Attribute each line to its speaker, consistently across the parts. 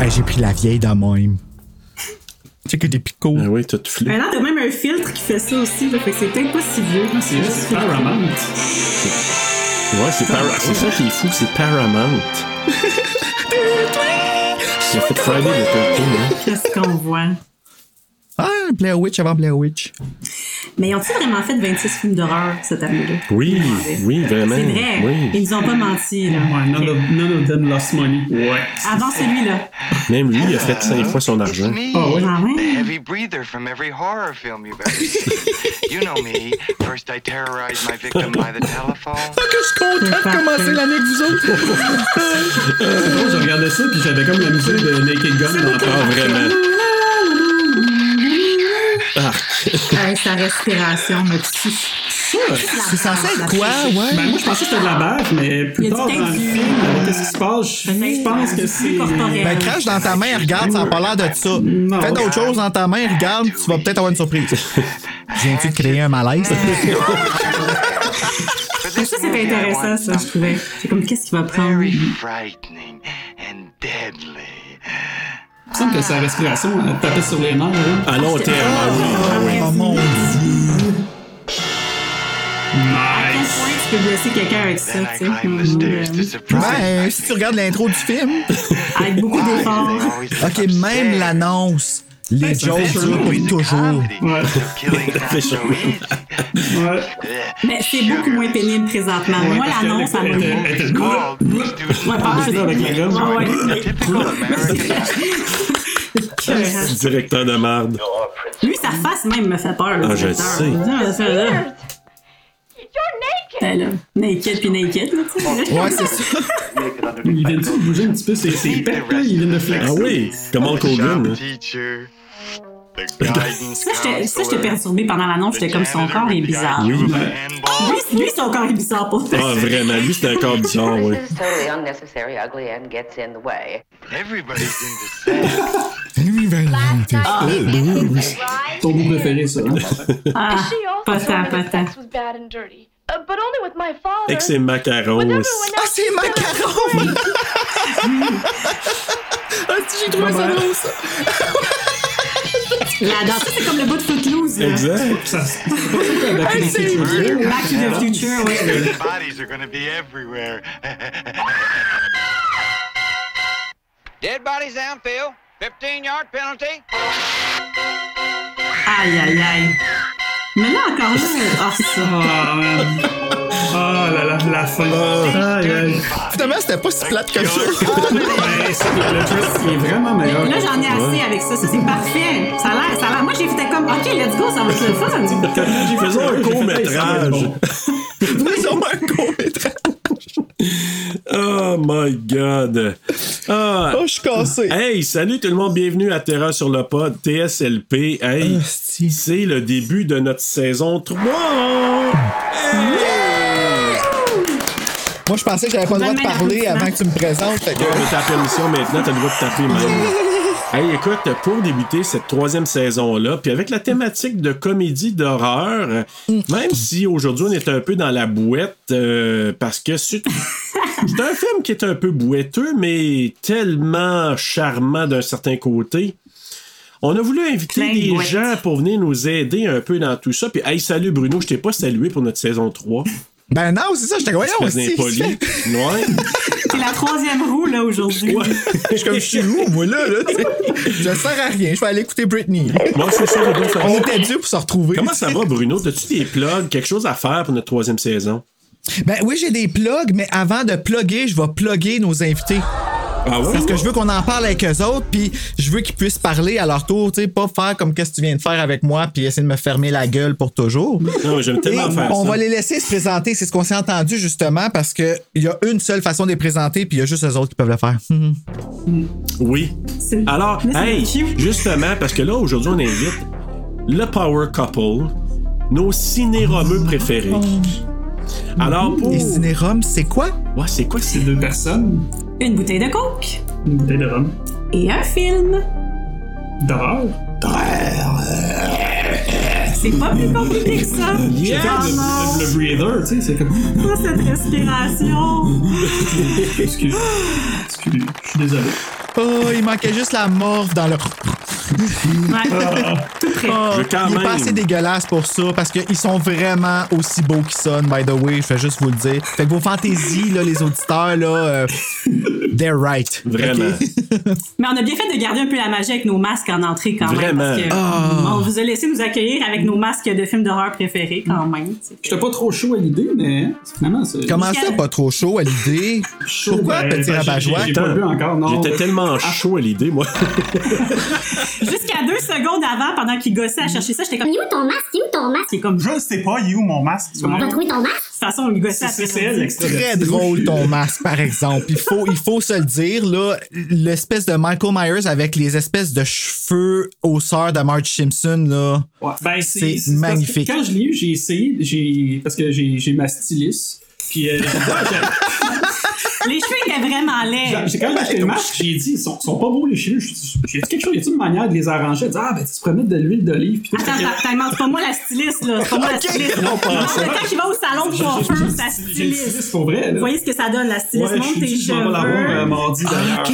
Speaker 1: Ah, J'ai pris la vieille dans même. Tu que des picots.
Speaker 2: Ah oui, t'as tout flé.
Speaker 3: Maintenant, Ben t'as même un filtre qui fait ça aussi, là, fait que c'est peut-être pas si vieux.
Speaker 4: C'est juste Paramount.
Speaker 2: Ouais, c'est Para- c'est ça qui est fou, c'est Paramount. Il a fait Friday hein. the 13
Speaker 3: Qu'est-ce qu'on voit?
Speaker 1: Ah, Blair Witch avant Blair Witch.
Speaker 3: Mais ils ont-ils vraiment fait 26 films d'horreur cette année-là?
Speaker 2: Oui, oui, vraiment.
Speaker 3: C'est vrai. Ils
Speaker 2: Ben Oui.
Speaker 3: nous ont pas menti, là.
Speaker 4: Ouais, Ah, none of, none of them lost money. Ah. Ouais.
Speaker 3: Avant celui-là.
Speaker 2: Même lui, il a fait cinq fois son
Speaker 5: It's
Speaker 2: argent.
Speaker 5: me,
Speaker 4: Oh,
Speaker 3: Ah
Speaker 5: the
Speaker 3: ouais?
Speaker 5: heavy breather from every horror film you've ever seen. you know me. First, I terrorize my victim by the telephone.
Speaker 1: que je suis content
Speaker 3: de commencer
Speaker 1: l'année que vous autres.
Speaker 4: Moi, je regardais ça, puis j'avais comme la musique de Naked Gun dans la tête.
Speaker 2: Ah, vraiment.
Speaker 3: Avec sa respiration, me tue.
Speaker 1: Oh, C'est censé être quoi,
Speaker 4: Ben,
Speaker 1: ouais?
Speaker 4: moi, je pensais que c'était de la bave, mais
Speaker 3: Il y
Speaker 4: plus
Speaker 3: a du
Speaker 4: tard dans le
Speaker 3: texte du-
Speaker 4: film, avec ce qui se passe, je
Speaker 3: Peut-être
Speaker 4: pense que
Speaker 3: du
Speaker 4: c'est.
Speaker 3: flux corporel.
Speaker 1: Ben, crache dans ta main, regarde, ça n'a pas l'air de ça.
Speaker 4: Non.
Speaker 1: Fais d'autres choses dans ta main, regarde, tu vas peut-être avoir une surprise. Viens-tu de créer un malaise?
Speaker 5: For this
Speaker 3: Ça, c'est
Speaker 5: movie, I
Speaker 3: intéressant,
Speaker 5: want
Speaker 3: ça, je trouvais. C'est comme, qu'est-ce qu'il va prendre?
Speaker 5: very frightening and deadly.
Speaker 4: Il me semble que sa respiration elle tapait sur les nerfs. hein. là.
Speaker 2: À long terme, ah oui.
Speaker 1: oh mon dieu.
Speaker 3: À quel
Speaker 4: Ah, Nice!
Speaker 3: point tu peux blesser quelqu'un avec ça,
Speaker 5: Then I
Speaker 3: tu sais?
Speaker 5: climb the stairs to
Speaker 3: Mhm.
Speaker 5: surprise.
Speaker 1: Ben, si tu regardes l'intro du film.
Speaker 3: Avec beaucoup d'efforts.
Speaker 1: Ok, même l'annonce. Les
Speaker 4: ça fait
Speaker 1: jokes sont là pour toujours.
Speaker 4: Ouais. Ouais.
Speaker 3: Mais c'est beaucoup moins pénible présentement. Moi,
Speaker 4: parce que
Speaker 3: l'annonce, elle m'a
Speaker 4: elle était-
Speaker 3: mis.
Speaker 4: elle était-
Speaker 3: Ouais, pas mal.
Speaker 4: avec la gomme.
Speaker 3: Ouais, ouais. Écœurant.
Speaker 2: Directeur de merde.
Speaker 3: Lui, sa face même me fait peur. le
Speaker 2: Ah, je
Speaker 3: directeur.
Speaker 2: sais.
Speaker 3: Ah, ça, là. Ben là, naked puis naked, là, tu sais. là.
Speaker 1: Ouais, c'est ça.
Speaker 4: Il vient de bouger un petit peu ses, ses pecs, là. Il vient de flexer.
Speaker 2: Ah oui, comme Hulk Hogan. hein.
Speaker 3: Ça, j'étais- Ça, j'étais perturbée pendant l'annonce. J'étais comme son corps est bizarre. Lui, lui, son corps est bizarre pour toi.
Speaker 2: Ah, vraiment, lui, c'était encore bizarre, oui.
Speaker 6: This is totally unnecessary, ugly, and gets in the way.
Speaker 5: Everybody's into sex.
Speaker 1: Lui, ben, t'es-
Speaker 4: Ton goût préféré, ça. hein?
Speaker 3: Ah,
Speaker 7: She also
Speaker 3: pas tant,
Speaker 7: told me that
Speaker 3: pas tant.
Speaker 7: sex was bad and dirty, uh, but only with my father.
Speaker 2: Avec ses macarons. aussi.
Speaker 1: Ah, c'est macaron! ah, si j'ai trouvé ça drôle, ça.
Speaker 3: La danse, ça, c'est comme le bout de Footloose. là.
Speaker 2: Exact.
Speaker 4: Ça, c'est pas ça qu'on
Speaker 3: Ah,
Speaker 4: a appelé
Speaker 1: c'est
Speaker 4: ça.
Speaker 3: Back to the future, oui.
Speaker 5: Their bodies are gonna be everywhere. Dead bodies downfield. 15 yard penalty.
Speaker 3: Aïe, aïe, aïe. Mais là, encore là, ah, ça.
Speaker 4: Ah, man. Ah, là là, la fin.
Speaker 3: Ah,
Speaker 4: Ah, Aïe, aïe.
Speaker 1: Finalement, c'était pas si plate que ça.
Speaker 4: Ben, c'est- le twist, il est vraiment meilleur.
Speaker 3: Là, j'en ai assez avec ça. ça, C'est parfait. Ça a l'air, ça a l'air. Moi, j'étais comme, OK, let's go, ça va être le fun.
Speaker 2: Faisons un court-métrage.
Speaker 1: Faisons un court-métrage.
Speaker 2: Oh my god. Ah.
Speaker 1: Oh, je suis cassé.
Speaker 2: Hey, salut tout le monde, bienvenue à Terra sur le pod, TSLP. Hey,
Speaker 1: Hostie.
Speaker 2: c'est le début de notre saison 3.
Speaker 1: Moi, je pensais que j'avais pas le droit de
Speaker 3: Demain,
Speaker 1: parler
Speaker 3: applaudissements.
Speaker 1: avant que tu me présentes. fait que-
Speaker 2: Ouais, mais ta permission maintenant, t'as le droit de taper même. Hey, écoute, pour débuter cette troisième saison-là, puis avec la thématique de comédie d'horreur, euh, même si aujourd'hui on est un peu dans la bouette, euh, parce que c'est c'est un film qui est un peu bouetteux, mais tellement charmant d'un certain côté. On a voulu inviter
Speaker 3: Plein de
Speaker 2: des
Speaker 3: bouettes.
Speaker 2: gens pour venir nous aider un peu dans tout ça. Puis, hey, salut Bruno, je t'ai pas salué pour notre saison 3.
Speaker 1: Ben non, c'est ça, j'étais voyant
Speaker 2: Parce
Speaker 1: aussi.
Speaker 2: impoli.
Speaker 1: Je
Speaker 2: Ouais.
Speaker 3: C'est la troisième roue, là, aujourd'hui.
Speaker 1: suis comme, je suis où, moi, là? là tu sais? je sers à rien. Je vais aller écouter Britney.
Speaker 2: Moi, c'est ça, j'ai bien fait
Speaker 1: On
Speaker 2: ça.
Speaker 1: était dû pour se retrouver.
Speaker 2: Comment ça va, Bruno? T'as-tu des plugs, quelque chose à faire pour notre troisième saison?
Speaker 1: Ben oui, j'ai des plugs, mais avant de plugger, je vais plugger nos invités.
Speaker 2: Ah ouais?
Speaker 1: Parce que je veux qu'on en parle avec eux autres, puis je veux qu'ils puissent parler à leur tour, tu sais, pas faire comme qu'est-ce que tu viens de faire avec moi, puis essayer de me fermer la gueule pour toujours.
Speaker 2: Non, mais j'aime tellement
Speaker 1: Et
Speaker 2: faire
Speaker 1: on
Speaker 2: ça.
Speaker 1: va les laisser se présenter, c'est ce qu'on s'est entendu justement, parce qu'il y a une seule façon de les présenter, puis il y a juste eux autres qui peuvent le faire.
Speaker 2: Hmm. Oui.
Speaker 3: C'est-
Speaker 2: Alors,
Speaker 3: Mais c'est
Speaker 2: hey,
Speaker 3: cute.
Speaker 2: justement, parce que là, aujourd'hui, on invite le Power Couple, nos
Speaker 1: Oh.
Speaker 2: cinéromeux préférés. Alors, pour.
Speaker 1: Et Cinérum, c'est quoi?
Speaker 2: Ouais, c'est quoi
Speaker 4: C'est
Speaker 2: c'est.
Speaker 4: deux personnes,
Speaker 3: Une bouteille de coke
Speaker 4: une bouteille de rhum,
Speaker 3: et un film.
Speaker 4: d'horreur.
Speaker 3: C'est pas plus compliqué que ça.
Speaker 2: Yes!
Speaker 3: Oh non.
Speaker 4: Le, le breather, tu sais, c'est comme.
Speaker 3: Pas cette respiration.
Speaker 4: Excuse. Excuse. Je suis désolé.
Speaker 1: Oh, il manquait juste la morve dans le.
Speaker 3: Ouais. Tout prêt.
Speaker 2: Je veux quand
Speaker 1: Oh, il est
Speaker 2: Ah, même.
Speaker 1: pas assez dégueulasse pour ça parce qu'ils sont vraiment aussi beaux qu'ils sonnent, by the way, je vais juste vous le dire. Fait que vos fantaisies, là, les auditeurs, là, euh, they're right.
Speaker 2: Vraiment.
Speaker 1: Ok?
Speaker 3: Mais on a bien fait de garder un peu la magie avec nos masques en entrée quand même.
Speaker 2: Vraiment.
Speaker 3: Parce que On vous a laissé nous accueillir avec nos masques de films d'horreur préférés quand même. tu sais.
Speaker 4: J'étais pas trop chaud à l'idée, mais finalement, c'est.
Speaker 1: Comment
Speaker 3: Michel.
Speaker 1: ça, pas trop chaud à l'idée?
Speaker 4: chaud?
Speaker 1: Pourquoi, petit
Speaker 4: ben,
Speaker 1: rabat-joie?
Speaker 4: j'ai- J'ai pas vu encore, non.
Speaker 1: Oh.
Speaker 2: J'étais
Speaker 1: Ah.
Speaker 2: tellement chaud à l'idée, moi.
Speaker 3: Jusqu'à deux secondes avant, pendant qu'il gossait à chercher ça, j'étais comme.
Speaker 8: Il est où ton masque? Il est où ton masque?
Speaker 3: C'est comme.
Speaker 9: Je le sais pas, il est où mon masque? tu vois?
Speaker 8: Tu as trouvé ton masque?
Speaker 3: De toute façon, il gossait
Speaker 4: C'est-
Speaker 3: après
Speaker 4: C'est c'est
Speaker 3: son
Speaker 4: elle,
Speaker 3: film.
Speaker 4: l'extrait. de-
Speaker 1: Très drôle ton masque, par exemple. Il faut, il faut se le dire, là, l'espèce de Michael Myers avec les espèces de cheveux aux sœurs de Marge Simpson, là.
Speaker 4: Ouais. Ben,
Speaker 1: C'est
Speaker 4: parce que
Speaker 1: magnifique.
Speaker 4: Quand je l'ai eu, j'ai essayé, j'ai parce que j'ai j'ai ma styliste. Puis euh, j'ai-
Speaker 3: Les cheveux étaient vraiment
Speaker 4: j'ai-
Speaker 3: laids.
Speaker 4: j'ai quand même acheté le masque, j'ai dit, ils sont, sont pas beaux les cheveux. J'ai dit, J'ai dit quelque chose, y a-t-il une manière de les arranger? Elle dit, ah, ben, tu pourrais mettre de l'huile d'olive. Puis tout.
Speaker 3: Attends,
Speaker 4: Fait que-
Speaker 3: attends, attends, c'est pas moi la styliste, là. C'est pas moi la styliste. Non, le temps qu'il va au salon de coiffeur, sa
Speaker 4: J'ai une
Speaker 3: styliste.
Speaker 4: styliste pour vrai. Là.
Speaker 3: Vous voyez ce que ça donne, la styliste.
Speaker 4: Ouais,
Speaker 3: Monte
Speaker 4: je
Speaker 3: tes
Speaker 4: suis- je m'en vais la voir euh,
Speaker 3: cheveux.
Speaker 4: mardi d'ailleurs.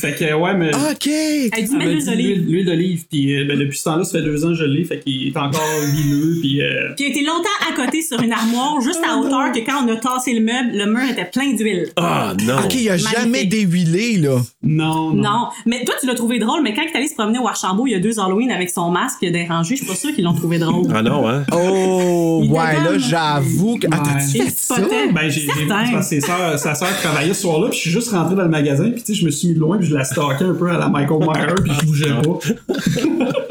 Speaker 4: Fait que, ouais, mais.
Speaker 1: OK!
Speaker 3: Elle dit,
Speaker 4: elle
Speaker 3: mets de
Speaker 4: m'a
Speaker 3: l'huile
Speaker 4: dit
Speaker 3: d'olive.
Speaker 4: l'huile l'huile d'olive, puis euh, ben, depuis ce temps-là, ça fait deux ans que je l'ai, fait qu'il est encore huileux, puis euh,
Speaker 3: Puis il a été longtemps à côté sur une armoire, juste à hauteur que quand on a tassé le meuble, le mur était plein d'huile.
Speaker 2: Ah, non.
Speaker 1: OK, il a
Speaker 3: Magnifique.
Speaker 1: jamais déhuilé, là.
Speaker 4: Oh non, non.
Speaker 3: Non, mais toi tu l'as trouvé drôle, mais quand il est allé se promener au Archambault il y a deux Halloween avec son masque dérangé, je suis pas sûre qu'ils l'ont trouvé drôle.
Speaker 2: Ah non, hein?
Speaker 1: Oh,
Speaker 3: Il
Speaker 1: ouais,
Speaker 3: dégomme.
Speaker 1: là, j'avoue que. Ah,
Speaker 4: Ouais.
Speaker 1: t'as-tu
Speaker 3: Il
Speaker 1: fait ça?
Speaker 3: spotait.
Speaker 4: Ben, j'ai j'ai vu
Speaker 3: Certain.
Speaker 4: c'est parce que ses sœurs- sa sœur travaillait ce soir-là, puis je suis juste rentré dans le magasin, puis tu sais, je me suis mis de loin, puis je la stalkais un peu à la Michael Myers, puis je bougeais pas.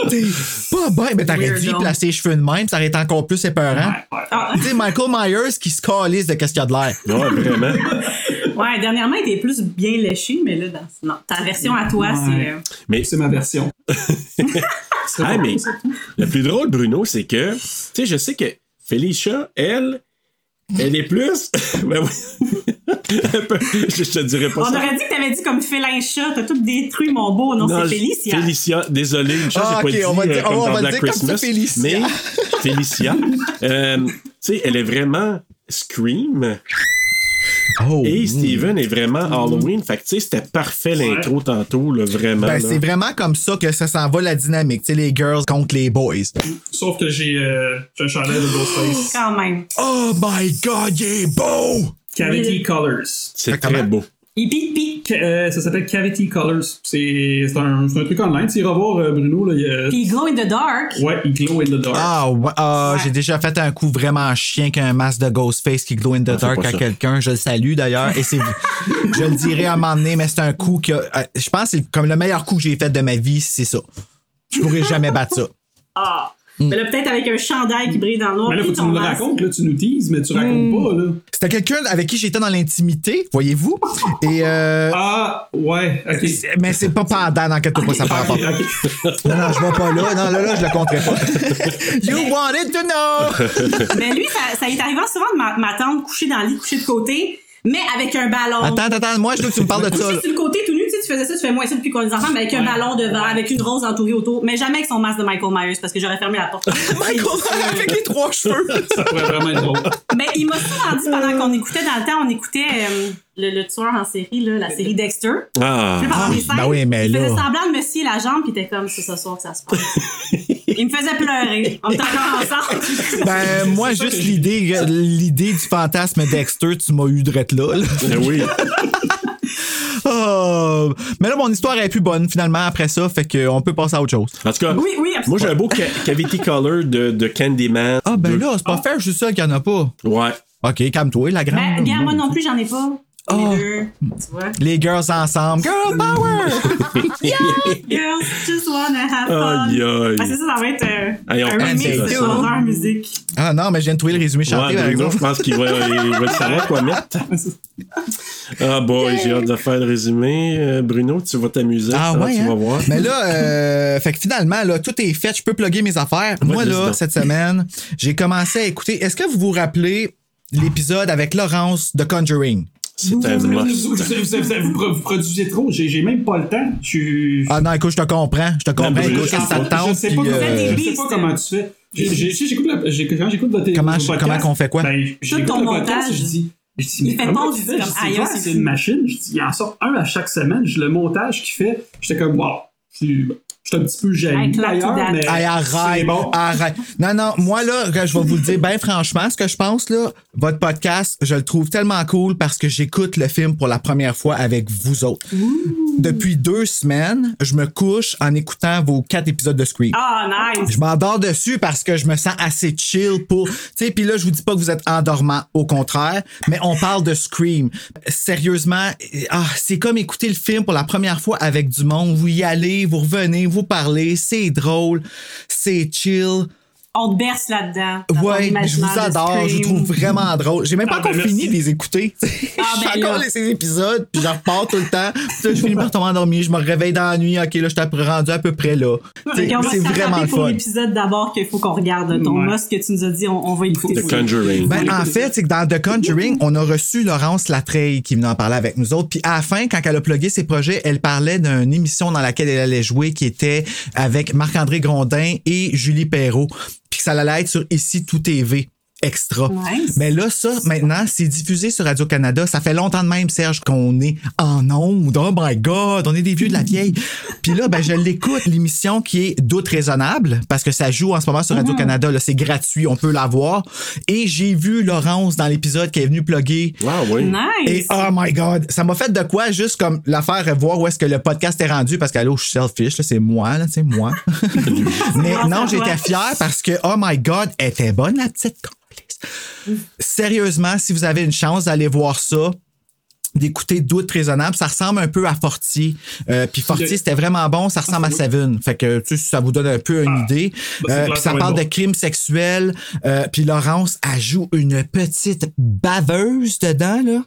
Speaker 1: T'es pas bien. Mais t'aurais dû
Speaker 3: Weirdo.
Speaker 1: placer les cheveux de même, ça aurait été encore plus épeurant.
Speaker 4: Ben,
Speaker 3: Ah,
Speaker 1: Tu sais, Michael Myers qui se calisse de qu'est-ce qu'il y a de l'air.
Speaker 2: Ouais, vraiment.
Speaker 3: ouais, dernièrement il était plus bien léché, mais là dans non, ta version à toi c'est euh,
Speaker 2: Mais
Speaker 4: C'est ma version. C'est
Speaker 2: Ah,
Speaker 4: pas
Speaker 2: mais-
Speaker 4: cool, ça.
Speaker 2: Le plus drôle, Bruno, c'est que, tu sais, je sais que Felicia, elle, elle est plus. ben oui. Un peu- je te dirais pas
Speaker 3: on
Speaker 2: ça.
Speaker 3: aurait dit que t'avais dit comme félin chat, t'as tout détruit mon beau, non,
Speaker 2: Non,
Speaker 3: c'est
Speaker 2: je-
Speaker 3: Félicia.
Speaker 2: Félicia, désolé, une chance, j'ai
Speaker 1: Ah, ok,
Speaker 2: pas
Speaker 1: on
Speaker 2: dit
Speaker 1: va dire-
Speaker 2: euh, comme
Speaker 1: on
Speaker 2: dans
Speaker 1: va
Speaker 2: Black
Speaker 1: dire comme ça,
Speaker 2: Christmas.
Speaker 1: Félicia.
Speaker 2: Mais Félicia, euh, tu sais, elle est vraiment Scream
Speaker 1: Oh.
Speaker 2: et Steven est vraiment Halloween. Fait que, tu sais, c'était parfait l'intro tantôt, là, vraiment.
Speaker 1: Ben,
Speaker 2: là.
Speaker 1: c'est vraiment comme ça que ça s'en va la dynamique, tu sais, les girls contre les boys.
Speaker 4: Sauf que j'ai euh, j'ai un chandail de Ghostface.
Speaker 3: Quand même.
Speaker 1: Oh my god, il est beau!
Speaker 4: Cavity Colors.
Speaker 2: C'est
Speaker 1: Comment?
Speaker 2: très beau.
Speaker 3: Il pique pique.
Speaker 4: Ca- euh, ça s'appelle Cavity Colors. C'est c'est un, c'est un truc online. Tu iras voir, euh, Bruno, là, il y a-
Speaker 3: Puis il glow in the dark.
Speaker 4: Ouais, il glow in the dark.
Speaker 1: Ah, ouais, ah,
Speaker 3: Ouais.
Speaker 1: j'ai déjà fait un coup vraiment chien qu'un masque de Ghostface qui glow in the dark
Speaker 2: pas
Speaker 1: à
Speaker 2: ça.
Speaker 1: quelqu'un. Je le salue d'ailleurs. Et c'est, je le dirai à un moment donné, mais c'est un coup que, euh, je pense, que c'est comme le meilleur coup que j'ai fait de ma vie, c'est ça. Je pourrais jamais battre ça.
Speaker 3: Ah.
Speaker 1: Mm.
Speaker 3: Mais là peut-être avec un chandail qui brille dans le noir.
Speaker 4: Mais là, faut
Speaker 3: puis
Speaker 4: que tu
Speaker 3: ton
Speaker 4: nous le
Speaker 3: masque. Hmm.
Speaker 4: racontes, là, tu nous teases, mais tu racontes pas, là.
Speaker 1: C'était quelqu'un avec qui j'étais dans l'intimité, voyez-vous. Et, euh,
Speaker 4: Ah, ouais, ok.
Speaker 1: c'est- mais c'est pas pendant, n'inquiète pas, ça prend pas.
Speaker 4: Ok, ok.
Speaker 1: Non, non, je vais pas là. Non, là, là, je le compterai pas. you wanted to know!
Speaker 3: Mais lui, ça, ça est arrivé souvent de ma, ma tante couchée dans le lit, couchée de côté, mais avec un ballon.
Speaker 1: Attends, attends, attends, moi, je veux que tu me parles de ça.
Speaker 3: Couché
Speaker 1: là.
Speaker 3: sur le côté tout nu, tu sais, tu faisais ça, tu fais moins ça depuis qu'on est enfants, mais avec un ballon devant, avec une rose entourée autour, mais jamais avec son masque de Michael Myers parce que j'aurais fermé la porte.
Speaker 1: avec les trois cheveux.
Speaker 4: Ça pourrait vraiment être drôle.
Speaker 3: mais il m'a souvent dit pendant qu'on écoutait dans le temps, on écoutait euh, le, le tueur en série, là, la série Dexter.
Speaker 2: Ah,
Speaker 3: Puis pendant
Speaker 1: ben
Speaker 3: les scènes,
Speaker 1: oui, mais
Speaker 3: il faisait
Speaker 1: là-
Speaker 3: semblant de me scier la jambe, puis il était comme c'est ce soir que ça se passe. il me faisait pleurer. On était encore ensemble.
Speaker 1: Ben, moi, juste l'idée, euh, l'idée du fantasme Dexter, tu m'as eu drette là. là.
Speaker 2: ben oui.
Speaker 1: Oh. Mais là, mon histoire est plus bonne, finalement, après ça, fait qu'on peut passer à autre chose.
Speaker 2: En tout cas,
Speaker 3: Oui, oui,
Speaker 2: moi,
Speaker 3: absolument.
Speaker 2: j'ai un beau ca- cavity color de, de Candyman.
Speaker 1: Ah, ben là, c'est pas fair, je suis sûr qu'il y en a pas.
Speaker 2: Ouais.
Speaker 1: Ah. Ok, calme-toi, la grande.
Speaker 3: Ben, regarde, moi non plus, j'en ai pas.
Speaker 1: Oh.
Speaker 3: les deux. Tu vois?
Speaker 1: Les girls ensemble. Girl power!
Speaker 3: Girls just wanna have fun.
Speaker 2: Aïe, aïe.
Speaker 3: Ah, c'est ça, ça va être euh,
Speaker 2: Allez, on
Speaker 3: un
Speaker 2: passe
Speaker 3: remix
Speaker 1: ça.
Speaker 3: de chanteur musique.
Speaker 1: Ah non, mais je viens de trouver le résumé
Speaker 2: Ouais,
Speaker 1: chanté, par
Speaker 2: Bruno, je
Speaker 1: exemple.
Speaker 2: pense qu'il va, il va le savoir quoi mettre. Ah boy, j'ai hâte de faire le résumé. Euh, Bruno, tu vas t'amuser.
Speaker 1: Ah
Speaker 2: ça,
Speaker 1: ouais,
Speaker 2: tu
Speaker 1: hein?
Speaker 2: vas voir.
Speaker 1: Mais là, euh, fait que finalement, là, tout est fait, je peux plugger mes affaires. Moi,
Speaker 2: vas-y
Speaker 1: là,
Speaker 2: donc.
Speaker 1: cette semaine, j'ai commencé à écouter. Est-ce que vous vous rappelez l'épisode avec Laurence de Conjuring?
Speaker 2: C'est un
Speaker 4: Vous,
Speaker 2: must.
Speaker 4: vous- vous- vous- vous- vous- vous produisez trop, j'ai j'ai même pas le temps. Je suis.
Speaker 1: Ah non, écoute, je te comprends. Je te comprends.
Speaker 2: mais
Speaker 1: Ben, Écoute,
Speaker 2: je-
Speaker 1: qu'est-ce que ça te tente?
Speaker 4: Je sais pas,
Speaker 1: puis,
Speaker 4: comment-
Speaker 1: euh,
Speaker 4: je sais pas comment tu fais. J'ai- j'ai- si j'écoute la- j'ai- Quand j'écoute votre
Speaker 1: Comment-
Speaker 4: votre podcast,
Speaker 1: comment qu'on fait quoi?
Speaker 4: Ben, j'écoute
Speaker 3: ton
Speaker 4: le podcast,
Speaker 3: montage.
Speaker 4: Je dis, je dis,
Speaker 3: Il
Speaker 4: mais
Speaker 3: fait
Speaker 4: comment
Speaker 3: pas, je
Speaker 4: tu
Speaker 3: dis
Speaker 4: fais? Je
Speaker 3: comme,
Speaker 4: dis,
Speaker 3: aïe,
Speaker 4: quoi,
Speaker 3: c'est
Speaker 4: c'est
Speaker 3: fou.
Speaker 4: une machine. Je dis, il en sort un à chaque semaine. Je- Le montage qu'il fait, j'étais comme, wow, je suis je suis un petit peu
Speaker 3: Hey,
Speaker 4: jaloux
Speaker 3: claque
Speaker 4: d'ailleurs,
Speaker 3: date.
Speaker 4: mais
Speaker 1: Hey,
Speaker 4: c'est
Speaker 1: arrête,
Speaker 4: bon.
Speaker 1: arrête. Non, non, moi, là, je vais vous le dire bien franchement, ce que je pense, là, votre podcast, je le trouve tellement cool parce que j'écoute le film pour la première fois avec vous autres. Depuis deux semaines, je me couche en écoutant vos quatre épisodes de Scream.
Speaker 3: Ah, nice.
Speaker 1: Je m'endors dessus parce que je me sens assez chill pour. Tu sais, puis là, je vous dis pas que vous êtes endormant, au contraire, mais on parle de Scream. Sérieusement, ah, c'est comme écouter le film pour la première fois avec du monde. Vous y allez, vous revenez, vous parlez, c'est drôle, c'est chill.
Speaker 3: On te berce là-dedans. dans ton
Speaker 1: Ouais, je
Speaker 3: imaginaire
Speaker 1: vous
Speaker 3: de
Speaker 1: adore, je vous
Speaker 3: Scream.
Speaker 1: trouve vraiment drôle. J'ai même pas
Speaker 4: Ah,
Speaker 1: encore
Speaker 4: ben,
Speaker 1: fini
Speaker 4: merci.
Speaker 1: de les écouter.
Speaker 3: Ah,
Speaker 1: je
Speaker 3: ben,
Speaker 1: fais encore
Speaker 3: là.
Speaker 1: les- ces épisodes, puis je repars tout le temps. Puis là, je finis par tomber endormi, je me réveille dans la nuit, ok, là, je t'ai rendu à peu près là.
Speaker 3: Fait qu'on va
Speaker 1: C'est
Speaker 3: se
Speaker 1: vraiment
Speaker 3: rattraper
Speaker 1: le
Speaker 3: pour
Speaker 1: fun.
Speaker 3: l'épisode d'abord qu'il faut qu'on regarde ton
Speaker 4: Ouais.
Speaker 3: must que tu nous as dit, on, on va écouter.
Speaker 2: The
Speaker 3: ça.
Speaker 2: Conjuring.
Speaker 1: Ben, en fait, c'est que dans The Conjuring, on a reçu Laurence Latreille qui venait en parler avec nous autres. Puis à la fin, quand elle a plugué ses projets, elle parlait d'une émission dans laquelle elle allait jouer qui était avec Marc-André Grondin et Julie Perrault. Puis que ça allait être sur Ici Tout TV extra.
Speaker 3: Nice.
Speaker 1: Mais Ben là, ça, maintenant, c'est diffusé sur Radio-Canada. Ça fait longtemps de même, Serge, qu'on est en ondes. Oh my God, on est des vieux de la vieille. Puis là, ben, je l'écoute, l'émission qui est doute raisonnable, parce que ça joue en ce moment sur Radio-Canada. Là, c'est gratuit, on peut la voir. Et j'ai vu Laurence dans l'épisode qui est venue plugger.
Speaker 2: Ah oui.
Speaker 1: Et
Speaker 3: Nice.
Speaker 1: oh my God, ça m'a fait de quoi juste comme l'affaire voir où est-ce que le podcast est rendu parce qu'allô, je suis selfish, là, c'est moi, là, c'est moi. Mais
Speaker 3: Grâce à
Speaker 1: non,
Speaker 3: toi.
Speaker 1: j'étais fier parce que oh my God, elle était bonne la petite complice. Sérieusement, si vous avez une chance d'aller voir ça, d'écouter Doute raisonnable, ça ressemble un peu à Fortier. Euh, puis Fortier, c'était vraiment bon, ça ressemble à Savune. Fait que tu sais, ça vous donne un peu une idée.
Speaker 4: bah, c'est
Speaker 1: Euh,
Speaker 4: clair,
Speaker 1: puis ça
Speaker 4: ça va
Speaker 1: parle
Speaker 4: être
Speaker 1: de
Speaker 4: bon.
Speaker 1: crimes sexuels. Euh, puis Laurence, elle joue une petite baveuse dedans, là.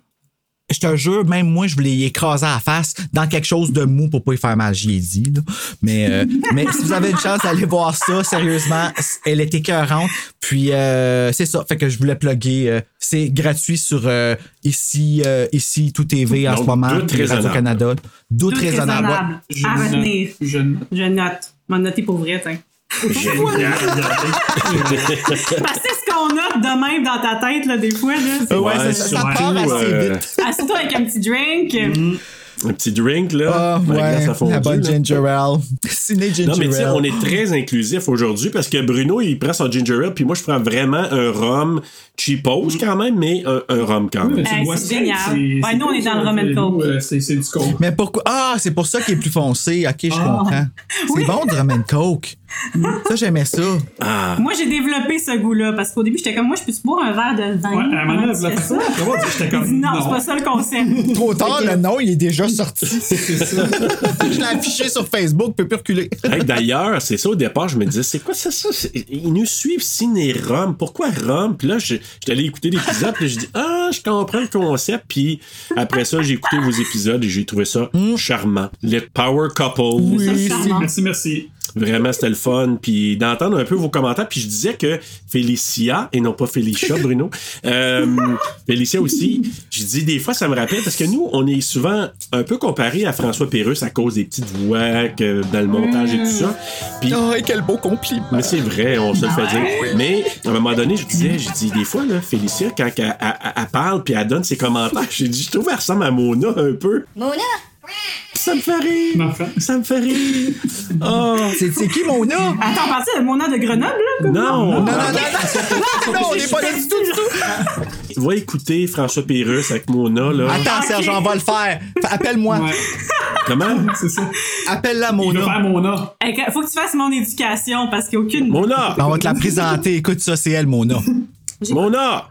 Speaker 1: Je te jure, même moi, je voulais y écraser à la face dans quelque chose de mou pour pas y faire mal, j'y ai dit. là. Mais, euh, mais si vous avez une chance d'aller voir ça, sérieusement, elle est écœurante. Puis euh, c'est ça, fait que je voulais plugger. euh, c'est gratuit sur euh, ici, euh, ici, tout TV en
Speaker 2: Donc,
Speaker 1: ce moment.
Speaker 2: doute
Speaker 1: puis
Speaker 2: raisonnable.
Speaker 1: Radio-Canada. Doute
Speaker 3: Tout
Speaker 1: raisonnable. ouais.
Speaker 3: raisonnable.
Speaker 4: Je
Speaker 3: À
Speaker 4: note,
Speaker 3: retenir.
Speaker 4: Je note.
Speaker 3: Je note. M'en noter pour vrai, tiens.
Speaker 4: Génial, regardez.
Speaker 3: Parce que c'est ce qu'on note de même dans ta tête, là, des fois, là. C'est-
Speaker 1: Ouais, ça- ça, ça
Speaker 2: surtout,
Speaker 1: part assez
Speaker 2: euh,
Speaker 1: vite.
Speaker 3: Assis-toi avec un petit drink.
Speaker 1: Mm.
Speaker 2: Un petit drink, là.
Speaker 1: Ah,
Speaker 2: Ma glace
Speaker 1: ouais,
Speaker 2: à fondue,
Speaker 1: la bonne
Speaker 2: là.
Speaker 1: ginger ale. Ciné ginger
Speaker 2: Non, mais tu sais,
Speaker 1: ale.
Speaker 2: on est très inclusif aujourd'hui parce que Bruno, il prend son ginger ale, puis moi, je prends vraiment un rhum cheapos quand même, mais un, un rhum quand même.
Speaker 4: Tu
Speaker 3: Hey,
Speaker 4: vois
Speaker 3: c'est
Speaker 4: ça,
Speaker 3: génial.
Speaker 4: c'est-
Speaker 3: Ouais,
Speaker 4: c'est
Speaker 3: nous, on est dans le rum and
Speaker 4: nous,
Speaker 3: coke.
Speaker 4: euh, C'est c'est du coke.
Speaker 1: Mais pourquoi? Ah, c'est pour ça qu'il est plus foncé. Ok, je comprends. C'est bon du rum and coke. Ça, j'aimais ça.
Speaker 2: Ah,
Speaker 3: Moi, j'ai développé ce goût-là parce qu'au début, j'étais comme, moi, je peux-tu boire un verre de vin?
Speaker 4: Ouais, à un
Speaker 3: Comment
Speaker 4: moment donné,
Speaker 3: tu
Speaker 4: la
Speaker 3: fais
Speaker 4: personne,
Speaker 3: ça?
Speaker 4: tu vois, j'étais
Speaker 3: Il dit,
Speaker 4: comme.
Speaker 3: non, c'est pas ça le concept.
Speaker 1: Trop tard, le nom, il est déjà sorti.
Speaker 4: C'est ça.
Speaker 1: je l'ai affiché sur Facebook, peut plus reculer.
Speaker 2: Hey, D'ailleurs, c'est ça au départ, je me disais, c'est quoi ça, ça? C'est- Ils nous suivent Ciné Rome. Pourquoi Rome? Puis là, je- j'étais allé écouter l'épisode, puis je dis, ah, je comprends le concept. Puis après ça, j'ai écouté vos épisodes et j'ai trouvé ça charmant. Les Power Couple.
Speaker 1: Oui,
Speaker 3: Charmant.
Speaker 4: Merci, merci.
Speaker 2: Vraiment, c'était le fun. Puis d'entendre un peu vos commentaires. Puis je disais que Félicia, et non pas Félicia, Bruno, euh, Félicia aussi, je dis des fois, ça me rappelle, parce que nous, on est souvent un peu comparé à François Pérusse à cause des petites voix que dans le montage et tout ça. Puis
Speaker 1: Oh, et quel beau compliment.
Speaker 2: mais c'est vrai, on se le fait dire. Mais à un moment donné, je disais, je dis des fois, là, Félicia, quand elle, elle- elle parle puis elle donne ses commentaires, j'ai dit, je trouve qu'elle ressemble à Mona un peu.
Speaker 10: Mona!
Speaker 2: Ça me fait rire.
Speaker 4: Enfin.
Speaker 2: Ça me fait rire. Oh,
Speaker 1: C'est c'est qui, Mona? Non,
Speaker 3: Attends, parti de Mona de Grenoble, là?
Speaker 2: non. Ah,
Speaker 3: comme-
Speaker 4: Ah,
Speaker 1: non, non, non. Non, on n'est pas là du tout, du tout.
Speaker 2: Va écouter François Pérus avec Mona, là.
Speaker 1: Attends, Serge, on va le faire. F- Appelle-moi.
Speaker 4: Ah, Ouais,
Speaker 1: Ah.
Speaker 2: Comment?
Speaker 4: c'est ça.
Speaker 1: Appelle-la,
Speaker 4: Il veut
Speaker 1: Mona.
Speaker 4: faire mon A.
Speaker 3: Hey, que- Faut que tu fasses mon éducation parce qu'il n'y a aucune.
Speaker 2: Mona!
Speaker 1: Ben, on va te la présenter. Écoute ça, c'est elle, Mona.
Speaker 2: Mona!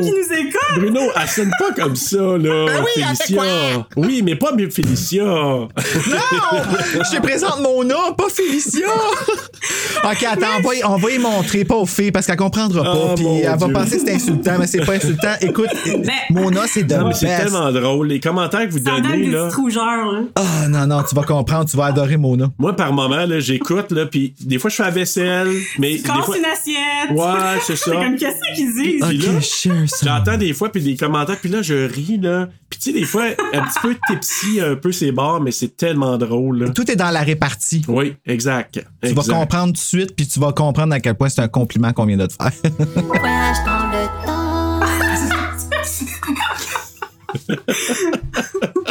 Speaker 2: Bruno,
Speaker 3: qui nous écoute.
Speaker 2: Bruno, elle sonne pas comme ça, là.
Speaker 1: Ah oui, elle fait
Speaker 2: Félicia. Oui, mais pas mieux Félicia.
Speaker 1: Non! Je te présente mon nom, pas Félicia! ok, attends, on va, y- on va y montrer, pas aux filles, parce qu'elle comprendra pas,
Speaker 2: Ah,
Speaker 1: puis
Speaker 2: mon
Speaker 1: elle va
Speaker 2: Dieu.
Speaker 1: penser que c'est insultant, mais c'est pas insultant. Écoute, Mona, c'est de
Speaker 2: Non, Ah, mais c'est
Speaker 1: best.
Speaker 2: tellement drôle. Les commentaires que vous
Speaker 3: Ça donne
Speaker 2: donnez,
Speaker 3: des
Speaker 2: là.
Speaker 3: petites rougeurs, là.
Speaker 1: Ah, non, non, tu vas comprendre, tu vas adorer Mona.
Speaker 2: Moi, par moment, là, j'écoute, là, puis des fois, je fais la vaisselle, mais des
Speaker 3: Casse
Speaker 2: fois,
Speaker 3: une assiette.
Speaker 2: Ouais, c'est ça.
Speaker 3: C'est comme, qu'est-ce qu'ils disent?
Speaker 2: Puis là,
Speaker 1: Ok, sure, ça.
Speaker 2: j'entends des fois, puis des commentaires, puis là, je ris, là. Puis tu sais, des fois, un petit peu tipsy, un peu ses barres, mais c'est tellement drôle, là.
Speaker 1: Tout est dans la répartie.
Speaker 2: Oui, exact.
Speaker 1: Tu vas comprendre tout de suite, puis tu vas comprendre à quel point c'est un compliment qu'on vient de te faire.
Speaker 8: Pourquoi je prends le temps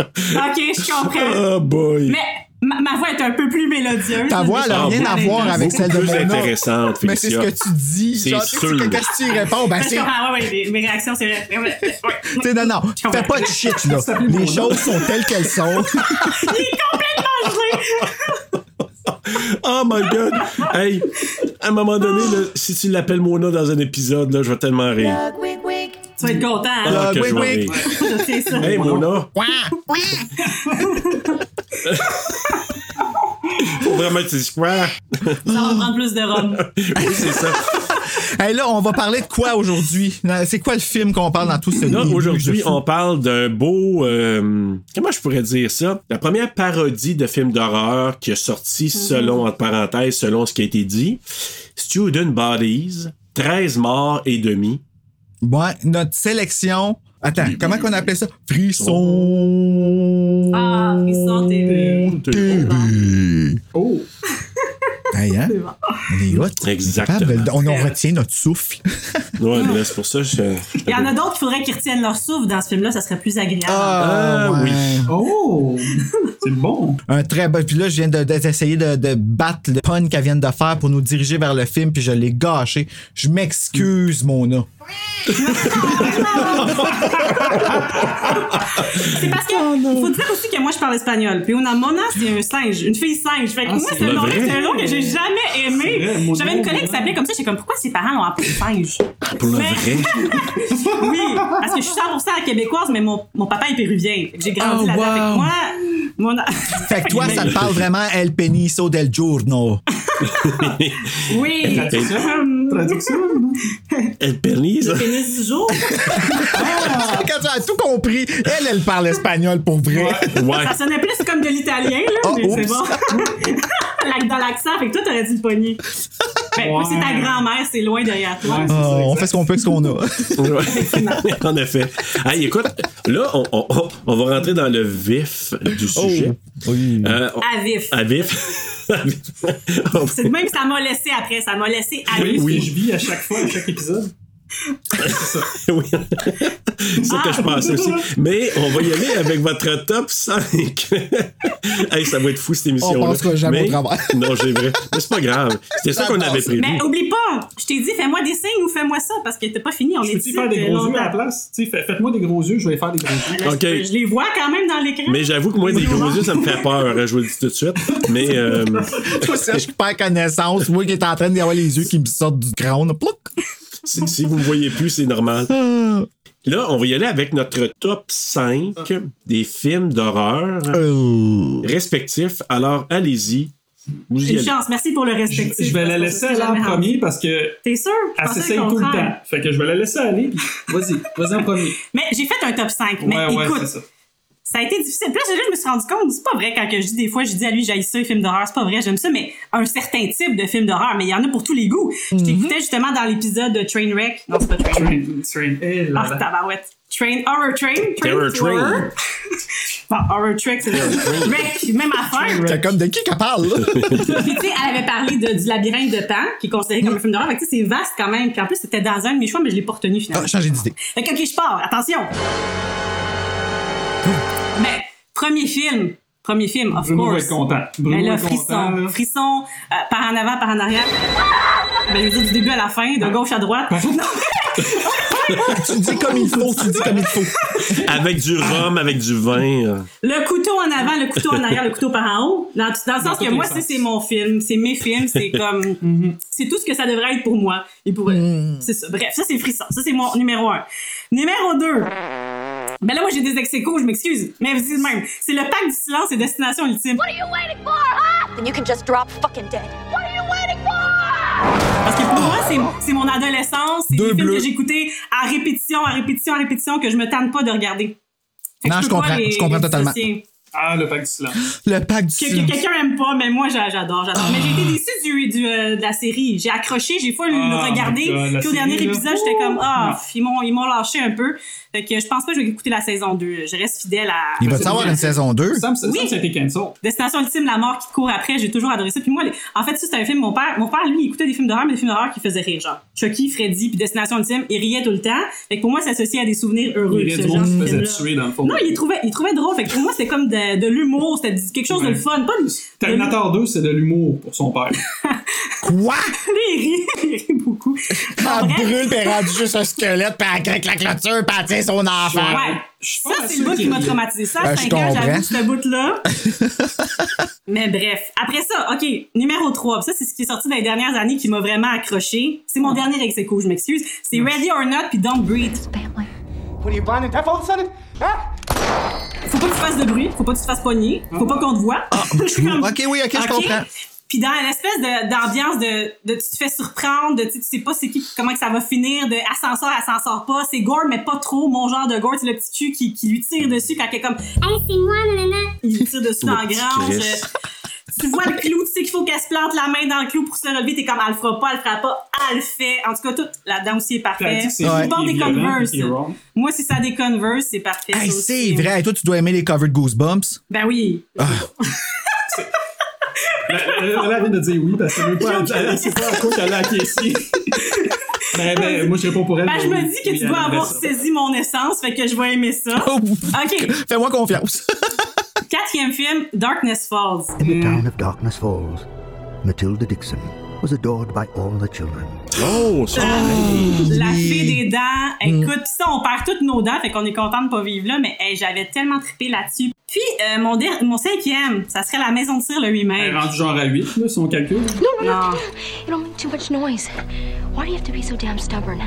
Speaker 3: OK, je comprends.
Speaker 2: Oh boy.
Speaker 3: Mais ma, ma voix est un peu plus mélodieuse.
Speaker 1: Euh. Ta voix, elle a
Speaker 2: Ah,
Speaker 1: rien à
Speaker 2: beaucoup-
Speaker 1: voir avec
Speaker 2: beaucoup
Speaker 1: celle de
Speaker 2: plus
Speaker 1: Mona.
Speaker 2: intéressante,
Speaker 1: Mais c'est ce
Speaker 2: Félicia.
Speaker 1: que tu dis.
Speaker 2: C'est
Speaker 1: Genre, tu sais,
Speaker 2: sûr.
Speaker 1: que Qu'est-ce que tu y réponds? Ben,
Speaker 3: Ben, je
Speaker 1: c'est.
Speaker 3: comprends, ouais, ouais, les- mes réactions, c'est vrai. Ouais, ouais, ouais.
Speaker 1: Tu sais, non, non,
Speaker 3: Je comprends.
Speaker 1: fais pas de shit, là. Les choses sont telles qu'elles sont.
Speaker 3: Il est
Speaker 4: Ah,
Speaker 3: complètement joué.
Speaker 2: Oh my god! Hey, à un moment donné, là, si tu l'appelles Mona dans un épisode, là, je vais tellement rire.
Speaker 8: Plug, wig, wig.
Speaker 3: Tu vas être content, hein?
Speaker 2: Ah, que
Speaker 1: Euh, oui,
Speaker 2: je vais
Speaker 1: oui.
Speaker 2: rire.
Speaker 3: Je sais ça.
Speaker 2: Hey Mona, faut vraiment que tu dises quoi?
Speaker 3: Ça va prendre plus de rhum.
Speaker 2: Oui, c'est ça.
Speaker 1: Hey, là, on va parler de quoi aujourd'hui? C'est quoi le film qu'on parle dans tout ce
Speaker 2: Là,
Speaker 1: début de
Speaker 2: aujourd'hui,
Speaker 1: fou?
Speaker 2: on parle d'un beau. euh, comment je pourrais dire ça? La première parodie de film d'horreur qui est sortie,
Speaker 1: Mhm.
Speaker 2: selon, entre parenthèses, selon ce qui a été dit Student Bodies, 13 morts et demi.
Speaker 1: Ouais, notre sélection. Attends, comment qu'on appelait ça? Frisson.
Speaker 3: Ah, ils sont TV.
Speaker 1: TV.
Speaker 4: Oh!
Speaker 1: Hey, hein?
Speaker 3: C'est bon.
Speaker 1: On est hot.
Speaker 2: Exactement.
Speaker 1: Capable de- On en retient notre souffle.
Speaker 2: Ouais, mais là, c'est pour ça que je.
Speaker 3: Il y en a d'autres qu'il faudrait qu'ils retiennent leur souffle dans ce film-là, ça serait plus agréable.
Speaker 2: Ah,
Speaker 1: ouais.
Speaker 2: oui.
Speaker 4: Oh! C'est bon!
Speaker 1: Un très bon. Puis là, je viens de- de- d'essayer de, de battre le pun qu'elle vient de faire pour nous diriger vers le film, puis je l'ai gâché. Je m'excuse, Mona.
Speaker 3: C'est parce que
Speaker 1: Ah,
Speaker 3: faut dire aussi que moi je parle espagnol. Puis una mona, c'est un singe, une fille singe. Fait que moi,
Speaker 2: c'est
Speaker 3: c'est un nom-
Speaker 2: vrai?
Speaker 3: c'est un nom que j'ai jamais aimé.
Speaker 4: Ah, C'est vrai, mon
Speaker 3: J'avais une
Speaker 4: nom,
Speaker 3: collègue qui
Speaker 4: ouais.
Speaker 3: s'appelait comme ça, j'étais comme pourquoi ses parents l'ont appelé singe?
Speaker 2: Pour le
Speaker 3: Mais-
Speaker 2: vrai.
Speaker 3: Oui, parce que je suis 100% québécoise, mais mon, mon papa est péruvien. Fait que J'ai grandi
Speaker 1: Oh,
Speaker 3: là-dedans. Fait que
Speaker 1: wow.
Speaker 3: moi, mon...
Speaker 1: Fait que toi, ça te parle vraiment El Peniso del Giorno.
Speaker 3: Oui. Hum,
Speaker 4: Traduction?
Speaker 2: Elle pernise.
Speaker 3: Pénis du jour.
Speaker 1: Quand tu as tout compris, elle, elle parle espagnol pour vrai.
Speaker 2: Ouais.
Speaker 3: Ça sonnait plus comme de l'italien, là,
Speaker 1: Ah,
Speaker 3: mais c'est
Speaker 1: oups.
Speaker 3: bon. L'ac- Dans l'accent, fait que toi, t'aurais dû le pogner. Ben,
Speaker 4: Ouais.
Speaker 3: c'est ta grand-mère, c'est loin derrière toi.
Speaker 4: Ouais.
Speaker 1: Ah, on fait ce qu'on peut avec ce qu'on a.
Speaker 2: Ouais. en effet. Hey, écoute, là, on, on- on- on va rentrer dans le vif du
Speaker 1: Oh.
Speaker 2: sujet.
Speaker 1: Oui.
Speaker 2: Euh, on-
Speaker 3: À vif.
Speaker 4: Ah,
Speaker 2: à vif. À vif.
Speaker 3: C'est de même que ça m'a laissé après, ça m'a laissé à
Speaker 4: Oui,
Speaker 3: vif.
Speaker 4: oui. je vis à chaque fois, à chaque épisode.
Speaker 2: oui. C'est ça
Speaker 3: Ah,
Speaker 2: que je pensais aussi. Mais on va y aller avec votre top 5. hey, ça va être fou cette émission.
Speaker 1: passera jamais au travers.
Speaker 2: non, j'ai vrai. Mais c'est pas grave. C'était ça
Speaker 1: Ça
Speaker 2: qu'on avait
Speaker 1: passe.
Speaker 2: prévu.
Speaker 3: Mais oublie pas, je t'ai dit, fais-moi des signes ou fais-moi ça, parce que t'as pas fini, on
Speaker 4: Je
Speaker 3: est
Speaker 4: peux-tu
Speaker 3: ici
Speaker 4: faire des
Speaker 3: depuis
Speaker 4: gros yeux à la
Speaker 3: longtemps.
Speaker 4: place? Tu sais, fait- Faites-moi des gros yeux, je vais faire des gros yeux.
Speaker 3: Là, je
Speaker 2: Ok.
Speaker 3: peux- Je les vois quand même dans l'écran.
Speaker 2: Mais j'avoue que moi, des gros yeux, ça me fait peur. hein, Je vous le dis tout de suite. Mais euh,
Speaker 1: Toi, Serge, qui perds connaissance. Moi qui est en train d'y avoir les yeux qui me sortent du crâne. Plouc.
Speaker 2: si, si vous me voyez plus, c'est normal.
Speaker 1: Ah.
Speaker 2: Là, on va y aller avec notre top 5 des films d'horreur
Speaker 1: Euh.
Speaker 2: respectifs. Alors, allez-y. Vous y
Speaker 3: Une
Speaker 2: allez.
Speaker 3: chance, merci pour le respectif.
Speaker 4: Je vais la
Speaker 3: parce que
Speaker 4: laisser
Speaker 3: ça, c'est
Speaker 4: aller en
Speaker 3: jamais rendu.
Speaker 4: premier parce que
Speaker 3: T'es sûr? Je
Speaker 4: elle
Speaker 3: pensais
Speaker 4: s'essaye
Speaker 3: le
Speaker 4: tout le
Speaker 3: contraire.
Speaker 4: temps. Fait que je vais la laisser aller, puis vas-y, vas-y en premier.
Speaker 3: Mais j'ai fait un top 5. mais
Speaker 4: Ouais, ouais,
Speaker 3: écoute,
Speaker 4: c'est ça.
Speaker 3: ça a été difficile. Puis là, je- je me suis rendu compte, c'est pas vrai quand que je dis des fois, je dis à lui, j'aille ça, les films d'horreur, c'est pas vrai, j'aime ça, mais un certain type de film d'horreur, mais il y en a pour tous les goûts. Je t'écoutais justement dans l'épisode de Trainwreck. Non, c'est pas Trainwreck.
Speaker 4: Train, train. Eh là
Speaker 3: Ah,
Speaker 4: là.
Speaker 3: tabarouette. Train, Horror Train. train
Speaker 2: Terror
Speaker 3: to horror.
Speaker 2: Train.
Speaker 3: Bon, Horror Track, c'est Wreck, même affaire.
Speaker 1: C'est comme de qui qu'elle parle, là?
Speaker 3: Puis, tu sais, elle avait parlé de, du labyrinthe de Pan, qui est considéré comme un film d'horreur. Fait que, tu sais, c'est vaste quand même. Puis, en plus, c'était dans un de mes choix, mais je l'ai pas retenu finalement.
Speaker 1: Ah, changer d'idée.
Speaker 3: Fait que, ok, je pars. Attention. Mais, premier film. Premier film, of
Speaker 4: Bruno va
Speaker 3: course.
Speaker 4: être content.
Speaker 3: Mais
Speaker 4: Bruno va
Speaker 3: Ben là,
Speaker 4: être
Speaker 3: frisson,
Speaker 4: content, là.
Speaker 3: frisson, euh, par en avant, par en arrière. Ben, je veux dire, du début à la fin, de gauche à droite. Non,
Speaker 1: tu dis comme il faut, tu dis comme il faut.
Speaker 2: Avec du rhum, avec du vin. euh.
Speaker 3: le couteau en avant, le couteau en arrière, le couteau par en haut. Dans, dans le sens
Speaker 4: tous
Speaker 3: que
Speaker 4: les
Speaker 3: moi,
Speaker 4: sens. Mm-hmm.
Speaker 3: c'est, c'est mon film, c'est mes films, c'est comme, c'est tout ce que ça devrait être pour moi. Et pour
Speaker 4: Mm.
Speaker 3: c'est ça. Bref, ça, c'est frisson. Ça, c'est mon numéro un. Numéro deux. Ben là, moi, j'ai des ex je m'excuse. Mais c'est le même. C'est le pacte du silence et destination ultime.
Speaker 7: What are you waiting for, huh? Then you can just drop fucking dead. What are you waiting for?
Speaker 3: Parce que pour moi, c'est- c'est mon adolescence, c'est
Speaker 1: Deux
Speaker 3: les films
Speaker 1: bleus.
Speaker 3: que j'écoutais à répétition, à répétition, à répétition, que je me tanne pas de regarder. Fait que
Speaker 1: Non,
Speaker 3: peux
Speaker 1: je
Speaker 3: pas
Speaker 1: comprends,
Speaker 3: les-
Speaker 1: je comprends
Speaker 3: les
Speaker 1: totalement.
Speaker 3: dissocier.
Speaker 4: Ah, le pack du silence.
Speaker 1: Le pack du
Speaker 3: Que,
Speaker 1: silence.
Speaker 3: que quelqu'un aime pas, mais moi j'a- j'adore, j'adore. Mais j'ai
Speaker 1: Ah.
Speaker 3: été déçue du, du, euh, de la série. J'ai accroché, j'ai fois
Speaker 4: Oh
Speaker 3: le
Speaker 4: my
Speaker 3: regarder.
Speaker 4: God, la
Speaker 3: Puis au dernier
Speaker 4: série, là.
Speaker 3: épisode, j'étais comme ah,
Speaker 4: Non.
Speaker 3: pff, ils m'ont ils m'ont lâché un peu. Fait que je pense pas que je vais écouter la saison 2. Je reste fidèle à
Speaker 1: Il va-tu avoir une saison 2?
Speaker 4: Sam, ça,
Speaker 3: Oui.
Speaker 4: Sam, ça a été cancel.
Speaker 3: Destination ultime, la mort qui te court après, j'ai toujours adoré ça. Puis moi, les- en fait, ça, c'était un film, mon père, mon père, lui, il écoutait des films d'horreur, mais des films d'horreur qui faisaient rire, genre Chucky, Freddy, puis Destination ultime, il riait tout le temps. Fait que pour moi, ça s'associe à des souvenirs heureux.
Speaker 4: Il y a
Speaker 3: ce
Speaker 4: du
Speaker 3: genre
Speaker 4: monde qui se
Speaker 3: de
Speaker 4: faisait
Speaker 3: film-là.
Speaker 4: tuer dans le fond.
Speaker 3: Non, il trouvait, il trouvait drôle. Fait que pour moi, c'était comme de, de l'humour, c'était du- quelque chose de
Speaker 4: Ouais.
Speaker 3: le fun. Pas de, de-
Speaker 4: Terminator 2, c'est de l'humour pour son père.
Speaker 1: Quoi?
Speaker 3: il rit, il rit beaucoup. Bon,
Speaker 1: Elle
Speaker 3: Ah, bref.
Speaker 1: brûle, pis elle rend juste un squelette, pis elle craque la clôture, pis elle tient son enfant.
Speaker 3: Ouais.
Speaker 4: Je suis
Speaker 3: Ça,
Speaker 4: pas
Speaker 3: c'est
Speaker 4: sûr
Speaker 3: le bout
Speaker 4: qu'il
Speaker 3: qui m'a
Speaker 4: rit.
Speaker 3: traumatisé. Ça, à
Speaker 1: Ben,
Speaker 3: 5
Speaker 1: je
Speaker 3: ans,
Speaker 1: comprends.
Speaker 3: j'avoue ce bout-là. Mais bref. Après ça, OK, numéro 3. Ça, c'est ce qui est sorti dans les dernières années qui m'a vraiment accroché. C'est mon dernier ex aequo, je m'excuse. C'est Ready or Not puis Don't Breathe.
Speaker 7: Family.
Speaker 3: Faut pas que tu fasses de bruit, faut pas que tu te fasses pogner, faut pas qu'on te voit. Je suis comme-
Speaker 1: Ah. Ok, oui, ok, je
Speaker 3: Ok.
Speaker 1: comprends.
Speaker 3: Puis dans l'espèce de- d'ambiance de, de, tu te fais surprendre, de tu sais- tu sais pas c'est qui, comment que ça va finir, de ascenseur, ascenseur pas, c'est gore mais pas trop, mon genre de gore, c'est le petit cul qui, qui lui
Speaker 1: Hmm.
Speaker 3: tire dessus quand elle est comme
Speaker 8: Hey, c'est moi, nanana.
Speaker 3: il lui tire dessus dans la
Speaker 2: Le petit
Speaker 3: grange.
Speaker 2: Chris.
Speaker 3: euh, Tu vois le clou, tu sais qu'il faut qu'elle se plante la main dans le clou pour se relever, t'es comme elle le fera pas, elle le fera pas, elle le fait. En tout cas, tout là-dedans aussi est
Speaker 4: T'as dit
Speaker 3: parfait.
Speaker 4: que c'est
Speaker 1: Ouais.
Speaker 4: lui
Speaker 3: Porte
Speaker 4: qui est
Speaker 3: des
Speaker 4: violent,
Speaker 3: Converse.
Speaker 4: qui est wrong.
Speaker 3: Moi, si ça a des Converse, c'est parfait.
Speaker 1: Hey,
Speaker 3: ça aussi. hein.
Speaker 1: c'est vrai. Hey, toi, tu dois aimer les covered goosebumps.
Speaker 3: Ben oui.
Speaker 4: Ben, Elle elle vient euh, de dire oui parce qu'elle veut pas. Elle elle sait pas à quoi qu'elle a acquiescé. Ben, ben, moi, je réponds pour elle.
Speaker 3: Ben, je
Speaker 4: mais
Speaker 3: me
Speaker 4: oui.
Speaker 3: dis que
Speaker 4: Oui,
Speaker 3: tu
Speaker 4: elle
Speaker 3: dois
Speaker 4: aimerait
Speaker 3: avoir
Speaker 4: ça.
Speaker 3: saisi mon essence, fait que je vais aimer ça.
Speaker 1: Oh.
Speaker 3: OK.
Speaker 1: Fais-moi confiance.
Speaker 3: Quatrième film, Darkness Falls.
Speaker 2: Mm.
Speaker 11: The town of Darkness Falls, Matilda Dixon was adored by all the children.
Speaker 2: Oh, ça.
Speaker 3: La fée des dents.
Speaker 2: Mm.
Speaker 3: Écoute, pis ça, on perd toutes nos dents, fait qu'on est content de pas vivre là, mais hey, j'avais tellement trippé là-dessus. Puis, euh, mon, der- mon cinquième, ça serait La Maison de Cire le
Speaker 4: Elle est
Speaker 3: 8
Speaker 4: rendue genre à 8, là, son calcul.
Speaker 3: Non.
Speaker 7: You don't make too much noise. Why do you have to be so damn stubborn?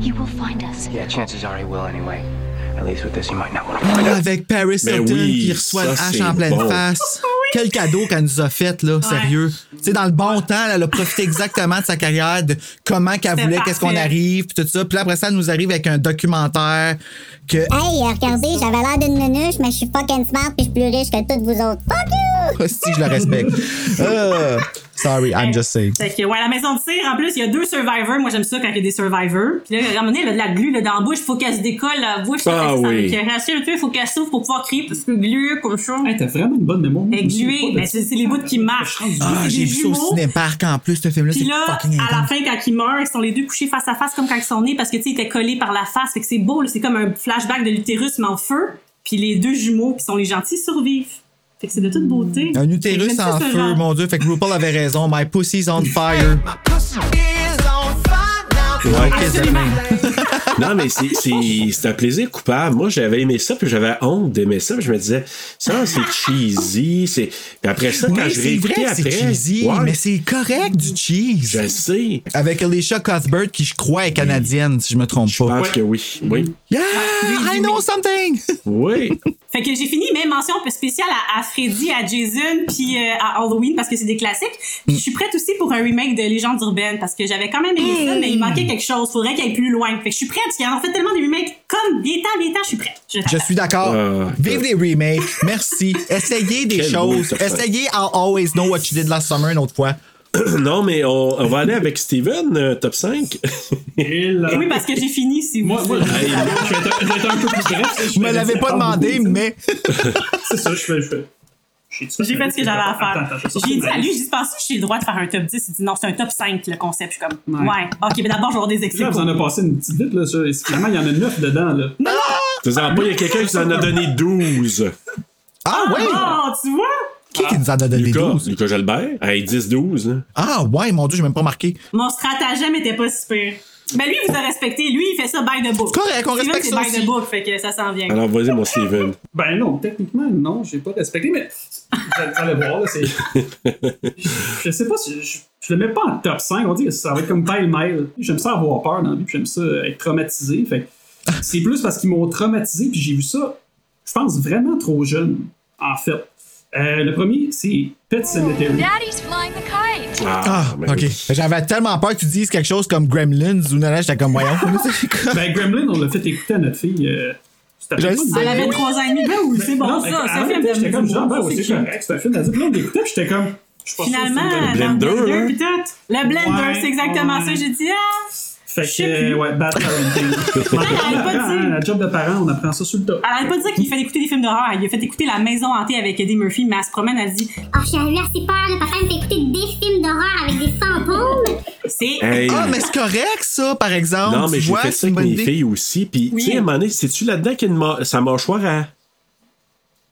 Speaker 7: He will find us.
Speaker 5: Yeah, chances are he will anyway. At least with this, he might not want to
Speaker 1: Ah, Avec Paris
Speaker 2: Ben
Speaker 1: Hilton
Speaker 2: oui,
Speaker 1: qui reçoit
Speaker 2: ça,
Speaker 1: le hache
Speaker 2: c'est
Speaker 1: en pleine
Speaker 2: bon.
Speaker 3: Oh,
Speaker 1: face. Quel cadeau qu'elle nous a fait, là, sérieux. Tu sais, dans le bon temps, elle a profité exactement de sa carrière, de comment qu'elle
Speaker 3: C'était
Speaker 1: voulait, qu'est-ce qu'on
Speaker 3: parfait.
Speaker 1: arrive, puis tout ça. Puis là, après ça, elle nous arrive avec un documentaire que
Speaker 8: Hey, regardez, j'avais l'air d'une menuche, mais je suis fucking smart puis je suis plus riche que toutes vous autres. Fuck you!
Speaker 1: si je le respecte. Euh, sorry, I'm just saying.
Speaker 3: Fait que, ouais, La Maison de Cire, en plus, il y a deux survivors. Moi, j'aime ça quand il y a des survivors. Puis là, à un moment donné, elle a de la glu là, dans la bouche, faut qu'elle se décolle la bouche.
Speaker 2: Ah oui.
Speaker 3: Il faut qu'elle s'ouvre pour pouvoir crier, parce que glu, comme ça.
Speaker 4: Hey, t'as vraiment une bonne mémoire.
Speaker 3: Fait que gluer, ben, c'est c'est les bouts qui marchent.
Speaker 1: Ah,
Speaker 3: C'est
Speaker 1: j'ai
Speaker 3: des
Speaker 1: vu ça au
Speaker 3: jumeaux.
Speaker 1: cinéparc en plus, ce film-là,
Speaker 3: Puis
Speaker 1: c'est
Speaker 3: là,
Speaker 1: fucking
Speaker 3: à la
Speaker 1: intense.
Speaker 3: fin, quand ils meurent, ils sont les deux couchés face à face, comme quand ils sont nés, parce que, tu sais, ils étaient collés par la face. Fait que c'est beau, là, c'est comme un flashback de l'utérus, mais en feu. Puis les deux jumeaux, qui sont les gentils, survivent. Fait que c'est de toute beauté.
Speaker 1: Un
Speaker 3: Fait que
Speaker 1: utérus
Speaker 3: j'aime ça,
Speaker 1: en
Speaker 3: ce
Speaker 1: feu,
Speaker 3: genre.
Speaker 1: mon dieu. Fait que RuPaul avait raison. My pussy's on fire.
Speaker 2: Ouais.
Speaker 1: Ok, ça
Speaker 3: Absolument.
Speaker 2: Non, mais c'est- c'est c'est un plaisir coupable. Moi, j'avais aimé ça, puis j'avais honte d'aimer ça. Puis je me disais, ça, c'est cheesy. c'est- Puis après ça, quand
Speaker 1: Ouais,
Speaker 2: je
Speaker 1: c'est vrai
Speaker 2: réécoutais
Speaker 1: que
Speaker 2: après.
Speaker 1: c'est cheesy,
Speaker 2: ouais,
Speaker 1: mais c'est correct du cheese.
Speaker 2: Je sais.
Speaker 1: Avec Alicia Cuthbert, qui je crois est canadienne, si je me trompe
Speaker 2: Je
Speaker 1: pas.
Speaker 2: pense que oui. Oui.
Speaker 1: Yeah,
Speaker 3: Ah,
Speaker 1: I know something!
Speaker 2: Oui.
Speaker 3: Fait que j'ai fini, mais mention un peu spéciale à, à Freddy, à Jason, puis euh, à Halloween, parce que c'est des classiques. Puis je suis prête aussi pour un remake de Légendes urbaines, parce que j'avais quand même aimé ça, mais il manquait quelque chose. Faudrait qu'il aille plus loin. Fait que je suis prête, parce qu'ils en ont fait tellement des remakes. Comme, bien temps, bien temps, je suis prête. Je
Speaker 1: Je suis d'accord.
Speaker 2: Ah,
Speaker 1: Vive les remakes. Merci. Essayez des
Speaker 2: Quel beau
Speaker 1: choses.
Speaker 2: t'as fait.
Speaker 1: Essayez I'll always know what you did last summer une autre fois.
Speaker 2: Non, mais on, on va aller avec Steven, euh, top 5.
Speaker 3: Oui, parce que j'ai fini, si vous
Speaker 4: Moi, moi, je vais être- je vais être un- je vais être un peu plus bref. parce que je
Speaker 1: Vous me l'avez pas demandé, mais.
Speaker 4: C'est ça, je fais. je fais-
Speaker 3: J'ai fait ce que j'avais à faire. J'ai dit à lui,
Speaker 4: lui
Speaker 3: j'ai dit, penses-tu que j'ai le droit de faire un top 10? Il dit, non, c'est un top 5, le concept. Je suis comme, ouais.
Speaker 4: Ouais.
Speaker 3: OK, mais d'abord, je vais avoir des
Speaker 4: Là,
Speaker 3: exceptions.
Speaker 4: vous en avez passé une petite vite, là. ça. Et Finalement, il y en a 9 dedans, là.
Speaker 2: Faisant pas, il y a quelqu'un qui en a donné 12.
Speaker 1: Ah, ouais!
Speaker 3: Ah, tu vois?
Speaker 1: Qui qui nous en a donné
Speaker 2: Lucas,
Speaker 1: 12?
Speaker 2: Lucas Jalbert, hey, hein. 10-12. là.
Speaker 1: Ah, ouais, mon Dieu, j'ai même pas marqué.
Speaker 3: Mon stratagème était pas si pire. Ben lui, il vous a respecté. Lui, il fait ça by the book.
Speaker 1: Correct, on
Speaker 3: Steven,
Speaker 1: respecte ça
Speaker 3: C'est by
Speaker 1: aussi.
Speaker 3: the book, fait que ça s'en vient.
Speaker 2: Alors, vas-y, mon Steven.
Speaker 4: Ben non, techniquement, non, j'ai pas respecté, mais vous allez- vous allez voir, là, c'est. je sais pas si. Je, je le mets pas en top 5, on dit que ça va être comme pile mail. J'aime ça avoir peur dans la vie, puis j'aime ça être traumatisé. Fait que c'est plus parce qu'ils m'ont traumatisé, puis j'ai vu ça, je pense, vraiment trop jeune, en fait. Euh, le premier, c'est Pet Cemetery.
Speaker 3: Ah,
Speaker 7: Daddy's flying the kite.
Speaker 1: Ah,
Speaker 2: mais
Speaker 1: ok.
Speaker 2: oui.
Speaker 1: J'avais tellement peur que tu dises quelque chose comme Gremlins ou non, j'étais comme, voyons. c'est quoi?
Speaker 4: Ben, Gremlin, on l'a fait écouter à notre fille. Euh, c'était
Speaker 1: Je
Speaker 4: pas une
Speaker 1: sais.
Speaker 4: bonne
Speaker 3: Elle avait
Speaker 4: idée.
Speaker 3: trois ans et demi. Ben oui, c'est bon
Speaker 4: Non,
Speaker 3: ça.
Speaker 4: mais
Speaker 3: C'est
Speaker 4: en
Speaker 3: un film
Speaker 4: même temps, J'étais comme, genre, ben
Speaker 3: de
Speaker 4: oui, c'est correct, c'est un film d'adulte. Là, on l'écoutait, puis j'étais comme, je suis pas sûr que c'est une
Speaker 3: Finalement,
Speaker 4: bonne idée.
Speaker 3: dans le
Speaker 2: blender, hein?
Speaker 3: blender, puis tout. Le blender,
Speaker 4: Ouais,
Speaker 3: c'est exactement
Speaker 4: ouais.
Speaker 3: ça. J'ai dit, ah!
Speaker 4: Fait
Speaker 3: Je sais
Speaker 4: que,
Speaker 3: plus.
Speaker 4: ouais, bad parenting.
Speaker 3: j'avais pas dit.
Speaker 4: La job de parent, on apprend ça sur le tas.
Speaker 3: Arrête pas de dire qu'il fait écouter des films d'horreur. Il a fait écouter La Maison Hantée avec Eddie Murphy, mais elle se promène, elle dit
Speaker 8: Oh, je suis arrivée assez peur, là. Papa me fait écouter des films d'horreur avec des fantômes.
Speaker 3: C'est.
Speaker 2: Hey.
Speaker 1: Ah, mais c'est correct, ça, par exemple.
Speaker 2: Non, mais
Speaker 1: Tu
Speaker 2: j'ai
Speaker 1: vois,
Speaker 2: fait
Speaker 1: c'est
Speaker 2: ça
Speaker 1: une
Speaker 2: avec
Speaker 1: bonne
Speaker 2: mes
Speaker 1: idée.
Speaker 2: filles aussi. Puis,
Speaker 3: Oui.
Speaker 2: tu sais, à un moment donné, c'est-tu là-dedans qu'il y a une mâ- sa mâchoire à.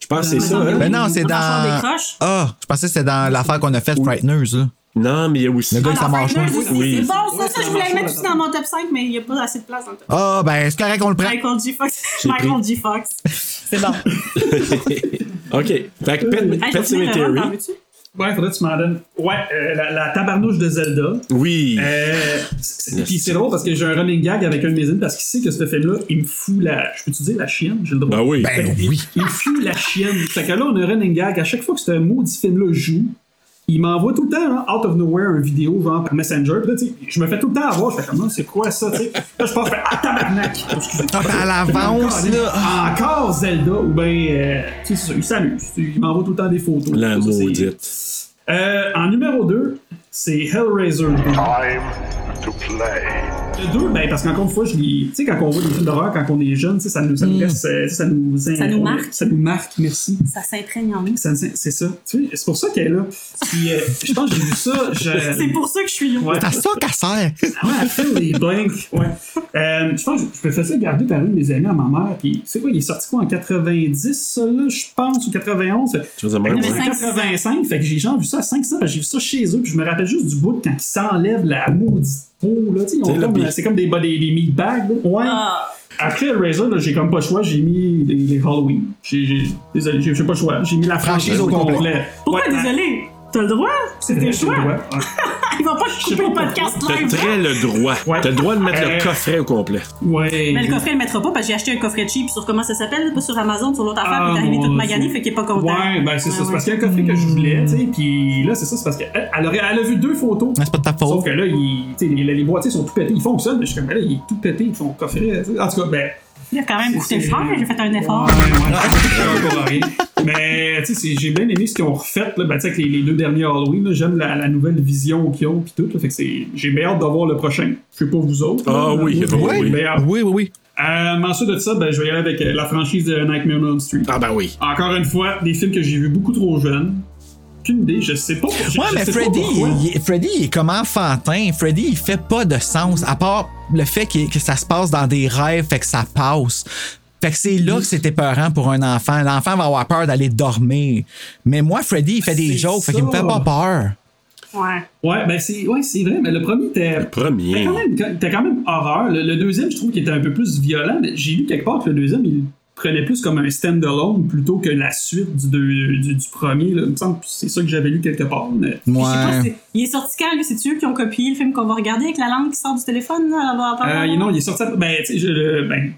Speaker 2: Je pense que c'est ça,
Speaker 3: Maison
Speaker 2: hein?
Speaker 3: Hantée.
Speaker 1: Ben non, c'est
Speaker 3: On s'en
Speaker 1: dans.
Speaker 3: décroche.
Speaker 1: Ah, je pensais que c'était dans l'affaire qu'on a faite, Frighteners, là.
Speaker 2: Non, mais il y a aussi.
Speaker 1: Le gars,
Speaker 3: Ah,
Speaker 1: ça
Speaker 3: dans
Speaker 1: marche,
Speaker 3: Frighteners
Speaker 1: ouais.
Speaker 3: aussi,
Speaker 2: Oui.
Speaker 3: C'est bon, ça,
Speaker 4: Ouais,
Speaker 3: ça,
Speaker 4: ça
Speaker 3: je voulais
Speaker 4: marche,
Speaker 3: le mettre aussi
Speaker 4: ouais.
Speaker 3: dans mon top 5, mais il n'y a pas assez de place dans le top
Speaker 1: Ah, ben, c'est correct, on le prend.
Speaker 3: Michael G. Fox.
Speaker 2: J'ai
Speaker 3: Michael
Speaker 2: pris.
Speaker 3: G. Fox.
Speaker 1: C'est bon.
Speaker 2: OK. Fait que Pet,
Speaker 3: Hey,
Speaker 2: Pet
Speaker 3: je vais finir le run, t'en
Speaker 2: Cemetery.
Speaker 3: veux-tu?
Speaker 4: Ouais, faudrait que tu m'en donnes. Ouais, euh, la, la tabarnouche de Zelda.
Speaker 2: Oui.
Speaker 4: Euh, c'est- Puis c'est drôle parce que j'ai un running gag avec un de mes amis parce qu'il sait que ce film-là, il me fout la. Je peux-tu dire la chienne? J'ai le droit.
Speaker 2: Ben oui.
Speaker 1: Ben oui.
Speaker 4: Il me fout la chienne. Fait que là, on a un running gag. À chaque fois que ce maudit film-là joue, il m'envoie tout le temps, là, out of nowhere, une vidéo, genre, par Messenger. Puis là, tu sais, je me fais tout le temps avoir. Je fais comme, Non, c'est quoi ça, tu sais? Là, je pense, je fais, ah, tabarnak! Excusez.
Speaker 1: Ah, ben, à l'avance, là. Ah,
Speaker 4: Encore Zelda, ou bien, euh, tu sais, c'est ça, il s'amuse. Il m'envoie tout le temps des photos.
Speaker 2: La
Speaker 4: Ça, c'est-
Speaker 2: maudite.
Speaker 4: Euh, en numéro 2, c'est Hellraiser 2.
Speaker 5: Time to play.
Speaker 4: Le 2, ben, parce qu'encore une fois, je l'ai- tu sais, quand on voit des films d'horreur, quand on est jeune, tu sais, ça nous, ça nous laisse, euh, ça nous,
Speaker 3: Mm. Ça nous marque.
Speaker 4: Ça nous marque, merci.
Speaker 3: Ça s'imprègne en nous.
Speaker 4: Ça- C'est c'est ça. Tu sais, c'est pour ça qu'elle est là. Puis, euh, je pense que j'ai vu ça. je-
Speaker 3: C'est pour ça que je suis là.
Speaker 4: Euh, Ouais.
Speaker 1: C'est à ça qu'elle sert.
Speaker 4: Ah ouais, elle fait les blinks. Ouais. Euh, je pense que je me faisais garder par une de mes amies à ma mère. Puis, c'est quoi, il est sorti quoi en 90, ça, là, je pense, ou 91? Fait-
Speaker 2: Tu vois,
Speaker 4: Fait que
Speaker 2: même,
Speaker 4: moi,
Speaker 2: ouais.
Speaker 4: j'ai 85, fait que j'ai genre vu ça à 500, j'ai vu ça chez eux, puis je me rappelle juste du bout de quand ils s'enlèvent la maudite peau, là, tu sais, ils ont
Speaker 2: C'est le
Speaker 4: comme- euh,
Speaker 2: pire.
Speaker 4: c'est comme des, bo- des, des meat bags, là. Ouais.
Speaker 3: Ah.
Speaker 4: Après le Razor, là, j'ai comme pas le choix, j'ai mis les, les Halloween. J'ai, j'ai- désolé, j'ai, j'ai pas le choix, j'ai mis la
Speaker 1: Franchise
Speaker 4: franchise
Speaker 1: au complet.
Speaker 3: Pourquoi,
Speaker 4: Ouais,
Speaker 3: désolé? T'as le droit?
Speaker 4: C'est
Speaker 3: T'as
Speaker 4: vrai,
Speaker 3: le
Speaker 4: j'ai le
Speaker 3: choix.
Speaker 4: droit. Ouais.
Speaker 3: Il va pas couper le
Speaker 4: pas pourquoi.
Speaker 3: podcast
Speaker 2: T'as
Speaker 3: live.
Speaker 2: très le droit.
Speaker 4: Ouais.
Speaker 2: T'as le droit de mettre le
Speaker 4: Euh,
Speaker 2: coffret au complet.
Speaker 4: Ouais.
Speaker 3: Mais le coffret, il le mettra pas parce que j'ai acheté un coffret cheap sur comment ça s'appelle, pas sur Amazon, sur l'autre affaire,
Speaker 4: Ah,
Speaker 3: puis t'es arrivé
Speaker 4: mon
Speaker 3: toute
Speaker 4: Dieu.
Speaker 3: maganée, fait qu'il est pas content.
Speaker 4: Ouais, ben c'est ça, c'est
Speaker 3: ouais. Hmm.
Speaker 4: parce qu'il y a un coffret que je voulais, tu sais, puis là, c'est ça, c'est parce qu'elle elle, aurait- elle a vu deux photos.
Speaker 1: C'est pas de ta
Speaker 4: Sauf
Speaker 1: faute.
Speaker 4: que là, il, tu sais, les, les boîtiers sont tout pétés, ils fonctionnent, mais je suis comme, ben là, il est tout pété, son coffret. tu sais. En tout cas, ben,
Speaker 3: Il a quand même coûté
Speaker 4: C'est-
Speaker 3: cher, j'ai fait un effort.
Speaker 4: Ouais, ouais, c'est pas rien. Mais tu sais, c'est- j'ai bien aimé ce qu'ils ont refait là, ben, tu sais, avec les, les deux derniers Halloween. là, J'aime la, la nouvelle vision qu'ils ont puis tout. là, fait que c'est- j'ai bien hâte d'avoir le prochain. Je sais pas vous autres.
Speaker 2: Ah
Speaker 4: là,
Speaker 2: oui,
Speaker 4: mais-
Speaker 2: oui, oui.
Speaker 4: mais, euh,
Speaker 1: Oui, oui, oui.
Speaker 4: euh, mais ensuite de ça, ben, je vais y aller avec euh, la franchise de Nightmare on Elm Street.
Speaker 2: Ah, ben oui.
Speaker 4: Encore une fois, des films que j'ai vus beaucoup trop jeune. Aucune idée, je sais pas. je-
Speaker 1: Ouais,
Speaker 4: je
Speaker 1: mais
Speaker 4: sais pas
Speaker 1: Freddy,
Speaker 4: pourquoi.
Speaker 1: il, est- Freddy, il est comme enfantin. Freddy, il fait pas de sens, à part le fait qu'il- que ça se passe dans des rêves, fait que ça passe. Fait que c'est là que c'est épeurant pour un enfant. L'enfant va avoir peur d'aller dormir. Mais moi, Freddy, il fait des
Speaker 4: C'est
Speaker 1: jokes, fait qu'il me
Speaker 4: ça.
Speaker 1: fait pas peur.
Speaker 3: Ouais.
Speaker 4: Ouais, ben c'est ouais, c'est vrai, mais le premier était. T'as
Speaker 2: Premier.
Speaker 4: quand même, t'as quand même horreur. Le, le deuxième, je trouve qu'il était un peu plus violent, mais j'ai lu quelque part que le deuxième, il prenait plus comme un stand-alone plutôt que la suite du, deux- du, du premier. Là. Il me semble que c'est ça que j'avais lu quelque part. Mais...
Speaker 3: Puis je sais pas
Speaker 1: Ouais.
Speaker 3: si- Ah, Il est sorti quand, lui? C'est-tu eux qui ont copié le film qu'on va regarder avec la langue qui sort du téléphone? Là, là, là, là,
Speaker 4: Euh,
Speaker 3: là?
Speaker 4: non, il est sorti. à- Ben, tu sais, je- le- ben,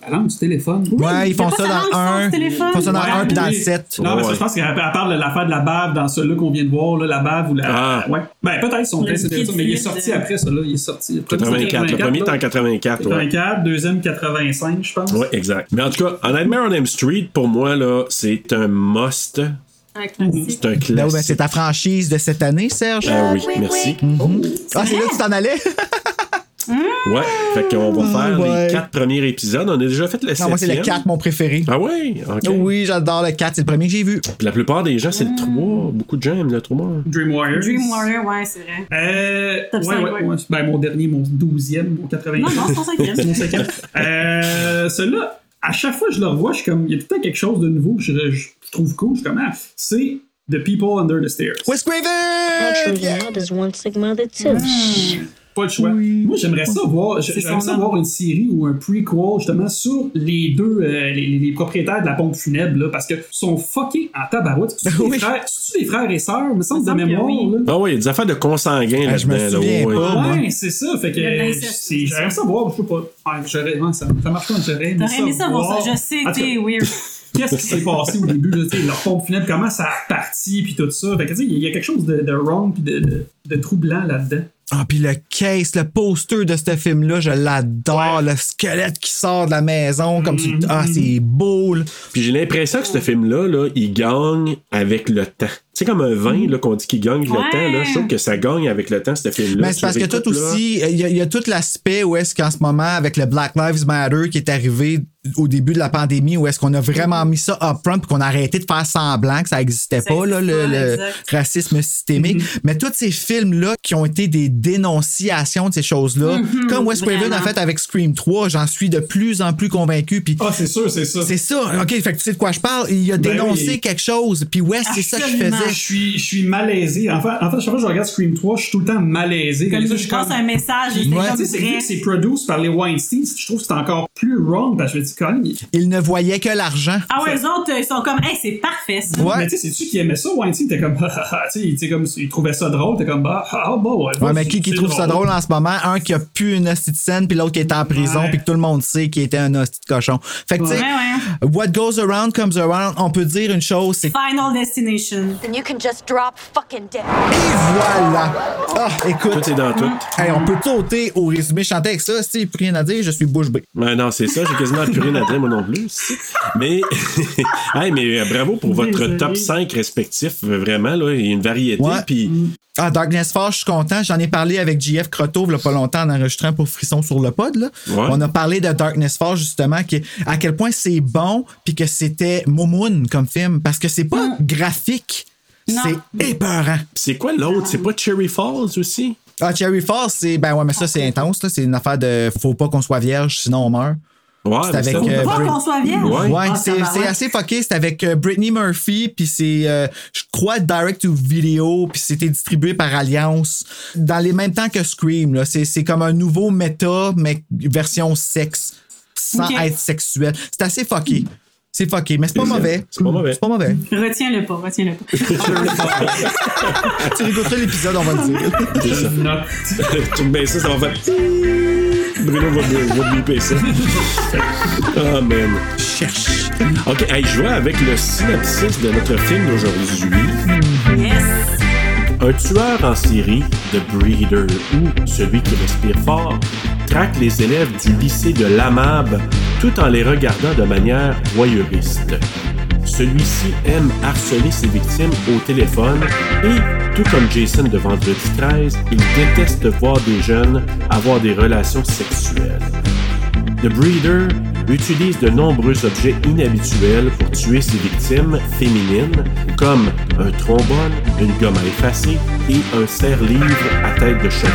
Speaker 4: la lampe du téléphone. Oui.
Speaker 1: Ouais, ils
Speaker 3: y a
Speaker 1: font
Speaker 3: pas
Speaker 1: ça
Speaker 3: sa langue
Speaker 1: dans
Speaker 3: sort
Speaker 1: un.
Speaker 3: du téléphone.
Speaker 1: Ils font ça dans
Speaker 3: Ouais,
Speaker 1: un puis dans le
Speaker 4: oui.
Speaker 1: sept.
Speaker 4: Non, mais ça,
Speaker 2: Ouais.
Speaker 4: je pense qu'elle elle parle de l'affaire de la bave dans celui-là qu'on vient de voir, là, la bave ou la.
Speaker 2: Ah.
Speaker 4: Ouais. Ben, peut-être son
Speaker 3: Le
Speaker 4: test, c'était ça, mais il est
Speaker 3: guide
Speaker 4: sorti
Speaker 3: de-
Speaker 4: après ça, là. Il est sorti. Le premier, c'était
Speaker 2: 84. Le premier était en
Speaker 4: là.
Speaker 2: 84, ouais.
Speaker 4: 84, deuxième 85, je pense.
Speaker 2: Ouais, exact. Mais en tout cas, en Nightmare on M Street, pour moi, là, c'est un must.
Speaker 3: Un
Speaker 4: Mhm.
Speaker 3: classique.
Speaker 2: C'est un
Speaker 1: Ben oui, ben c'est
Speaker 2: classique.
Speaker 1: ta franchise de cette année, Serge.
Speaker 2: Ah oui, merci.
Speaker 1: Ah, c'est là que tu t'en allais?
Speaker 2: Ouais, fait qu'on va faire
Speaker 1: ouais.
Speaker 2: les quatre premiers épisodes. On a déjà fait le
Speaker 1: Non,
Speaker 2: septième.
Speaker 1: Oh Ah, moi, c'est le 4, mon préféré.
Speaker 2: Ah ouais, ok.
Speaker 1: Oui, j'adore le 4, c'est le premier que j'ai vu.
Speaker 2: Puis La plupart des gens, c'est le 3. Beaucoup de gens aiment le 3.
Speaker 4: Dream Warriors.
Speaker 3: Dream Warrior, ouais, c'est vrai.
Speaker 4: Euh,
Speaker 3: Top
Speaker 4: ouais,
Speaker 3: cinq,
Speaker 4: ouais,
Speaker 3: ouais.
Speaker 4: ouais. Ben, mon dernier, mon 12e, mon 80e.
Speaker 3: Non, non, c'est son
Speaker 4: mon
Speaker 3: cinquième.
Speaker 4: 5e. Euh, celui-là, à chaque fois que je le revois, je suis comme, il y a tout le temps quelque chose de nouveau. que Je, je, je trouve cool, je suis comme, ah, c'est The People Under the Stairs.
Speaker 1: Wes Craven! Yeah.
Speaker 10: there's one Sigma mother too.
Speaker 4: Pas le choix. Moi, j'aimerais ça voir,
Speaker 3: C'est hein.
Speaker 4: j'aimerais
Speaker 3: son
Speaker 4: ça
Speaker 3: nom.
Speaker 4: voir une série ou un prequel, justement, sur les deux, euh, les, les propriétaires de la pompe funèbre, là, parce que sont fuckés en tabarouette. C'est-tu
Speaker 1: Oui.
Speaker 4: des, frères- c'est-tu des frères et sœurs, me semble, de
Speaker 3: semble que
Speaker 4: mémoire,
Speaker 3: oui.
Speaker 4: là?
Speaker 2: Ah oui, il y a des affaires de consanguins
Speaker 1: Ah, je
Speaker 2: là-dedans.
Speaker 1: me
Speaker 2: là,
Speaker 1: souviens
Speaker 2: ouais.
Speaker 1: pas.
Speaker 4: Ouais,
Speaker 1: moi.
Speaker 4: c'est ça. Fait que
Speaker 3: Le
Speaker 4: euh,
Speaker 3: l'inceste,
Speaker 4: c'est- j'aimerais ça voir, je sais pas. Ah, j'aurais- ouais, ça, ça marche pas, j'aurais aimé ça.
Speaker 3: T'aurais aimé ça voir ça, je sais,
Speaker 4: En tout
Speaker 3: t'es
Speaker 4: cas,
Speaker 3: weird.
Speaker 4: Qu'est-ce qui s'est passé au début, là, tu sais, leur pompe funèbre, comment ça a parti, puis tout ça. Fait que, tu sais, il y a quelque chose de, de wrong, puis de, de, de troublant là-dedans.
Speaker 1: Ah, puis le case, le poster de ce film-là, je l'adore. Le squelette qui sort de la maison, comme tu. Ah, c'est beau, là.
Speaker 2: Puis j'ai l'impression que ce film-là, là, il gagne avec le temps. C'est comme un vin là, qu'on dit qu'il gagne avec
Speaker 3: Ouais.
Speaker 2: le temps. Là. Je trouve que ça gagne avec le temps, ce film-là. Tu
Speaker 1: Mais Ben, c'est parce que
Speaker 2: l'écoutes,
Speaker 1: tout
Speaker 2: là.
Speaker 1: aussi, il y, a- il y a tout l'aspect où est-ce qu'en ce moment, avec le Black Lives Matter qui est arrivé au début de la pandémie, où est-ce qu'on a vraiment mis ça upfront puis qu'on a arrêté de faire semblant que ça n'existait
Speaker 3: Ça
Speaker 1: pas, là,
Speaker 3: existe
Speaker 1: le,
Speaker 3: pas,
Speaker 1: le
Speaker 3: exact.
Speaker 1: racisme systémique. Mais tous ces films-là qui ont été des dénonciations de ces choses-là, comme Wes Craven a
Speaker 3: vraiment.
Speaker 1: fait avec Scream 3, j'en suis de plus en plus convaincu. Puis
Speaker 4: Ah, c'est sûr, c'est ça.
Speaker 1: c'est ça, OK, fait que tu sais de quoi je parle. Il a
Speaker 4: Ben
Speaker 1: dénoncé
Speaker 4: oui.
Speaker 1: quelque chose. Puis Wes, c'est ça qu'il
Speaker 3: Absolument.
Speaker 4: Je
Speaker 1: faisait.
Speaker 4: suis, je suis malaisé. En fait, en fait, chaque fois que je regarde Scream 3, je suis tout le temps malaisé.
Speaker 3: Comme
Speaker 4: Comme ça,
Speaker 3: il
Speaker 4: je suis
Speaker 3: passe
Speaker 4: comme-
Speaker 3: un message, il
Speaker 1: Ouais.
Speaker 3: était
Speaker 4: Tu
Speaker 3: comme
Speaker 4: sais, c'est vu
Speaker 3: vrai.
Speaker 4: que c'est produit par les Weinstein, je trouve que c'est encore plus wrong parce que je me dis, Colin, il-
Speaker 1: Il ne voyait que l'argent.
Speaker 3: Ah ouais, eux autres, euh, ils sont comme, hey, c'est parfait ça.
Speaker 1: Ouais.
Speaker 4: Mais tu sais, c'est-tu qui aimait ça, Weinstein? T'es comme, ah, ah, ah, tu sais, il- tu sais, comme, il trouvait ça drôle, t'es comme, bah, ah, ah, bon, ouais.
Speaker 1: Ouais,
Speaker 4: bon,
Speaker 1: mais
Speaker 4: c'est-
Speaker 1: qui, qui
Speaker 4: c'est
Speaker 1: trouve ça drôle en ce moment? Un qui a pu une hostie de scène, puis l'autre qui était en prison,
Speaker 4: Ouais.
Speaker 1: puis que tout le monde sait qu'il était un hostie de cochon. Fait que, tu sais,
Speaker 3: Ouais, ouais.
Speaker 1: what goes around comes around, on peut dire une chose, c'est que.
Speaker 3: Final Destination.
Speaker 7: Then you can just drop fucking dead.
Speaker 1: Et voilà! Ah, écoute,
Speaker 2: Tout est dans tout.
Speaker 1: hey, on peut sauter au résumé chanté avec ça, si plus rien à dire, je suis bouche bée.
Speaker 2: Ouais, Ben, non, c'est ça. J'ai quasiment plus rien à dire, moi non plus. Mais, hey, mais euh, bravo pour votre
Speaker 4: Désolé.
Speaker 2: top 5 respectif. Vraiment, là, il y a une variété.
Speaker 1: Ouais.
Speaker 2: Puis,
Speaker 1: Ah, Darkness Force, je suis content. J'en ai parlé avec JF Croteau il y a pas longtemps en enregistrant pour Frisson sur le pod. Là.
Speaker 2: Ouais.
Speaker 1: On a parlé de Darkness Force, justement, qui, à quel point c'est bon, puis que c'était Momoun comme film, parce que c'est pas graphique.
Speaker 3: Non.
Speaker 1: C'est épeurant.
Speaker 2: c'est quoi l'autre? C'est pas Cherry Falls aussi?
Speaker 1: Ah, Cherry Force, c'est. Ben ouais, mais ça, c'est intense, là. C'est une affaire de. Faut pas qu'on soit vierge, sinon on meurt.
Speaker 2: Ouais,
Speaker 1: C'est
Speaker 2: mais
Speaker 1: avec,
Speaker 2: ça,
Speaker 1: euh,
Speaker 3: Pas
Speaker 1: Brit-
Speaker 3: qu'on soit vierge.
Speaker 2: Ouais.
Speaker 1: Ouais,
Speaker 3: Ah,
Speaker 1: c'est
Speaker 3: tabarouette.
Speaker 1: c'est assez fucké. C'est avec euh, Britney Murphy, puis c'est, euh, je crois, direct to video, puis c'était distribué par Alliance dans les mêmes temps que Scream. Là. C'est, c'est comme un nouveau méta, mais version sexe, sans
Speaker 3: Ok.
Speaker 1: être sexuel. C'est assez fucké. C'est fucké, mais c'est pas
Speaker 2: C'est-
Speaker 1: mauvais.
Speaker 2: c'est pas mauvais.
Speaker 1: C'est pas mauvais.
Speaker 3: Retiens-le pas, retiens-le pas.
Speaker 1: tu réécouteras l'épisode, on va le dire.
Speaker 2: c'est ça.
Speaker 4: Non.
Speaker 2: tu me baisses ça, ça va faire. Bruno va, va biper ça. Ah, man.
Speaker 1: Cherche.
Speaker 2: Ok, hey, je vois avec le synopsis de notre film d'aujourd'hui.
Speaker 3: Yes.
Speaker 2: Un tueur en série, The Breeder, ou celui qui respire fort, traque les élèves du lycée de Lamab tout en les regardant de manière voyeuriste. Celui-ci aime harceler ses victimes au téléphone et, tout comme Jason de Vendredi 13, il déteste voir des jeunes avoir des relations sexuelles. The Breeder utilise de nombreux objets inhabituels pour tuer ses victimes féminines, comme un trombone, une gomme à effacer et un serre-livre à tête de cheval.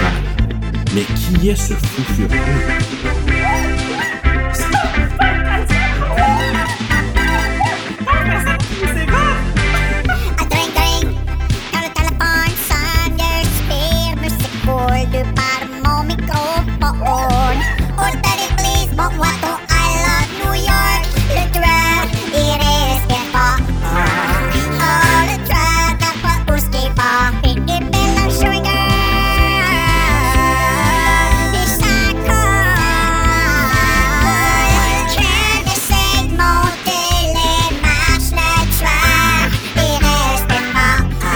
Speaker 2: Mais qui est ce fou furieux?
Speaker 8: À dring dring, dans le téléphone sonne, je respire, mais c'est cool de par mon microphone. Oh, daddy, please, bon, what do I love New York? Le tueur, il respire pas. Oh, le tueur, n'a pas où ce qu'il va. Il est un sugar. Il s'accole. Je n'essaie de monter les marches, le tueur, il reste pas. Oh,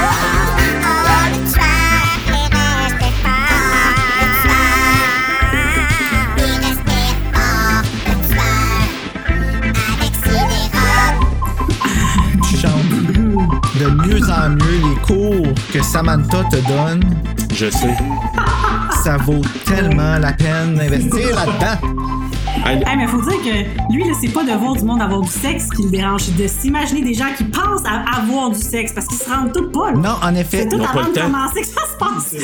Speaker 8: le tueur, il reste pas. Le tueur, il reste pas. Le tueur, avec ses dérobes.
Speaker 1: Tu chantes. De mieux en mieux, les cours que Samantha te donne,
Speaker 2: Je sais.
Speaker 1: ça vaut tellement la peine d'investir là-dedans.
Speaker 2: Aïe.
Speaker 3: Hey, mais faut dire que lui, là, c'est pas de voir du monde avoir du sexe qui le dérange, c'est de s'imaginer des gens qui pensent à avoir du sexe parce qu'ils se rendent tout pas. là.
Speaker 1: Non, en effet.
Speaker 3: C'est tout
Speaker 2: Ils ont pas
Speaker 3: avant
Speaker 2: le
Speaker 3: de
Speaker 2: temps.
Speaker 3: commencer que ça se passe.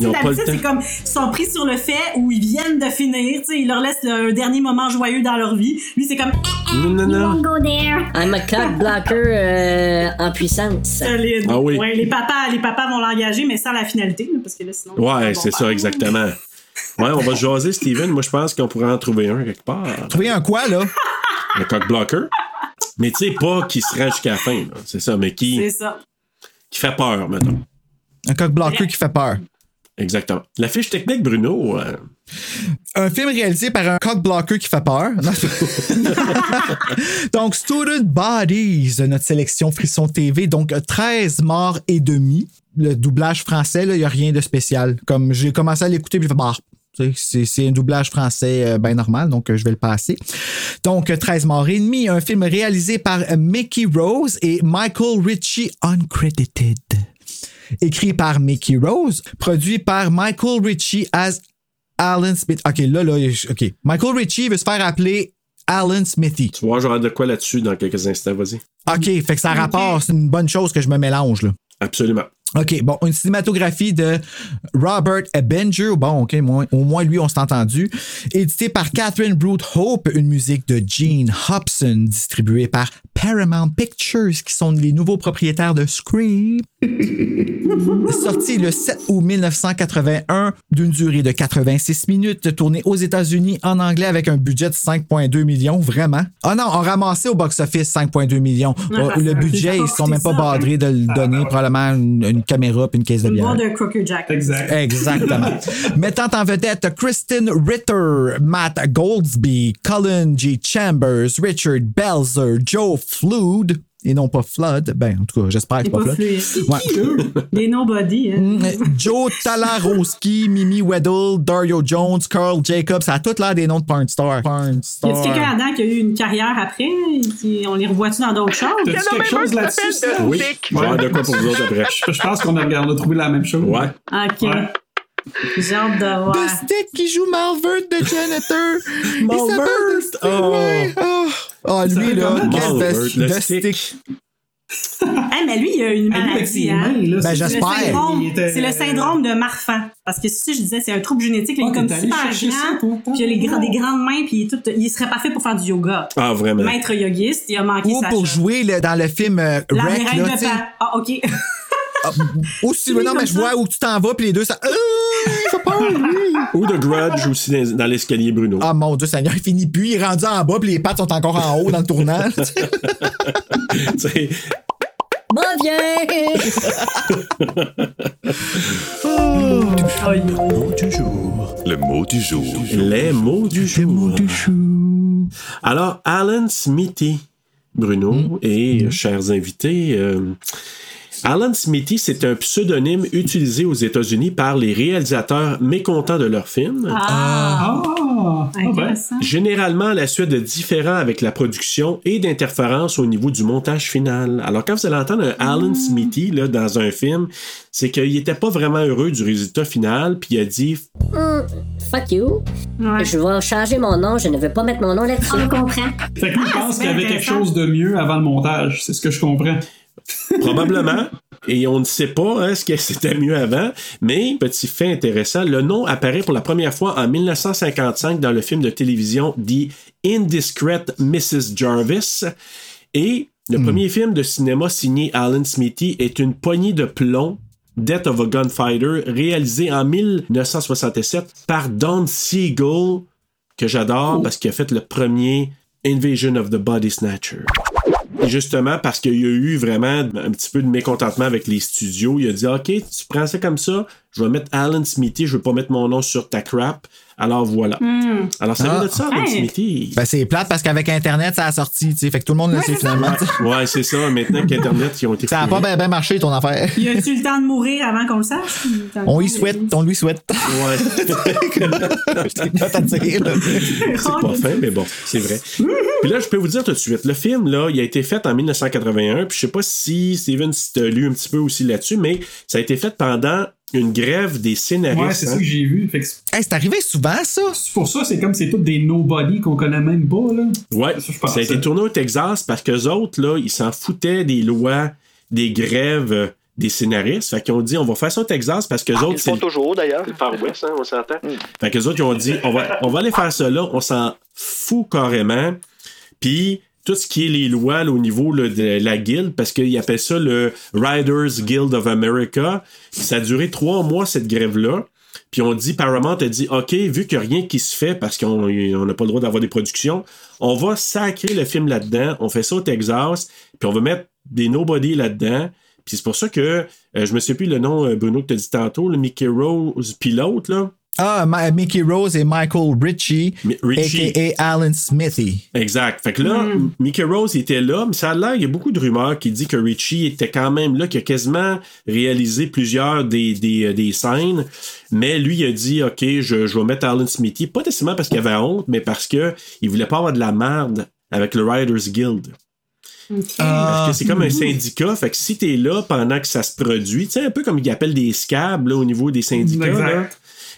Speaker 2: Ils ont pas le
Speaker 3: D'habitude,
Speaker 2: temps.
Speaker 3: c'est comme ils sont pris sur le fait ou ils viennent de finir. tu sais, Ils leur laissent le- un dernier moment joyeux dans leur vie. Lui, c'est comme
Speaker 2: Non, non, non.
Speaker 8: Go there.
Speaker 10: I'm a cock blocker euh, en puissance.
Speaker 3: solide.
Speaker 2: Ah oui.
Speaker 3: Ouais, euh, les, papas, les papas vont l'engager, mais sans la finalité. là, Parce que là, sinon,
Speaker 2: Ouais,
Speaker 3: bon,
Speaker 2: c'est
Speaker 3: bah.
Speaker 2: ça, exactement. Ouais, on va jaser, Steven. Moi, je pense qu'on pourrait en trouver un quelque part.
Speaker 1: Trouver un quoi, là?
Speaker 2: Un cock blocker. Mais tu sais, pas qui se rend jusqu'à la fin, là. c'est ça, mais qui,
Speaker 3: C'est ça.
Speaker 2: qui fait peur, maintenant.
Speaker 1: Un coq blocker qui fait peur.
Speaker 2: Exactement. La fiche technique, Bruno, euh,
Speaker 1: un film réalisé par un cock blocker qui fait peur. Non, c'est- donc, Student Bodies, notre sélection Frisson TV. Donc, 13 morts et demi. Le doublage français, il n'y a rien de spécial. Comme j'ai commencé à l'écouter, puis j'ai fait, bah, tu sais, c'est c'est un doublage français bien normal, donc euh, je vais le passer. Donc, euh, 13 morts et demi, un film réalisé par euh, Mickey Rose et Michael Ritchie, uncredited. Écrit par Mickey Rose, produit par Michael Ritchie as Alan Smith. OK, là, là, je- OK. Michael Ritchie veut se faire appeler Alan Smithy.
Speaker 2: tu vois, j'aurai de quoi là-dessus dans quelques instants, vas-y.
Speaker 1: OK, fait que ça rapporte. C'est une bonne chose que je me mélange, là.
Speaker 2: Absolument.
Speaker 1: OK, bon, une cinématographie de Robert Benger. Bon, OK, moi- au moins lui, on s'est entendu. Édité par Catherine Brute Hope, une musique de Gene Hobson, distribuée par Paramount Pictures, qui sont les nouveaux propriétaires de Scream. Sorti le 7 août 1981, d'une durée de 86 minutes, tourné aux États-Unis en anglais avec un budget de 5,2 millions, vraiment. Ah non, on ramassait au box-office 5,2 millions.
Speaker 3: Ouais,
Speaker 1: Ah, le
Speaker 3: parce que
Speaker 1: budget,
Speaker 3: j'ai pas
Speaker 1: ils se sont même pas
Speaker 3: porté ça,
Speaker 1: badrés de le donner, probablement une, une caméra puis une caisse de
Speaker 3: Une
Speaker 1: bière.
Speaker 3: boîte de Crocker Jack.
Speaker 4: Exact.
Speaker 1: Exactement. Mettant en vedette Kristen Ritter, Matt Goldsby, Colin G. Chambers, Richard Belzer, Joe Flood, et non pas Flood, ben en tout cas, j'espère que
Speaker 3: C'est
Speaker 1: c'est pas
Speaker 3: pas
Speaker 1: Flood.
Speaker 3: fluide.
Speaker 1: Ouais.
Speaker 3: Des nobody. Hein.
Speaker 1: Mm, euh, Joe Talarowski, Mimi Weddle, Dario Jones, Carl Jacobs, ça a tout l'air des noms de porn stars. Porn
Speaker 3: Y a-tu quelqu'un
Speaker 1: stars.
Speaker 3: là-dedans qui a eu une carrière après? Qui- On les revoit-tu dans d'autres choses?
Speaker 4: T'as-tu quelque chose là-dessus, Steph?
Speaker 2: Oui, j'aurai de quoi pour vous autres après.
Speaker 4: Je, je pense qu'on a, on a trouvé la même chose.
Speaker 2: Ouais.
Speaker 3: Ok.
Speaker 4: Ouais.
Speaker 3: J'ai hâte de voir.
Speaker 1: De Stick qui joue Malvert de Janitor. Il
Speaker 2: Malvert,
Speaker 1: s'appelle De Stick,
Speaker 2: oh.
Speaker 1: ouais. Oh. Ah, lui,
Speaker 4: s'appelle
Speaker 1: là,
Speaker 4: comment?
Speaker 1: quel
Speaker 2: Malvert,
Speaker 1: de-
Speaker 2: le
Speaker 1: de
Speaker 2: stick.
Speaker 1: stick.
Speaker 3: Eh, mais lui, il a une
Speaker 4: Ah, lui, avec
Speaker 3: maladie.
Speaker 4: ses
Speaker 3: Hein?
Speaker 4: mains, là,
Speaker 1: Ben,
Speaker 4: c'est-
Speaker 3: C'est le
Speaker 1: j'espère.
Speaker 3: syndrome-
Speaker 4: Il était- euh,
Speaker 3: C'est le syndrome de Marfan. Parce que c'est ça, je disais, c'est un trouble génétique. là, il
Speaker 4: Ah,
Speaker 3: est comme
Speaker 4: t'es allé
Speaker 3: super
Speaker 4: chercher ça,
Speaker 3: grand.
Speaker 4: toi,
Speaker 3: Puis il a les
Speaker 4: toi.
Speaker 3: grands- des grandes mains. Puis il, est tout- il serait parfait pour faire du yoga.
Speaker 2: Ah, vraiment.
Speaker 3: Maître yogiste, il a manqué
Speaker 1: Ou
Speaker 3: sa
Speaker 1: pour
Speaker 3: shot.
Speaker 1: jouer là, dans le film euh,
Speaker 3: La
Speaker 1: Wreck,
Speaker 3: mérène
Speaker 1: là,
Speaker 3: de
Speaker 1: tu sais. Ah,
Speaker 3: pan. Ah, ok.
Speaker 1: Ou si,
Speaker 3: Oui,
Speaker 1: non, mais
Speaker 3: comme
Speaker 1: je
Speaker 3: ça.
Speaker 1: vois où tu t'en vas, puis les deux, ça. Euh, ça part, oui.
Speaker 2: Ou de Grudge aussi dans, dans l'escalier, Bruno.
Speaker 1: Ah mon Dieu, Seigneur, il finit plus, il est rendu en bas, puis les pattes sont encore en haut dans le tournant.
Speaker 2: Tu sais,
Speaker 10: Bon vieux!
Speaker 12: Le mot du jour.
Speaker 2: les mots du jour. Alors, Alan Smithy, Bruno et euh, chers invités. euh, Alan Smithy, c'est un pseudonyme utilisé aux États-Unis par les réalisateurs mécontents de leurs films.
Speaker 3: Ah,
Speaker 4: Ah, ah ben.
Speaker 3: intéressant.
Speaker 2: Généralement, à la suite de différends avec la production et d'interférences au niveau du montage final. Alors, quand vous allez entendre un Alan Smithy là, dans un film, c'est qu'il n'était pas vraiment heureux du résultat final, puis il a dit
Speaker 10: Hmm, fuck you.
Speaker 3: Ouais.
Speaker 10: Je vais changer mon nom, je ne veux pas mettre mon nom là-dessus.
Speaker 8: On comprend.
Speaker 4: Fait que lui, il pense
Speaker 3: Ah, c'est
Speaker 4: qu'il y avait
Speaker 3: intéressant.
Speaker 4: quelque chose de mieux avant le montage. C'est ce que je comprends.
Speaker 2: probablement, et on ne sait pas hein, ce que c'était mieux avant, mais petit fait intéressant, le nom apparaît pour la première fois en 1955 dans le film de télévision The Indiscreet Mrs. Jarvis. Et le premier film de cinéma signé Alan Smithy est une poignée de plomb. Death of a Gunfighter, réalisé en 1967 par Don Siegel, que j'adore parce qu'il a fait le premier Invasion of the Body Snatcher. Et justement, parce qu'il y a eu vraiment un petit peu de mécontentement avec les studios, il a dit Ok, tu prends ça comme ça, je vais mettre Alan Smithy, je veux pas mettre mon nom sur ta crap. Alors voilà.
Speaker 3: Hmm.
Speaker 2: Alors ça vient de ça, Alan
Speaker 3: Hey.
Speaker 2: Smithy.
Speaker 1: ben, c'est plate parce qu'avec Internet, ça a sorti, tu sais. Fait que tout le monde le sait finalement.
Speaker 2: Ah, Ouais, c'est ça. Maintenant qu'Internet, ils ont été
Speaker 1: Ça a
Speaker 2: fouillés.
Speaker 1: pas bien marché, ton affaire.
Speaker 3: Y a-tu le temps de mourir avant qu'on le sache?
Speaker 1: On y souhaite, on lui souhaite.
Speaker 2: Ouais.
Speaker 1: C'est pas à dire, là.
Speaker 2: c'est pas fin, mais bon, c'est vrai. Puis là, je peux vous dire tout de suite, le film, là, il a été fait en 1981, puis je sais pas si, Steven, si t'as lu un petit peu aussi là-dessus, mais ça a été fait pendant une grève des scénaristes.
Speaker 4: Ouais, c'est
Speaker 2: hein.
Speaker 4: ça que j'ai vu. Fait que c'est-
Speaker 1: Hey, c'est arrivé souvent, ça?
Speaker 4: pour ça, c'est comme c'est tous des nobody qu'on connaît même pas, là.
Speaker 2: Ouais,
Speaker 4: C'est ça, je
Speaker 2: ça,
Speaker 4: pense,
Speaker 2: a été
Speaker 4: hein.
Speaker 2: tourné au Texas parce qu'eux autres, là, ils s'en foutaient des lois, des grèves euh, des scénaristes. Fait qu'ils ont dit, on va faire ça au Texas parce
Speaker 13: Ah,
Speaker 2: qu'eux autres, c'est
Speaker 13: toujours, d'ailleurs. Hmm.
Speaker 2: Par ouest, hein, on s'entend. Fait qu'eux autres, ils ont dit, on va, on va aller faire ça là, on s'en fout carrément. Puis, tout ce qui est les lois là, au niveau là, de la guilde, parce qu'ils appellent ça le Riders Guild of America. Ça a duré trois mois, cette grève-là. Puis on dit, Paramount a dit, OK, vu qu'il n'y a rien qui se fait parce qu'on on n'a pas le droit d'avoir des productions, on va sacrer le film là-dedans, on fait ça au Texas, puis on va mettre des nobody là-dedans. Puis c'est pour ça que, euh, je me souviens plus le nom, euh, Bruno, que tu as dit tantôt, le Mickey Rose Pilote, là.
Speaker 1: Ah, Ma- Mickey Rose et Michael Ritchie,
Speaker 2: Mi- Ritchie.
Speaker 1: a.k.a. Alan Smithy.
Speaker 2: Exact. Fait que là, Mickey Rose était là, mais ça a l'air, il y a beaucoup de rumeurs qui dit que Richie était quand même là, qu'il a quasiment réalisé plusieurs des, des, euh, des scènes. Mais lui, il a dit, OK, je, je vais mettre Alan Smithy, pas nécessairement parce qu'il avait honte, mais parce que il voulait pas avoir de la merde avec le Riders Guild.
Speaker 1: Euh,
Speaker 2: Parce
Speaker 1: Ah,
Speaker 2: Ah. que c'est comme un syndicat, fait que si t'es là pendant que ça se produit, tu sais, un peu comme ils appellent des scabs là, au niveau des syndicats.
Speaker 4: Exact.
Speaker 2: là.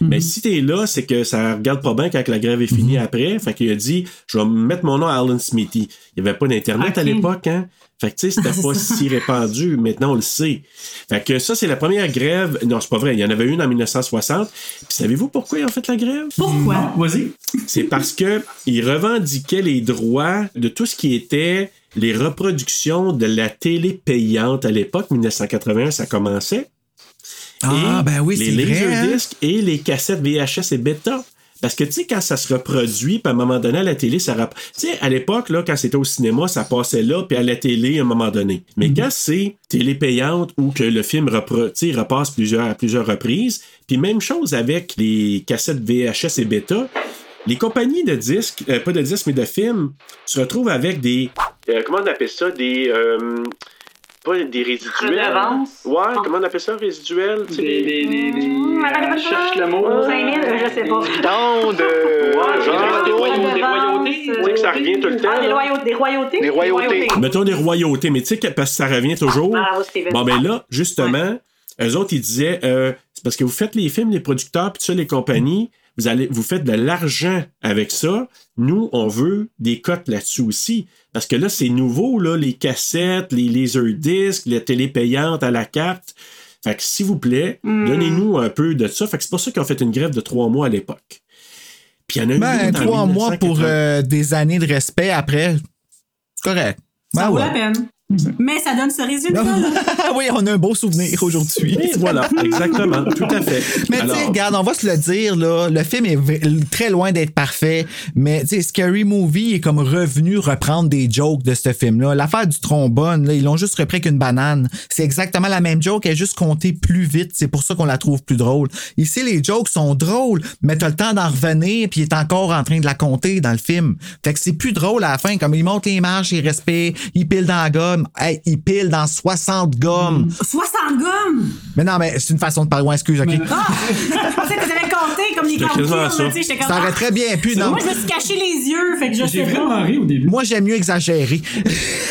Speaker 2: Mais si t'es là, c'est que ça regarde pas bien quand la grève est finie après. Fait qu'il a dit, je vais mettre mon nom à Alan Smithy. Il n'y avait pas d'Internet à
Speaker 4: Ok.
Speaker 2: l'époque, hein? Fait que, tu sais, c'était pas si répandu. Maintenant, on le sait. Fait que ça, c'est la première grève. Non, c'est pas vrai. Il y en avait une en 1960. Puis savez-vous pourquoi ils ont fait la grève?
Speaker 3: Pourquoi?
Speaker 4: Vas-y.
Speaker 2: C'est parce que ils revendiquaient les droits de tout ce qui était les reproductions de la télé payante à l'époque. 1981, ça commençait. Et
Speaker 1: Ah, ben oui,
Speaker 2: Les
Speaker 1: c'est vrai, hein?
Speaker 2: laserdiscs et les cassettes VHS et bêta. Parce que, tu sais, quand ça se reproduit, puis à un moment donné, à la télé, ça... rap- Tu sais, à l'époque, là, quand c'était au cinéma, ça passait là, puis à la télé, à un moment donné.
Speaker 1: Mhm.
Speaker 2: Mais quand c'est télé payante ou que le film repro- tu sais, repasse plusieurs, à plusieurs reprises, puis même chose avec les cassettes VHS et bêta, les compagnies de disques, euh, pas de disques, mais de films, se retrouvent avec des... euh, comment on appelle ça? Des... euh, pas des résiduels.
Speaker 14: Redevances?
Speaker 2: Ouais, comment on appelle ça? Résiduels? tu sais, les- euh,
Speaker 14: Je cherche le mot. 5000, je sais pas.
Speaker 13: Tant
Speaker 2: euh,
Speaker 13: de.
Speaker 2: Ah,
Speaker 14: Des royautés. Des royautés.
Speaker 2: Tu sais que ça revient tout le temps.
Speaker 14: Ah, des
Speaker 2: là.
Speaker 14: royautés. Des royautés. Des royautés. Ah,
Speaker 2: Mettons des royautés, mais tu sais que parce que ça revient toujours.
Speaker 14: Bravo, Steven.
Speaker 2: Bon, ben là, justement, eux autres, ils disaient euh, c'est parce que vous faites les films, les producteurs, puis ça, les compagnies, vous, allez, vous faites de l'argent avec ça. Nous, on veut des cotes là-dessus aussi. Parce que là, c'est nouveau, là, les cassettes, les laserdiscs, la télé payante à la carte. Fait que, s'il vous plaît, donnez-nous un peu de ça. Fait que c'est pour ça qu'ils ont fait une grève de trois mois à l'époque. Puis il y en a eu
Speaker 1: Ben,
Speaker 2: une en
Speaker 1: trois mois pour
Speaker 2: 1980.
Speaker 1: euh, des années de respect après. C'est correct. Ben
Speaker 3: Ça vaut
Speaker 1: ouais. Ah
Speaker 3: la peine. Mais ça donne ce résultat. là.
Speaker 1: oui, on a un beau souvenir aujourd'hui.
Speaker 2: Et voilà, exactement, tout à fait.
Speaker 1: Mais tu
Speaker 2: Alors-
Speaker 1: sais, regarde, on va se le dire, là, le film est v- très loin d'être parfait, mais tu sais, Scary Movie est comme revenu reprendre des jokes de ce film-là. L'affaire du trombone, là, ils l'ont juste repris qu'une banane. C'est exactement la même joke, elle est juste comptée plus vite. C'est pour ça qu'on la trouve plus drôle. Ici, les jokes sont drôles, mais t'as le temps d'en revenir, puis il est encore en train de la compter dans le film. Fait que c'est plus drôle à la fin, comme il monte les marches, il respire, il pile dans la gomme, hey, il pile dans 60 gommes.
Speaker 3: 60 gommes!
Speaker 1: Mais non, mais c'est une façon de parler, excuse, ok?
Speaker 3: Ah! je pensais que tu avais compté comme les
Speaker 1: J'étais
Speaker 3: grandes
Speaker 1: quasiment à
Speaker 3: filles,
Speaker 1: ça.
Speaker 3: là, tu sais, j'étais comme- ah!
Speaker 1: Ça aurait très bien pu, non?
Speaker 3: Moi, je me suis caché les yeux, fait que je sais pas.
Speaker 4: au début.
Speaker 1: Moi, j'aime mieux exagérer.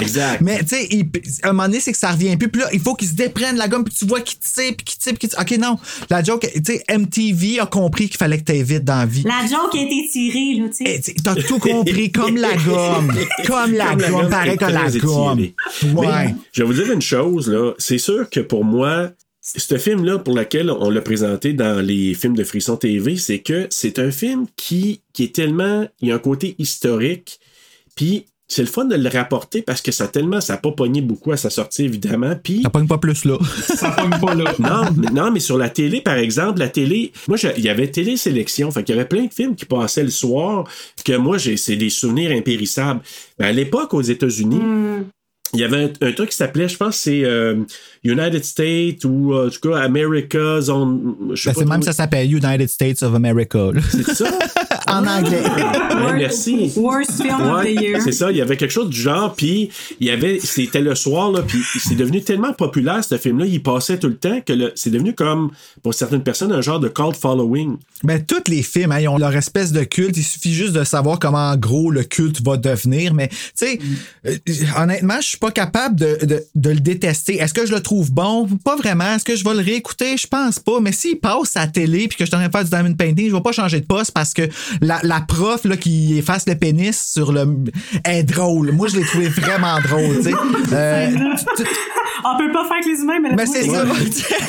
Speaker 2: Exact.
Speaker 1: Mais tu sais, il- à un moment donné, c'est que ça revient plus. Puis là, il faut qu'il se déprenne la gomme, puis tu vois qu'il tire, puis qu'il tire, puis qu'il tire. OK, non. La joke, tu sais, MTV a compris qu'il fallait que t'aies vite dans la vie. Eh,
Speaker 3: La joke a été tirée, là, tu sais.
Speaker 1: T'as tout compris, comme la gomme. Comme la gomme, pareil
Speaker 2: est
Speaker 1: comme la
Speaker 2: très
Speaker 1: gomme.
Speaker 2: étirée.
Speaker 1: Ouais.
Speaker 2: Mais je vais vous dire une chose, là. C'est sûr que pour moi, ce film-là, pour lequel on l'a présenté dans les films de Frisson TV, c'est que c'est un film qui, qui est tellement. Il y a un côté historique. Puis c'est le fun de le rapporter parce que ça tellement. Ça n'a pas pogné beaucoup à sa sortie, évidemment. Puis
Speaker 1: Ça pogne pas plus, là.
Speaker 4: Ça pogne pas là.
Speaker 2: non,
Speaker 1: Ah.
Speaker 2: mais, non, mais sur la télé, par exemple, la télé, moi, je- il y avait télésélection. Fait qu'il y avait plein de films qui passaient le soir que moi, j'ai, c'est des souvenirs impérissables. Mais à l'époque, aux
Speaker 1: Eh,
Speaker 2: États-Unis,
Speaker 1: Mm.
Speaker 3: Hmm.
Speaker 2: il y avait un, un truc qui s'appelait, je pense, c'est euh, United States ou, euh, en tout cas, America's on. je sais
Speaker 1: Ben,
Speaker 2: pas
Speaker 1: c'est même
Speaker 2: trop-
Speaker 1: ça s'appelle United States of America. là.
Speaker 2: C'est ça?
Speaker 1: en anglais.
Speaker 2: Ouais, merci.
Speaker 3: Worst film of the
Speaker 2: Ouais,
Speaker 3: year.
Speaker 2: c'est ça, il y avait quelque chose du genre, puis il y avait, c'était le soir, là, puis c'est devenu tellement populaire, ce film-là, il passait tout le temps, que le- c'est devenu comme, pour certaines personnes, un genre de cult following.
Speaker 1: Ben, tous les films, hein, ils ont leur espèce de culte. Il suffit juste de savoir comment, en gros, le culte va devenir. Mais, tu sais, euh, honnêtement, je suis pas capable de, de- de le détester. Est-ce que je le trouve bon? Pas vraiment. Est-ce que je vais le réécouter? Je pense pas. Mais s'il passe à la télé puis que je suis en train de faire du diamond painting, je vais pas changer de poste parce que la, la prof là, qui efface le pénis sur le... est drôle. Moi, je l'ai trouvé vraiment drôle, tu sais. Euh,
Speaker 3: On peut pas faire avec les humains, mais, la
Speaker 1: mais c'est
Speaker 3: trouille.
Speaker 1: ça.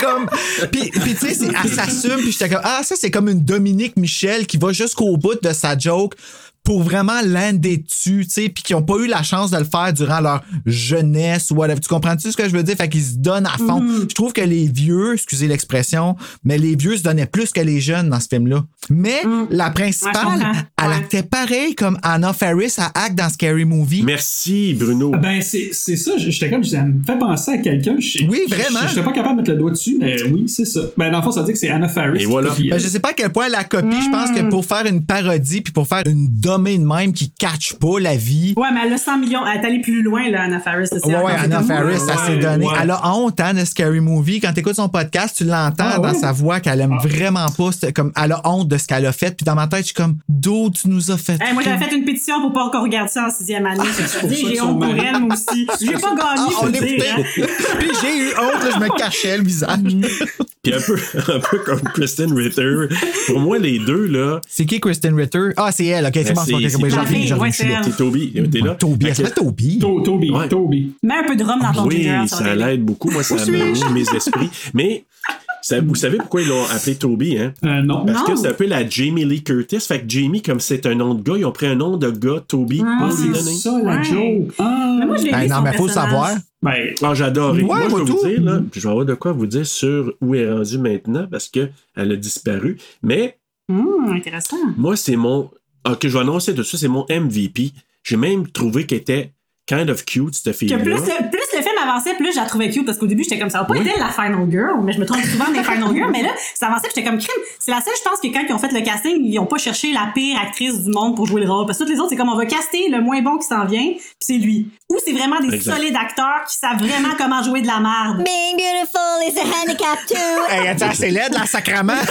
Speaker 1: comme puis puis tu sais c'est- elle s'assume puis j'étais comme ah ça c'est comme une Dominique Michel qui va jusqu'au bout de sa joke pour vraiment l'aider dessus, tu sais, puis qui n'ont pas eu la chance de le faire durant leur jeunesse ou whatever. Tu comprends-tu ce que je veux dire? Fait qu'ils se donnent à fond.
Speaker 3: Mm-hmm.
Speaker 1: Je trouve que les vieux, excusez l'expression, mais les vieux se donnaient plus que les jeunes dans ce film-là. Mais la
Speaker 3: Mm. Ouais,
Speaker 1: principale,
Speaker 3: je comprends.
Speaker 1: elle actait pareil comme Anna Faris à Act dans Scary Movie.
Speaker 2: Merci, Bruno.
Speaker 4: Ben, c'est c'est ça, j'étais comme, ça me fait penser à quelqu'un. je-
Speaker 1: Oui,
Speaker 4: je-
Speaker 1: vraiment.
Speaker 4: je- J'étais pas capable de mettre le doigt dessus, mais oui, c'est ça. Ben, dans le fond, ça veut dire que c'est Anna Faris.
Speaker 2: Et voilà.
Speaker 4: Puis, euh,
Speaker 1: Ben, je sais pas à quel point la copie, je pense que pour faire une parodie puis pour faire une domaine même qui catch pas la vie.
Speaker 3: Ouais, mais elle a 100 millions. Elle est allée plus loin, là, Anna Faris. de
Speaker 1: Ouais,
Speaker 3: Seattle.
Speaker 1: ouais, Anna
Speaker 3: C'est comme-
Speaker 1: Faris, ça
Speaker 4: ouais,
Speaker 1: s'est donné.
Speaker 4: ouais.
Speaker 1: Elle a honte, hein, de Scary Movie. Quand t'écoutes son podcast, tu l'entends
Speaker 4: Ah,
Speaker 1: dans
Speaker 4: ouais?
Speaker 1: sa voix qu'elle aime vraiment pas, c'est comme, elle a honte de ce qu'elle a fait. Puis dans ma tête, je suis comme, d'où tu nous as fait
Speaker 3: Hey, moi,
Speaker 1: ça?
Speaker 3: j'avais fait une pétition pour pas encore regarder ça en sixième année. Je me
Speaker 4: pour
Speaker 3: dis,
Speaker 4: ça
Speaker 3: j'ai
Speaker 4: qu'ils
Speaker 3: honte
Speaker 4: sont
Speaker 3: pour
Speaker 4: mal.
Speaker 3: elle, moi aussi. J'ai pas
Speaker 1: Ah,
Speaker 3: gagné, je
Speaker 1: on
Speaker 3: veux
Speaker 1: l'écoutait.
Speaker 3: dire. hein.
Speaker 1: Puis j'ai eu honte, là, je me cachais le visage.
Speaker 2: Puis un peu, un peu comme Kristen Ritter. Pour moi, les deux, là,
Speaker 1: C'est qui Kristen Ritter? Ah, c'est elle, ok, c'est
Speaker 2: Ben,
Speaker 1: bon,
Speaker 2: c'est-
Speaker 1: c'est bon,
Speaker 2: c'est
Speaker 1: ok, j'en
Speaker 3: Toby.
Speaker 1: finis, j'en
Speaker 3: Ouais,
Speaker 1: finis, je suis
Speaker 3: c'est
Speaker 1: là.
Speaker 3: elle.
Speaker 2: t'es Toby, Euh, t'es là.
Speaker 1: Oh, Toby, elle
Speaker 2: Fait que-
Speaker 1: s'appelle Toby.
Speaker 4: To- Toby,
Speaker 2: Ouais.
Speaker 4: Toby.
Speaker 3: Mets un peu de rhum dans ton
Speaker 2: Oui,
Speaker 3: ginger, va
Speaker 2: ça
Speaker 3: t'aider.
Speaker 2: l'aide beaucoup. Moi, ça m'a mis mes esprits. Mais ça- vous savez pourquoi ils l'ont appelé Toby, hein?
Speaker 4: Euh, non.
Speaker 2: Parce que
Speaker 3: Non.
Speaker 2: c'est un peu la Jamie Lee Curtis. Fait que Jamie, comme c'est un nom de gars, ils ont pris un nom de gars, Toby,
Speaker 3: Ah,
Speaker 2: pour lui
Speaker 4: C'est
Speaker 2: donner.
Speaker 4: ça, la
Speaker 3: Ouais.
Speaker 4: joke. Ah.
Speaker 3: Mais moi, je l'ai
Speaker 1: Ben
Speaker 3: aimé,
Speaker 1: non,
Speaker 3: son
Speaker 1: mais faut le
Speaker 3: personnage.
Speaker 1: savoir.
Speaker 4: Ben,
Speaker 2: Ah, j'adore.
Speaker 1: Ouais,
Speaker 2: Moi, je vais
Speaker 1: moi,
Speaker 2: vous
Speaker 1: tout.
Speaker 2: dire, là, puis je vais avoir de quoi vous dire sur où elle est rendue maintenant parce qu'elle a disparu. Mais
Speaker 3: Hum, intéressant.
Speaker 2: moi, c'est mon. Ok, je vais annoncer tout ça, c'est mon MVP. J'ai même trouvé qu'elle était kind of cute, cette
Speaker 3: Que plus,
Speaker 2: fille-là.
Speaker 3: le, plus le film avançait, plus je la trouvais cute parce qu'au début, j'étais comme ça. a Pas
Speaker 2: Oui.
Speaker 3: été la Final Girl, mais je me trompe souvent des Final Girls. Mais là, ça avançait, puis j'étais comme crime. C'est la seule, je pense, que quand ils ont fait le casting, ils ont pas cherché la pire actrice du monde pour jouer le rôle. Parce que toutes les autres, c'est comme on va caster le moins bon qui s'en vient, puis c'est lui. Ou c'est vraiment des
Speaker 2: Exact.
Speaker 3: solides acteurs qui savent vraiment comment jouer de la merde.
Speaker 8: Being beautiful is a handicap too.
Speaker 1: Hey, attends, c'est laide, la sacrament.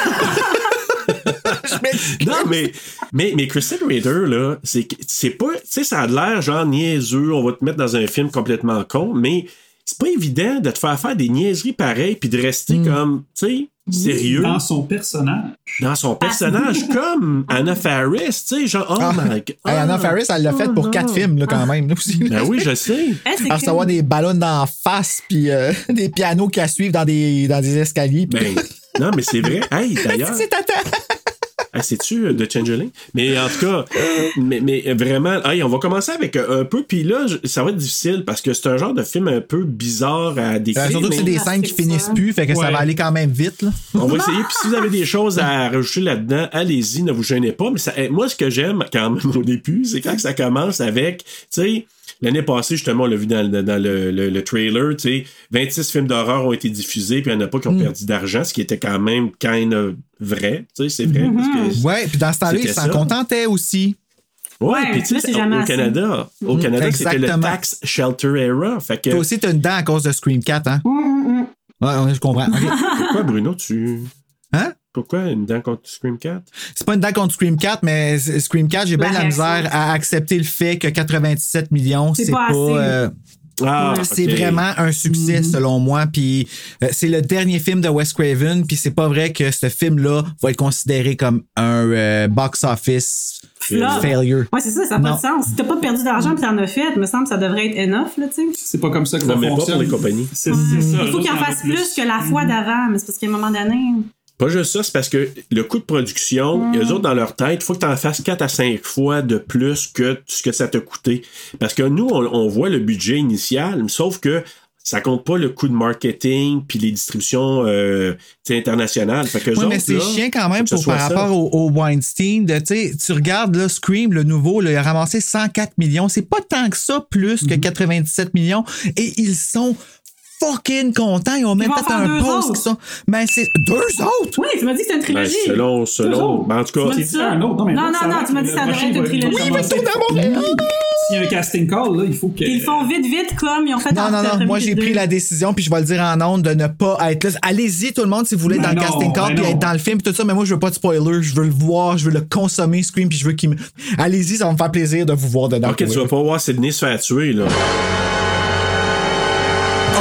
Speaker 1: Je m'excuse.
Speaker 2: Non, mais, mais, mais Kristen Ritter, là, c'est que- c'est pas. Tu sais, ça a l'air genre niaiseux, on va te mettre dans un film complètement con, mais c'est pas évident de te faire faire des niaiseries pareilles puis de rester
Speaker 1: Hmm.
Speaker 2: comme, tu sais, sérieux
Speaker 4: dans son personnage.
Speaker 2: dans
Speaker 3: Ah.
Speaker 2: son personnage, comme Anna Faris, tu sais, genre, oh
Speaker 1: Ah. Oh,
Speaker 2: my god.
Speaker 1: Hey, Anna Faris, elle l'a
Speaker 3: Oh
Speaker 1: fait pour quatre films, là, quand même. là, aussi.
Speaker 2: Ben oui, je sais.
Speaker 3: Hein, c'est
Speaker 1: À
Speaker 3: crime.
Speaker 1: recevoir des ballons d'en face, puis euh, des pianos qui la suivent dans des, dans des escaliers.
Speaker 2: Ben, non, mais c'est vrai. Hey, d'ailleurs.
Speaker 1: c'est tata.
Speaker 2: Ah, c'est-tu euh, de Changeling? Mais en tout cas, mais, mais euh, vraiment, hey, on va commencer avec euh, un peu, puis là, je- ça va être difficile parce que c'est un genre de film un peu bizarre à décrire.
Speaker 1: Euh, surtout que
Speaker 2: mais
Speaker 1: c'est des scènes qui finissent plus, fait que ça
Speaker 4: Ouais.
Speaker 1: va aller quand même vite. Là.
Speaker 2: On va essayer, puis si vous avez des choses à rajouter là-dedans, allez-y, ne vous gênez pas. Mais ça, eh, moi, ce que j'aime quand même au début, c'est quand ça commence avec, tu sais, l'année passée, justement, on l'a vu dans, le- dans le, le- le trailer, tu sais, 26 films d'horreur ont été diffusés, puis il n'y en a pas qui
Speaker 1: Mm.
Speaker 2: ont perdu d'argent, ce qui était quand même kind of vrai, tu sais, c'est vrai. parce que-
Speaker 1: Ouais, puis dans ce temps-là,
Speaker 2: C'était
Speaker 1: ils s'en
Speaker 2: ça.
Speaker 1: contentaient aussi.
Speaker 2: Ouais,
Speaker 3: Ouais,
Speaker 2: puis tu
Speaker 3: là,
Speaker 2: sais,
Speaker 3: c'est
Speaker 2: au,
Speaker 3: jamais
Speaker 2: au
Speaker 3: assez. Mhm.
Speaker 2: Canada, au Canada, c'était le
Speaker 1: Exactement.
Speaker 2: tax shelter era. Fait que
Speaker 1: Toi aussi, t'as une dent à cause de Scream 4, hein? Ouais, ouais, je comprends. Ok.
Speaker 2: pourquoi Bruno, tu
Speaker 1: Hein?
Speaker 2: pourquoi une dent contre Scream 4
Speaker 1: C'est pas une dent contre Scream 4, mais c'est- Scream 4, j'ai bien
Speaker 3: La
Speaker 1: la
Speaker 3: réaction.
Speaker 1: misère à accepter le fait que 97 millions,
Speaker 3: C'est
Speaker 1: c'est
Speaker 3: pas
Speaker 1: pas.
Speaker 3: assez.
Speaker 1: euh,
Speaker 2: Ah, ok.
Speaker 1: C'est vraiment un succès selon moi. Puis euh, c'est le dernier film de Wes Craven. Puis c'est pas vrai que ce film-là va être considéré comme un euh, box-office
Speaker 3: Flop.
Speaker 1: failure.
Speaker 3: Ouais, c'est ça, ça n'a pas
Speaker 1: Non.
Speaker 3: de sens. Si t'as pas perdu d'argent pis t'en as fait, me semble que ça devrait être enough, là, tu sais.
Speaker 4: C'est pas comme ça que
Speaker 2: Non,
Speaker 4: ça
Speaker 2: mais pas
Speaker 4: fonctionne.
Speaker 2: pour les compagnies. Mm.
Speaker 4: C'est
Speaker 1: Mm.
Speaker 4: c'est ça.
Speaker 3: Il faut qu'il en fasse plus que
Speaker 4: Mm.
Speaker 3: la fois d'avant, mais c'est parce qu'à un moment donné.
Speaker 2: Pas juste ça, c'est parce que le coût de production,
Speaker 3: Mhm.
Speaker 2: les eux autres dans leur tête, faut que tu en fasses 4 à 5 fois de plus que ce que ça t'a coûté. Parce que nous, on, on voit le budget initial, sauf que ça compte pas le coût de marketing puis les distributions euh, tu sais, internationales. Fait que
Speaker 1: Ouais, mais c'est chiant quand même pour, par rapport au, au Weinstein. De, tu sais, tu regardes là, Scream, le nouveau, là, il a ramassé 104 millions. C'est pas tant que ça, plus que 97 millions. Et ils sont fucking contents. Ils ont même
Speaker 3: vont
Speaker 1: fait
Speaker 3: faire
Speaker 1: un
Speaker 3: deux
Speaker 1: post
Speaker 3: autres.
Speaker 1: qui sont. Mais c'est deux autres!
Speaker 3: Oui, tu m'as dit que c'était une
Speaker 2: Ben,
Speaker 3: trilogie.
Speaker 2: selon, selon. Ben, en
Speaker 4: Tu
Speaker 2: tout
Speaker 4: m'as
Speaker 2: cas,
Speaker 4: dit ça? Non, non, mais
Speaker 3: Non,
Speaker 4: bon,
Speaker 3: non,
Speaker 4: ça
Speaker 3: non,
Speaker 4: va,
Speaker 3: tu m'as dit
Speaker 4: le
Speaker 3: ça devrait
Speaker 4: prochain
Speaker 3: être
Speaker 4: va-
Speaker 3: une
Speaker 4: va
Speaker 3: trilogie.
Speaker 4: commencer.
Speaker 3: Oui, mais
Speaker 4: Mm. S'il y a un casting call, là, il faut que.
Speaker 3: Ils font vite, vite, comme ils ont fait
Speaker 1: Non,
Speaker 3: entre
Speaker 1: non, non.
Speaker 3: premier
Speaker 1: Moi,
Speaker 3: et
Speaker 1: j'ai
Speaker 3: deux.
Speaker 1: pris la décision, puis je vais le dire en ondes, de ne pas être là. Allez-y, tout le monde, si vous voulez,
Speaker 4: Ben
Speaker 1: dans le
Speaker 4: non,
Speaker 1: casting call,
Speaker 4: ben
Speaker 1: puis
Speaker 4: non.
Speaker 1: être dans le film, puis tout ça. Mais moi, je veux pas de spoiler. Je veux le voir, je veux le consommer, Scream, puis je veux qu'il me. Allez-y, ça va me faire plaisir de vous voir dedans.
Speaker 2: Ah, ok, tu
Speaker 1: Oui.
Speaker 2: vas pas voir Sidney se faire tuer, là.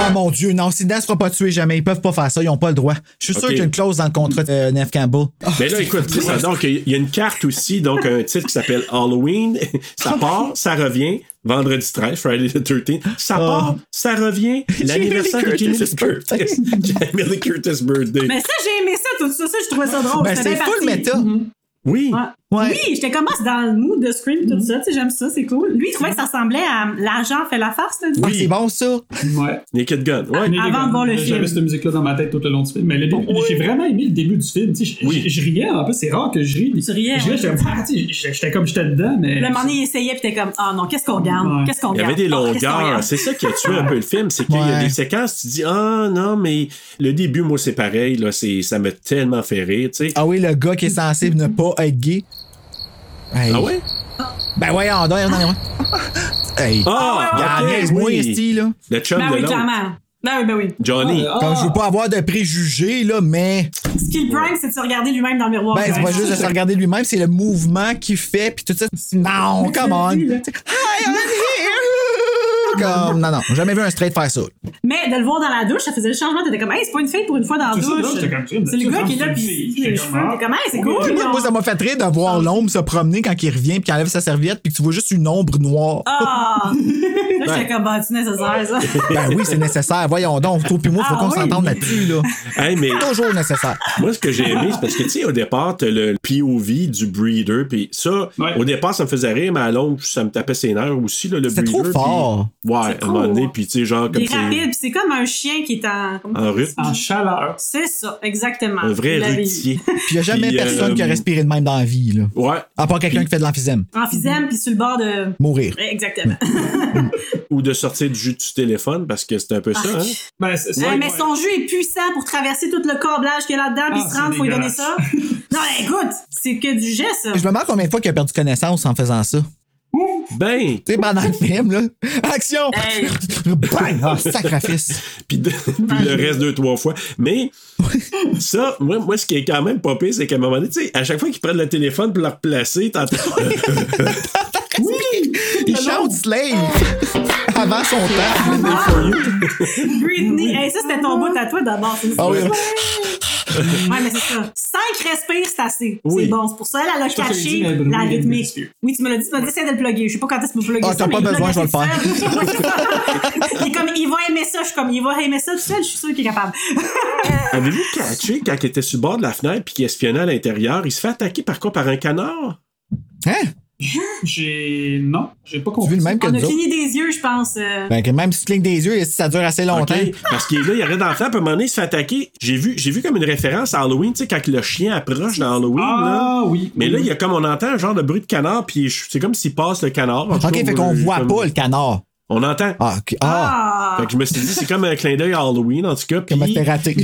Speaker 1: Oh mon Dieu, non, Sidney ne sera pas tué jamais. Ils peuvent pas faire ça, ils n'ont pas le droit. Je suis sûr
Speaker 2: Ok.
Speaker 1: qu'il y a une clause dans le contrat de euh, Neve Campbell. Oh,
Speaker 2: Mais Ben là, écoute, c'est ça, donc, il y a une carte aussi, donc un titre qui s'appelle Halloween. Ça part, ça revient. Vendredi 13, Friday the 13th. Ça part, ça revient. L'anniversaire Ah. de Jamie Lee Curtis. Jamie Lee Curtis Birthday.
Speaker 3: Mais ça, j'ai aimé ça, tout ça, ça, je trouvais ça drôle.
Speaker 1: Ben,
Speaker 3: C'était
Speaker 1: c'est
Speaker 3: bien
Speaker 1: full
Speaker 3: parti.
Speaker 1: méta.
Speaker 3: Mhm.
Speaker 2: Oui.
Speaker 1: Ouais. Mm.
Speaker 3: Oui, j'étais comme Ah, c'est dans le mood de Scream, tout ça, tu sais, j'aime ça, c'est cool. Lui, il trouvait que ça ressemblait à L'argent fait la farce, là.
Speaker 1: Ah, c'est bon ça.
Speaker 4: Ouais.
Speaker 2: Naked Gun. Ouais.
Speaker 3: Avant de voir le film.
Speaker 4: J'avais cette musique-là dans ma tête tout le long du film. Mais le début- j'ai vraiment aimé le début du film. tu sais, Je, je- je riais, en plus, c'est rare que je rie. mais
Speaker 3: Tu riais,
Speaker 4: Je riais,
Speaker 3: ouais.
Speaker 4: j'étais comme, Ah, tu sais, j'étais j'étais comme j'étais dedans, mais.
Speaker 3: Le moment donné, il essayait, puis t'es comme Ah non, qu'est-ce qu'on regarde?
Speaker 4: Ouais.
Speaker 3: Qu'est-ce qu'on
Speaker 2: Il y
Speaker 3: regarde?
Speaker 2: avait des
Speaker 3: Ah, qu'est-ce qu'on
Speaker 2: longueurs.
Speaker 3: regarde?
Speaker 2: C'est ça qui a tué un peu le film. C'est qu'il y a
Speaker 1: Ouais.
Speaker 2: des séquences, tu dis, ah non, mais le début, moi, c'est pareil. Là, c'est, ça m'a tellement fait rire, tu sais.
Speaker 1: Ah oui, le gars qui est censé ne pas être gay. Hey.
Speaker 2: Ah ouais?
Speaker 1: Ben voyons, donc, non, non. Hey.
Speaker 2: Ah,
Speaker 1: Ah,
Speaker 2: ok,
Speaker 1: niaise-moi,
Speaker 2: oui.
Speaker 1: esti, là.
Speaker 2: Le chum
Speaker 3: Ben
Speaker 2: de
Speaker 3: oui,
Speaker 2: l'autre.
Speaker 3: clairement. Ben oui, ben oui.
Speaker 2: Johnny.
Speaker 1: Comme je veux pas avoir de préjugés, là, mais.
Speaker 3: Ce qu'il prime, c'est de se regarder lui-même dans le miroir.
Speaker 1: Ben, c'est pas juste de se regarder lui-même, c'est le mouvement qu'il fait, puis tout ça.
Speaker 3: Ah,
Speaker 1: Non, come on. Hi, I'm here. Comme, non, non, j'ai jamais vu un straight faire ça.
Speaker 3: Mais de le voir dans la douche, ça faisait le changement. T'étais comme, hey, c'est pas une fille pour une fois dans la
Speaker 4: C'est ça,
Speaker 3: douche.
Speaker 4: là, j'étais comme,
Speaker 3: C'est le
Speaker 4: ça,
Speaker 3: gars qui est
Speaker 4: c'est
Speaker 3: là,
Speaker 4: une
Speaker 3: puis
Speaker 4: fille.
Speaker 3: il les
Speaker 4: J'étais
Speaker 3: cheveux.
Speaker 4: comme,
Speaker 3: T'es comme, hey, c'est cool.
Speaker 1: Moi, moi, ça m'a fait rire de
Speaker 3: Ah.
Speaker 1: voir l'ombre se promener quand il revient, puis qu'il enlève sa serviette, puis que tu vois juste une ombre noire.
Speaker 3: Ah! Là, j'étais comme, bah, c'est nécessaire, ça.
Speaker 1: Ben oui, c'est nécessaire. Voyons donc, toi puis moi, faut
Speaker 3: Ah
Speaker 1: qu'on
Speaker 3: oui.
Speaker 1: s'entende là-dessus, là.
Speaker 2: Hey, mais
Speaker 1: Toujours nécessaire.
Speaker 2: moi, ce que j'ai aimé, c'est parce que, tu sais, au départ, t'as le POV du breeder. Puis ça,
Speaker 4: Ouais.
Speaker 2: au départ, ça me faisait rire, mais à longue, ça me tapait ses nerfs aussi, là, le
Speaker 1: C'était
Speaker 2: breeder.
Speaker 1: trop
Speaker 2: puis-
Speaker 1: fort.
Speaker 2: Ouais, à un moment donné, puis tu sais, genre,
Speaker 3: Il
Speaker 2: comme
Speaker 3: est rapide, Ah. puis c'est comme un chien qui est en. comment
Speaker 2: en
Speaker 3: on dit
Speaker 2: rythme.
Speaker 3: ça?
Speaker 4: En chaleur.
Speaker 3: C'est ça, exactement.
Speaker 2: Un vrai
Speaker 3: Il l'avait eu.
Speaker 2: routier.
Speaker 1: Puis il y a jamais
Speaker 2: Puis,
Speaker 1: personne
Speaker 2: euh,
Speaker 1: qui a respiré de même dans la vie, là.
Speaker 2: Ouais.
Speaker 1: À part quelqu'un qui fait de l'emphysème.
Speaker 3: En physème, puis sur le bord de.
Speaker 1: Mourir.
Speaker 3: Ouais, Exactement.
Speaker 2: Ou de sortir du jus du téléphone, parce que c'est un peu ça,
Speaker 3: Ah,
Speaker 2: hein.
Speaker 4: Ben, c'est
Speaker 3: Ouais,
Speaker 4: ça.
Speaker 3: mais son jus est puissant pour traverser tout le câblage qu'il y a là-dedans, puis
Speaker 4: Ah,
Speaker 3: il se rendre,
Speaker 4: c'est
Speaker 3: faut lui donner
Speaker 4: dégueulasse.
Speaker 3: ça. Non, mais écoute, c'est que du geste, ça.
Speaker 1: Je me demande combien de fois qu'il a perdu connaissance en faisant ça.
Speaker 2: Ben!
Speaker 1: Tu sais, pendant le film, là. Action!
Speaker 3: Hey.
Speaker 1: Bang! Ah, sacrifice!
Speaker 2: puis, de- puis le reste deux, trois fois. Mais ça, moi, moi, ce qui est quand même pas pire, c'est qu'à un moment donné, tu sais, à chaque fois qu'ils prennent le téléphone pour le replacer, t'entends.
Speaker 1: Il chante Slave! Avant son temps.
Speaker 3: Ah! Britney, hey, ça c'était ton bout à toi d'abord. c'est ça.
Speaker 1: Ah oui.
Speaker 3: Ouais, mais c'est ça. Cinq respires, c'est assez.
Speaker 2: Oui.
Speaker 3: C'est bon. C'est pour ça elle, elle a
Speaker 4: Je te l'ai
Speaker 3: caché
Speaker 4: dit, mais Bruno,
Speaker 3: la
Speaker 4: il est
Speaker 3: rythmique.
Speaker 4: délicieux.
Speaker 3: Oui, tu me l'as dit, tu m'as dit, essaye de le plugger. Je sais pas quand est-ce que vous pluguez.
Speaker 1: Ah,
Speaker 3: ça,
Speaker 1: t'as
Speaker 3: mais
Speaker 1: pas
Speaker 3: il me
Speaker 1: besoin,
Speaker 3: l'a
Speaker 1: je vais
Speaker 3: fait seul. il est comme, il va aimer ça. Je suis comme, il va aimer ça tout seul. Je suis sûre qu'il est capable.
Speaker 2: Avez-vous catché quand il était sur le bord de la fenêtre puis qu'il espionnait à l'intérieur, il se fait attaquer par quoi Par un canard
Speaker 1: Hein?
Speaker 4: J'ai. Non, j'ai pas
Speaker 1: Tu
Speaker 4: compris.
Speaker 1: vis le même que
Speaker 3: On a
Speaker 1: nous autres?
Speaker 3: cligné des yeux, je pense. euh.
Speaker 1: Ben, que même si tu clignes des yeux, si ça dure assez longtemps.
Speaker 2: Ok, Parce qu'il est là, il arrive dans le flanc, puis à un moment donné, il se fait attaquer. J'ai vu, j'ai vu comme une référence à Halloween, tu sais, quand le chien approche dans Halloween, là.
Speaker 4: Ah oui.
Speaker 2: Mais là, il y a comme on entend un genre de bruit de canard, puis je- c'est comme s'il passe le canard. En tout
Speaker 1: Ok,
Speaker 2: cas, moi,
Speaker 1: fait qu'on
Speaker 2: j'ai
Speaker 1: voit
Speaker 2: euh, comme-
Speaker 1: pas le canard.
Speaker 2: On entend.
Speaker 1: Ah, ok. Ah!
Speaker 3: Ah!
Speaker 2: Fait que je me suis dit, c'est comme un clin d'œil à Halloween, en tout cas. puis-
Speaker 1: Comment t'es raté?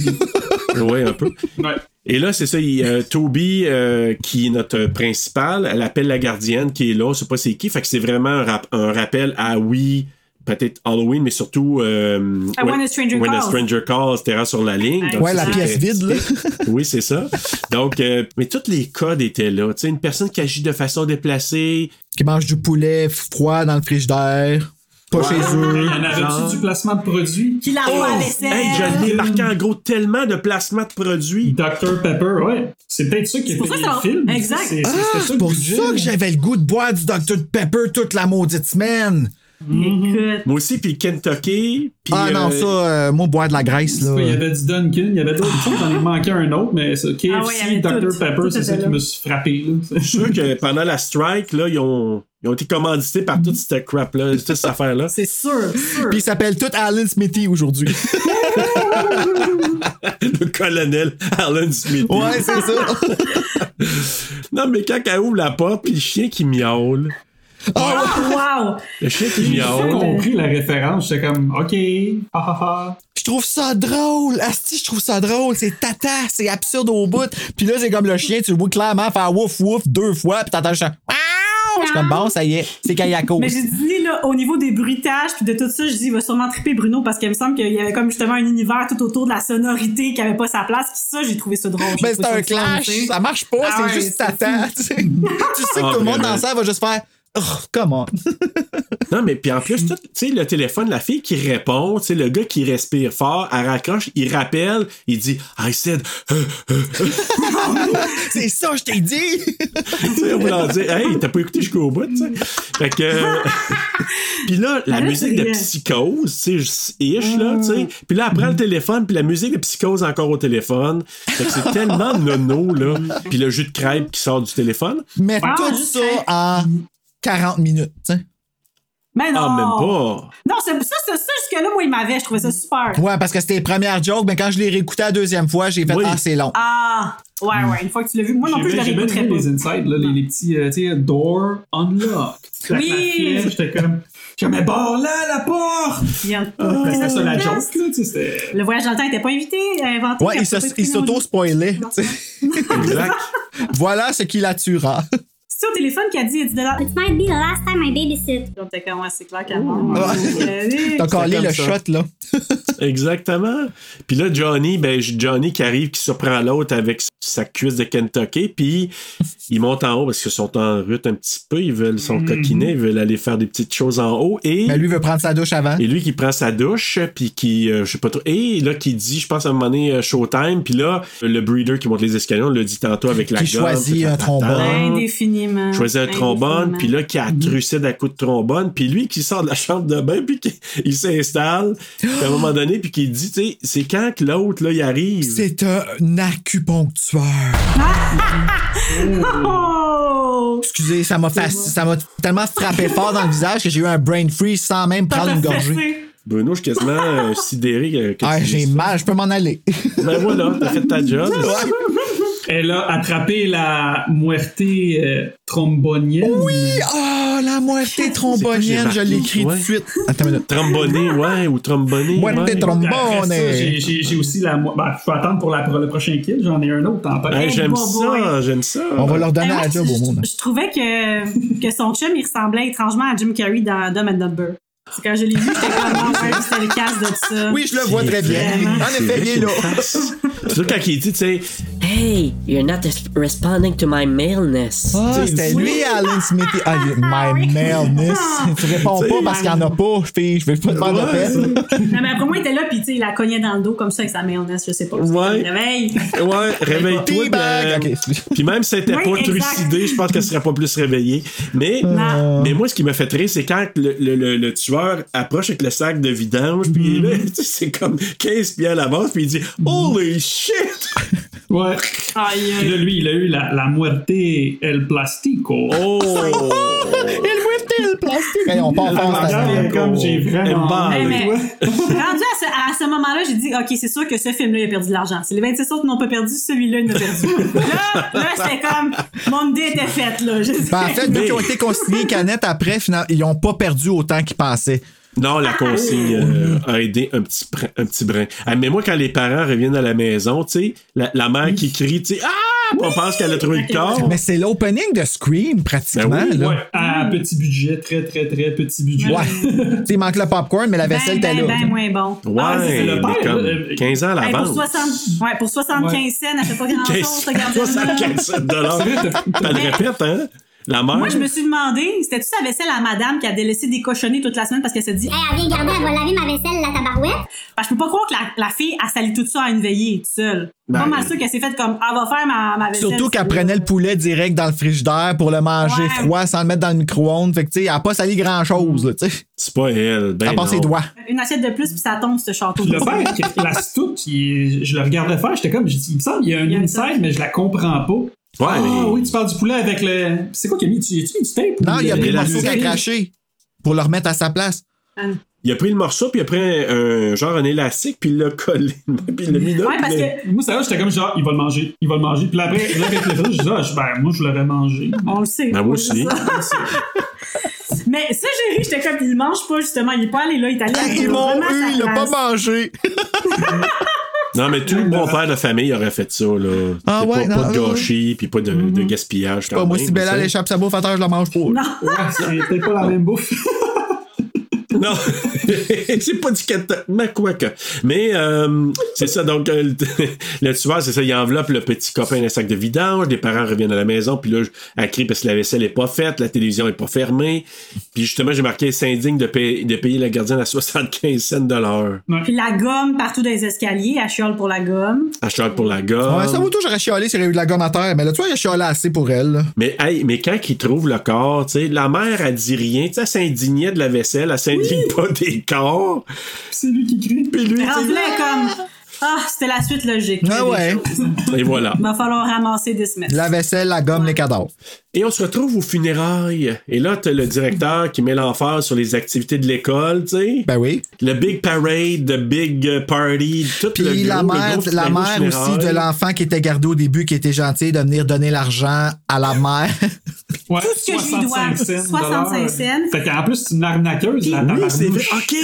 Speaker 2: Ouais, un peu.
Speaker 4: Ouais.
Speaker 2: Et là, c'est ça, il, euh, Toby, euh, qui est notre principal, elle appelle la gardienne qui est là, on sait pas c'est qui, fait que c'est vraiment un, rap- un rappel à oui, peut-être Halloween, mais surtout euh,
Speaker 3: À When a Stranger
Speaker 2: When a
Speaker 3: Calls.
Speaker 2: Stranger Calls, Terra sur la ligne. Donc,
Speaker 1: ouais,
Speaker 2: ça,
Speaker 1: la
Speaker 2: c'était-
Speaker 1: pièce vide, là.
Speaker 2: Oui, c'est ça. Donc, euh, mais tous les codes étaient là. Tu sais, une personne qui agit de façon déplacée.
Speaker 1: Qui mange du poulet froid dans le frigidaire. Pas chez
Speaker 4: Il
Speaker 1: eux.
Speaker 4: y en
Speaker 2: Genre.
Speaker 4: avait-tu du placement de produits?
Speaker 3: Qu'il la voit à vaisselle.
Speaker 2: Oh! Hey, je l'ai marqué en gros tellement de placements de
Speaker 1: Ben.
Speaker 2: produits.
Speaker 4: Dr Pepper, ouais. C'est peut-être ça qui a
Speaker 3: pour
Speaker 4: payé
Speaker 3: ça que
Speaker 4: le
Speaker 3: ça-
Speaker 4: film.
Speaker 3: Exact.
Speaker 4: C'est c'est-
Speaker 1: Ah,
Speaker 4: c'était
Speaker 1: c'est
Speaker 4: le
Speaker 1: pour
Speaker 4: budget.
Speaker 1: ça que j'avais le goût de boire du Dr Pepper toute la maudite semaine.
Speaker 3: Écoute.
Speaker 2: Moi aussi, puis Kentucky. puis,
Speaker 1: ah non,
Speaker 2: euh,
Speaker 1: ça, euh, moi, boire de la graisse, là.
Speaker 4: Il y avait du Dunkin', il y avait d'autres choses, j'en ai manqué un autre, mais ça, KFC,
Speaker 3: Ah ouais, il y avait
Speaker 4: Dr
Speaker 3: tout.
Speaker 4: Pepper,
Speaker 3: Tout
Speaker 4: c'est
Speaker 3: était
Speaker 4: ça
Speaker 3: là.
Speaker 4: qui me suis frappé. Là.
Speaker 2: Je suis sûr que pendant la strike, là, ils ont, ils ont été commandités par toute cette crap-là, toute cette affaire-là.
Speaker 3: C'est sûr, c'est sûr.
Speaker 1: Puis il s'appelle tout Alan Smithy aujourd'hui.
Speaker 2: Le colonel Alan Smith.
Speaker 1: ouais, c'est ça.
Speaker 2: Non, mais quand elle ouvre la porte, puis le chien qui miaule.
Speaker 3: Ah, wow!
Speaker 2: Le chien qui
Speaker 4: J'ai pas
Speaker 2: miaule.
Speaker 4: compris la référence, j'étais comme, ok, ha ha ha.
Speaker 1: Je je trouve ça drôle. Asti, je trouve ça drôle. C'est tata, c'est absurde au bout. Puis là, c'est comme le chien, tu le vois clairement faire wouf wouf deux fois, puis t'entends le chant. Miaou! Je suis comme bon, ça y est, c'est Kayako.
Speaker 3: Mais j'ai dit, là, au niveau des bruitages puis de tout ça, je dis, il va sûrement triper Bruno parce qu'il me semble qu'il y avait comme justement un univers tout autour de la sonorité qui avait pas sa place. Puis ça, j'ai trouvé ça drôle. J'ai
Speaker 1: Mais Ben, c'est
Speaker 3: trouvé ça
Speaker 1: un
Speaker 3: le fun,
Speaker 1: clash,
Speaker 3: tu sais.
Speaker 1: ça marche pas,
Speaker 3: Ah
Speaker 1: c'est
Speaker 3: ouais,
Speaker 1: juste tata. tu sais. Tu sais que
Speaker 2: Ah,
Speaker 1: tout le monde
Speaker 2: vraiment.
Speaker 1: dans ça va juste faire. Oh, comment?
Speaker 2: Non, mais puis en plus, tout, tu sais, le téléphone, la fille qui répond, tu sais, le gars qui respire fort, elle raccroche, il rappelle, il dit I said, euh, euh, euh.
Speaker 1: C'est ça, je t'ai dit!
Speaker 2: tu sais, en voulant dire, hey, t'as pas écouté jusqu'au bout, tu sais. Fait que. euh, puis là, la
Speaker 3: Ah, Là,
Speaker 2: musique de
Speaker 3: c'est- Ah.
Speaker 2: psychose, tu sais, juste ish, là, tu sais. Puis là, elle prend le téléphone, puis la musique de psychose encore au téléphone. Fait que c'est tellement nono, là. Puis le jus de crêpe qui sort du téléphone.
Speaker 1: Mais
Speaker 3: Ah,
Speaker 1: tout
Speaker 3: juste
Speaker 1: ça en 40 minutes, tu sais.
Speaker 3: Mais non!
Speaker 2: Ah, même pas.
Speaker 3: Non, c'est ça, c'est ça, jusque-là, moi, il m'avait, je trouvais ça super.
Speaker 1: Ouais, parce que c'était les premières jokes, mais quand je l'ai réécouté la deuxième fois, j'ai fait
Speaker 2: Oui.
Speaker 1: Ah, c'est long.
Speaker 3: Ah! Ouais, ouais, une fois que tu l'as vu, moi non
Speaker 4: J'ai
Speaker 3: plus, je
Speaker 4: bien-
Speaker 3: le
Speaker 4: j'ai bien
Speaker 3: réécouterais
Speaker 4: aimé
Speaker 3: pas.
Speaker 4: les insides, là, les, les petits, euh, tu sais, door unlock. Tu claques
Speaker 3: Oui.
Speaker 4: la flèche, J'étais comme, je me barre là la porte!
Speaker 3: Il y a-
Speaker 4: Ben, C'était ça la
Speaker 3: Le
Speaker 4: joke, là, tu sais, c'était.
Speaker 3: Le voyage dans le temps n'était pas invité, euh, inventé.
Speaker 1: Ouais, il se- il s'auto-spoilait. tu sais.
Speaker 2: Exact.
Speaker 1: Voilà ce qui la tuera.
Speaker 3: C'est au téléphone qui a dit, il a dit de là.
Speaker 8: It might be the last time I babysit.
Speaker 3: Donc, t'es comme, ouais, c'est clair qu'elle ment.
Speaker 1: Ah.
Speaker 3: Allez.
Speaker 1: T'as collé
Speaker 2: comme
Speaker 1: le
Speaker 2: ça.
Speaker 1: shot, là.
Speaker 2: Exactement. Puis là, Johnny, ben, j- Johnny qui arrive, qui surprend l'autre avec s- sa cuisse de Kentucky, puis ils montent en haut parce qu'ils sont en route un petit peu, ils veulent son
Speaker 3: Mm.
Speaker 2: coquiner, ils veulent aller faire des petites choses en haut, et,
Speaker 3: Ben,
Speaker 1: Mais lui veut prendre sa douche avant.
Speaker 2: et lui qui prend sa douche, puis qui, euh, je sais pas trop, et là, qui dit, je pense à un moment donné, euh, showtime, puis là, le breeder qui monte les escaliers, on le dit tantôt avec la
Speaker 1: Qui
Speaker 2: gomme,
Speaker 1: choisit
Speaker 2: puis
Speaker 1: un
Speaker 2: tatatan.
Speaker 3: Ben,
Speaker 1: trombone. Mm-hmm.
Speaker 3: Indéfiniment.
Speaker 2: Choisit un trombone,
Speaker 3: Indéfiniment.
Speaker 2: puis là, qui a trucidé à coups de trombone, puis lui qui sort de la chambre de bain, puis qui- il s'installe puis à un moment donné, puis qui dit, tu sais, c'est quand que l'autre, là, il arrive.
Speaker 1: C'est un acupunctueur.
Speaker 3: Oh!
Speaker 1: Excusez, ça m'a faci- ça m'a tellement frappé fort dans le visage que j'ai eu un brain freeze sans même prendre une gorgée.
Speaker 2: Bruno, je suis quasiment euh, sidéré que, que
Speaker 1: Ah,
Speaker 2: tu
Speaker 1: j'ai
Speaker 2: dises ça.
Speaker 1: mal, je peux m'en aller.
Speaker 2: Ben voilà, t'as fait ta job.
Speaker 4: Elle a attrapé la muerte euh, trombonienne.
Speaker 1: Oui, oh, la moitié trombonienne, je
Speaker 2: marqué?
Speaker 1: l'écris tout de
Speaker 2: Ouais.
Speaker 1: suite. Attends une minute.
Speaker 2: Trombonné, ouais, ou tromboné.
Speaker 1: Muerte
Speaker 2: ouais.
Speaker 1: trombone.
Speaker 4: Après ça, j'ai- j'ai j'ai aussi la. mo- Ben, je peux attendre pour, la, pour le prochain kill, j'en ai un autre en tête.
Speaker 2: Hey, j'aime
Speaker 3: Bon boy.
Speaker 2: ça, j'aime ça.
Speaker 1: On va leur
Speaker 3: Ben,
Speaker 1: donner
Speaker 3: moi,
Speaker 1: la job au monde.
Speaker 3: je, je trouvais que, que son chum, il ressemblait étrangement à Jim Carrey dans Dumb and Dumber. C'est quand je l'ai vu, j'étais comme, non, ouais, c'était le casse de ça.
Speaker 1: Oui, je le vois très bien.
Speaker 3: Vraiment.
Speaker 1: En effet, il est là.
Speaker 2: C'est sûr, quand il dit, tu sais,
Speaker 10: Hey, you're not res- responding to my maleness.
Speaker 1: Ah, c'était lui, Alan Smithy. Ah, il- my maleness. Tu réponds pas parce qu'il y en a pas, fille. Je vais pas te faire de peine.
Speaker 3: Non, mais après moi, il était là, puis tu sais, il la cognait dans le dos comme ça avec sa mayonnaise, je sais pas.
Speaker 2: Ouais.
Speaker 3: Réveille.
Speaker 2: ouais, réveille-toi.
Speaker 1: Teabag.
Speaker 2: ben,
Speaker 1: Ok, excuse.
Speaker 2: Puis même si elle était
Speaker 3: Oui,
Speaker 2: pas
Speaker 3: exact.
Speaker 2: trucidée, je pense qu'elle serait pas plus réveillée. Mais,
Speaker 1: Euh.
Speaker 3: Non.
Speaker 2: mais moi, ce qui m'a fait rire, c'est quand le, le- le- le tueur approche avec le sac de vidange, puis là,
Speaker 1: Mm.
Speaker 2: tu sais, c'est comme 15 pieds à l'avance, puis il dit Holy shit!
Speaker 4: Ouais.
Speaker 3: Aïe,
Speaker 4: Puis là,
Speaker 3: aïe.
Speaker 4: lui, il a eu la, la muerte el plastico.
Speaker 2: Oh!
Speaker 1: Il whiffait le plastique. Hey, on part
Speaker 4: La
Speaker 1: fort, cette
Speaker 4: madame,
Speaker 1: année.
Speaker 4: elle est comme j'ai vraiment.
Speaker 2: Elle
Speaker 3: Hey,
Speaker 2: me
Speaker 3: mais, rendu à ce, à ce moment-là, j'ai dit, OK, c'est sûr que ce film-là, il a perdu de l'argent. C'est les 26 autres qui n'ont pas perdu, celui-là, il en a perdu. là, là, c'était comme, mon dé était faite, là. Je sais.
Speaker 1: Ben, en fait, vu qu'ils ont été consignés canettes après, finalement, ils ont pas perdu autant qu'ils pensaient.
Speaker 2: Non, la consigne
Speaker 3: Ah!
Speaker 2: euh, a aidé un petit, brin- un petit brin. Ah, mais moi, quand les parents reviennent à la maison, tu sais, la, la mère qui crie, tu sais, Ah! On pense qu'elle a trouvé le corps.
Speaker 1: Mais c'est l'opening de Scream, pratiquement.
Speaker 2: Ben oui,
Speaker 1: là.
Speaker 4: Ouais, à petit budget, très, très, très petit budget.
Speaker 1: Ouais. Tu sais, il manque le popcorn, mais la
Speaker 3: Ben,
Speaker 1: vaisselle
Speaker 3: ben,
Speaker 1: était là.
Speaker 3: ben, moins bon.
Speaker 2: Ouais,
Speaker 4: Ah, c'est
Speaker 2: mais
Speaker 4: le père,
Speaker 2: comme
Speaker 4: là.
Speaker 2: 15 ans à
Speaker 3: euh, Hey, pour,
Speaker 2: l'avance.
Speaker 3: 60, ouais, pour 75
Speaker 4: Ouais.
Speaker 3: cents, elle fait pas grand-chose,
Speaker 2: 15
Speaker 3: ce gardien-là.
Speaker 2: 75 dollars. Pas de répète, hein? La mère.
Speaker 3: Moi, je me suis demandé, c'était-tu sa vaisselle à madame qui a délaissé des cochonnées toute la semaine parce qu'elle s'est dit,
Speaker 8: Hey, elle vient garder, elle va laver ma vaisselle, la tabarouette.
Speaker 3: Parce que je peux pas croire que la, la fille a sali tout ça à une veillée toute seule.
Speaker 2: Ben,
Speaker 3: pas mal sûr qu'elle s'est faite comme ah, va faire ma, ma vaisselle.
Speaker 1: Surtout qu'elle
Speaker 3: c'est-
Speaker 1: prenait le poulet direct dans le frigidaire pour le manger
Speaker 3: Ouais.
Speaker 1: froid sans le mettre dans le micro-ondes. Fait que, tu sais, elle a pas sali grand-chose, là, tu sais.
Speaker 2: C'est pas elle. Ben
Speaker 1: À part
Speaker 2: non.
Speaker 1: ses doigts.
Speaker 3: Une assiette de plus puis ça tombe ce château.
Speaker 4: Puis le père, qui- la stout, qui- je le regardais faire, j'étais comme, j'ai dit, il me semble, il y a un
Speaker 3: Il y a un
Speaker 4: inside, mais je la comprends pas.
Speaker 2: Ouais,
Speaker 4: ah
Speaker 2: mais-
Speaker 4: oui, tu parles du poulet avec le. C'est quoi qu'il a mis? Tu as-tu mis du tape?
Speaker 1: Non,
Speaker 4: ou
Speaker 1: il a
Speaker 4: le-
Speaker 1: pris le
Speaker 2: la
Speaker 1: morceau
Speaker 2: musique.
Speaker 1: qui a craché pour le remettre à sa place.
Speaker 2: Il a pris le morceau, puis il a pris un, un- genre un élastique, puis il l'a collé. puis il l'a mis là.
Speaker 3: Ouais,
Speaker 2: puis
Speaker 3: parce
Speaker 2: il l'a-
Speaker 3: que
Speaker 4: Moi, ça, j'étais comme genre, il va le manger, il va le manger. Puis là, après, là, avec le je disais, ah, je- ben, moi, je l'aurais mangé.
Speaker 3: on le sait.
Speaker 2: Ben, moi aussi.
Speaker 3: Mais ça, j'ai ri, j'étais comme il mange pas justement, il est pas allé là, il est allé.
Speaker 1: Ils m'ont eu, il a pas mangé.
Speaker 2: Non, mais tout bon père de famille aurait fait ça, là.
Speaker 1: Ah
Speaker 2: C'est
Speaker 1: ouais,
Speaker 2: pas,
Speaker 1: non,
Speaker 2: pas de
Speaker 1: euh,
Speaker 2: gâchis, puis pas de, de gaspillage.
Speaker 1: Pas moi, si Bella elle échappe sa bouffe à terre, je la mange pas.
Speaker 4: Ouais, c'est peut-être pas la même bouffe.
Speaker 2: Non, c'est pas du cata, mais quoi que. Mais euh, c'est ça, donc euh, le, le tueur, c'est ça, il enveloppe le petit copain d'un sac de vidange, les parents reviennent à la maison, puis là, elle crie parce que la vaisselle est pas faite, la télévision est pas fermée. Puis justement, j'ai marqué, c'est indigne de, paye- de payer la gardienne à 75 cents de l'heure.
Speaker 3: Puis la gomme partout dans les escaliers, elle chiale pour la gomme.
Speaker 2: Elle chiale pour la gomme.
Speaker 1: Ouais, ça vaut tout, j'aurais chialé s'il y avait eu de la gomme à terre, mais là, tu vois, il a chialé assez pour elle. là.
Speaker 2: Mais, hey, mais quand ils trouvent le corps, tu sais, la mère, elle dit rien. Tu sais, elle s'indignait de la vaisselle, elle s'indigne pas des corps.
Speaker 4: C'est lui qui crie.
Speaker 2: Puis lui, tu
Speaker 3: Rendu
Speaker 2: sais,
Speaker 3: là, comme. Ah, c'était la suite logique.
Speaker 1: Ah ouais.
Speaker 2: Et voilà.
Speaker 3: Il va falloir ramasser des semaines.
Speaker 1: La vaisselle, la gomme, les cadavres.
Speaker 2: Et on se retrouve aux funérailles. Et là, t'as le directeur qui met l'emphase sur les activités de l'école, tu sais.
Speaker 1: Ben oui.
Speaker 2: Le big parade, the big euh, party, tout le
Speaker 1: Puis
Speaker 2: gros-
Speaker 1: la
Speaker 2: le
Speaker 1: mère,
Speaker 2: gros
Speaker 1: la
Speaker 2: funérailles.
Speaker 1: mère aussi de l'enfant qui était gardé au début, qui était gentil, de venir donner l'argent à la mère.
Speaker 4: Ouais,
Speaker 3: Tout ce que je lui dois,
Speaker 4: 65 cents
Speaker 3: 65
Speaker 4: dollars.
Speaker 3: cents.
Speaker 4: Fait qu'en plus, c'est une arnaqueuse, la
Speaker 2: Oui, c'est vrai.
Speaker 4: tabarnouche.
Speaker 2: OK.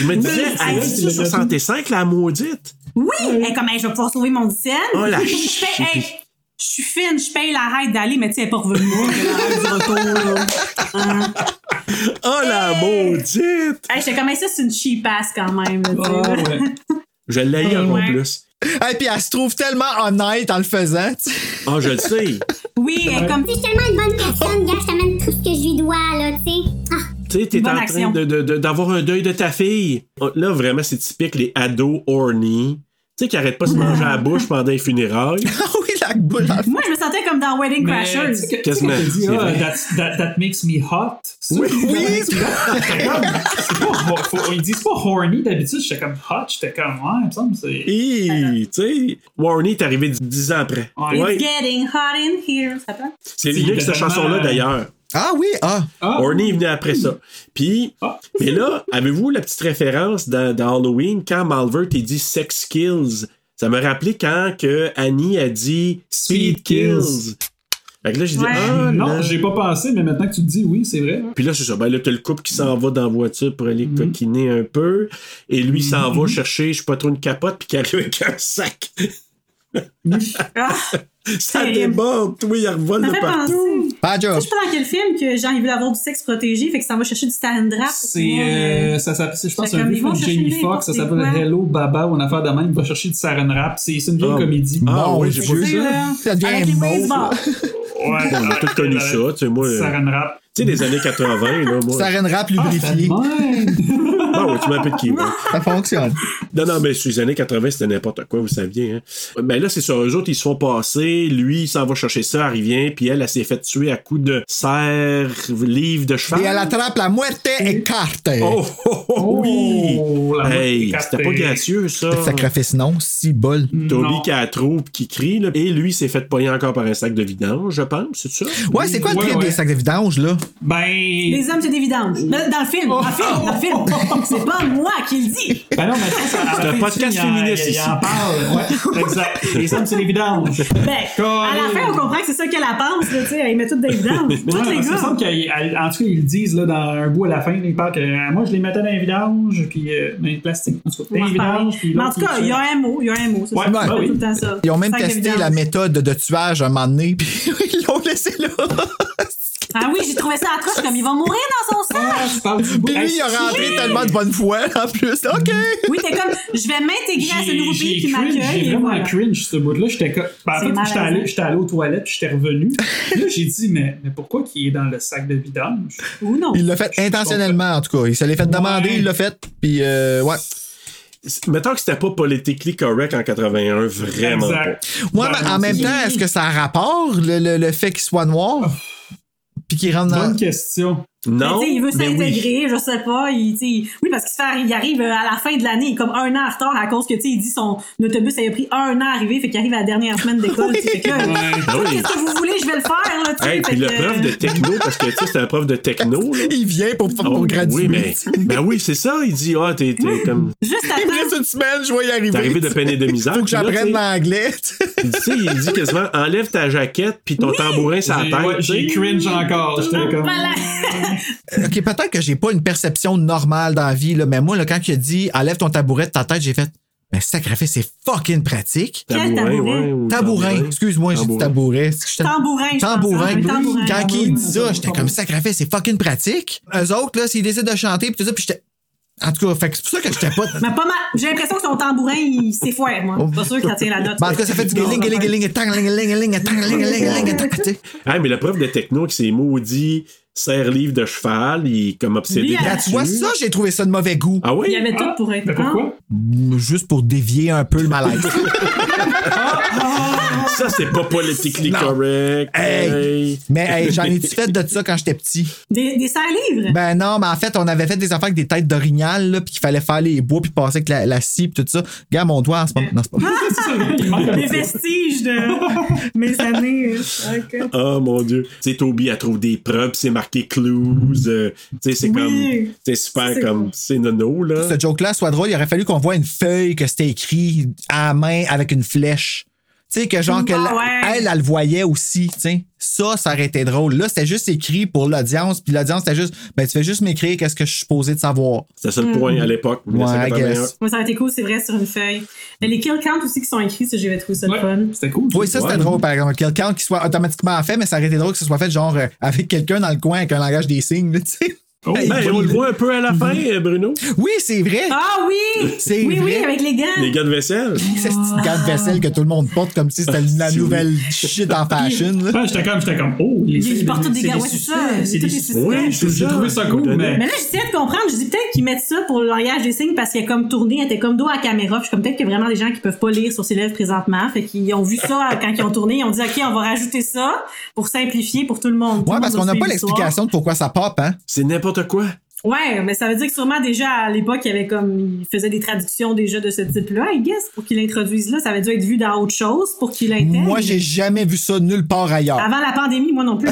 Speaker 2: Je me disais,
Speaker 3: Mais
Speaker 2: elle
Speaker 3: c'est
Speaker 2: dit
Speaker 3: vrai.
Speaker 2: 65, la maudite.
Speaker 3: Oui! Elle est comme, hey, je vais pouvoir sauver mon dizaine.
Speaker 2: Oh, la
Speaker 3: je fais, hey, je suis fine, je paye la ride d'aller, mais tu sais, elle est pas revenue. Elle a la ride du retour, là. Hein?
Speaker 2: Oh, la maudite.
Speaker 3: Hey, j'étais comme, hey, ça, c'est une cheap ass quand même. là, tu sais,
Speaker 4: Ah
Speaker 3: là.
Speaker 4: ouais.
Speaker 2: Je l'ai encore
Speaker 3: Ouais.
Speaker 2: plus.
Speaker 1: Et puis elle se trouve tellement honnête en le faisant. tu sais.
Speaker 2: Ah, je le sais.
Speaker 3: Oui, elle est comme,
Speaker 8: Je suis tellement une bonne personne, gars, je t'amène tout ce que je lui dois, là, tu sais. Ah,
Speaker 2: Tu sais, t'es
Speaker 3: Bonne
Speaker 2: en train
Speaker 3: action.
Speaker 2: de- de- de- d'avoir un deuil de ta fille. Oh, Là, vraiment, c'est typique les ados horny. Tu sais, qui arrêtent pas de se manger à la bouche pendant les funérailles.
Speaker 1: Ah oui, la boule. la-
Speaker 3: moi, je me sentais comme dans Wedding
Speaker 4: Mais
Speaker 3: Crashers.
Speaker 4: tu sais que- tu sais
Speaker 2: Quasiment,
Speaker 4: quand elle dit,
Speaker 2: c'est
Speaker 4: ah,
Speaker 2: vrai.
Speaker 4: that, that- that makes me hot. C'est ça,
Speaker 1: Oui.
Speaker 4: J'étais comme, c'est pas, ho- faut- ils disent pas horny d'habitude, j'étais comme hot, j'étais comme, ouais, il me semble, c'est.
Speaker 2: Hi, tu sais, Warney est arrivé dix- dix ans après.
Speaker 4: Ouais.
Speaker 3: It's
Speaker 2: Ouais,
Speaker 3: getting hot in here. Ça te plaît?
Speaker 2: c'est lié avec cette
Speaker 4: Exactement.
Speaker 2: chanson-là d'ailleurs.
Speaker 1: Ah oui, ah.
Speaker 4: Ah,
Speaker 2: Warney est venu après ça. Puis,
Speaker 4: Ah.
Speaker 2: mais là, avez-vous la petite référence dans, dans Halloween quand Malvert a dit Sex Kills? Ça me rappelait quand que Annie a dit Speed
Speaker 4: Speed kills.
Speaker 2: Kills. Fait que là, j'ai dit,
Speaker 3: Ouais.
Speaker 2: ah,
Speaker 4: non,
Speaker 2: là.
Speaker 4: j'ai pas pensé, mais maintenant que tu te dis, oui, c'est vrai.
Speaker 2: Puis là, c'est ça. Ben là, t'as le couple qui s'en va dans la voiture pour aller coquiner un peu. Et lui, il s'en va chercher, je sais pas trop, une capote, puis qui arrive avec un sac.
Speaker 3: Ah,
Speaker 2: Ça
Speaker 3: Terrible.
Speaker 2: déborde. Oui, il revole
Speaker 3: ça
Speaker 2: de
Speaker 3: fait
Speaker 2: partout.
Speaker 3: penser.
Speaker 1: Pas de
Speaker 3: Tu sais,
Speaker 1: job.
Speaker 3: je sais pas dans quel film que genre il veut avoir du sexe protégé, fait que ça va chercher du stand up.
Speaker 4: C'est, euh, ça s'appelle, je pense,
Speaker 3: C'est
Speaker 4: c'est un
Speaker 3: comme
Speaker 4: vieux
Speaker 3: ils vont
Speaker 4: film de
Speaker 3: chercher
Speaker 4: Jamie
Speaker 3: n'importe
Speaker 4: Foxx, ça s'appelle
Speaker 3: quoi.
Speaker 4: Hello Baba, ou une affaire de même, il va chercher du saran rap, c'est c'est une vieille
Speaker 2: Ah.
Speaker 4: comédie.
Speaker 2: Ah,
Speaker 1: Bon,
Speaker 2: oui, j'ai pas
Speaker 1: Dieu,
Speaker 2: vu ça.
Speaker 1: euh, Ça devient
Speaker 3: Avec les
Speaker 1: mauve.
Speaker 3: baseball.
Speaker 4: Ouais,
Speaker 2: On a tous connu ça, tu sais, moi. euh,
Speaker 4: Saran rap.
Speaker 2: Tu sais, des années 80, là, moi.
Speaker 1: Ça rend rap lubrifié.
Speaker 4: Ouais.
Speaker 2: Ah ouais, tu m'as un peu de kiwi.
Speaker 1: Ça fonctionne.
Speaker 2: Non, non, mais sur les années 80, c'était n'importe quoi, vous saviez. Hein. Ben là, c'est sur eux autres, ils se font passer. Lui, il s'en va chercher ça, elle revient, puis elle, elle, s'est fait tuer à coups de serre, livre de cheval.
Speaker 1: Et elle attrape la muerte et carte.
Speaker 2: Oh, oh, oh, oui!
Speaker 4: Oh, la
Speaker 2: hey,
Speaker 4: moitié
Speaker 2: c'était pas
Speaker 4: captée.
Speaker 2: gracieux, ça.
Speaker 1: Sacrifice non, si bol.
Speaker 2: Toby
Speaker 4: Non.
Speaker 2: qui a la troupe, qui crie, là. et lui s'est fait pogner encore par un sac de vidange, je pense, c'est ça?
Speaker 1: Ouais, c'est quoi le
Speaker 4: Ouais,
Speaker 1: trip
Speaker 4: ouais.
Speaker 1: des sacs de vidange, là?
Speaker 4: Ben.
Speaker 3: Les hommes, c'est des vidanges.
Speaker 4: Oh.
Speaker 3: Dans dans le film, dans le film, dans le film. C'est pas moi qui le dis.
Speaker 4: Ben non, mais attends, ça- à la
Speaker 2: un
Speaker 4: fin du
Speaker 2: podcast
Speaker 4: film, il en-
Speaker 2: féministe
Speaker 4: il
Speaker 2: ici.
Speaker 4: en parle. Ouais, exact. Les hommes, c'est les vidanges.
Speaker 3: Ben, à la fin, on comprend que c'est ça qu'elle pense, là, tu sais, ils mettent toutes des vidanges.
Speaker 4: Ouais,
Speaker 3: Tous les
Speaker 4: parce que il me semble
Speaker 3: gars.
Speaker 4: qu'en tout cas, ils le disent là, dans un bout à la fin. là, Ils parlent que euh, moi, je les mettais dans les vidanges, puis euh, dans les plastiques. En tout cas,
Speaker 3: On
Speaker 4: dans
Speaker 3: va
Speaker 4: les
Speaker 3: en reparler.
Speaker 4: vidanges. puis
Speaker 3: Mais en
Speaker 4: l'autre,
Speaker 3: tout cas,
Speaker 4: il
Speaker 3: il y a un mot, il y a un mot. c'est
Speaker 4: Ouais,
Speaker 3: ça,
Speaker 4: bah
Speaker 3: c'est
Speaker 4: oui.
Speaker 3: tout le temps ça.
Speaker 1: Ils ont même
Speaker 3: Sac de
Speaker 1: testé
Speaker 3: vidange.
Speaker 1: la méthode de tuage un moment donné, puis ils l'ont laissé là.
Speaker 3: Ah oui, j'ai trouvé ça atroce, comme il va mourir dans son sac.
Speaker 4: Ah, tu parles du bout.
Speaker 1: Puis
Speaker 4: Hey,
Speaker 1: lui, il a
Speaker 4: si-
Speaker 1: rentré tellement de bonne foi, en plus. OK!
Speaker 3: Oui, t'es comme, je vais m'intégrer à ce nouveau
Speaker 4: j'ai-
Speaker 3: pays qui
Speaker 4: j'ai cringe,
Speaker 3: m'accueille.
Speaker 4: J'ai
Speaker 3: et
Speaker 4: vraiment
Speaker 3: voilà.
Speaker 4: cringe ce bout-là. J'étais co- ben, en
Speaker 3: C'est
Speaker 4: fait, j'étais
Speaker 3: malaisant.
Speaker 4: allé, j'étais allé aux toilettes, puis j'étais revenu. Puis là, j'ai dit, mais, mais pourquoi qu'il est dans le sac de vidange?
Speaker 3: Ou non.
Speaker 1: Il l'a fait intentionnellement, en tout cas. Il se l'est fait demander,
Speaker 4: Ouais.
Speaker 1: il l'a fait, puis euh, ouais.
Speaker 2: Mettons que c'était pas politically correct en 81, vraiment
Speaker 4: Exact.
Speaker 1: Ouais,
Speaker 4: Ben,
Speaker 1: mais en même
Speaker 4: c'est-
Speaker 1: temps, est-ce que ça a rapport, le, le- le fait qu'il soit noir? Puis qu'il rentre dans.
Speaker 4: Bonne question.
Speaker 2: pas.
Speaker 3: Mais
Speaker 2: Non,
Speaker 3: tu sais, il veut
Speaker 2: mais oui.
Speaker 3: s'intégrer, je sais pas. Il, tu sais, il- oui, parce qu'il se fait arri- il arrive euh, à la fin de l'année, il est comme un an en retard à cause que, tu sais, il dit son autobus, ça lui a pris un an à arriver, fait qu'il arrive à la dernière semaine d'école. tu sais, fait que, euh,
Speaker 2: Ah oui.
Speaker 3: Qu'est-ce que vous voulez, je vais le faire, là, tu sais.
Speaker 2: Hey,
Speaker 3: fait
Speaker 2: puis le
Speaker 3: que- euh,
Speaker 2: prof de techno, parce que tu sais, c'est un prof de techno. Là.
Speaker 1: Il vient pour, pour
Speaker 2: Oh,
Speaker 1: graduer.
Speaker 2: Oui, mais ben oui, c'est ça. Il dit Ah, t'es t'es comme.
Speaker 3: Juste
Speaker 1: Il me
Speaker 3: après,
Speaker 1: reste une semaine, je vais y arriver.
Speaker 2: T'es arrivé de peine et de misère.
Speaker 1: Faut que
Speaker 2: Puis là,
Speaker 1: j'apprenne
Speaker 2: tu sais,
Speaker 1: l'anglais.
Speaker 2: Il dit, tu sais, il dit quasiment Enlève ta jaquette, puis ton tambourin sur la
Speaker 4: J'ai
Speaker 2: tête.
Speaker 4: ouais, j'ai
Speaker 2: tu sais.
Speaker 4: cringe encore. J'étais comme.
Speaker 3: voilà.
Speaker 1: OK, peut-être que j'ai pas une perception normale dans la vie, là, mais moi, là, quand il a dit enlève ton tabouret de ta tête, j'ai fait Mais sacrifice, c'est fucking pratique.
Speaker 3: Quel tabouret?
Speaker 2: ouais, ou
Speaker 1: Tabouret,
Speaker 2: tabouret.
Speaker 1: excuse-moi, j'ai dit tabouret. C'est que j'étais-
Speaker 3: Tambourin, je
Speaker 1: Tambourin.
Speaker 3: pense, hein, tambourin.
Speaker 1: Quand
Speaker 3: Tambourin,
Speaker 1: il dit ça,
Speaker 3: tambourin,
Speaker 1: j'étais comme sacrifice, c'est fucking pratique. Eux autres, là, s'ils décident de chanter, pis tout ça, pis j'étais. En tout cas, fait que c'est pour ça que j'étais pas. ben,
Speaker 3: Mais pas mal. J'ai l'impression que son tambourin, il s'effoire, moi. Pas sûr qu'il tient la note.
Speaker 1: Oh. Ben, en tout cas, ça fait du guéling, guéling, guéling, et tang, ling, ling, ling, et tang, ling, ling, ling, et tang, tu sais.
Speaker 2: Ah, mais la preuve de techno, que c'est maudit serre-livre de cheval, il est comme obsédé.
Speaker 3: Lui, à-
Speaker 2: par
Speaker 1: Quand tu vois ça, j'ai trouvé ça de mauvais goût.
Speaker 2: Ah
Speaker 3: Il
Speaker 2: oui?
Speaker 3: y avait tout pour être.
Speaker 4: Mais pourquoi?
Speaker 1: Juste pour dévier un peu le malaise.
Speaker 2: Ça, c'est pas politiquement correct.
Speaker 1: Hey!
Speaker 2: Hey.
Speaker 1: Mais hey, j'en ai-tu fait de ça quand j'étais petit?
Speaker 3: Des, des 100 livres?
Speaker 1: Ben non, mais en fait, on avait fait des affaires avec des têtes d'orignal, là, puis qu'il fallait faire les bois, puis passer avec la, la scie, puis tout ça. Regarde mon doigt en ce moment. Non, c'est pas
Speaker 3: Hein? Ah, des vestiges de mes années. euh, ok.
Speaker 2: Ah mon dieu. Tu sais, Toby, elle trouve des preuves, c'est marqué clues. euh, tu sais, c'est
Speaker 3: Oui.
Speaker 2: comme. C'est super
Speaker 3: C'est-
Speaker 2: comme. C'est nono, là.
Speaker 1: Ce joke-là soit drôle, il aurait fallu qu'on voit une feuille que c'était écrit à la main avec une flèche. Tu sais, que genre que
Speaker 3: Ah
Speaker 1: la-
Speaker 3: ouais.
Speaker 1: elle, elle le voyait aussi, tu sais. Ça, ça aurait été drôle. Là, c'était juste écrit pour l'audience, puis l'audience, c'était juste, ben, tu fais juste m'écrire qu'est-ce que je suis supposé de savoir.
Speaker 2: C'était ça le point à l'époque.
Speaker 1: Ouais, I
Speaker 2: 1981.
Speaker 1: guess.
Speaker 3: Ouais, ça a été cool, c'est vrai, sur une feuille. Mais les kill counts aussi qui sont écrits, ça, j'avais trouvé ça le
Speaker 4: Ouais.
Speaker 3: fun.
Speaker 4: C'était cool.
Speaker 1: Oui, ça, c'était
Speaker 2: Ouais.
Speaker 1: drôle, par exemple. Quelqu'un qui soit automatiquement fait, mais ça aurait été drôle que ce soit fait, genre, euh, avec quelqu'un dans le coin avec un langage des signes, là, tu sais.
Speaker 2: Oh,
Speaker 1: Hey,
Speaker 2: ben, on le voit un peu à la fin, euh, Bruno.
Speaker 1: Oui, c'est vrai.
Speaker 3: Ah oui!
Speaker 1: C'est
Speaker 3: Oui, oui,
Speaker 1: vrai.
Speaker 3: avec les gants.
Speaker 2: Les gars de vaisselle.
Speaker 1: Cette petite garde vaisselle que tout le monde porte comme si c'était la
Speaker 2: Si, Ah, oui.
Speaker 1: nouvelle shit en fashion. là.
Speaker 4: Ouais, j'étais comme, j'étais comme, oh, les
Speaker 3: Ils portent tous des
Speaker 4: c'est
Speaker 3: gants. Ouais, c'est
Speaker 4: suspects,
Speaker 3: ça. Tous
Speaker 4: C'est des
Speaker 3: des
Speaker 4: suspects.
Speaker 3: suspects.
Speaker 4: J'ai j'ai trouvé ça cool, mais.
Speaker 3: Mais là, j'essayais de comprendre. Je dis peut-être qu'ils mettent ça pour le langage des signes parce qu'il a comme tourné, elle était comme dos à la caméra. Puis je suis comme peut-être qu'il y a vraiment des gens qui peuvent pas lire sur ses lèvres présentement. Fait qu'ils ont vu ça quand ils ont tourné. Ils ont dit, OK, on va rajouter ça pour simplifier pour tout le monde. Tout
Speaker 1: Ouais,
Speaker 3: le
Speaker 1: parce qu'on
Speaker 3: monde va
Speaker 1: n'a pas
Speaker 3: suivre l'histoire.
Speaker 1: l'explication de pourquoi ça pop, hein.
Speaker 2: C'est n'importe quoi.
Speaker 3: Ouais, mais ça veut dire que sûrement déjà à l'époque, il y avait comme, il faisait des traductions déjà de ce type-là, I guess, pour qu'ils l'introduisent là. Ça avait dû être vu dans autre chose pour qu'il l'intègre.
Speaker 1: Moi, j'ai jamais vu ça nulle part ailleurs.
Speaker 3: Avant la pandémie, moi non plus.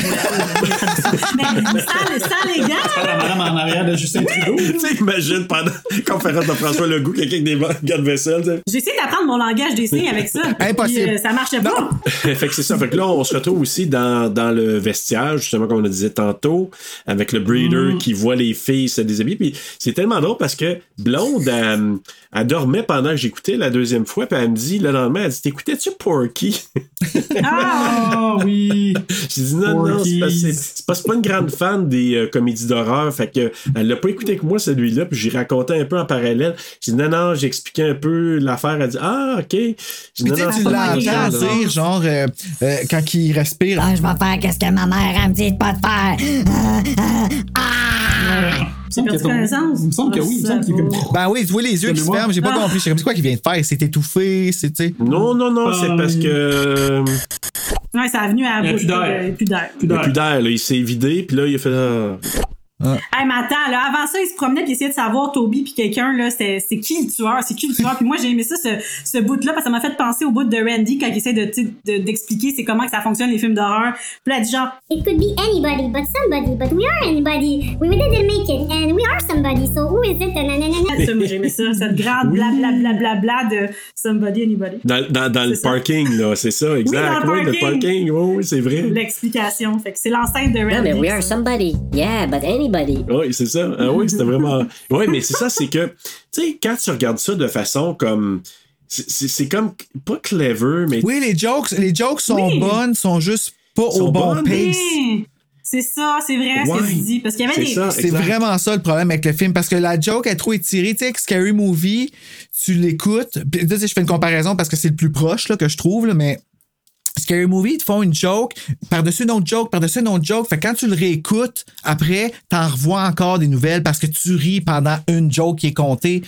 Speaker 3: mais sans, sans les gants,
Speaker 4: la madame en arrière de Justin Trudeau.
Speaker 2: Tu sais, imagine pendant la conférence de François Legault, quelqu'un avec des gars de vaisselle. tu sais.
Speaker 3: J'ai essayé d'apprendre mon langage des signes avec ça.
Speaker 1: Impossible.
Speaker 3: Puis, euh, ça marchait pas.
Speaker 1: Non.
Speaker 2: fait que c'est ça. Fait que là, on se retrouve aussi dans, dans le vestiaire, justement, comme on le disait tantôt, avec le breeder qui voit les filles se déshabiller. Puis c'est tellement drôle parce que Blonde, elle, me- elle dormait pendant que j'écoutais la deuxième fois, puis elle me dit, le lendemain, elle dit, t'écoutais-tu Porky?
Speaker 3: Ah,
Speaker 4: Ah oui!
Speaker 2: J'ai dit, non, non, c'est parce que c'est-
Speaker 4: Porky's.
Speaker 2: c'est parce que c'est pas une grande fan des euh, comédies d'horreur. Fait que elle l'a pas écouté que moi, celui-là, puis j'y racontais un peu en parallèle. J'ai dit, non, non, j'ai expliqué un peu l'affaire. Elle dit, ah, OK. J'ai dit,
Speaker 1: Puis tu sais,
Speaker 2: non,
Speaker 1: tu
Speaker 2: c'est
Speaker 3: pas
Speaker 1: l'entends
Speaker 3: grave.
Speaker 2: hein.
Speaker 1: dire, genre, euh, euh, quand il respire.
Speaker 3: Ah,
Speaker 8: je vais faire qu'est-ce que ma mère elle me dit de pas de faire.
Speaker 4: Il me semble
Speaker 3: perdu
Speaker 4: que ton-
Speaker 3: connaissance.
Speaker 4: Il me semble que oui. Il me semble qu'il est comme.
Speaker 1: Ben oui, tu vois les yeux
Speaker 4: De
Speaker 1: qui se
Speaker 4: mémoire.
Speaker 1: ferment, j'ai pas
Speaker 3: Ah.
Speaker 1: compris. Je sais comme, c'est quoi qu'il vient de faire? C'est étouffé, c'est, tu sais.
Speaker 2: Non, non, non, c'est parce que. euh,
Speaker 3: ouais, ça a venu à
Speaker 4: Il y
Speaker 3: la
Speaker 4: a
Speaker 3: bouche.
Speaker 4: plus d'air.
Speaker 3: euh, Plus d'air.
Speaker 2: Il n'y a plus d'air, là. Il s'est vidé, puis là, il a fait. ah.
Speaker 3: Hey, mais attends, là, avant ça, il se promenait puis il essayait de savoir Toby puis quelqu'un là, c'est c'est qui le tueur, c'est qui le tueur. puis moi, j'ai aimé ça ce, ce bout là parce que ça m'a fait penser au bout de Randy quand il essaie de tu sais, de- d'expliquer c'est comment que ça fonctionne les films d'horreur. Puis là, elle dit genre
Speaker 8: It could be anybody, but somebody, but we are anybody. We didn't make it, and we are somebody, so who is it? Nananana.
Speaker 3: ça, moi, j'ai aimé ça, cette grande
Speaker 2: Oui.
Speaker 3: blablabla bla, bla, bla, bla de somebody anybody.
Speaker 2: Dans, dans, dans le
Speaker 3: ça.
Speaker 2: parking, là. C'est ça, exact.
Speaker 3: dans le
Speaker 2: Oui, le
Speaker 3: parking.
Speaker 2: parking. Oui, oui, c'est vrai.
Speaker 3: L'explication, fait que c'est l'enceinte de
Speaker 10: No,
Speaker 3: Randy.
Speaker 10: but we are somebody. Yeah, but anybody.
Speaker 2: Oui, c'est ça. Ah oui, c'était vraiment. Oui, mais c'est ça, c'est que, tu sais, quand tu regardes ça de façon comme. c'est- C'est c'est comme. Pas clever, mais.
Speaker 1: Oui, les jokes, les jokes sont
Speaker 3: Oui.
Speaker 1: bonnes, sont juste pas
Speaker 2: Sont
Speaker 1: au bon
Speaker 2: bonnes.
Speaker 1: pace.
Speaker 3: Hey, C'est ça, c'est vrai ce que
Speaker 2: Ouais.
Speaker 3: tu dis parce qu'il y avait
Speaker 2: C'est
Speaker 3: des
Speaker 2: ça,
Speaker 1: C'est
Speaker 2: exact.
Speaker 1: vraiment ça le problème avec le film parce que la joke est trop étirée. Tu sais, avec Scary Movie, tu l'écoutes. Puis là, tu sais, je fais une comparaison parce que c'est le plus proche là, que je trouve, là, mais Scary Movie, ils te font une joke, par-dessus une autre joke, par-dessus une autre joke. Fait que quand tu le réécoutes, après, t'en revois encore des nouvelles parce que tu ris pendant une joke qui est comptée.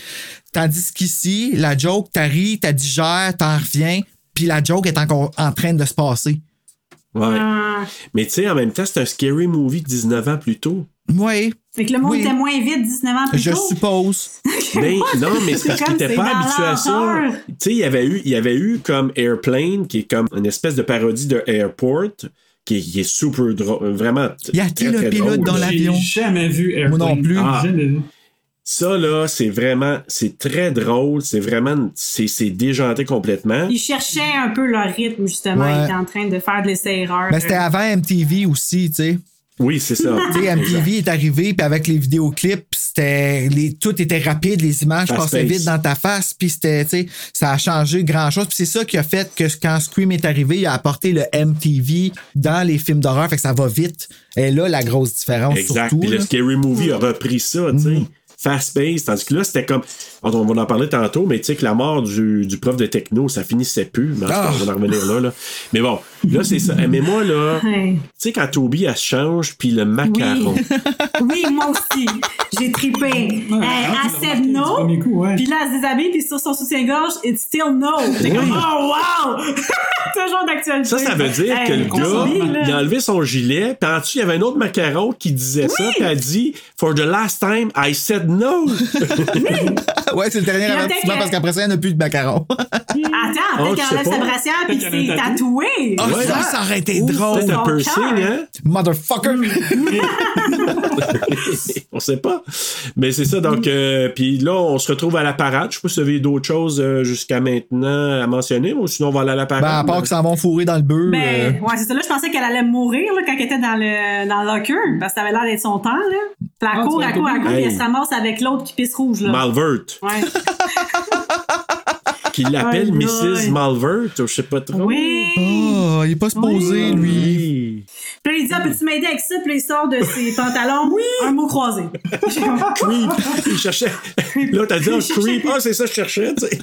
Speaker 1: Tandis qu'ici, la joke, t'as ri, t'as digère, t'en reviens, puis la joke est encore en train de se passer.
Speaker 2: Ouais.
Speaker 3: Ah.
Speaker 2: Mais tu sais, en même temps, c'est un scary movie de 19 ans plus tôt.
Speaker 1: Oui,
Speaker 3: Fait que le monde
Speaker 1: Oui.
Speaker 3: était moins vite 19 ans plus
Speaker 1: je
Speaker 3: tôt.
Speaker 1: suppose.
Speaker 2: Mais non, mais c'est parce
Speaker 3: comme
Speaker 2: qu'il était
Speaker 3: c'est
Speaker 2: pas
Speaker 3: dans
Speaker 2: habitué à ça.
Speaker 3: l'horreur.
Speaker 2: Tu sais, il y avait eu, il y avait eu comme Airplane, qui est comme une espèce de parodie de Airport, qui est, qui est super drôle, vraiment.
Speaker 1: Y a-t-il
Speaker 2: très,
Speaker 1: un
Speaker 2: très
Speaker 1: pilote
Speaker 2: drôle.
Speaker 1: dans la- l'avion.
Speaker 4: J'ai jamais vu Airplane.
Speaker 1: Moi non plus.
Speaker 2: Ah.
Speaker 4: Jamais vu.
Speaker 2: Ça là, c'est vraiment, c'est très drôle, c'est vraiment, c'est c'est déjanté complètement.
Speaker 3: Ils cherchaient un peu leur rythme, justement.
Speaker 1: Ouais. Ben,
Speaker 3: Ils étaient en train de faire de l'essai-erreur.
Speaker 1: Mais c'était avant MTV aussi, tu sais.
Speaker 2: Oui, c'est ça.
Speaker 1: Tu sais, MTV est arrivé, puis avec les vidéoclips, c'était les, tout était rapide, les images
Speaker 2: Fast
Speaker 1: passaient
Speaker 2: pace.
Speaker 1: vite dans ta face, puis c'était, tu sais, ça a changé grand-chose. Puis c'est ça qui a fait que quand Scream est arrivé, il a apporté le MTV dans les films d'horreur, fait que ça va vite. Et là, la grosse différence,
Speaker 2: Exact.
Speaker 1: surtout.
Speaker 2: Puis le
Speaker 1: là. Mm.
Speaker 2: Scary Movie a repris ça, tu sais. Fast paced tandis que là, c'était comme. On on va en parler tantôt, mais tu sais que la mort du, du prof de techno, ça finissait plus. Mais en tout cas,
Speaker 1: Ah!
Speaker 2: on va en revenir là, là. Mais bon, là, c'est ça. Mais moi, là, tu sais, quand Toby, elle se change, puis le macaron.
Speaker 3: Oui, moi aussi. J'ai tripé. à said no. Puis là, elle se déshabille, puis sur son soutien-gorge, it's still no. J'ai comme,
Speaker 2: Oui.
Speaker 3: oh wow! Toujours d'actualité.
Speaker 2: Ça, ça veut dire
Speaker 3: Hey,
Speaker 2: que le
Speaker 3: on se dit,
Speaker 2: gars,
Speaker 3: là.
Speaker 2: il a enlevé son gilet, puis en dessous, il y avait un autre macaron qui disait ça, puis elle dit For the last time, I said no.
Speaker 1: ouais, c'est le dernier
Speaker 3: Puis la
Speaker 1: avertissement
Speaker 3: tech-
Speaker 1: parce qu'après ça, il n'y en a plus de macaron.
Speaker 3: Attends,
Speaker 1: Oh,
Speaker 3: peut-être
Speaker 1: je
Speaker 3: qu'elle
Speaker 1: sais
Speaker 3: enlève
Speaker 1: pas.
Speaker 3: sa brassière,
Speaker 1: Peut-être
Speaker 3: puis
Speaker 1: qu'elle a
Speaker 3: c'est
Speaker 1: un tatou.
Speaker 3: tatoué.
Speaker 1: Ah, ça, ça aurait été drôle.
Speaker 2: Peut-être un
Speaker 3: Son
Speaker 2: piercing,
Speaker 3: cœur.
Speaker 2: hein?
Speaker 1: Motherfucker!
Speaker 2: hein? on sait pas. Mais c'est ça,
Speaker 3: Mm.
Speaker 2: donc, euh, puis là, on se retrouve à la parade. Je sais pas si vous avez d'autres choses euh, jusqu'à maintenant à mentionner, ou sinon on va aller à la parade.
Speaker 1: Ben, à part qu'ils s'en vont fourrer dans le bœuf. euh,
Speaker 3: Ben, ouais, c'est ça. Là, je pensais qu'elle allait mourir là, quand elle était dans le, dans le locker, parce que ça avait l'air d'être son temps. Là. Puis
Speaker 2: Ah,
Speaker 3: elle court,
Speaker 2: tu
Speaker 3: elle
Speaker 2: vois,
Speaker 3: court, elle court,
Speaker 2: hey.
Speaker 3: puis elle se ramasse avec l'autre qui pisse rouge. Là.
Speaker 2: Malvert,
Speaker 3: Ouais.
Speaker 2: qui l'appelle
Speaker 3: Aïe,
Speaker 2: Mrs.
Speaker 3: aïe.
Speaker 2: Malvert, ou je sais pas trop.
Speaker 3: Oui.
Speaker 1: Oh, il est pas supposé, lui.
Speaker 3: Puis là, il dit ah, Peux-tu m'aider avec ça Puis là, il sort de ses pantalons un mot croisé.
Speaker 2: Creep. Il cherchait. Là, t'as dit, oh, creep. Ah, c'est ça, que je cherchais, tu sais.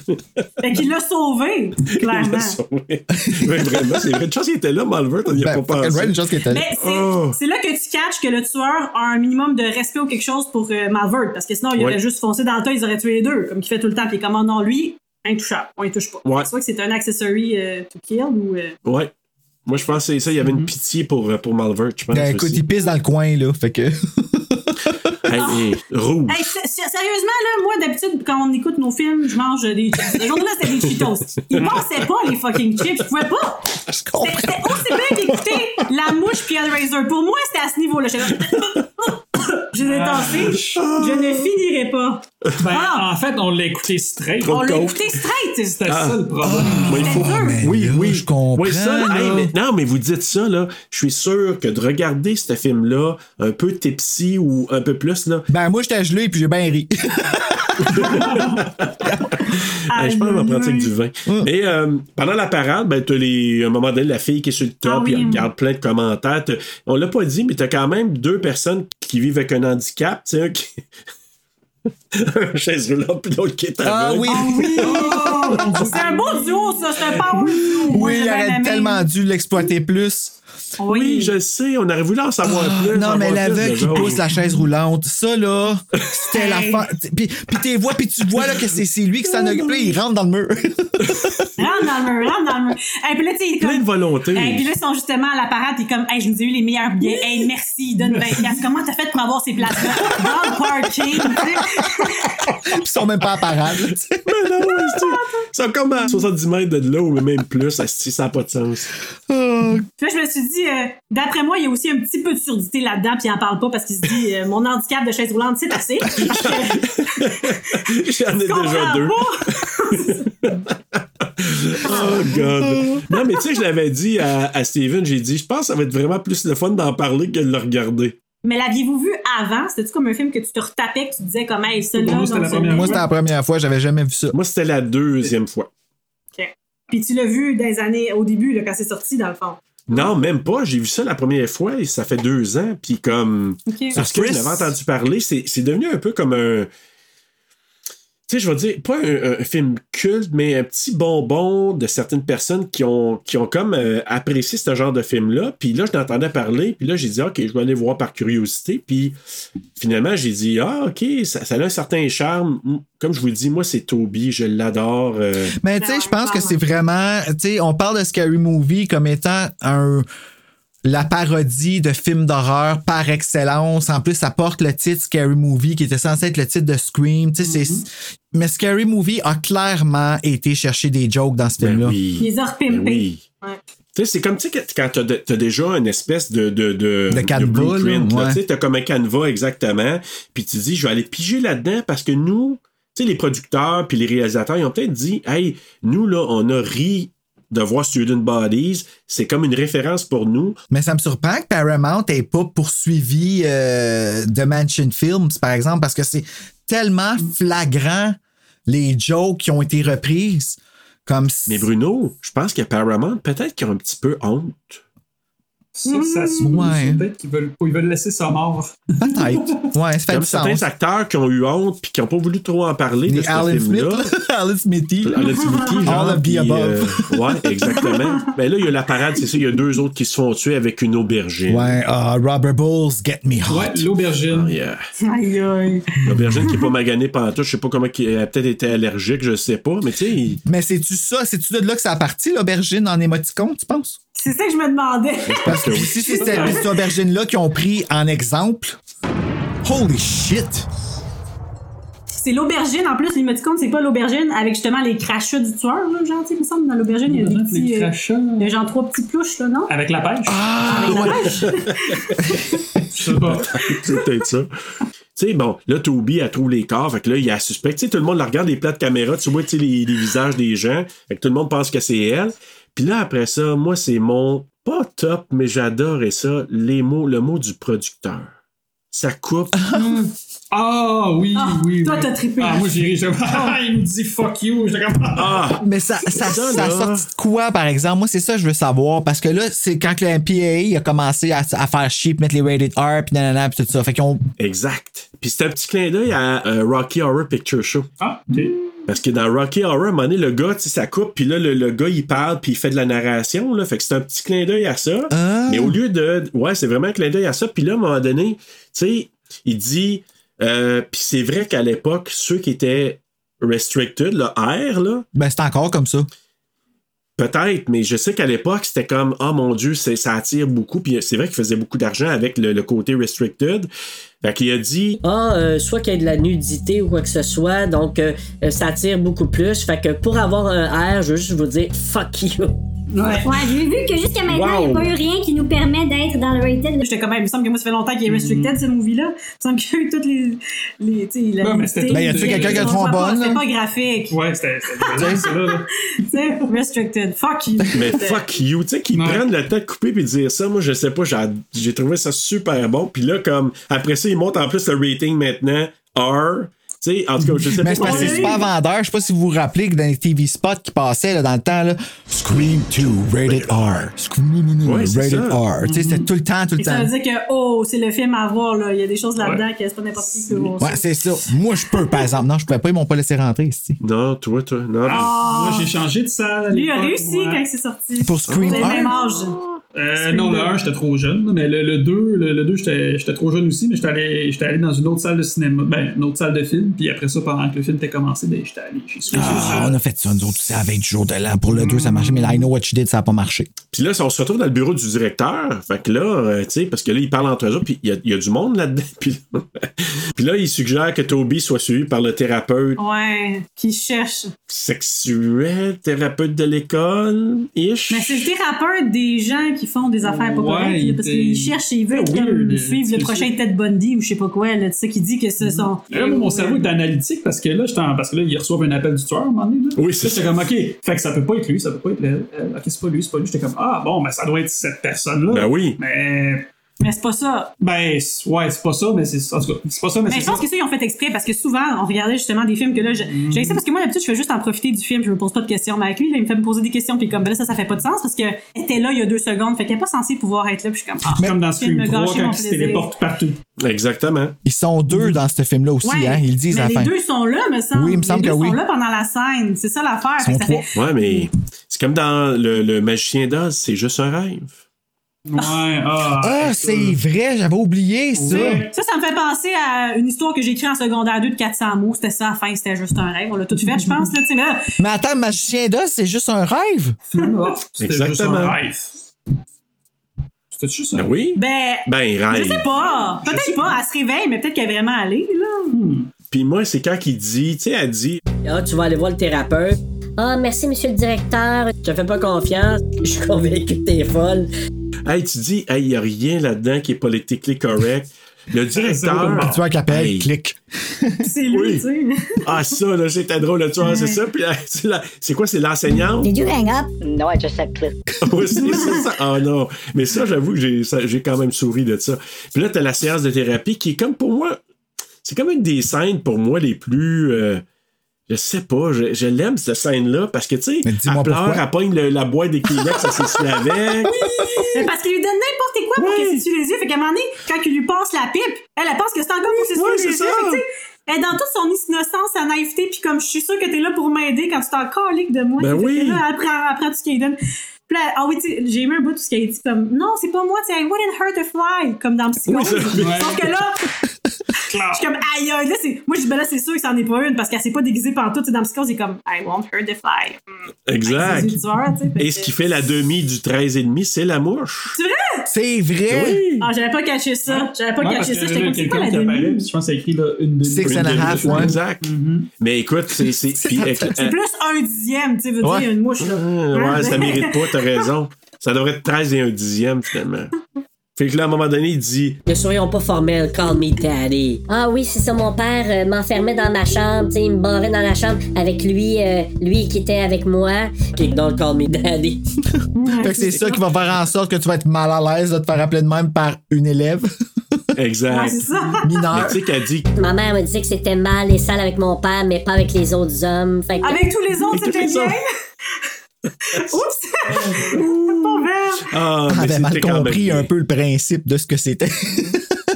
Speaker 3: Fait qu'il l'a sauvé,
Speaker 2: Il
Speaker 3: clairement.
Speaker 2: l'a sauvé. Mais vraiment, c'est vrai. Une chance qu'il était là, Malvert, on n'y a
Speaker 1: Ben,
Speaker 2: pas
Speaker 1: fucking
Speaker 2: pensé.
Speaker 1: right, une chance qu'il était là.
Speaker 3: Mais c'est
Speaker 2: Oh.
Speaker 3: c'est là que tu catches que le tueur a un minimum de respect ou quelque chose pour euh, Malvert, parce que sinon, il
Speaker 2: Ouais.
Speaker 3: aurait juste foncé dans le tas, ils auraient tué les deux, comme qu'il fait tout le temps. Puis comment non, lui, intouchable, on ne touche pas.
Speaker 2: Ouais.
Speaker 3: Soit que c'est un accessory euh, to kill ou. euh,
Speaker 2: Ouais. Moi, je pense que c'est ça. Il y avait une pitié pour, euh, pour Malvert, je pense.
Speaker 1: Mm-hmm. Ben, écoute,
Speaker 2: aussi.
Speaker 1: il pisse dans le coin, là. Fait que.
Speaker 2: Hey, hey, rouge.
Speaker 3: Hey, sé- sé- sérieusement, là, moi, d'habitude, quand on écoute nos films, je mange des chips. Le jour-là, c'était des Cheetos. Ils passaient pas, les fucking chips. Je pouvais pas.
Speaker 1: Je comprends.
Speaker 3: C'était aussi bien d'écouter La Mouche puis Hellraiser. Pour moi, c'était à ce niveau-là. J'étais là, Je les ai tassés. Je ne finirai pas.
Speaker 4: Ben,
Speaker 3: Ah!
Speaker 4: en fait, on l'a écouté straight.
Speaker 3: On l'a écouté straight.
Speaker 4: C'était ça le problème.
Speaker 2: Oui, il faut-
Speaker 3: Ah, mais
Speaker 2: oui, oui.
Speaker 1: je comprends,
Speaker 2: Oui, ça,
Speaker 1: là.
Speaker 2: hey, mais- non, mais vous dites ça, là. Je suis sûr que de regarder ce film-là, un peu tipsy ou un peu plus, là.
Speaker 1: Ben, moi, j'étais gelé, puis j'ai bien ri.
Speaker 2: hey, euh, je pense qu'on va pratique du vin.
Speaker 1: Ah,
Speaker 2: Mais euh, pendant la parade, ben, t'as les, à un moment donné, la fille qui est sur le top,
Speaker 3: Ah
Speaker 2: puis
Speaker 3: oui.
Speaker 2: elle regarde plein de commentaires. T'as- On l'a pas dit, mais t'as quand même deux personnes qui vivent avec un handicap, tu sais, un qui. un chaise roulante, puis l'autre qui est aveugle.
Speaker 1: Ah oui!
Speaker 3: C'est un beau duo, ça. C'est un power duo. Moi,
Speaker 1: Oui,
Speaker 3: j'ai
Speaker 1: il
Speaker 3: bien
Speaker 1: aurait
Speaker 3: aimé.
Speaker 1: tellement dû l'exploiter plus.
Speaker 3: Oui.
Speaker 2: Oui, je sais, on aurait voulu en savoir plus. en
Speaker 1: Ah, Non, mais
Speaker 2: savoir
Speaker 1: l'aveugle
Speaker 2: plus,
Speaker 1: qui
Speaker 2: mais
Speaker 1: pousse la chaise roulante, ça là, c'était la
Speaker 3: Hey.
Speaker 1: fin. Puis, puis t'es vois, puis tu vois là que c'est c'est lui qui s'en occupe, là, il rentre dans le mur.
Speaker 3: Rentre dans le mur, rentre dans le mur. Et puis là, tu sais, il est comme-
Speaker 2: Plein de volonté.
Speaker 3: Hey, puis là, ils sont justement à la parade, ils comme, hey, je vous ai eu les meilleurs billets, hey, merci, donne 20 piastres. Comment t'as fait pour m'avoir ces places-là? Dans le parking, tu sais.
Speaker 1: Puis ils sont même pas à parade. là, tu sais.
Speaker 2: Mais non, esti. Ils sont comme à 70 mètres de là ou même plus, esti, ça n'a pas de sens.
Speaker 1: Ah,
Speaker 3: Puis là, je me suis dit, euh, d'après moi, il y a aussi un petit peu de surdité là-dedans, puis il en parle pas parce qu'il se dit, euh, mon handicap de chaise roulante, c'est assez.
Speaker 2: J'en ai déjà
Speaker 3: Comprends
Speaker 2: deux.
Speaker 3: pas.
Speaker 2: Oh god. Non, mais tu sais, je l'avais dit à, à Steven, j'ai dit, je pense que ça va être vraiment plus le fun d'en parler que de le regarder.
Speaker 3: Mais l'aviez-vous vu avant? C'était-tu comme un film que tu te retapais, que tu disais comme, hey, celui-là,
Speaker 4: Moi, c'était
Speaker 3: non,
Speaker 4: la
Speaker 3: celui-là.
Speaker 1: Moi, c'était la première fois, j'avais jamais vu ça.
Speaker 2: Moi, c'était la deuxième fois.
Speaker 3: Ok. Puis tu l'as vu dans les années, au début, là, quand c'est sorti, dans le fond.
Speaker 2: Non, même pas. J'ai vu ça la première fois et ça fait deux ans. Puis comme.
Speaker 3: Ok.
Speaker 2: Parce que je
Speaker 1: Chris.
Speaker 2: l'avais entendu parler, c'est c'est devenu un peu comme un. Tu sais, je vais dire, pas un, un film culte, mais un petit bonbon de certaines personnes qui ont, qui ont comme euh, apprécié ce genre de film-là. Puis là, je l'entendais parler, puis là, j'ai dit, OK, je vais aller voir par curiosité. Puis finalement, j'ai dit, ah, OK, ça, ça a un certain charme. Mm, Comme je vous le dis, moi, c'est Toby, je l'adore. euh,
Speaker 1: Mais tu sais, je pense que c'est vraiment, tu sais, on parle de Scary Movie comme étant un la parodie de films d'horreur par excellence. En plus, ça porte le titre Scary Movie qui était censé être le titre de Scream. Tu sais, c'est mais Scary Movie a clairement été chercher des jokes dans ce
Speaker 2: ben
Speaker 1: film-là.
Speaker 2: oui.
Speaker 3: Il les a
Speaker 2: Ben
Speaker 3: repimpés.
Speaker 2: oui.
Speaker 3: Ouais.
Speaker 2: Tu sais, c'est comme tu sais, quand- quand t'as de- t'as déjà une espèce de de de,
Speaker 1: De canevas,
Speaker 2: blueprint,
Speaker 1: là,
Speaker 2: là,
Speaker 1: ouais.
Speaker 2: tu sais, t'as comme un canevas exactement, puis tu dis je vais aller piger là-dedans parce que nous, tu sais, les producteurs puis les réalisateurs ils ont peut-être dit hey nous là on a ri de voir Student Bodies, c'est comme une référence pour nous.
Speaker 1: Mais ça me surprend que Paramount n'ait pas poursuivi euh, The Mansion Films, par exemple, parce que c'est tellement flagrant les jokes qui ont été reprises. Comme si-
Speaker 2: Mais Bruno, je pense que Paramount, peut-être qu'ils ont un petit peu honte.
Speaker 4: Ça, ça se
Speaker 3: Mmh.
Speaker 4: trouve,
Speaker 1: Ouais.
Speaker 4: c'est Peut-être qu'ils veulent, ils veulent laisser ça mort.
Speaker 1: Peut-être. Ouais, ça fait
Speaker 2: Comme
Speaker 1: du
Speaker 2: certains
Speaker 1: sens.
Speaker 2: acteurs qui ont eu honte puis qui n'ont pas voulu trop en parler de
Speaker 1: Les
Speaker 2: ce
Speaker 1: Alan Smith,
Speaker 2: film-là.
Speaker 1: là. Alan Smithy. là.
Speaker 2: Alan Smithy, genre,
Speaker 1: All of the
Speaker 2: puis,
Speaker 1: above.
Speaker 2: euh, ouais, exactement. Mais là, il y a la parade, c'est ça. Il y a deux autres qui se font tuer avec une aubergine.
Speaker 1: Ouais, ah, Robert Bulls, Get Me Hot.
Speaker 4: Ouais, l'aubergine.
Speaker 2: Ah, yeah.
Speaker 3: Aïe, aïe.
Speaker 2: L'aubergine qui n'est pas maganée pantoute. Je sais pas comment il a peut-être été allergique, je sais pas. Mais tu sais, il-
Speaker 1: Mais c'est-tu ça? C'est-tu de là que ça a parti, l'aubergine en émoticône, tu penses?
Speaker 3: C'est ça que je me demandais.
Speaker 2: je pense que oui.
Speaker 1: Si c'est cette cette aubergine-là qu'ils ont pris en exemple. Holy shit!
Speaker 3: C'est l'aubergine, en plus, l'émoticône, c'est pas l'aubergine avec justement les crachats du tueur, là, genre, tu sais, il me semble, dans l'aubergine, il y a des petits.
Speaker 4: Les
Speaker 3: euh, Ah.
Speaker 4: crachats. Ah,
Speaker 3: il y a genre trois petits plouches, là, non?
Speaker 4: Avec la pêche.
Speaker 2: Ah,
Speaker 3: Avec la pêche.
Speaker 4: Je sais pas.
Speaker 2: c'est peut-être ça. Tu sais, bon, là, Toby, elle trouve les corps. Fait que là, il y a suspect. Tu sais, tout le monde la regarde, les plats de caméra. Tu vois, tu sais, les, les visages des gens. Fait que tout le monde pense que c'est elle. Puis là, après ça, moi, c'est mon, pas top, mais j'adorais ça, les mots, le mot du producteur. Ça coupe.
Speaker 4: Ah oui,
Speaker 3: Ah,
Speaker 4: oui,
Speaker 3: toi,
Speaker 4: oui.
Speaker 3: t'as trippé. Oh.
Speaker 4: Ah, moi, j'ai ri. j'ai- il me dit fuck you. J'étais comme.
Speaker 2: Ah!
Speaker 1: Mais ça, ça,
Speaker 2: Ça,
Speaker 1: ça,
Speaker 2: là.
Speaker 1: sortit de quoi, par exemple? Moi, c'est ça que je veux savoir. Parce que là, c'est quand que le MPAA a commencé à, à faire chier, puis mettre les rated R, puis nanana, puis tout ça. Fait qu'ils ont.
Speaker 2: Exact. Puis c'est un petit clin d'œil à euh, Rocky Horror Picture Show.
Speaker 4: Ah, ok.
Speaker 2: Parce que dans Rocky Horror, à un moment donné, le gars, tu sais, ça coupe, puis là, le, le gars, il parle, puis il fait de la narration, là. Fait que c'est un petit clin d'œil à ça.
Speaker 1: Ah.
Speaker 2: Mais au lieu de. Ouais, c'est vraiment un clin d'œil à ça. Puis là, à un moment donné, tu sais, il dit. euh, puis c'est vrai qu'à l'époque, ceux qui étaient restricted, le R, là,
Speaker 1: Ben, c'est encore comme ça.
Speaker 2: Peut-être, mais je sais qu'à l'époque, c'était comme Oh mon Dieu, c'est- ça attire beaucoup. Puis c'est vrai qu'il faisait beaucoup d'argent avec le, le côté restricted. Fait qu'il a dit
Speaker 10: Ah, euh, soit qu'il y ait de la nudité ou quoi que ce soit, donc euh, euh, ça attire beaucoup plus. Fait que pour avoir un R, je veux juste vous dire fuck you.
Speaker 3: Ouais.
Speaker 13: Ouais, j'ai vu que jusqu'à maintenant, il n'y a
Speaker 2: Wow.
Speaker 13: pas eu rien qui nous permet d'être dans le rated.
Speaker 3: J'étais quand même, il me semble que moi, ça fait longtemps qu'il est restricted, ce movie-là. Il me semble qu'il y a eu toutes les. les tu sais, la
Speaker 4: Ouais, mais
Speaker 3: nudité,
Speaker 4: c'était- Ben, y a-tu
Speaker 3: les-
Speaker 4: quelqu'un qui a
Speaker 1: le
Speaker 3: on voit
Speaker 1: trombone,
Speaker 3: pas,
Speaker 1: là?
Speaker 3: C'était pas graphique.
Speaker 4: Ouais, c'était. c'était bien, ça, là.
Speaker 3: Tu sais, restricted. Fuck you.
Speaker 2: Mais fuck you. Tu sais, qu'ils
Speaker 4: Ouais.
Speaker 2: prennent le temps de couper puis de dire ça. Moi, je sais pas, j'a- j'ai trouvé ça super bon. Puis là, comme après ça, ils montent en plus le rating maintenant R. Tu sais, en tout cas, je sais
Speaker 1: Mais c'est
Speaker 2: pas.
Speaker 1: parce que c'est
Speaker 2: Ouais.
Speaker 1: super vendeur. Je sais pas si vous vous rappelez que dans les TV spots qui passaient là, dans le temps, là, Scream 2, rated R. Scream 2,
Speaker 2: Ouais, c'est
Speaker 1: rated
Speaker 2: ça.
Speaker 1: R. Tu sais, c'était tout le temps, tout le
Speaker 3: Et ça
Speaker 1: temps.
Speaker 3: veut dire que, oh, c'est le film à voir, là. Il y a des choses là-dedans que c'est pas n'importe qui qui peut voir.
Speaker 1: Ouais, c'est ça. Moi, je peux, par exemple. Non, je pouvais pas, ils m'ont pas laissé rentrer ici.
Speaker 2: Non, toi, toi. Non,
Speaker 4: Ah, Moi, j'ai changé de salle. à
Speaker 3: Ah. Lui il a
Speaker 4: l'époque,
Speaker 3: réussi
Speaker 4: moi.
Speaker 3: quand c'est sorti.
Speaker 1: Pour Scream
Speaker 3: Vous avez le même
Speaker 1: 1.
Speaker 3: âge.
Speaker 4: Euh, non, le 1, j'étais trop jeune. Mais le, le 2, le, le 2 j'étais j'étais trop jeune aussi. Mais j'étais allé, j'étais allé dans une autre salle de cinéma. Ben, une autre salle de film. Puis après ça, pendant que le film était commencé, ben, j'étais allé chez Switch.
Speaker 1: Ah, on a fait ça, nous autres, c'est à 20 jours de l'an. Pour le 2, ça marchait, mais là, I know what you did, ça a pas marché.
Speaker 2: Puis là, on se retrouve dans le bureau du directeur. Fait que là, euh, tu sais, parce que là, ils parlent entre eux autres, puis il y a- il y, a du monde là-dedans. Puis là, puis là, ils suggèrent que Toby soit suivi par le thérapeute
Speaker 3: Ouais, qui cherche.
Speaker 2: sexuel, thérapeute de l'école, ish.
Speaker 3: Mais c'est le thérapeute des gens qui font des affaires pas
Speaker 4: Ouais,
Speaker 3: correctes, là, parce
Speaker 4: il était-
Speaker 3: qu'ils cherchent et ils veulent
Speaker 4: il était
Speaker 3: comme
Speaker 4: weird,
Speaker 3: suivre
Speaker 4: c'est
Speaker 3: le prochain
Speaker 4: sûr.
Speaker 3: Ted Bundy ou je sais pas quoi, là, tu sais, qui dit que ce sont.
Speaker 4: Là, Eh, moi, mon cerveau est analytique parce que là, j'étais en- parce que là, ils reçoivent un appel du tueur à un moment donné. Là.
Speaker 2: Oui, c'est
Speaker 4: Là, j'étais comme, OK, fait que ça peut pas être lui, ça peut pas être elle. Elle, OK, c'est pas lui, c'est pas lui. J'étais comme, ah, bon, ben, ça doit être cette personne-là.
Speaker 2: Ben oui.
Speaker 4: Mais,
Speaker 3: Mais c'est pas ça.
Speaker 4: ben, c'est- ouais, c'est pas ça, mais c'est, en tout cas, c'est pas ça, mais,
Speaker 3: Mais
Speaker 4: c'est
Speaker 3: je pense
Speaker 4: ça.
Speaker 3: que ça, ils ont fait exprès parce que souvent, on regardait justement des films que là, je-
Speaker 4: Mm-hmm.
Speaker 3: j'ai ça parce que moi, d'habitude, je fais juste en profiter du film, je me pose pas de questions. Mais avec lui, là, il me fait me poser des questions, puis comme, ben là, ça, ça fait pas de sens parce que elle était là il y a deux secondes, fait qu'elle est pas censée pouvoir être là, puis je suis comme, ah,
Speaker 4: C'est comme dans
Speaker 3: tu viens de
Speaker 4: Scream
Speaker 3: me
Speaker 4: 3
Speaker 3: gâcher mon
Speaker 4: quand ils se
Speaker 3: plaisir.
Speaker 4: téléportent partout.
Speaker 2: Exactement.
Speaker 1: Ils sont deux dans ce film-là aussi,
Speaker 3: Ouais.
Speaker 1: hein. Ils le disent
Speaker 3: mais
Speaker 1: à la
Speaker 3: les
Speaker 1: fin.
Speaker 3: deux sont là, me semble.
Speaker 1: Oui, il me semble
Speaker 3: les deux
Speaker 1: que oui.
Speaker 3: sont là pendant la scène. C'est ça l'affaire.
Speaker 1: Ils
Speaker 3: Fait
Speaker 1: sont
Speaker 3: que ça fait-
Speaker 1: trois.
Speaker 2: Ouais, mais c'est comme dans le, le magicien d'Oz, c'est juste un rêve.
Speaker 4: Ouais, ah.
Speaker 1: Ah, c'est vrai, j'avais oublié ça.
Speaker 4: Ouais.
Speaker 3: Ça, ça me fait penser à une histoire que j'ai écrite en secondaire 2 de 400 mots. C'était ça, à la fin, c'était juste un rêve. On l'a tout fait, je pense. Là, tu sais, mais là,
Speaker 1: Mais attends, Magicien d'Oz, c'est juste un rêve.
Speaker 4: Ah, C'était juste
Speaker 2: Exactement.
Speaker 4: un rêve. C'était juste un
Speaker 2: Ben oui.
Speaker 3: ben,
Speaker 2: Ben,
Speaker 3: je
Speaker 2: rêve.
Speaker 3: sais pas. Peut-être pas. Elle se réveille, mais peut-être qu'elle est vraiment allée. Là.
Speaker 2: Puis moi, c'est quand il dit, tu sais, elle dit,
Speaker 10: Ah, tu vas aller voir le thérapeute.
Speaker 13: Ah, merci, monsieur le directeur.
Speaker 10: Je te fais pas confiance. Je suis convaincu que t'es folle.
Speaker 2: hey, tu dis, hey, il n'y a rien là-dedans qui est politiquement correct. Le directeur.
Speaker 1: Le tueur qui appelle, clic.
Speaker 3: C'est lui,
Speaker 2: Oui.
Speaker 3: tu sais.
Speaker 2: Ah, ça, là, c'était drôle, le tueur, c'est ça. Puis, euh, c'est la- c'est quoi, c'est l'enseignante?
Speaker 8: Did you hang up? No, I just said click.
Speaker 2: Oui, c'est c'est ça. Ah non. Mais ça, j'avoue que j'ai, ça- j'ai quand même souri de ça. Puis là, t'as la séance de thérapie qui est comme pour moi. C'est comme une des scènes pour moi les plus. euh, je sais pas, je, je l'aime cette scène-là parce que, tu sais, elle
Speaker 1: dis-moi
Speaker 2: pleure,
Speaker 1: pourquoi.
Speaker 2: elle pogne le- la boîte des Kleenex, elle s'essuie avec.
Speaker 3: Mais parce qu'il lui donne n'importe quoi pour qu'elle s'essuie les yeux. Fait qu'à un moment donné, quand il lui passe la pipe, elle, elle pense que c'est encore pour s'essuyer
Speaker 2: ouais,
Speaker 3: les
Speaker 2: c'est
Speaker 3: yeux.
Speaker 2: ça.
Speaker 3: Fait que, tu sais, elle est dans toute son innocence, sa naïveté, puis comme je suis sûre que t'es là pour m'aider quand tu t'en caliques de moi.
Speaker 2: Ben
Speaker 3: Fait que
Speaker 2: oui.
Speaker 3: Là, elle prend, elle prend tout ce qu'elle donne. Puis là, ah oui, tu sais, j'ai aimé un bout de tout ce qu'elle dit comme non, c'est pas moi, tu sais, I wouldn't hurt a fly, comme dans Psycho.
Speaker 2: Oui, ça-
Speaker 3: Sauf que là, je suis comme aïe aïe, là, c'est. Moi, je dis, ben là, c'est sûr que c'en est pas une parce qu'elle s'est pas déguisée pantoute. Tu sais, Dans Psycho, c'est comme I won't hurt a fly.
Speaker 2: Exact.
Speaker 3: C'est du tueur, tu sais. Fait
Speaker 2: Et
Speaker 3: que-
Speaker 2: ce qui fait la demi du 13,5, c'est la mouche.
Speaker 3: C'est vrai?
Speaker 1: C'est vrai!
Speaker 2: Eh Oui.
Speaker 3: Ah, j'avais pas caché ça. J'avais pas caché ça. J'étais comme, c'est quoi la demi?
Speaker 4: Je pense que c'est écrit là, une demi. Ah,
Speaker 1: Six
Speaker 2: Une
Speaker 1: and a
Speaker 2: demi-
Speaker 1: half, ouais.
Speaker 2: Exact. Mais écoute, c'est. Mm-hmm. c'est- puis avec-
Speaker 3: C'est plus un dixième, tu sais, veut
Speaker 2: Euh. Ouais.
Speaker 3: dire une mouche, là.
Speaker 2: Ah, ouais,
Speaker 3: Hein?
Speaker 2: ça mérite pas, t'as raison. Ça devrait être 13 et un dixième, finalement. Fait que là, à un moment donné, il dit
Speaker 10: Ne soyons pas formels, call me daddy.
Speaker 13: Ah oui, c'est ça, mon père euh, m'enfermait dans ma chambre, tu sais, il me barrait dans la chambre avec lui, euh, lui qui était avec moi.
Speaker 10: Kick dans le call me daddy.
Speaker 1: Fait que c'est ça qui va faire en sorte que tu vas être mal à l'aise de te faire appeler de même par une élève
Speaker 2: Exact. Mais
Speaker 1: mineure.
Speaker 2: tu sais qu'elle dit
Speaker 13: Ma mère me disait que c'était mal et sale avec mon père, mais pas avec les autres hommes. Fait que...
Speaker 3: Avec tous les autres,
Speaker 2: Avec tous
Speaker 3: c'était
Speaker 2: les
Speaker 3: bien. Oups! Pas vert.
Speaker 2: Ah,
Speaker 1: Elle
Speaker 2: mais
Speaker 1: avait ben, mal
Speaker 2: c'était quand même
Speaker 1: compris
Speaker 2: bien.
Speaker 1: un peu le principe de ce que c'était.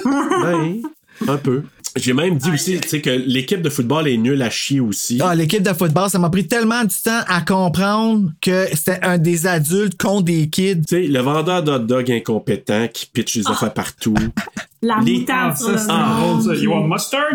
Speaker 2: Ben, un peu. J'ai même dit aussi tu sais, que l'équipe de football est nulle à chier aussi.
Speaker 1: Ah, l'équipe de football, ça m'a pris tellement du temps à comprendre que c'était un des adultes contre des kids.
Speaker 2: Tu sais, le vendeur d'hot dog incompétent qui pitche
Speaker 1: Ah.
Speaker 2: les affaires partout.
Speaker 3: La
Speaker 2: Les-
Speaker 3: moutarde sur
Speaker 4: Ça,
Speaker 3: le
Speaker 4: c'est
Speaker 2: Ah.
Speaker 4: drôle, ça. You want mustard?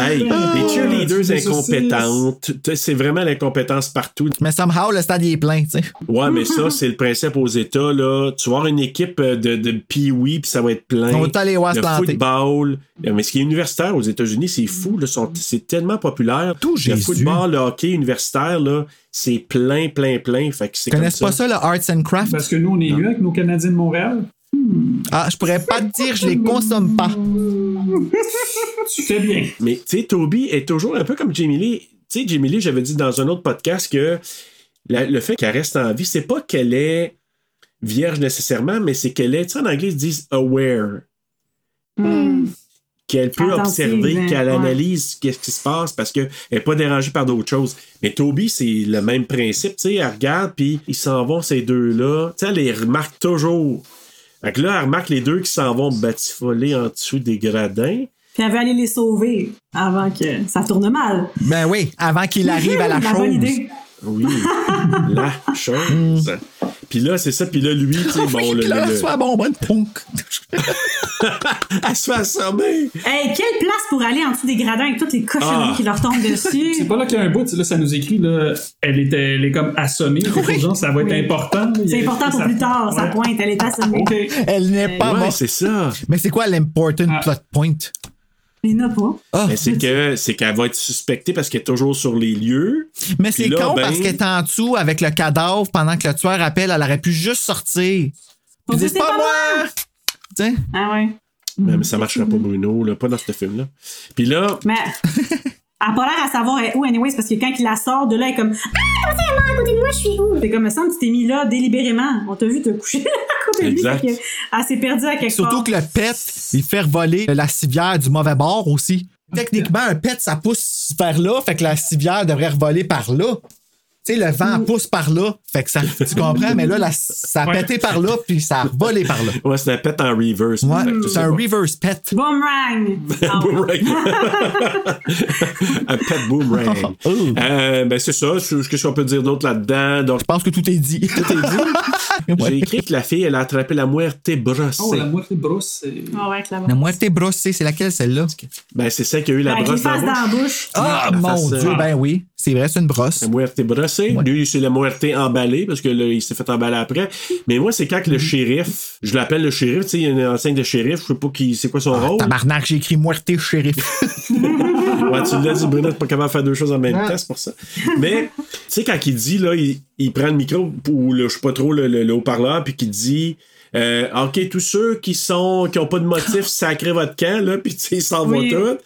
Speaker 2: Hey,
Speaker 1: Ah.
Speaker 2: les
Speaker 4: tu
Speaker 2: cheerleaders
Speaker 4: fais ça,
Speaker 2: incompétentes. Tu sais, C'est vraiment l'incompétence partout.
Speaker 1: Mais somehow, le stade il est plein, tu sais.
Speaker 2: Ouais, mais ça, c'est le principe aux États, là. Tu vas avoir une équipe euh, de, de pee-wee, puis ça va être plein.
Speaker 1: On va t'aller voir se
Speaker 2: Le
Speaker 1: planter. Mm.
Speaker 2: football. Euh, Mais ce qui est universitaire aux États-Unis, c'est fou, là. Sont- C'est tellement populaire.
Speaker 1: Tout
Speaker 2: Le
Speaker 1: Jésus.
Speaker 2: football, le hockey universitaire, là, c'est plein, plein, plein. Fait que c'est
Speaker 1: Ils
Speaker 2: comme
Speaker 1: connaissent
Speaker 2: ça.
Speaker 1: pas ça, le Arts and Crafts?
Speaker 4: Parce que nous, on est mieux avec nos Canadiens de Montréal.
Speaker 1: Ah, je pourrais pas te dire, je les consomme pas.
Speaker 4: Tu fais bien.
Speaker 2: Mais tu sais, Toby est toujours un peu comme Jamie Lee. Tu sais, Jamie Lee, j'avais dit dans un autre podcast que la- le fait qu'elle reste en vie, c'est pas qu'elle est vierge nécessairement, mais c'est qu'elle est, tu sais, en anglais, ils disent aware. Qu'elle peut
Speaker 3: Hmm. Attentive,
Speaker 2: observer,
Speaker 3: hein,
Speaker 2: qu'elle
Speaker 3: ouais.
Speaker 2: analyse qu'est-ce qui se passe parce qu'elle n'est pas dérangée par d'autres choses. Mais Toby, c'est le même principe, tu sais, elle regarde, puis ils s'en vont, ces deux-là. Tu sais, elle les remarque toujours. Fait que là, elle remarque les deux qui s'en vont batifoler en dessous des gradins.
Speaker 3: Puis elle veut aller les sauver avant que ça tourne mal.
Speaker 1: Ben oui, avant qu'il arrive à la
Speaker 3: bonne
Speaker 1: chose.
Speaker 3: idée.
Speaker 2: Oui, la chose. Puis là, c'est ça. Puis là, lui, tu sais, bon, Oh, le,
Speaker 1: Puis là,
Speaker 2: le- le-
Speaker 1: soit bon, bonne punk.
Speaker 2: elle se fait assommer.
Speaker 3: Hey, quelle place pour aller en dessous des gradins avec toutes les
Speaker 2: Ah.
Speaker 3: cochonneries qui leur tombent
Speaker 4: C'est
Speaker 3: dessus.
Speaker 4: pas là qu'il y a un bout, là, ça nous écrit, là, elle, est, elle est comme assommée. Fait que genre, ça va être important. Il y
Speaker 3: C'est
Speaker 4: a-
Speaker 3: important pour
Speaker 4: ça-
Speaker 3: plus tard, ça
Speaker 4: Ouais.
Speaker 3: pointe, elle est assommée.
Speaker 4: OK.
Speaker 1: Elle n'est pas
Speaker 2: ouais,
Speaker 1: morte.
Speaker 2: c'est ça.
Speaker 1: Mais c'est quoi l'important
Speaker 4: Ah.
Speaker 1: plot point?
Speaker 3: Il n'y en a pas.
Speaker 1: Ah,
Speaker 2: Mais c'est que c'est qu'elle va être suspectée parce qu'elle est toujours sur les lieux.
Speaker 1: mais c'est
Speaker 2: Puis là,
Speaker 1: con
Speaker 2: ben-
Speaker 1: parce qu'elle est en dessous avec le cadavre pendant que le tueur appelle, elle aurait pu juste sortir. Puis
Speaker 3: On dit,
Speaker 1: dire, c'est pas moi! Tu sais?
Speaker 3: Ah ouais.
Speaker 2: Mais,
Speaker 1: Mm.
Speaker 2: mais ça marchera pas, Bruno, là, pas dans ce film-là. Puis là,
Speaker 3: Mais elle a pas l'air à savoir elle est où, anyways, parce que quand il la sort de là, elle est comme Ah, comment ça, elle est là à côté de moi, je suis où? T'es comme, me semble, que tu t'es mis là délibérément. On t'a vu te coucher là à côté de lui.
Speaker 2: Exact.
Speaker 3: Fait que Elle s'est perdue à quelque
Speaker 1: Surtout
Speaker 3: part.
Speaker 1: que le pet, il fait voler la civière du mauvais bord aussi. Techniquement, un pet, ça pousse vers là, fait que la civière devrait revoler par là. Tu sais, le vent pousse par là, fait que ça, tu comprends, mais là, la- ça a
Speaker 4: Ouais.
Speaker 1: pété par là, puis ça a revolé par là.
Speaker 2: ouais, c'est un pet en reverse. Fait que
Speaker 1: Ouais,
Speaker 2: je sais
Speaker 1: c'est un
Speaker 2: pas.
Speaker 1: reverse pet.
Speaker 3: Boomerang! Ah ouais.
Speaker 2: Boomerang. un pet boomerang.
Speaker 1: Oh.
Speaker 2: Euh, ben, c'est ça. C'est- Qu'est-ce qu'on peut dire d'autre là-dedans? Donc,
Speaker 1: Je pense que tout est dit. Tout est
Speaker 2: j'ai écrit que la fille, elle a attrapé la muerte brossée.
Speaker 4: Oh, la moitié de brosse, c'est.
Speaker 3: Ah ouais, clairement.
Speaker 1: La moitié brossée, c'est laquelle celle-là?
Speaker 2: Ben, c'est celle qui a eu la
Speaker 3: Avec les
Speaker 2: brosse dans la bouche.
Speaker 3: faces dans la bouche.
Speaker 1: Ah,
Speaker 2: la
Speaker 1: mon
Speaker 2: face,
Speaker 1: Dieu,
Speaker 2: euh,
Speaker 1: ben oui. C'est vrai, c'est une brosse.
Speaker 2: La muerte brossée.
Speaker 1: Ouais.
Speaker 2: Lui, c'est la muerte emballée parce que là, il s'est fait emballer après. Mais moi, c'est quand que le shérif, je l'appelle le shérif, tu sais, il y a une enseigne de shérif, je sais pas qui, c'est quoi son
Speaker 1: Oh.
Speaker 2: rôle.
Speaker 1: Tabarnak, j'ai écrit moitié shérif.
Speaker 2: Ouais, tu l'as dit, Bruno, t'es pas capable de faire deux choses en même temps, c'est pour ça. Mais, tu sais, quand il dit, là, il, il prend le micro ou le, je sais pas trop, le, le- le haut-parleur, puis qu'il dit euh, OK, tous ceux qui sont qui ont pas de motif, sacrez votre camp, là, puis tu sais, ils s'en
Speaker 3: Oui.
Speaker 2: vont tous.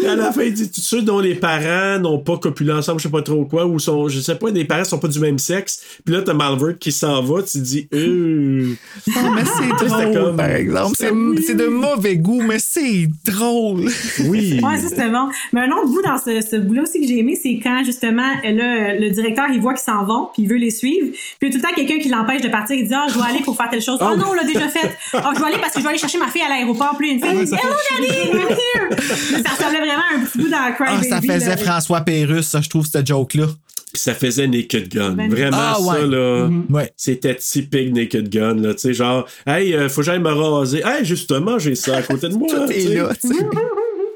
Speaker 2: Puis À la fin, il dit tous ceux dont les parents n'ont pas copulé ensemble, je sais pas trop quoi, ou sont, je sais pas, des parents sont pas du même sexe. Puis là, t'as Malvert qui s'en va, tu dis, euh.
Speaker 1: mais c'est drôle, par exemple. C'est, c'est de mauvais goût, mais c'est drôle.
Speaker 2: Oui.
Speaker 3: Ouais, ça c'était bon. Mais un autre bout dans ce, ce bout-là aussi que j'ai aimé, c'est quand justement euh, là, euh, le directeur il voit qu'ils s'en vont, puis il veut les suivre, puis il y a tout le temps quelqu'un qui l'empêche de partir, il dit ah je dois aller pour faire telle chose.
Speaker 2: Ah
Speaker 3: Oh
Speaker 2: oui.
Speaker 3: non, on l'a déjà fait. Ah je dois aller parce que je dois aller chercher ma fille à l'aéroport. Puis une fille,
Speaker 1: Ouais,
Speaker 3: hello
Speaker 1: ça fait
Speaker 3: daddy,
Speaker 1: chier.
Speaker 3: I'm here. Mais Ça ressemblait vraiment à un petit bout dans Cry
Speaker 1: Ah,
Speaker 3: Baby.
Speaker 1: ça faisait
Speaker 3: là.
Speaker 1: François Pérus, ça, je trouve, ce joke-là.
Speaker 2: Ça faisait Naked Gun.
Speaker 3: Ben, Mm-hmm.
Speaker 2: Vraiment,
Speaker 1: ah,
Speaker 2: ça,
Speaker 1: ouais.
Speaker 2: là.
Speaker 1: Mhm. Ouais.
Speaker 2: C'était typique Naked Gun, là. Tu sais, genre, hey, euh, faut que j'aille me raser. Hey, justement, j'ai ça à côté de moi.
Speaker 1: Tout
Speaker 2: tu
Speaker 1: est
Speaker 2: sais.
Speaker 1: là, tu sais.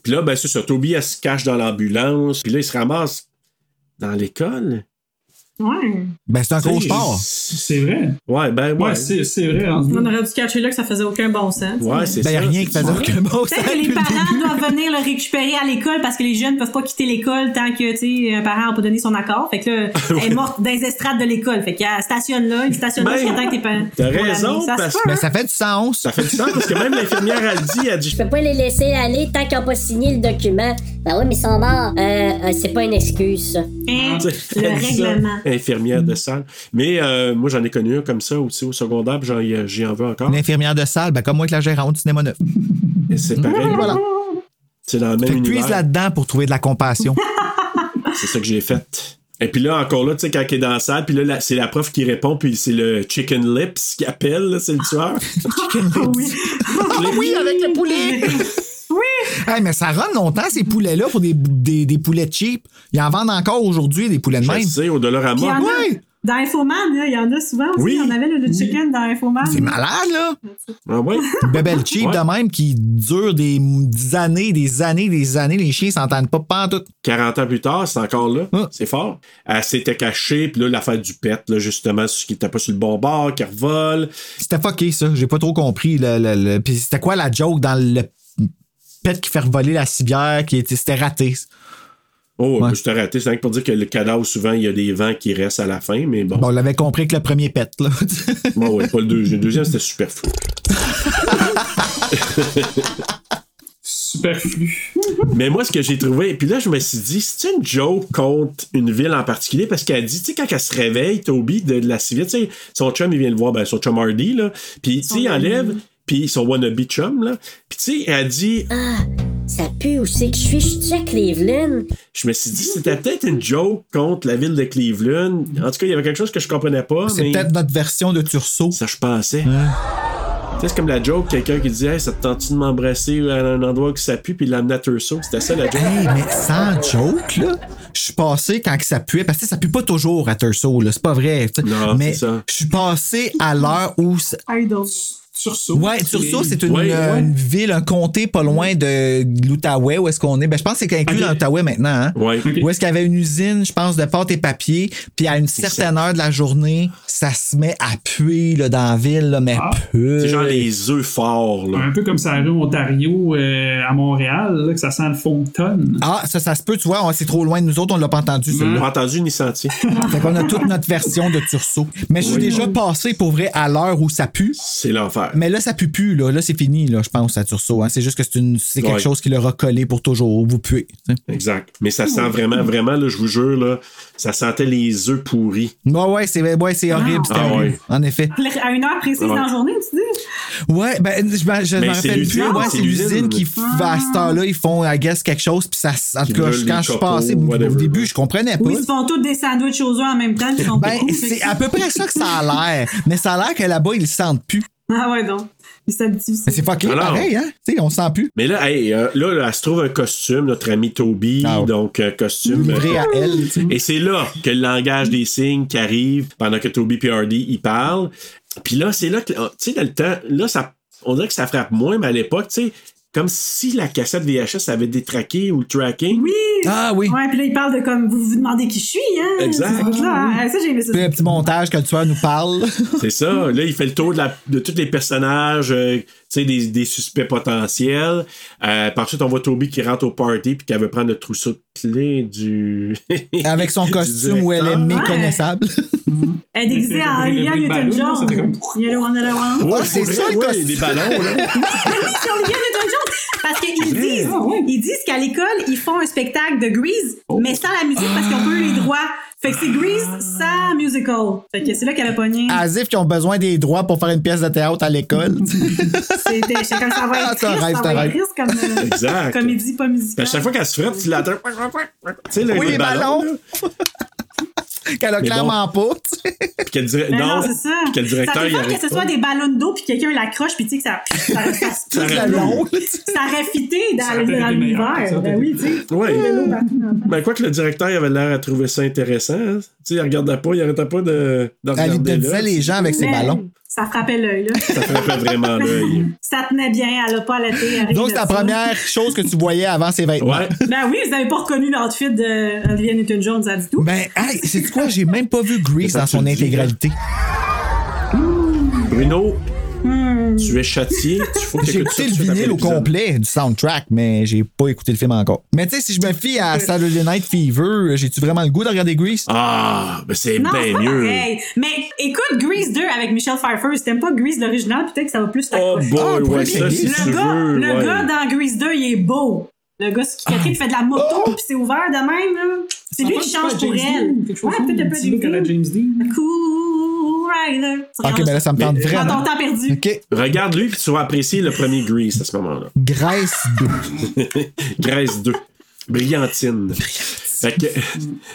Speaker 2: Puis là, ben, c'est ça. Toby, elle se cache dans l'ambulance. Puis là, il se ramasse dans l'école.
Speaker 3: Ouais.
Speaker 1: Ben, c'est un gros
Speaker 2: C'est-
Speaker 1: sport.
Speaker 4: C'est vrai.
Speaker 2: Ouais, ben, ouais.
Speaker 4: Ouais, c'est c'est vrai. en-
Speaker 3: On aurait dû catcher là que ça faisait aucun bon sens.
Speaker 2: Ouais, c'est
Speaker 1: Ben, y a
Speaker 2: ça.
Speaker 1: rien qui faisait aucun bon sens
Speaker 3: Peut-être que
Speaker 1: depuis
Speaker 3: les
Speaker 1: le
Speaker 3: parents
Speaker 1: début.
Speaker 3: doivent venir le récupérer à l'école parce que les jeunes peuvent pas quitter l'école tant que tu sais un parent n'a pas donné son accord. Fait que là, elle est morte dans les estrades de l'école. Fait qu'elle stationne là, il stationne là
Speaker 2: Ben,
Speaker 3: jusqu'à temps que tes parents.
Speaker 2: t'as
Speaker 3: vont
Speaker 2: raison,
Speaker 3: l'amener. Ça se
Speaker 2: parce-
Speaker 3: peut,
Speaker 1: Mais Ben,
Speaker 3: hein.
Speaker 1: ça fait du sens.
Speaker 2: Ça fait du sens parce que même l'infirmière, elle dit, elle dit,
Speaker 13: Je peux pas les laisser aller tant qu'ils ont pas signé le document. Ben oui, mais ils sont morts. Euh, euh, c'est pas une excuse, ça.
Speaker 3: Hein?
Speaker 2: Elle
Speaker 3: Le
Speaker 2: dit ça,
Speaker 3: règlement.
Speaker 2: Infirmière de salle. Mais euh, moi, j'en ai connu un comme ça aussi au secondaire, puis j'en y- j'y en veux encore.
Speaker 1: Une infirmière de salle, ben, comme moi avec la gérante du cinéma neuf.
Speaker 2: Et c'est pareil.
Speaker 1: Voilà.
Speaker 2: C'est dans le
Speaker 1: Fait
Speaker 2: même
Speaker 1: que puise
Speaker 2: univers.
Speaker 1: là-dedans pour trouver de la compassion.
Speaker 2: C'est ça que j'ai fait. Et puis là, encore là, tu sais, quand il est dans la salle, puis là, la- c'est la prof qui répond, puis c'est le Chicken Lips qui appelle, là, c'est le tueur.
Speaker 3: Oui.
Speaker 1: Ah oui, avec le poulet!
Speaker 3: Oui.
Speaker 1: Hey, mais ça run longtemps, ces poulets-là, pour des, des, des poulets cheap. Ils en vendent encore aujourd'hui, des poulets de
Speaker 2: Je
Speaker 1: même.
Speaker 2: sais, au dollar à
Speaker 3: Puis il y en
Speaker 2: moi.
Speaker 3: a-
Speaker 1: Ouais.
Speaker 3: Dans Infoman, là, il y en a souvent aussi.
Speaker 2: Oui.
Speaker 3: Il y en avait là, le chicken dans Infoman.
Speaker 1: C'est malade, là!
Speaker 2: Ah ouais?
Speaker 1: Bebel cheap
Speaker 2: Ouais.
Speaker 1: de même qui dure des m- des années, des années, des années. Les chiens s'entendent pas pantoute.
Speaker 2: 40 ans plus tard, c'est encore là.
Speaker 1: Ah.
Speaker 2: C'est fort. Elle s'était cachée, puis là, l'affaire du pet, là, justement, ce qui était pas sur le bon bord, qui revole.
Speaker 1: C'était fucké, ça. J'ai pas trop compris. Le, le- le- Puis c'était quoi la joke dans le pet qui fait revoler la civière? qui était... C'était raté.
Speaker 2: Oh,
Speaker 1: Ouais.
Speaker 2: je t'ai raté. C'est rien que pour dire que le cadavre, souvent, il y a des vents qui restent à la fin, mais bon.
Speaker 1: Bon, on l'avait compris avec le premier pet, là.
Speaker 2: Bon, ouais, pas le deuxième. Le deuxième, c'était superflu.
Speaker 4: Superflu.
Speaker 2: Mais moi, ce que j'ai trouvé, puis là, je me suis dit, c'est une joke contre une ville en particulier, parce qu'elle dit, tu sais, quand elle se réveille, Toby, de, de la civile, tu sais, son chum, il vient le voir, ben, son chum Hardy, là, puis, tu sais, il enlève, puis son wannabe chum, là, puis, tu sais, elle dit,
Speaker 13: Ça pue où c'est que je suis. Je suis à Cleveland.
Speaker 2: je me suis dit, c'était peut-être une joke contre la ville de Cleveland. En tout cas, il y avait quelque chose que je comprenais pas,
Speaker 1: C'est
Speaker 2: mais
Speaker 1: peut-être notre version de Tursault.
Speaker 2: ça, je pensais. Tu sais, c'est comme la joke, quelqu'un qui dit, hey, ça te tente de m'embrasser à un endroit qui s'appuie, puis il l'amène à Turso. C'était ça, la joke.
Speaker 1: Hey, mais sans joke, là, je suis passé quand que ça puait, parce que ça pue pas toujours à Turso, là, c'est pas vrai. tu sais.
Speaker 2: Non,
Speaker 1: mais
Speaker 2: c'est ça.
Speaker 1: je suis passé à l'heure où. ça-
Speaker 3: Idol.
Speaker 4: Sursaut.
Speaker 1: Ouais, Turso, c'est une,
Speaker 2: Ouais,
Speaker 1: euh,
Speaker 2: ouais.
Speaker 1: une ville, un comté pas loin de l'Outaouais, où est-ce qu'on est. Ben, je pense que c'est inclus
Speaker 4: Ok.
Speaker 1: dans l'Outaouais maintenant. Hein?
Speaker 2: Ouais.
Speaker 1: Où est-ce qu'il y avait une usine, je pense, de pâte et papier, puis à une certaine heure de la journée, ça se met à puer là, dans la ville, là, mais
Speaker 4: Ah.
Speaker 1: puer.
Speaker 2: C'est genre les œufs forts, là.
Speaker 4: Un peu comme ça rue Ontario euh, à Montréal, là, que ça sent le fond de tonne.
Speaker 1: Ah, ça, ça se peut, tu vois, on- c'est trop loin de nous autres, on l'a pas entendu,
Speaker 2: On
Speaker 1: celui-là.
Speaker 2: l'a entendu ni senti.
Speaker 1: Fait qu'on a toute notre version de Tursault. Mais je suis déjà passé pour vrai à l'heure où ça pue.
Speaker 2: C'est l'enfer.
Speaker 1: Mais là, ça pue plus, là. Là, c'est fini, là, je pense, à Tursault. hein. C'est juste que c'est une, c'est quelque
Speaker 2: Ouais.
Speaker 1: chose qui leur a collé pour toujours. Vous puez. tu sais.
Speaker 2: Exact. Mais ça sent vraiment, vraiment, là, je vous jure, là, ça sentait les œufs pourris.
Speaker 1: Ouais, ouais, c'est, ouais, c'est horrible. c'est
Speaker 2: Ah
Speaker 1: horrible,
Speaker 2: ouais.
Speaker 1: En effet.
Speaker 3: À une heure précise
Speaker 2: Ouais.
Speaker 3: dans la journée, tu dis?
Speaker 1: Ouais, ben, je, m'en- je
Speaker 2: Mais
Speaker 1: m'en
Speaker 2: c'est
Speaker 1: rappelle plus.
Speaker 2: l'usine,
Speaker 1: Ouais,
Speaker 2: c'est
Speaker 1: c'est l'usine
Speaker 2: l'usine. Ah.
Speaker 1: qui, f- à cette heure-là, ils font, I guess, quelque chose. Puis ça, en tout
Speaker 2: Qui
Speaker 1: cas,
Speaker 2: brûle
Speaker 1: je-
Speaker 2: les
Speaker 1: quand je suis
Speaker 2: copeaux,
Speaker 1: passé, au
Speaker 2: whatever.
Speaker 1: début, je comprenais pas.
Speaker 3: Ou ils se font tous des sandwichs aux œufs en même temps, ils sont
Speaker 1: Ben,
Speaker 3: beaucoup, fait
Speaker 1: c'est
Speaker 3: que-
Speaker 1: à peu près ça que ça a l'air. Mais ça a l'air que là-bas, ils le sentent plus.
Speaker 3: Ah ouais, donc. Ils s'habituent aussi.
Speaker 1: Mais c'est fucké,
Speaker 2: Alors.
Speaker 1: pareil, hein? Tu sais, on sent plus.
Speaker 2: Mais là, hey, euh, là, là, elle se trouve un costume, notre ami Toby,
Speaker 1: Ah ouais.
Speaker 2: donc un costume. euh,
Speaker 1: Livré à elle, tu sais.
Speaker 2: Et c'est là que le langage des signes qui arrive pendant que Toby et Hardy y oh, parlent. Puis là, c'est là que, tu sais, dans le temps, là, ça, on dirait que ça frappe moins, mais à l'époque, tu sais, comme si la cassette VHS avait détraqué ou le tracking.
Speaker 3: Oui!
Speaker 1: Ah oui!
Speaker 3: Ouais, puis là, il parle de comme vous vous demandez qui je suis, hein?
Speaker 2: Exact.
Speaker 3: C'est ça, hein? Ça, j'ai aimé ça.
Speaker 1: Puis un petit montage que le tueur nous parle.
Speaker 2: C'est ça. Là, il fait le tour de, la- de tous les personnages, euh, tu sais, des, des suspects potentiels. Euh, par suite, on voit Toby qui rentre au party puis qu'elle veut prendre le trousseau de clés du.
Speaker 1: Avec son
Speaker 2: du
Speaker 1: costume où elle est
Speaker 2: directeur.
Speaker 1: méconnaissable.
Speaker 3: Elle est déguisée en Olivia Newton-Jones. Yellow one, yellow one.
Speaker 2: Ouais,
Speaker 1: Ouais, c'est
Speaker 2: pour
Speaker 1: ça,
Speaker 2: vrai,
Speaker 1: le
Speaker 2: ouais,
Speaker 1: costume.
Speaker 2: les ballons, là.
Speaker 3: C'est Olivia Newton-Jones. Parce qu'ils disent,
Speaker 2: Ah,
Speaker 3: ils disent qu'à l'école, ils font un spectacle de Grease,
Speaker 2: Oh.
Speaker 3: mais sans la musique parce qu'ils ont pas eu les droits. Fait que c'est Grease sans musical. Fait que c'est là qu'elle a pogné.
Speaker 2: Ah.
Speaker 1: As if qu'ils ont besoin des droits pour faire une pièce de théâtre à l'école.
Speaker 3: C'était, j'étais comme ça va être
Speaker 1: Ah, c'est un
Speaker 3: triste,
Speaker 1: rêve,
Speaker 3: ça
Speaker 1: c'est un
Speaker 3: va être
Speaker 1: rêve.
Speaker 3: triste comme euh,
Speaker 2: Exact. Ben,
Speaker 3: comédie pas
Speaker 2: À
Speaker 3: musicale.
Speaker 2: chaque fois qu'elle se frotte, tu l'entends. Tu sais, le-
Speaker 1: Oui,
Speaker 2: le
Speaker 1: les
Speaker 2: ballon.
Speaker 1: ballons. Qu'elle a
Speaker 2: Mais
Speaker 1: clairement pas. tu sais.
Speaker 2: Puis qu'elle dirait.
Speaker 3: Mais
Speaker 2: Non,
Speaker 3: Ben non, c'est ça.
Speaker 2: puis que le directeur,
Speaker 3: ça
Speaker 2: il
Speaker 3: fait pas
Speaker 2: arrive
Speaker 3: que ce
Speaker 2: pas.
Speaker 3: soit des ballons d'eau puis quelqu'un l'accroche puis tu sais que ça, ça, ça,
Speaker 2: Ça
Speaker 1: Tout
Speaker 2: aurait
Speaker 1: le
Speaker 2: pu.
Speaker 1: long.
Speaker 3: ça aurait fité dans,
Speaker 4: Ça aurait
Speaker 3: dans
Speaker 4: été meilleur, ça
Speaker 3: l'univers.
Speaker 4: aurait
Speaker 3: Ben
Speaker 4: été-
Speaker 3: oui, tu sais.
Speaker 2: Oui.
Speaker 3: L'eau partout dans-
Speaker 2: Mais quoi que Ben, le directeur il avait l'air à trouver ça intéressant, hein. tu sais, il regardait pas, il arrêtait pas de, de
Speaker 1: Elle
Speaker 2: regarder là.
Speaker 1: hypnotisait les gens avec ses
Speaker 3: Mais
Speaker 1: ballons.
Speaker 3: Ça frappait l'œil, là.
Speaker 2: Ça frappait vraiment l'œil.
Speaker 3: ça tenait bien, elle a pas allaité. elle
Speaker 1: Donc, c'est
Speaker 3: riait
Speaker 1: la
Speaker 3: de ça.
Speaker 1: première chose que tu voyais avant ses vêtements.
Speaker 2: Ouais.
Speaker 3: Ben oui, vous n'avez pas reconnu l'outfit de Olivia Newton-Jones, ça du tout.
Speaker 1: Ben, hey, c'est quoi? J'ai même pas vu Grease
Speaker 2: Ça,
Speaker 1: dans
Speaker 2: tu le
Speaker 1: son
Speaker 2: dis,
Speaker 1: intégralité.
Speaker 2: Bruno,
Speaker 3: Hmm.
Speaker 2: tu es châtié, tu faut que
Speaker 1: J'ai écouté le vinyle au complet du soundtrack, mais j'ai pas écouté le film encore. Mais tu sais, si je me fie à Saturday Night Fever, j'ai-tu vraiment le goût de regarder Grease?
Speaker 2: Ah, ben c'est
Speaker 3: Non, c'est
Speaker 2: bien
Speaker 3: pas
Speaker 2: mieux.
Speaker 3: pareil. Mais écoute Grease 2 avec Michelle Pfeiffer. Si t'aimes pas Grease l'original, peut-être que ça va plus
Speaker 2: Oh
Speaker 3: t'accrocher.
Speaker 2: boy,
Speaker 1: pour
Speaker 2: ouais,
Speaker 1: le
Speaker 2: ça, si
Speaker 1: vinyle.
Speaker 2: tu
Speaker 3: Ah, le gars,
Speaker 2: veux.
Speaker 3: le
Speaker 2: ouais.
Speaker 3: gars dans Grease 2, il est beau. Le gars qui
Speaker 1: Ah.
Speaker 3: qui fait de la moto
Speaker 1: Oh!
Speaker 3: puis c'est ouvert de même. là. C'est lui qui change pour elle. Ouais, peut-être un peu
Speaker 4: James
Speaker 3: James
Speaker 4: Dean.
Speaker 3: Dean.
Speaker 4: James Dean.
Speaker 3: Cool Rider.
Speaker 1: Ok,
Speaker 3: Tu regardes
Speaker 1: mais là, ça me tente
Speaker 4: euh,
Speaker 3: Prends
Speaker 1: vraiment.
Speaker 3: ton temps perdu.
Speaker 1: Ok.
Speaker 2: Regarde lui, puis tu vas apprécier le premier Grease à ce moment-là.
Speaker 1: Grace 2.
Speaker 2: Graisse 2. Brillantine. Fait que,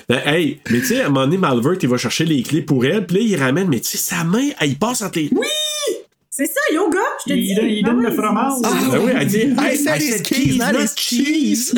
Speaker 2: ben, hey, mais tu sais, à un moment donné, Malvert, il va chercher les clés pour elle, puis là, il ramène, mais tu sais, sa main, elle, il passe entre les. Oui!
Speaker 3: C'est ça, yoga, je te dis.
Speaker 4: Il, donne- il
Speaker 3: Ah
Speaker 4: donne le
Speaker 3: oui,
Speaker 4: fromage.
Speaker 3: c'est-
Speaker 2: Ben oui, elle dit,
Speaker 1: I
Speaker 2: hey,
Speaker 1: said
Speaker 2: I
Speaker 1: it's
Speaker 2: said
Speaker 1: cheese,
Speaker 2: keys,
Speaker 1: not
Speaker 2: not
Speaker 1: it's
Speaker 2: cheese.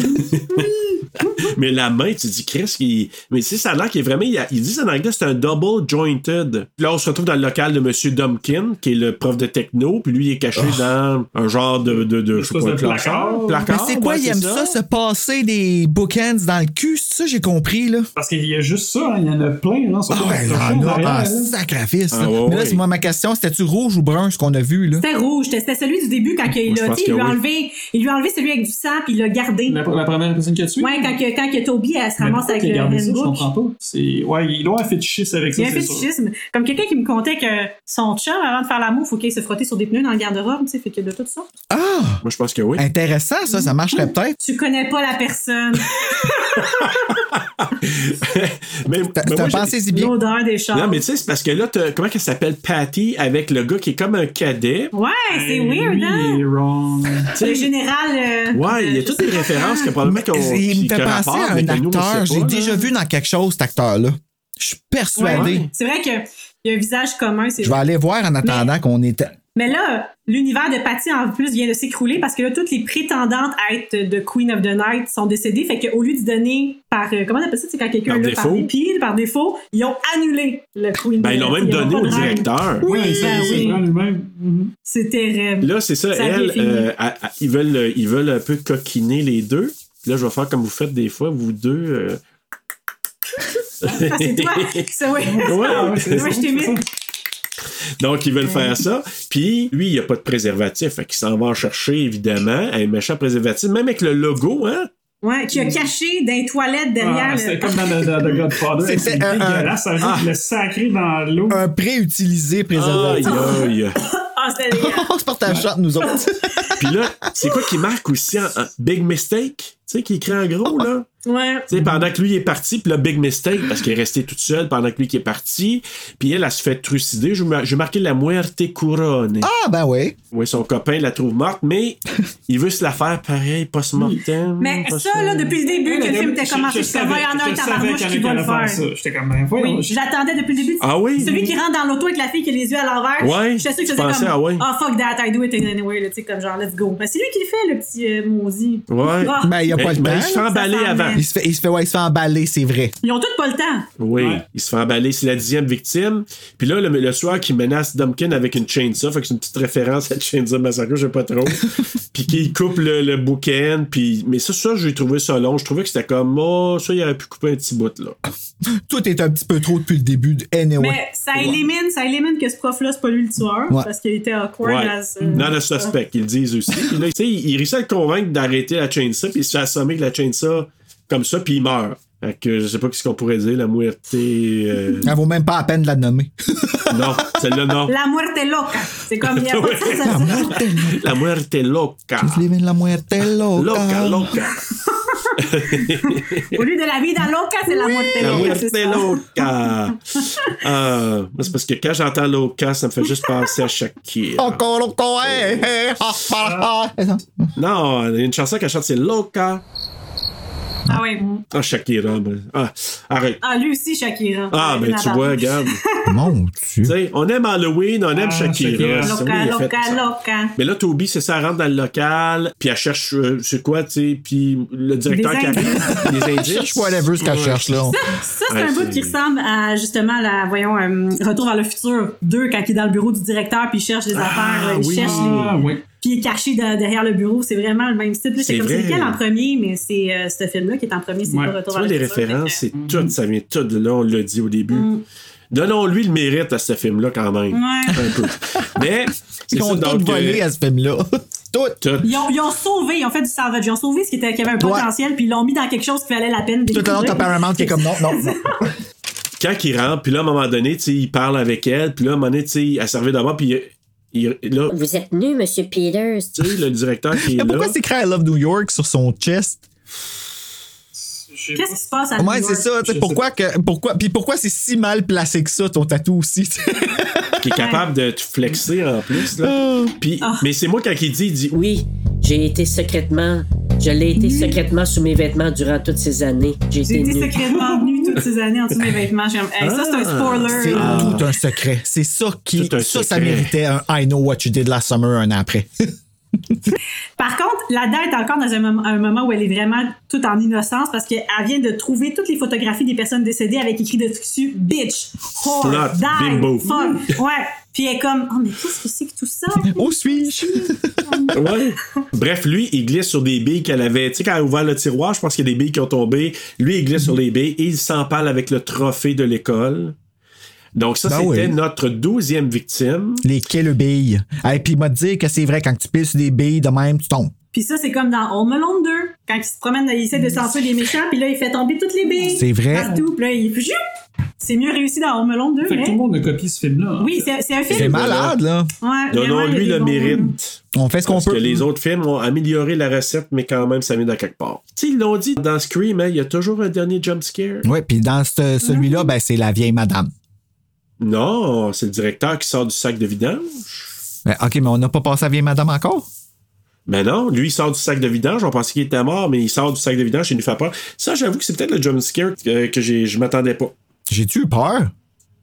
Speaker 2: mais la main, tu dis, Chris, il... mais tu sais, ça a l'air qu'il est vraiment, il, a- il dit en anglais, c'est un double jointed. Puis là, on se retrouve dans le local de Monsieur Dumpkin, qui est le prof de techno, puis lui, il est caché dans un genre de, de, Oh. de, je sais
Speaker 4: Espèce
Speaker 2: pas,
Speaker 4: de placard.
Speaker 1: Mais c'est quoi,
Speaker 2: ouais,
Speaker 1: il aime ça, se passer des bookends dans le cul? C'est ça, j'ai compris, là.
Speaker 4: Parce qu'il y a juste ça, hein, il y en a plein. Là,
Speaker 2: Oh,
Speaker 1: Ah ouais, il y en a un sacrifice.
Speaker 2: ben, Ah ouais,
Speaker 1: Mais là,
Speaker 2: ouais.
Speaker 1: c'est moi ma question, c'était-tu rouge ou brun ce qu'on a vu, là?
Speaker 3: C'était rouge, c'était c'était celui du début quand il
Speaker 2: Moi, je
Speaker 3: l'a
Speaker 2: pense
Speaker 3: tu sais, il
Speaker 2: que
Speaker 3: lui a
Speaker 2: oui.
Speaker 3: enlevé, il lui a enlevé celui avec du sang puis il l'a gardé.
Speaker 4: La, la première personne que tu
Speaker 3: Ouais, quand que, quand que Toby elle se ramasse avec le
Speaker 4: ça, je
Speaker 3: handbook.
Speaker 4: comprends pas. C'est... Ouais, il doit avoir fait de chiss avec ça.
Speaker 3: Il y a un
Speaker 4: c'est sûr.
Speaker 3: fétichisme. Comme quelqu'un qui me contait que son chum, avant de faire l'amour, faut qu'il se frotter sur des pneus dans le garde-robe, tu sais, fait que de tout ça.
Speaker 1: Ah!
Speaker 2: Moi, je pense que oui.
Speaker 1: Intéressant, ça, ça marcherait peut-être.
Speaker 3: Tu connais pas la personne,
Speaker 2: mais, mais
Speaker 1: T'as
Speaker 2: moi,
Speaker 1: t'as
Speaker 2: j'ai-
Speaker 1: pensé si bien.
Speaker 3: l'odeur des chars.
Speaker 2: Non, mais tu sais, c'est parce que là, t'as- comment qu'elle s'appelle Patty avec le gars qui est comme un cadet.
Speaker 3: Ouais, c'est
Speaker 4: Hey,
Speaker 3: weird,
Speaker 4: Ben, lui,
Speaker 3: hein?
Speaker 4: il est wrong.
Speaker 3: C'est le général. euh,
Speaker 2: Ouais, il y a
Speaker 3: je
Speaker 2: toutes
Speaker 3: sais
Speaker 2: des
Speaker 3: pas
Speaker 2: références
Speaker 3: quand.
Speaker 2: que probablement qu'on.
Speaker 1: Il me
Speaker 2: qui- qui
Speaker 1: fait penser
Speaker 2: rapportent,
Speaker 1: à
Speaker 2: mais
Speaker 1: un
Speaker 2: que nous, on le
Speaker 1: acteur.
Speaker 2: sait
Speaker 1: J'ai
Speaker 2: pas,
Speaker 1: déjà
Speaker 2: là.
Speaker 1: vu dans quelque chose, cet acteur-là. Je suis persuadé.
Speaker 2: Ouais.
Speaker 3: C'est vrai qu'il y a un visage commun, c'est
Speaker 1: Je vais aller voir en attendant qu'on est.
Speaker 3: Mais là, l'univers de Patty en plus vient de s'écrouler parce que là, toutes les prétendantes à être de Queen of the Night sont décédées. Fait qu'au lieu de donner par. euh, comment on appelle ça? C'est quand quelqu'un
Speaker 2: Par
Speaker 3: là, par
Speaker 2: défaut.
Speaker 3: dépit, par défaut, ils ont annulé le Queen
Speaker 2: Ben,
Speaker 3: of the
Speaker 2: ils l'ont
Speaker 3: Night.
Speaker 2: même
Speaker 3: Il y aura
Speaker 2: donné
Speaker 3: pas
Speaker 2: au
Speaker 3: de reine.
Speaker 2: directeur.
Speaker 4: Ouais,
Speaker 3: Oui,
Speaker 4: c'est,
Speaker 3: ben
Speaker 4: c'est
Speaker 3: oui.
Speaker 4: vraiment lui-même. Mhm.
Speaker 3: C'est terrible.
Speaker 2: Là, c'est ça,
Speaker 3: Ça
Speaker 2: elle,
Speaker 3: vient fini.
Speaker 2: euh, elle- elle- ils, veulent, euh, ils veulent un peu coquiner les deux. Puis Là, je vais faire comme vous faites des fois, vous deux. euh,
Speaker 3: Ah, c'est toi. Ça, oui.
Speaker 2: Ouais, ouais, c'est
Speaker 3: Moi, je t'ai mis.
Speaker 2: Donc, ils
Speaker 3: Euh.
Speaker 2: veulent faire ça. Puis, lui, il n'y a pas de préservatif. Fait qu'il s'en va en chercher, évidemment, un méchant préservatif, même avec le logo, hein?
Speaker 3: Ouais, qui a caché dans les toilettes derrière
Speaker 4: Ah,
Speaker 3: le-
Speaker 4: c'était comme dans The, The Godfather.
Speaker 1: C'était
Speaker 4: C'est
Speaker 1: un-
Speaker 4: dégueulasse. Ça veut dire qu'il l'a sacré dans l'eau.
Speaker 1: Un préutilisé
Speaker 2: Aïe,
Speaker 1: préservatif.
Speaker 2: aïe.
Speaker 3: Ah, c'était dégueulasse.
Speaker 1: On se porte à shot, nous autres.
Speaker 2: Puis là, c'est quoi qui marque aussi en, en- Big Mistake? Tu sais, qui écrit en gros, là?
Speaker 3: Ouais.
Speaker 2: Tu sais,
Speaker 1: Mm-hmm.
Speaker 2: pendant que lui est parti, puis là, Big Mistake, parce qu'elle est restée toute seule pendant que lui qui est parti, puis elle, elle se fait trucider. Je mar- J'ai marqué la muerte couronne.
Speaker 1: Ah, ben oui.
Speaker 2: Oui, son copain la trouve morte, mais il veut se la faire pareil, post-mortem.
Speaker 3: Mais
Speaker 2: post-
Speaker 3: ça, là, depuis le début que le film était
Speaker 4: Je-
Speaker 3: commencé,
Speaker 4: je
Speaker 3: je savais, il y en a
Speaker 4: savais-
Speaker 3: un
Speaker 4: je savais
Speaker 3: tabarnouche
Speaker 4: qu'il y
Speaker 3: qui
Speaker 4: en
Speaker 3: va
Speaker 4: a
Speaker 3: le
Speaker 4: qui allaient
Speaker 3: faire.
Speaker 4: ça. J'étais comme, ben, voyons.
Speaker 3: Oui, je l'attendais depuis le début.
Speaker 2: Ah oui?
Speaker 3: Celui qui rentre dans l'auto avec la fille qui a les yeux à l'envers.
Speaker 2: Ouais,
Speaker 3: Je suis sûre que
Speaker 2: tu
Speaker 3: c'était comme.
Speaker 2: pensais, ah ouais.
Speaker 3: Ah fuck that, I do it anyway, là, tu sais, comme genre, let's go. Ben, c'est lui qui le fait, le petit euh, maudit.
Speaker 2: Ouais.
Speaker 3: Ah,
Speaker 1: Ben, il n'y a pas
Speaker 2: Eh, Mais-
Speaker 1: le
Speaker 2: mais il se fait
Speaker 1: temps.
Speaker 2: emballer
Speaker 3: Ça s'en
Speaker 2: avant.
Speaker 3: vient.
Speaker 1: Il se fait, il se fait, ouais, il se fait emballer, c'est vrai.
Speaker 3: Ils ont tous pas le temps.
Speaker 2: Oui,
Speaker 4: Ouais.
Speaker 2: il se fait emballer. C'est la dixième victime. Puis là, le, le soir, qui menace Dumpkin avec une chainsaw. Fait que c'est une petite référence à Chainsaw Massacre, je sais pas trop. Puis qu'il coupe le, le bouquin. Puis... Mais ça, ça, j'ai trouvé ça long. Je trouvais que c'était comme, oh, ça, il aurait pu couper un petit bout, là.
Speaker 1: Tout est un petit peu trop depuis le début de Anyway.
Speaker 3: Mais ça élimine, ça élimine que ce prof-là, c'est pas lui le tueur,
Speaker 2: Ouais.
Speaker 3: parce qu'il était awkward.
Speaker 2: Ouais.
Speaker 3: as, euh,
Speaker 2: Non, le suspect, ils le disent aussi. Puis là, tu sais, il il réussit à le convaincre d'arrêter la chainsaw, puis il se fait assommer avec la chainsaw comme ça, puis il meurt. Fait que je sais pas ce qu'on pourrait dire, la muerte. euh,
Speaker 1: Elle vaut même pas la peine de la nommer.
Speaker 2: non, celle-là, non.
Speaker 3: La muerte loca. C'est comme il y a pas de sens
Speaker 2: La
Speaker 3: à ça.
Speaker 2: muerte La muerte loca.
Speaker 1: la muerte loca.
Speaker 2: Loca, loca.
Speaker 3: Au lieu de la vida loca, c'est la muerte
Speaker 2: La
Speaker 3: loca.
Speaker 2: muerte
Speaker 3: c'est ça.
Speaker 2: loca. Euh, moi, c'est parce que quand j'entends loca, ça me fait juste penser à Shakira.
Speaker 1: Encore, encore,
Speaker 2: Oh.
Speaker 1: hey, hey, ha, ha,
Speaker 2: Ah.
Speaker 1: ha.
Speaker 2: Non, il y a une chanson qu'elle chante, c'est loca.
Speaker 3: Ah oui.
Speaker 2: Ah, Shakira. ben, Ah, arrête.
Speaker 3: Ah, lui aussi, Shakira.
Speaker 2: Ah, ben tu vois, regarde.
Speaker 1: Mon Dieu.
Speaker 2: on aime Halloween, on aime Shakira. C'est vrai,
Speaker 3: Ah, Loca,
Speaker 2: il a fait
Speaker 3: loca,
Speaker 2: ça.
Speaker 3: loca.
Speaker 2: Mais là, Toby, c'est ça, elle rentre dans le local, puis elle cherche, euh, c'est quoi, tu sais, puis le directeur
Speaker 3: Des
Speaker 2: qui arrive, des
Speaker 1: Elle
Speaker 2: indices.
Speaker 1: cherche whatever ce qu'elle
Speaker 2: Ouais.
Speaker 1: cherche, là.
Speaker 3: Ça, c'est
Speaker 2: Ouais,
Speaker 3: un bout
Speaker 2: c'est-
Speaker 3: qui ressemble à justement la, voyons, euh, Retour vers le futur 2, quand il est dans le bureau du directeur, puis il cherche des affaires, euh, il
Speaker 2: oui.
Speaker 3: cherche
Speaker 2: Ah,
Speaker 3: les.
Speaker 2: oui.
Speaker 3: Puis il est caché de- derrière le bureau, c'est vraiment le même style. Là,
Speaker 2: C'est
Speaker 3: C'est comme
Speaker 2: vrai.
Speaker 3: c'est lequel en premier, mais c'est euh, ce film-là qui est en premier, c'est
Speaker 2: Ouais.
Speaker 3: pas
Speaker 2: Tu
Speaker 3: Retour
Speaker 2: vois,
Speaker 3: vers
Speaker 2: les
Speaker 3: le futur.
Speaker 2: références, c'est tout, ça vient tout de là, on l'a dit au début.
Speaker 3: Mm.
Speaker 2: Donnons-lui le mérite à ce film-là, quand même.
Speaker 3: Ouais.
Speaker 2: Un peu. Mais, c'est
Speaker 1: Ils
Speaker 2: ça,
Speaker 1: ont tout
Speaker 2: donc,
Speaker 1: volé
Speaker 2: euh,
Speaker 1: à ce film-là. Tout.
Speaker 2: tout.
Speaker 3: Ils ont, ils ont sauvé, ils ont fait du salvage, ils ont sauvé ce qui, était, qui avait un potentiel, puis ils l'ont mis dans quelque chose qui valait la peine
Speaker 1: Tout le long, t'as Paramount qui est comme non, non, non.
Speaker 2: quand il rentre, puis là, à un moment donné, tu sais, il parle avec elle, puis là, à un moment donné, tu sais, elle servait d'abord, puis euh, il- il- là,
Speaker 13: Vous êtes nu, Monsieur Peters.
Speaker 2: tu sais, le directeur qui est
Speaker 1: Mais
Speaker 2: là.
Speaker 1: pourquoi c'est écrit I Love New York sur son chest?
Speaker 3: Qu'est-ce qui se passe à
Speaker 1: Ouais,
Speaker 3: New
Speaker 1: c'est
Speaker 3: York?
Speaker 1: ça. tu sais, Pourquoi que, pourquoi, puis pourquoi c'est si mal placé que ça, ton tatou aussi? tu sais?
Speaker 2: qui est capable de te flexer en plus.
Speaker 3: Oh.
Speaker 2: Là. Puis, Mais c'est moi quand il dit, il dit
Speaker 10: Oui, j'ai été secrètement. Je l'ai été secrètement sous mes vêtements durant toutes ces années. J'ai
Speaker 3: J'ai
Speaker 10: été
Speaker 3: été
Speaker 10: nue.
Speaker 3: secrètement nue toutes ces années en dessous de mes vêtements. J'ai- Hey, ça,
Speaker 2: Ah,
Speaker 3: c'est un spoiler.
Speaker 1: C'est
Speaker 3: là.
Speaker 1: tout un secret. C'est ça qui.
Speaker 2: Tout Ah. un
Speaker 1: Ça, ça
Speaker 2: secret.
Speaker 1: méritait un I know what you did last summer un an après.
Speaker 3: Par contre, la date est encore dans un, mom- un moment où elle est vraiment toute en innocence parce qu'elle vient de trouver toutes les photographies des personnes décédées avec écrit de dessus bitch, whore,
Speaker 2: Slut,
Speaker 3: die,
Speaker 2: bimbo.
Speaker 3: fuck. Ouais. Puis elle est comme, oh, mais qu'est-ce que c'est que tout ça?
Speaker 1: Où suis-je?
Speaker 2: Ouais. Bref, lui, il glisse sur des billes qu'elle avait. Tu sais, quand elle a ouvert le tiroir, je pense qu'il y a des billes qui ont tombé. Lui, il glisse sur les billes et il s'empale avec le trophée de l'école. Donc, ça,
Speaker 1: Ben
Speaker 2: c'était
Speaker 1: oui.
Speaker 2: notre douzième victime.
Speaker 1: Les killer billes. Et puis, il m'a dit que c'est vrai, quand tu piles sur des billes de même, tu tombes.
Speaker 3: Puis ça, c'est comme dans Home Alone 2, quand il se promène, il essaie de censurer les méchants, puis là, il fait tomber toutes les billes.
Speaker 1: C'est vrai.
Speaker 3: Partout, puis là, il. Joup! C'est mieux réussi dans Home Alone 2,
Speaker 4: Fait que
Speaker 3: mais.
Speaker 4: tout le monde a copié ce film-là. hein.
Speaker 3: Oui, c'est c'est un film.
Speaker 1: C'est malade, là.
Speaker 3: Ouais, vraiment, il y a
Speaker 2: Donnons-lui
Speaker 3: des
Speaker 2: le
Speaker 3: bons-
Speaker 2: mérite.
Speaker 1: On fait ce qu'on
Speaker 2: Parce que
Speaker 1: peut.
Speaker 2: les autres films ont amélioré la recette, mais quand même, ça vient de quelque part. Tu sais, ils l'ont dit dans Scream, hein, il y a toujours un dernier jump scare.
Speaker 1: Ouais, puis dans ce- celui-là, ben, c'est la vieille madame.
Speaker 2: Non, c'est le directeur qui sort du sac de vidange.
Speaker 1: Ben, OK, mais on n'a pas passé la vieille madame encore?
Speaker 2: Ben non, lui, il sort du sac de vidange. On pensait qu'il était mort, mais il sort du sac de vidange et il nous fait peur. Ça, j'avoue que c'est peut-être le jump scare que, que j'ai- je m'attendais pas.
Speaker 1: J'ai-tu eu peur?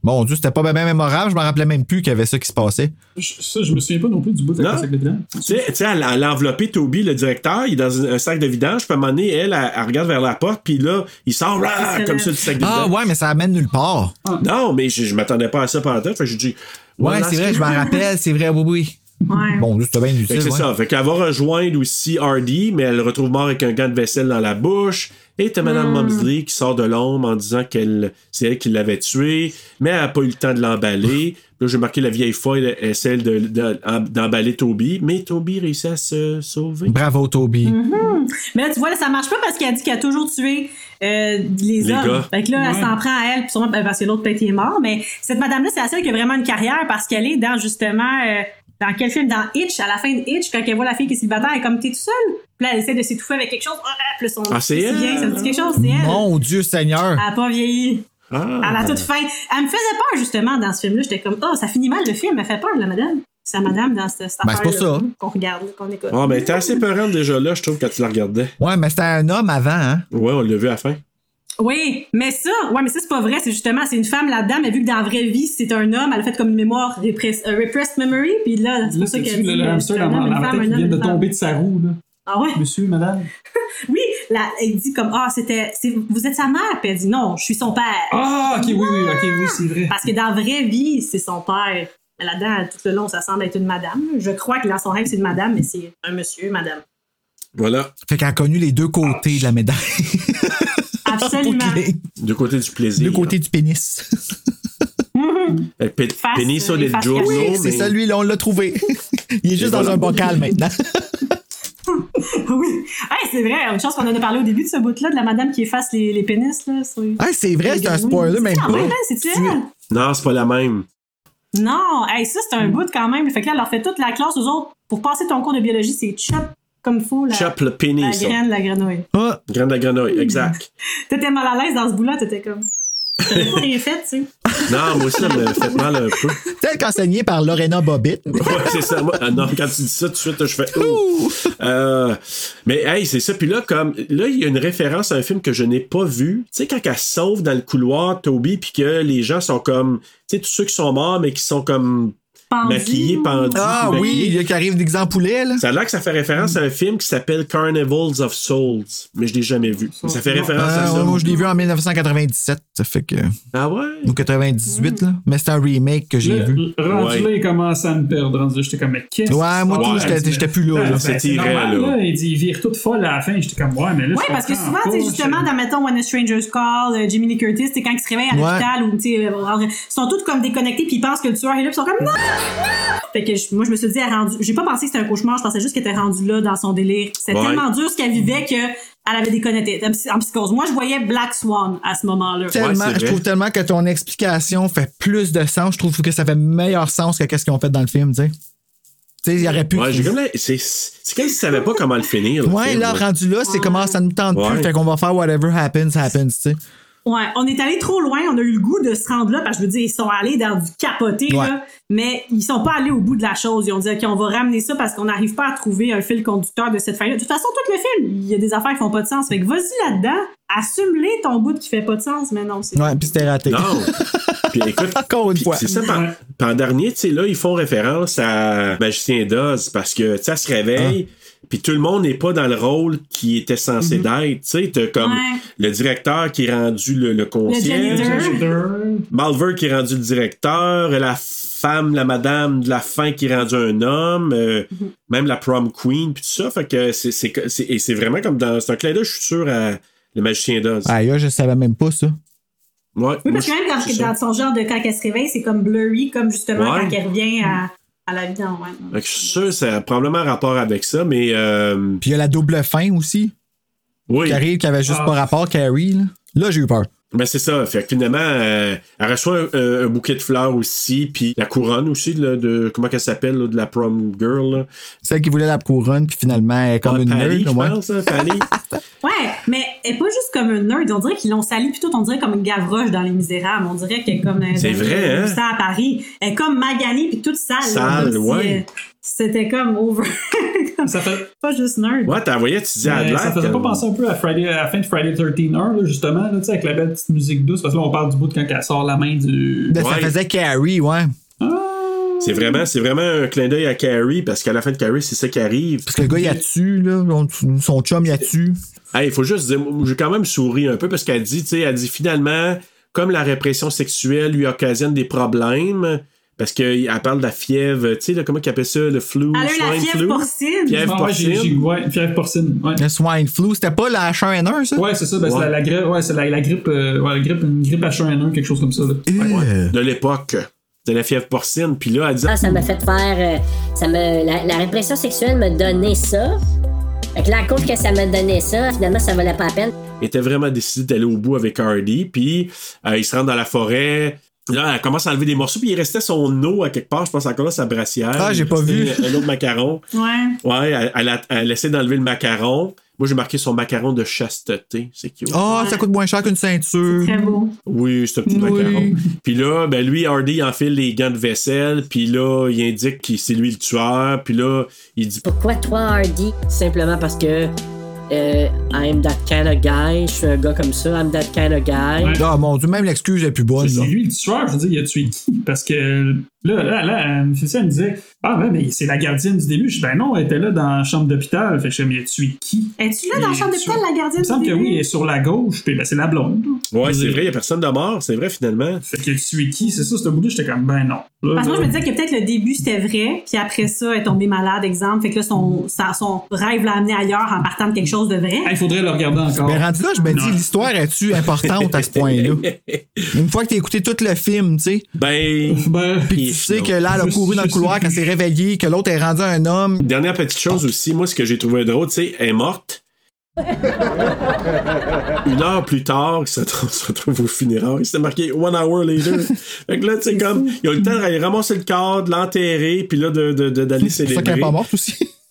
Speaker 1: Mon Dieu, c'était pas bien mémorable. Je me rappelais même plus qu'il y avait ça qui se passait.
Speaker 4: Je- Ça, je me souviens pas non plus du bout de la
Speaker 2: Non.
Speaker 4: sac de vidange.
Speaker 3: Ah,
Speaker 2: Tu sais, tu sais, elle, elle a enveloppé Toby, le directeur. Il est dans un, un sac de vidange. Puis à un moment donné, elle, elle, elle regarde vers la porte. Puis là, il sort rah,
Speaker 3: C'est
Speaker 2: comme
Speaker 3: là.
Speaker 2: ça du sac de
Speaker 1: Ah
Speaker 2: vidange.
Speaker 1: ouais, mais ça amène nulle part.
Speaker 2: Non, mais je, je m'attendais pas à ça pendant tête. Fait que j'ai dit.
Speaker 1: Ouais,
Speaker 2: voilà,
Speaker 1: c'est vrai, je m'en rappelle, c'est vrai, oui, oui.
Speaker 3: Ouais.
Speaker 1: Bon, Dieu, c'était bien
Speaker 2: Fait que
Speaker 1: utile.
Speaker 2: c'est
Speaker 1: ouais.
Speaker 2: ça. Fait qu'elle va rejoindre aussi Hardy, mais elle le retrouve mort avec un gant de vaisselle dans la bouche. Et t'as Madame
Speaker 3: Hmm.
Speaker 2: Mumsley qui sort de l'ombre en disant qu'elle, c'est elle qui l'avait tué, mais elle n'a pas eu le temps de l'emballer. Là, j'ai marqué la vieille folle essaie de- de- d'emballer Toby, mais Toby réussit à se sauver.
Speaker 1: Bravo, Toby.
Speaker 3: Mais là, tu vois, là, ça marche pas parce qu'elle dit qu'elle a toujours tué euh, les,
Speaker 2: Les
Speaker 3: hommes.
Speaker 2: gars.
Speaker 3: Fait que là, elle
Speaker 4: Ouais.
Speaker 3: s'en prend à elle, puis sûrement ben, parce que l'autre peut-être est mort. Mais cette madame-là, c'est la seule qui a vraiment une carrière parce qu'elle est dans justement. euh, dans quel film? Dans Hitch, à la fin de Hitch, quand elle voit la fille qui est célibataire, elle est comme t'es tout seul. Puis là, elle essaie de s'étouffer avec quelque chose. Ah, ah, puis là, son-
Speaker 2: Ah, c'est
Speaker 3: son-
Speaker 2: elle?
Speaker 3: Ça me dit quelque chose, c'est elle.
Speaker 1: Mon Dieu, Seigneur.
Speaker 3: Elle a pas vieilli.
Speaker 2: Ah.
Speaker 3: Elle a toute fin. Elle me faisait peur, justement, dans ce film-là. J'étais comme, oh, ça finit mal le film. Elle fait peur, la madame. C'est la madame dans cette, cette
Speaker 1: Ben, c'est pas
Speaker 3: affaire-là
Speaker 1: ça.
Speaker 3: qu'on regarde, là, qu'on écoute.
Speaker 2: Ah, ben, t'es assez peurante déjà là, je trouve, quand tu la regardais.
Speaker 1: Ouais, mais c'était un homme avant, hein?
Speaker 2: Ouais, on l'a vu à la fin.
Speaker 3: Oui, mais ça, ouais, mais ça, c'est pas vrai. C'est justement, c'est une femme là-dedans, mais vu que dans la vraie vie, c'est un homme, elle a fait comme une mémoire repress- euh, repressed memory, puis là, c'est
Speaker 4: Là,
Speaker 3: pour ça
Speaker 4: c'est
Speaker 3: qu'elle
Speaker 4: tu
Speaker 3: dit,
Speaker 4: le
Speaker 3: euh,
Speaker 4: hamster
Speaker 3: c'est un
Speaker 4: dans
Speaker 3: homme,
Speaker 4: dans
Speaker 3: une
Speaker 4: la
Speaker 3: femme,
Speaker 4: tête
Speaker 3: un
Speaker 4: qui vient
Speaker 3: homme,
Speaker 4: de
Speaker 3: une femme.
Speaker 4: tomber de sa roue, là.
Speaker 3: Ah ouais?
Speaker 4: Monsieur, madame.
Speaker 3: Oui, là, elle dit comme, ah, c'était, c'est- vous êtes sa mère, puis elle dit, non, je suis son père.
Speaker 4: Ah, ok, oui, oui, ok, oui, c'est vrai.
Speaker 3: Parce que dans la vraie vie, c'est son père. Mais là-dedans, tout le long, ça semble être une madame. Je crois que dans son rêve, c'est une madame, mais c'est un monsieur, madame.
Speaker 2: Voilà.
Speaker 1: Fait qu'elle a connu les deux côtés de la médaille.
Speaker 3: Absolument.
Speaker 2: Du côté du plaisir.
Speaker 1: Du côté du pénis.
Speaker 2: Euh, pe-
Speaker 3: Face,
Speaker 2: Penny sur
Speaker 3: euh,
Speaker 2: les
Speaker 3: face
Speaker 2: journaux.
Speaker 3: cachée.
Speaker 1: Oui, c'est
Speaker 2: mais-
Speaker 1: celui-là, on l'a trouvé. Il est juste dans
Speaker 2: voilà.
Speaker 1: un bocal maintenant.
Speaker 3: oui. Hey, c'est vrai, une chance qu'on en a parlé au début de ce bout-là, de la madame qui efface les, les pénis. Là, sur-
Speaker 1: Hey, c'est vrai, c'est un
Speaker 3: Oui.
Speaker 1: spoiler, même
Speaker 3: Ah,
Speaker 1: pas.
Speaker 3: ouais, ouais, c'est-tu elle?
Speaker 2: Non, c'est pas la même.
Speaker 3: Non, hey, ça c'est un
Speaker 2: Hmm.
Speaker 3: bout quand même. Fait que là, elle leur fait toute la classe aux autres. Pour passer ton cours de biologie, c'est chop comme faut la,
Speaker 2: Chop le
Speaker 3: la
Speaker 2: pénis. ça.
Speaker 3: graine, la grenouille.
Speaker 1: Ah,
Speaker 2: Graine de la grenouille, exact.
Speaker 3: T'étais mal à l'aise dans ce bout-là, t'étais comme. T'avais pas rien fait, tu sais.
Speaker 2: Non, moi aussi, ça me fait mal un peu.
Speaker 1: Tel qu'enseigné par Lorena Bobbitt.
Speaker 2: Ouais, c'est ça. Moi, ah non, quand tu dis ça, tout de suite, je fais Ouh! Euh, mais hey, c'est ça. Puis là, comme là, il y a une référence à un film que je n'ai pas vu. Tu sais, quand elle sauve dans le couloir Toby, puis que les gens sont comme, tu sais, tous ceux qui sont morts, mais qui sont comme
Speaker 3: Pendus.
Speaker 2: maquillés, pendus.
Speaker 1: Ah
Speaker 2: puis
Speaker 1: oui,
Speaker 2: maquillés.
Speaker 1: il y a qui arrive d'exemple poulet, là.
Speaker 2: Ça a l'air que ça fait référence à un film qui s'appelle Carnivals of Souls, mais je l'ai jamais vu. Mais ça fait référence à
Speaker 1: Ah,
Speaker 2: ça.
Speaker 1: moi, je l'ai vu en 1997, ça fait que.
Speaker 2: Ah ouais?
Speaker 1: Ou 98, là. Mais c'est un remake que j'ai vu.
Speaker 4: Le- Rendu
Speaker 2: Ouais.
Speaker 4: là, il commence à me perdre. Rendu là, j'étais comme, mais qu'est-ce
Speaker 1: Ouais, moi, tout,
Speaker 2: Ouais,
Speaker 1: j'étais-
Speaker 2: c'est-
Speaker 1: j'étais plus là. là.
Speaker 4: Ben,
Speaker 2: c'est
Speaker 4: c'est
Speaker 2: tiré,
Speaker 4: normal,
Speaker 2: là.
Speaker 4: là. Il dit, il vire toute folle à la fin. J'étais comme, ouais, mais là,
Speaker 3: Ouais,
Speaker 4: je
Speaker 3: parce que
Speaker 4: comprends
Speaker 3: souvent,
Speaker 4: pas,
Speaker 3: tu sais,
Speaker 4: je-
Speaker 3: justement, dans, mettons, When a Stranger's Call, euh, Jimmy Lee Curtis, c'est quand ils se réveillent à
Speaker 1: Ouais.
Speaker 3: l'hôpital ou, tu sais, euh, rentrent- ils sont tous comme déconnectés puis ils pensent que le tueur est là puis ils sont comme, non! Fait que je- moi, je me suis dit, elle rendu, j'ai pas pensé que c'était un cauchemar, je pensais juste qu'elle était rendue là dans son délire. C'était
Speaker 2: Ouais.
Speaker 3: tellement dur ce qu'elle vivait que elle avait déconnecté. Elle était En psychose. Moi, je voyais Black Swan à ce moment-là.
Speaker 1: Tellement-
Speaker 2: Ouais, c'est
Speaker 1: je trouve
Speaker 2: vrai.
Speaker 1: tellement que ton explication fait plus de sens. Je trouve que ça fait meilleur sens que qu'est-ce qu'ils ont fait dans le film, tu sais. Tu sais, il y aurait pu.
Speaker 2: Ouais, j'ai comme la- C'est c'est comme s'ils savaient pas comment le finir. le
Speaker 1: Ouais,
Speaker 2: film,
Speaker 1: là, rendu là, c'est comment ça nous tente
Speaker 2: Ouais.
Speaker 1: plus. Fait qu'on va faire whatever happens, happens, tu sais.
Speaker 3: Ouais, on est allé trop loin, on a eu le goût de se rendre là parce que je veux dire, ils sont allés dans du capoté,
Speaker 1: Ouais.
Speaker 3: là, mais ils sont pas allés au bout de la chose. Ils ont dit, OK, on va ramener ça parce qu'on n'arrive pas à trouver un fil conducteur de cette fin-là. De toute façon, tout le film, il y a des affaires qui font pas de sens. Fait que vas-y là-dedans, assume-les ton bout qui fait pas de sens, mais non, c'est.
Speaker 1: Ouais, puis c'était raté.
Speaker 2: Non. Puis écoute,
Speaker 1: Encore une
Speaker 2: puis
Speaker 1: fois.
Speaker 2: C'est ça, par, puis en dernier, tu sais, là, ils font référence à Magicien d'Oz parce que, tu sais, elle se réveille,
Speaker 1: Ah.
Speaker 2: puis tout le monde n'est pas dans le rôle qui était censé
Speaker 1: Mm-hmm.
Speaker 2: d'être. Tu sais, t'as comme
Speaker 3: Ouais.
Speaker 2: le directeur qui est rendu le, le concierge,
Speaker 3: janitor.
Speaker 2: Malver qui est rendu le directeur, la femme, la madame de la fin qui est rendue un homme, euh,
Speaker 3: Mm-hmm.
Speaker 2: même la prom queen, puis tout ça. Fait que c'est- c'est c'est- et c'est vraiment comme dans. C'est un clin d'œil, je suis sûr, à Le Magicien d'Oz.
Speaker 1: Aïe, je savais même pas ça.
Speaker 2: Ouais,
Speaker 3: Oui,
Speaker 2: moi,
Speaker 3: parce que même quand
Speaker 2: c'est ça.
Speaker 3: dans son genre de quand elle se réveille, c'est comme blurry, comme justement
Speaker 2: Ouais.
Speaker 3: quand elle revient à, à la vie. en- ouais.
Speaker 2: Fait que je suis sûr, ça a probablement un rapport avec ça, mais euh,
Speaker 1: Puis il y a la double fin aussi,
Speaker 2: oui,
Speaker 1: qui arrive, qui avait
Speaker 2: Ah.
Speaker 1: juste pas rapport, Carrie. Là, Là, j'ai eu peur.
Speaker 2: ben c'est ça. Fait que finalement, euh, elle reçoit un, euh, un- un bouquet de fleurs aussi, puis la couronne aussi là, de comment qu'elle s'appelle là, de la prom girl, là.
Speaker 1: Celle qui voulait la couronne, puis finalement, elle est comme
Speaker 2: Ah,
Speaker 1: une
Speaker 2: Pally,
Speaker 1: nerd.
Speaker 2: je
Speaker 1: ouais.
Speaker 2: pense, hein, Pally.
Speaker 3: Ouais, mais elle est pas juste comme une nerd. On dirait qu'ils l'ont salie plutôt, on dirait comme une gavroche dans Les Misérables. On dirait qu'elle est comme. dans-
Speaker 2: C'est
Speaker 3: dans-
Speaker 2: vrai, hein?
Speaker 3: Ça à Paris. Elle est comme maganée puis toute sale. là,
Speaker 2: Sale,
Speaker 3: comme si,
Speaker 2: ouais.
Speaker 3: euh, C'était comme over. Comme
Speaker 4: Ça fait.
Speaker 3: pas juste nerd.
Speaker 2: Ouais, t'as envoyé, tu dis à euh,
Speaker 4: Mais
Speaker 2: Adelaide,
Speaker 4: ça faisait pas
Speaker 2: comme-
Speaker 4: penser un peu à, Friday, à la fin de Friday 13 heures, là, justement, là, tu sais, avec la belle petite musique douce, parce que là, on parle du bout de quand elle sort la main du. Ah,
Speaker 1: Là, Ça
Speaker 2: Ouais.
Speaker 1: faisait Carrie, ouais.
Speaker 2: C'est vraiment, c'est vraiment un clin d'œil à Carrie parce qu'à la fin de Carrie, c'est ça qui arrive.
Speaker 1: Parce que le gars, il a tu, là. on- Son chum, il a tu.
Speaker 2: Hey, il faut juste dire, moi, j'ai quand même souri un peu parce qu'elle dit, tu sais, elle dit finalement, comme la répression sexuelle lui occasionne des problèmes, parce qu'elle parle de la fièvre, tu sais, là, comment qu'elle appelle ça, le flu,
Speaker 3: Elle a eu la
Speaker 2: swine
Speaker 3: fièvre
Speaker 2: flu.
Speaker 3: porcine.
Speaker 2: Fièvre
Speaker 4: Ah, ouais, j'ai- j'ai-
Speaker 2: porcine.
Speaker 4: ouais, fièvre porcine. Ouais.
Speaker 1: Le swine flu, c'était pas la H1N1, ça?
Speaker 4: Ouais, c'est ça, ben, c'est
Speaker 2: Ouais.
Speaker 4: la, la grippe, ouais, c'est la, la grippe, euh, ouais, la grippe, une grippe H1N1, quelque chose comme ça. Là. Ouais.
Speaker 1: Euh,
Speaker 2: de l'époque. De la fièvre porcine. Puis là, elle dit,
Speaker 13: Ah, ça m'a fait faire. euh, ça me, la, la répression sexuelle m'a donné ça. Fait que là, à cause que ça m'a donné ça, finalement, ça valait pas la peine.
Speaker 2: elle était vraiment décidée d'aller au bout avec Hardy. Puis euh, ils se rendent dans la forêt. Là, elle commence à enlever des morceaux. Puis il restait son eau à quelque part. Je pense encore là, sa brassière.
Speaker 1: Ah, j'ai
Speaker 2: Il
Speaker 1: pas
Speaker 2: restait
Speaker 1: vu.
Speaker 2: Un autre macaron.
Speaker 3: Ouais.
Speaker 2: Ouais, elle, elle a- elle essaie d'enlever le macaron. Moi, j'ai marqué son macaron de chasteté. C'est cute.
Speaker 1: Ah, ça coûte moins cher qu'une ceinture.
Speaker 3: Très beau.
Speaker 2: Oui, c'est un petit
Speaker 1: Oui.
Speaker 2: macaron. Puis là, ben lui, Hardy, il enfile les gants de vaisselle. Puis là, il indique que c'est lui le tueur. Puis là, il dit
Speaker 13: Pourquoi toi, Hardy?
Speaker 10: Simplement parce que euh, I'm that kind of guy, je suis un gars comme ça, I'm that kind of guy.
Speaker 4: Ouais.
Speaker 1: Ah, mon Dieu, même l'excuse est plus bonne,
Speaker 4: C'est
Speaker 1: là.
Speaker 4: lui le tueur, je veux dire, il a tué qui Parce que Là, là, là, euh, M. C, elle me disait Ah, ouais, mais c'est la gardienne du début. Je dis Ben non, elle était là dans la chambre d'hôpital. Fait que je dis Mais tu es qui
Speaker 3: Es-tu là dans la
Speaker 4: Et
Speaker 3: chambre
Speaker 4: sur-
Speaker 3: d'hôpital, la
Speaker 4: Il
Speaker 3: gardienne
Speaker 4: me semble
Speaker 3: du
Speaker 4: que
Speaker 3: début?
Speaker 4: oui, elle est sur la gauche. Puis ben, c'est la blonde.
Speaker 2: Ouais, c'est vrai, il n'y a personne de mort, c'est vrai finalement.
Speaker 4: Fait que tu es qui C'est ça, ce bout-là, j'étais comme Ben non. Là,
Speaker 3: Parce que moi,
Speaker 4: là,
Speaker 3: je me disais que peut-être le début, c'était vrai, puis après ça, elle est tombée malade, exemple. Fait que là, son, sa- son rêve l'a amené ailleurs en partant de quelque chose de vrai.
Speaker 4: Ah, Il faudrait le regarder encore.
Speaker 1: Mais rendu là, je me dis,
Speaker 4: Non.
Speaker 1: l'histoire est-tu importante à ce point-là? Une fois que t'as écouté tout le film, tu sais,
Speaker 2: Ben.
Speaker 1: puis tu sais que là, elle a
Speaker 2: Je-
Speaker 1: couru dans le
Speaker 2: je
Speaker 1: couloir quand s'est réveillée, que l'autre est rendu un homme.
Speaker 2: Dernière petite chose aussi, moi, ce que j'ai trouvé drôle, tu sais, elle est morte. Une heure plus tard, ça se retrouve au funérailles. C'était marqué one hour later. fait que là, tu sais, comme, ils ont eu le temps d'aller ramasser le corps, de l'enterrer, puis là, d'aller de, de, d'aller
Speaker 1: C'est ça qu'elle
Speaker 2: célébrer.
Speaker 1: n'est pas morte aussi.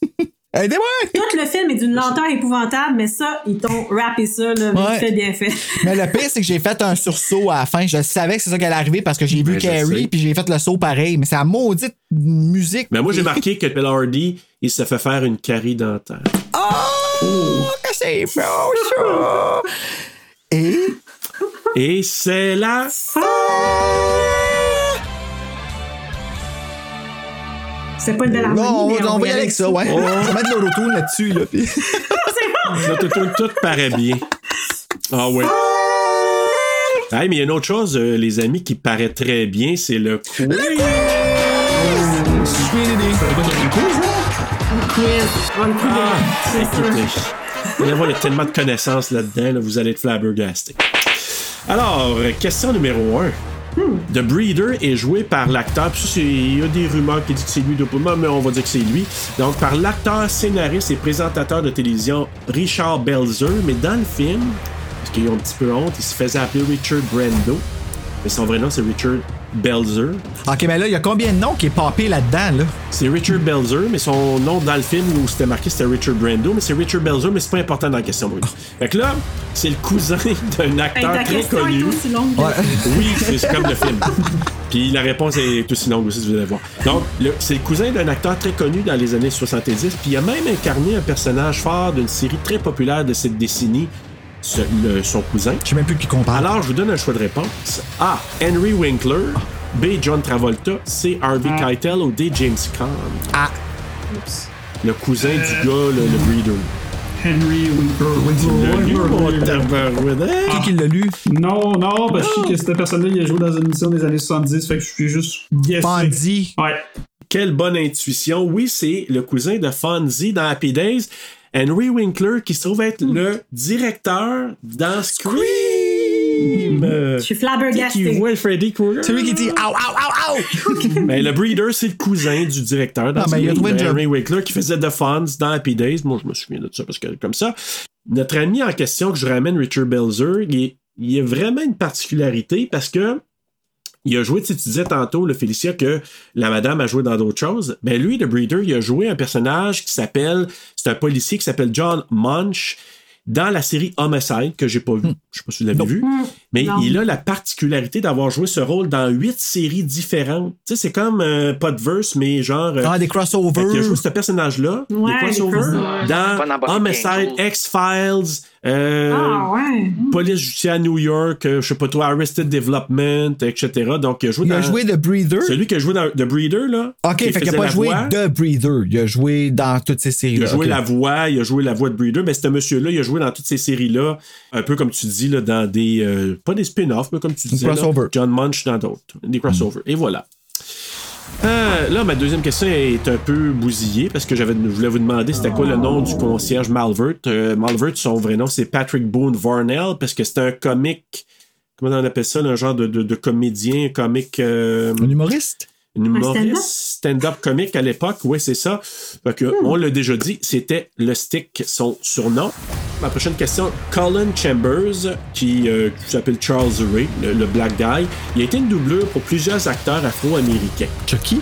Speaker 1: Aidez-moi!
Speaker 3: Tout le film est d'une lenteur épouvantable, mais ça, ils t'ont rappé ça, là, mais
Speaker 1: Ouais.
Speaker 3: c'était bien fait.
Speaker 1: Mais le pire, c'est que j'ai fait un sursaut à la fin. Je savais que c'est ça qu'elle arrivait parce que j'ai vu
Speaker 2: Ben, je sais.
Speaker 1: Carrie puis j'ai fait le saut pareil. Mais c'est la maudite musique.
Speaker 2: Mais Ben, moi, j'ai marqué que Bill Hardy, il s'est fait faire une carie dentaire.
Speaker 1: Oh, que c'est faux, ça! Et
Speaker 2: Et c'est la fin!
Speaker 1: Ah!
Speaker 3: C'est pas une belle harmonie.
Speaker 1: Non,
Speaker 3: mais
Speaker 1: on, on va y aller avec ça, ouais.
Speaker 2: Oh.
Speaker 1: On va mettre de l'auto là-dessus, là. puis-
Speaker 2: Notre tour, tout paraît bien. Ah ouais. Ah, mais il y a une autre chose, euh, les amis, qui paraît très bien, c'est le quiz. Ah, écoutez, vous allez voir, il y a tellement de connaissances là-dedans, là, vous allez être flabbergasté. Alors, euh, question numéro 1. The Breeder est joué par l'acteur, puis ça, c'est- il y a des rumeurs qui disent que c'est lui de Puma, mais on va dire que c'est lui. Donc, par l'acteur, scénariste et présentateur de télévision Richard Belzer, mais dans le film, parce qu'ils ont un petit peu honte, il se faisait appeler Richard Brando, mais son vrai nom c'est Richard Belzer.
Speaker 1: Ok, mais là, il y a combien de noms qui est papé là-dedans, là?
Speaker 2: C'est Richard Belzer, mais son nom dans le film où c'était marqué, c'était Richard Brando, mais c'est Richard Belzer, mais c'est pas important dans la question, Bruno. Fait que là, c'est le cousin d'un
Speaker 3: Hey,
Speaker 2: acteur
Speaker 3: Ben, ta
Speaker 2: très
Speaker 3: question est
Speaker 2: connu.
Speaker 3: aussi longue. que-
Speaker 2: Oui, c'est c'est comme le film. Puis la réponse est aussi longue aussi, vous allez voir. Donc, le- c'est le cousin d'un acteur très connu dans les années 70, puis il a même incarné un personnage fort d'une série très populaire de cette décennie, ce- le- son cousin.
Speaker 1: Je sais même plus qui compare.
Speaker 2: Alors, je vous donne un choix de réponse. A. Henry Winkler. B. John Travolta. C.
Speaker 1: Mm.
Speaker 2: Harvey Keitel. Ou D. James Caan.
Speaker 1: Ah.
Speaker 2: Le cousin du
Speaker 1: Euh.
Speaker 2: gars, le, le breeder.
Speaker 4: Henry Winkler.
Speaker 2: Le
Speaker 1: Oh,
Speaker 4: Winkler,
Speaker 2: lieu,
Speaker 4: Winkler,
Speaker 2: mon
Speaker 4: Winkler.
Speaker 2: tabarouette, hein?
Speaker 1: Qui qui l'a lu?
Speaker 4: Non, non, parce que je sais que cette personne-là, il a joué dans une émission des années 70, fait que je suis juste guessé.
Speaker 1: Pandy.
Speaker 4: Ouais.
Speaker 2: Quelle bonne intuition. Oui, c'est le cousin de Fonzie dans Happy Days, Henry Winkler, qui se trouve être le directeur dans Scream. Euh,
Speaker 3: Je suis
Speaker 2: Qui
Speaker 3: flabbergastée.
Speaker 2: voit Freddy Krueger.
Speaker 1: Celui qui dit Ow, ow, ow, ow!
Speaker 2: Mais le breeder, c'est le cousin du directeur dans
Speaker 1: Ah, ben, il
Speaker 2: Scream,
Speaker 1: a trouvé le job.
Speaker 2: Henry Winkler, qui faisait The Fonz dans Happy Days. Moi, je me souviens de ça parce que comme ça. Notre ami en question que je ramène, Richard Belzer, il, est- il a vraiment une particularité parce que il a joué, tu sais, tu disais tantôt, le Félicia, que la madame a joué dans d'autres choses. Mais lui, The Breeder, il a joué un personnage qui s'appelle, c'est un policier qui s'appelle John Munch dans la série Homicide, que j'ai pas vu. Je sais pas si vous l'avez vu. Mais
Speaker 3: Hmm. Non.
Speaker 2: il a la particularité d'avoir joué ce rôle dans huit séries différentes. Tu sais, c'est comme euh, pas de verse, mais genre. euh,
Speaker 1: Ah, des
Speaker 2: fait qu'il a
Speaker 1: crossovers.
Speaker 2: joué ce personnage-là,
Speaker 3: Ouais,
Speaker 2: des
Speaker 3: des
Speaker 2: crossovers,
Speaker 3: crossovers.
Speaker 2: dans
Speaker 12: Bon
Speaker 2: Homicide, X-Files, euh,
Speaker 3: Ah ouais.
Speaker 2: Police Judiciaire New York, euh, je sais pas toi, Arrested Development, etc. Donc, il a joué
Speaker 1: Il
Speaker 2: dans...
Speaker 1: a joué The Breather.
Speaker 2: Celui qui a joué dans The Breeder, là.
Speaker 1: Ok,
Speaker 2: qui
Speaker 1: fait qu'il
Speaker 2: faisait
Speaker 1: a pas
Speaker 2: la
Speaker 1: joué
Speaker 2: voix.
Speaker 1: The Breather. Il a joué dans toutes ces séries.
Speaker 2: Il a joué la voix, il a joué la voix de Breeder. Ben, ce monsieur-là, il a joué dans toutes ces séries-là, un peu comme tu dis, là, dans des. euh, pas des spin-offs, mais comme tu
Speaker 1: Des
Speaker 2: disais. là,
Speaker 1: crossovers.
Speaker 2: John Munch dans d'autres. Des crossovers. Et voilà. Euh, là, ma deuxième question est un peu bousillée parce que j'avais, je voulais vous demander c'était quoi le nom du concierge Malvert. Euh, Malvert, son vrai nom, c'est Patrick Boone Varnell parce que c'est un comique. Comment on appelle ça? là, Un genre de, de- de comédien, un comique. euh,
Speaker 1: Un humoriste?
Speaker 2: une humoriste,
Speaker 3: stand-up?
Speaker 2: stand-up comique à l'époque, oui, c'est ça. Fait que, On l'a déjà dit, c'était le stick, son surnom. Ma prochaine question, Colin Chambers, qui, euh, qui s'appelle Charles Ray, le, le Black Guy, il a été une doublure pour plusieurs acteurs afro-américains.
Speaker 1: Chucky?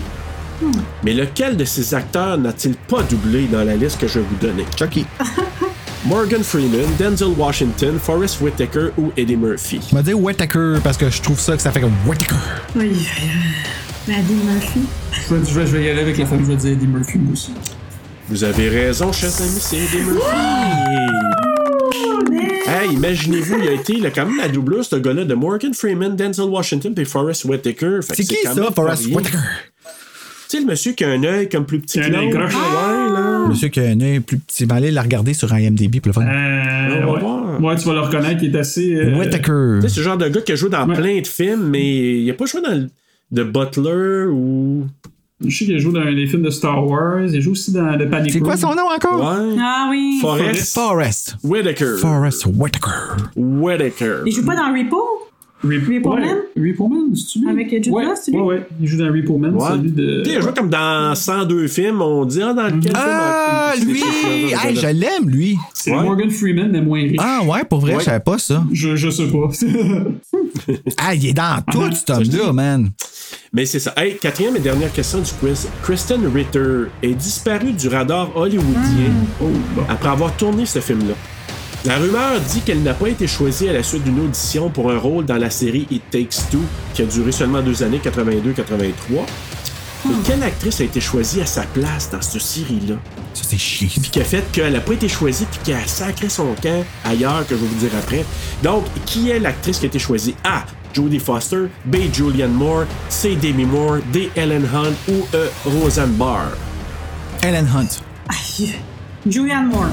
Speaker 2: Mais lequel de ces acteurs n'a-t-il pas doublé dans la liste que je vais vous donner?
Speaker 1: Chucky.
Speaker 2: Morgan Freeman, Denzel Washington, Forrest Whitaker ou Eddie Murphy?
Speaker 1: Je me dis Whittaker parce que je trouve ça que ça fait comme Whittaker.
Speaker 3: Oui. Maddie Murphy.
Speaker 4: Je vais, je vais- je vais y aller avec la femme, je vais dire Eddie Murphy, moi aussi.
Speaker 2: Vous avez raison, chers amis, c'est Eddie Murphy. Hey, imaginez-vous, il a été il a quand même la doublure, ce gars-là, de Morgan Freeman, Denzel Washington et Forrest Whitaker. Fait que
Speaker 1: C'est qui
Speaker 2: quand
Speaker 1: ça,
Speaker 2: même pas
Speaker 1: Forrest
Speaker 2: rien.
Speaker 1: Whitaker?
Speaker 2: Tu sais, le monsieur qui a un œil comme plus petit
Speaker 4: Qui a
Speaker 2: que
Speaker 4: un œil
Speaker 2: l'autre. Ah!
Speaker 4: gauche.
Speaker 2: Ouais, là.
Speaker 1: Monsieur qui a un œil plus petit, ben, allez la regarder sur IMDb pour le fun.
Speaker 4: Euh, ouais. Ouais, tu vas le reconnaître, il est assez. euh,
Speaker 1: Whitaker.
Speaker 2: Tu sais, c'est le genre de gars qui a joué dans plein de films, mais il a pas joué dans le- The Butler ou.
Speaker 4: Je sais qu'il joue dans les films de Star Wars, il joue aussi dans le Panic
Speaker 1: C'est quoi
Speaker 4: Room.
Speaker 1: son nom encore?
Speaker 2: Ouais.
Speaker 3: Ah oui.
Speaker 2: Forrest.
Speaker 1: Forrest.
Speaker 2: Whitaker.
Speaker 1: Forrest Whitaker.
Speaker 2: Whitaker.
Speaker 3: Il joue pas dans Repo? Repo
Speaker 4: Ouais.
Speaker 3: Man?
Speaker 4: Repo Man, c'est-tu lui?
Speaker 3: Avec euh, Jude
Speaker 4: ouais.
Speaker 3: Law, c'est lui?
Speaker 4: Ouais, ouais, il joue dans Repo Man,
Speaker 2: Ouais.
Speaker 4: celui de.
Speaker 2: Tu sais, il a joué comme dans 102 films, on dit, ah, dans lequel
Speaker 1: Ah,
Speaker 2: film-
Speaker 1: lui!
Speaker 2: C'est- c'est-
Speaker 1: Hey, je l'aime, lui.
Speaker 4: C'est
Speaker 2: Ouais.
Speaker 4: Morgan Freeman, mais moins riche.
Speaker 1: Ah ouais, pour vrai,
Speaker 2: Ouais.
Speaker 1: je savais pas ça.
Speaker 4: Je, je sais pas.
Speaker 1: Ah, il est dans tout, cet homme-là, man.
Speaker 2: Mais Ben, c'est ça. Hey, quatrième et dernière question du quiz. Kristen Ritter est disparue du radar hollywoodien après avoir tourné ce film-là. La rumeur dit qu'elle n'a pas été choisie à la suite d'une audition pour un rôle dans la série It Takes Two, qui a duré seulement deux années, 82-83. Mais quelle actrice a été choisie à sa place dans cette série-là?
Speaker 1: Ça, c'est chiant.
Speaker 2: puis qui a fait qu'elle n'a pas été choisie, puis qui a sacré son camp ailleurs, que je vais vous dire après. Donc, qui est l'actrice qui a été choisie A. Jodie Foster, B. Julianne Moore, C. Demi Moore, D. Ellen Hunt ou E. Roseanne Barr.
Speaker 1: Ellen Hunt.
Speaker 3: Aïe. Julianne Moore.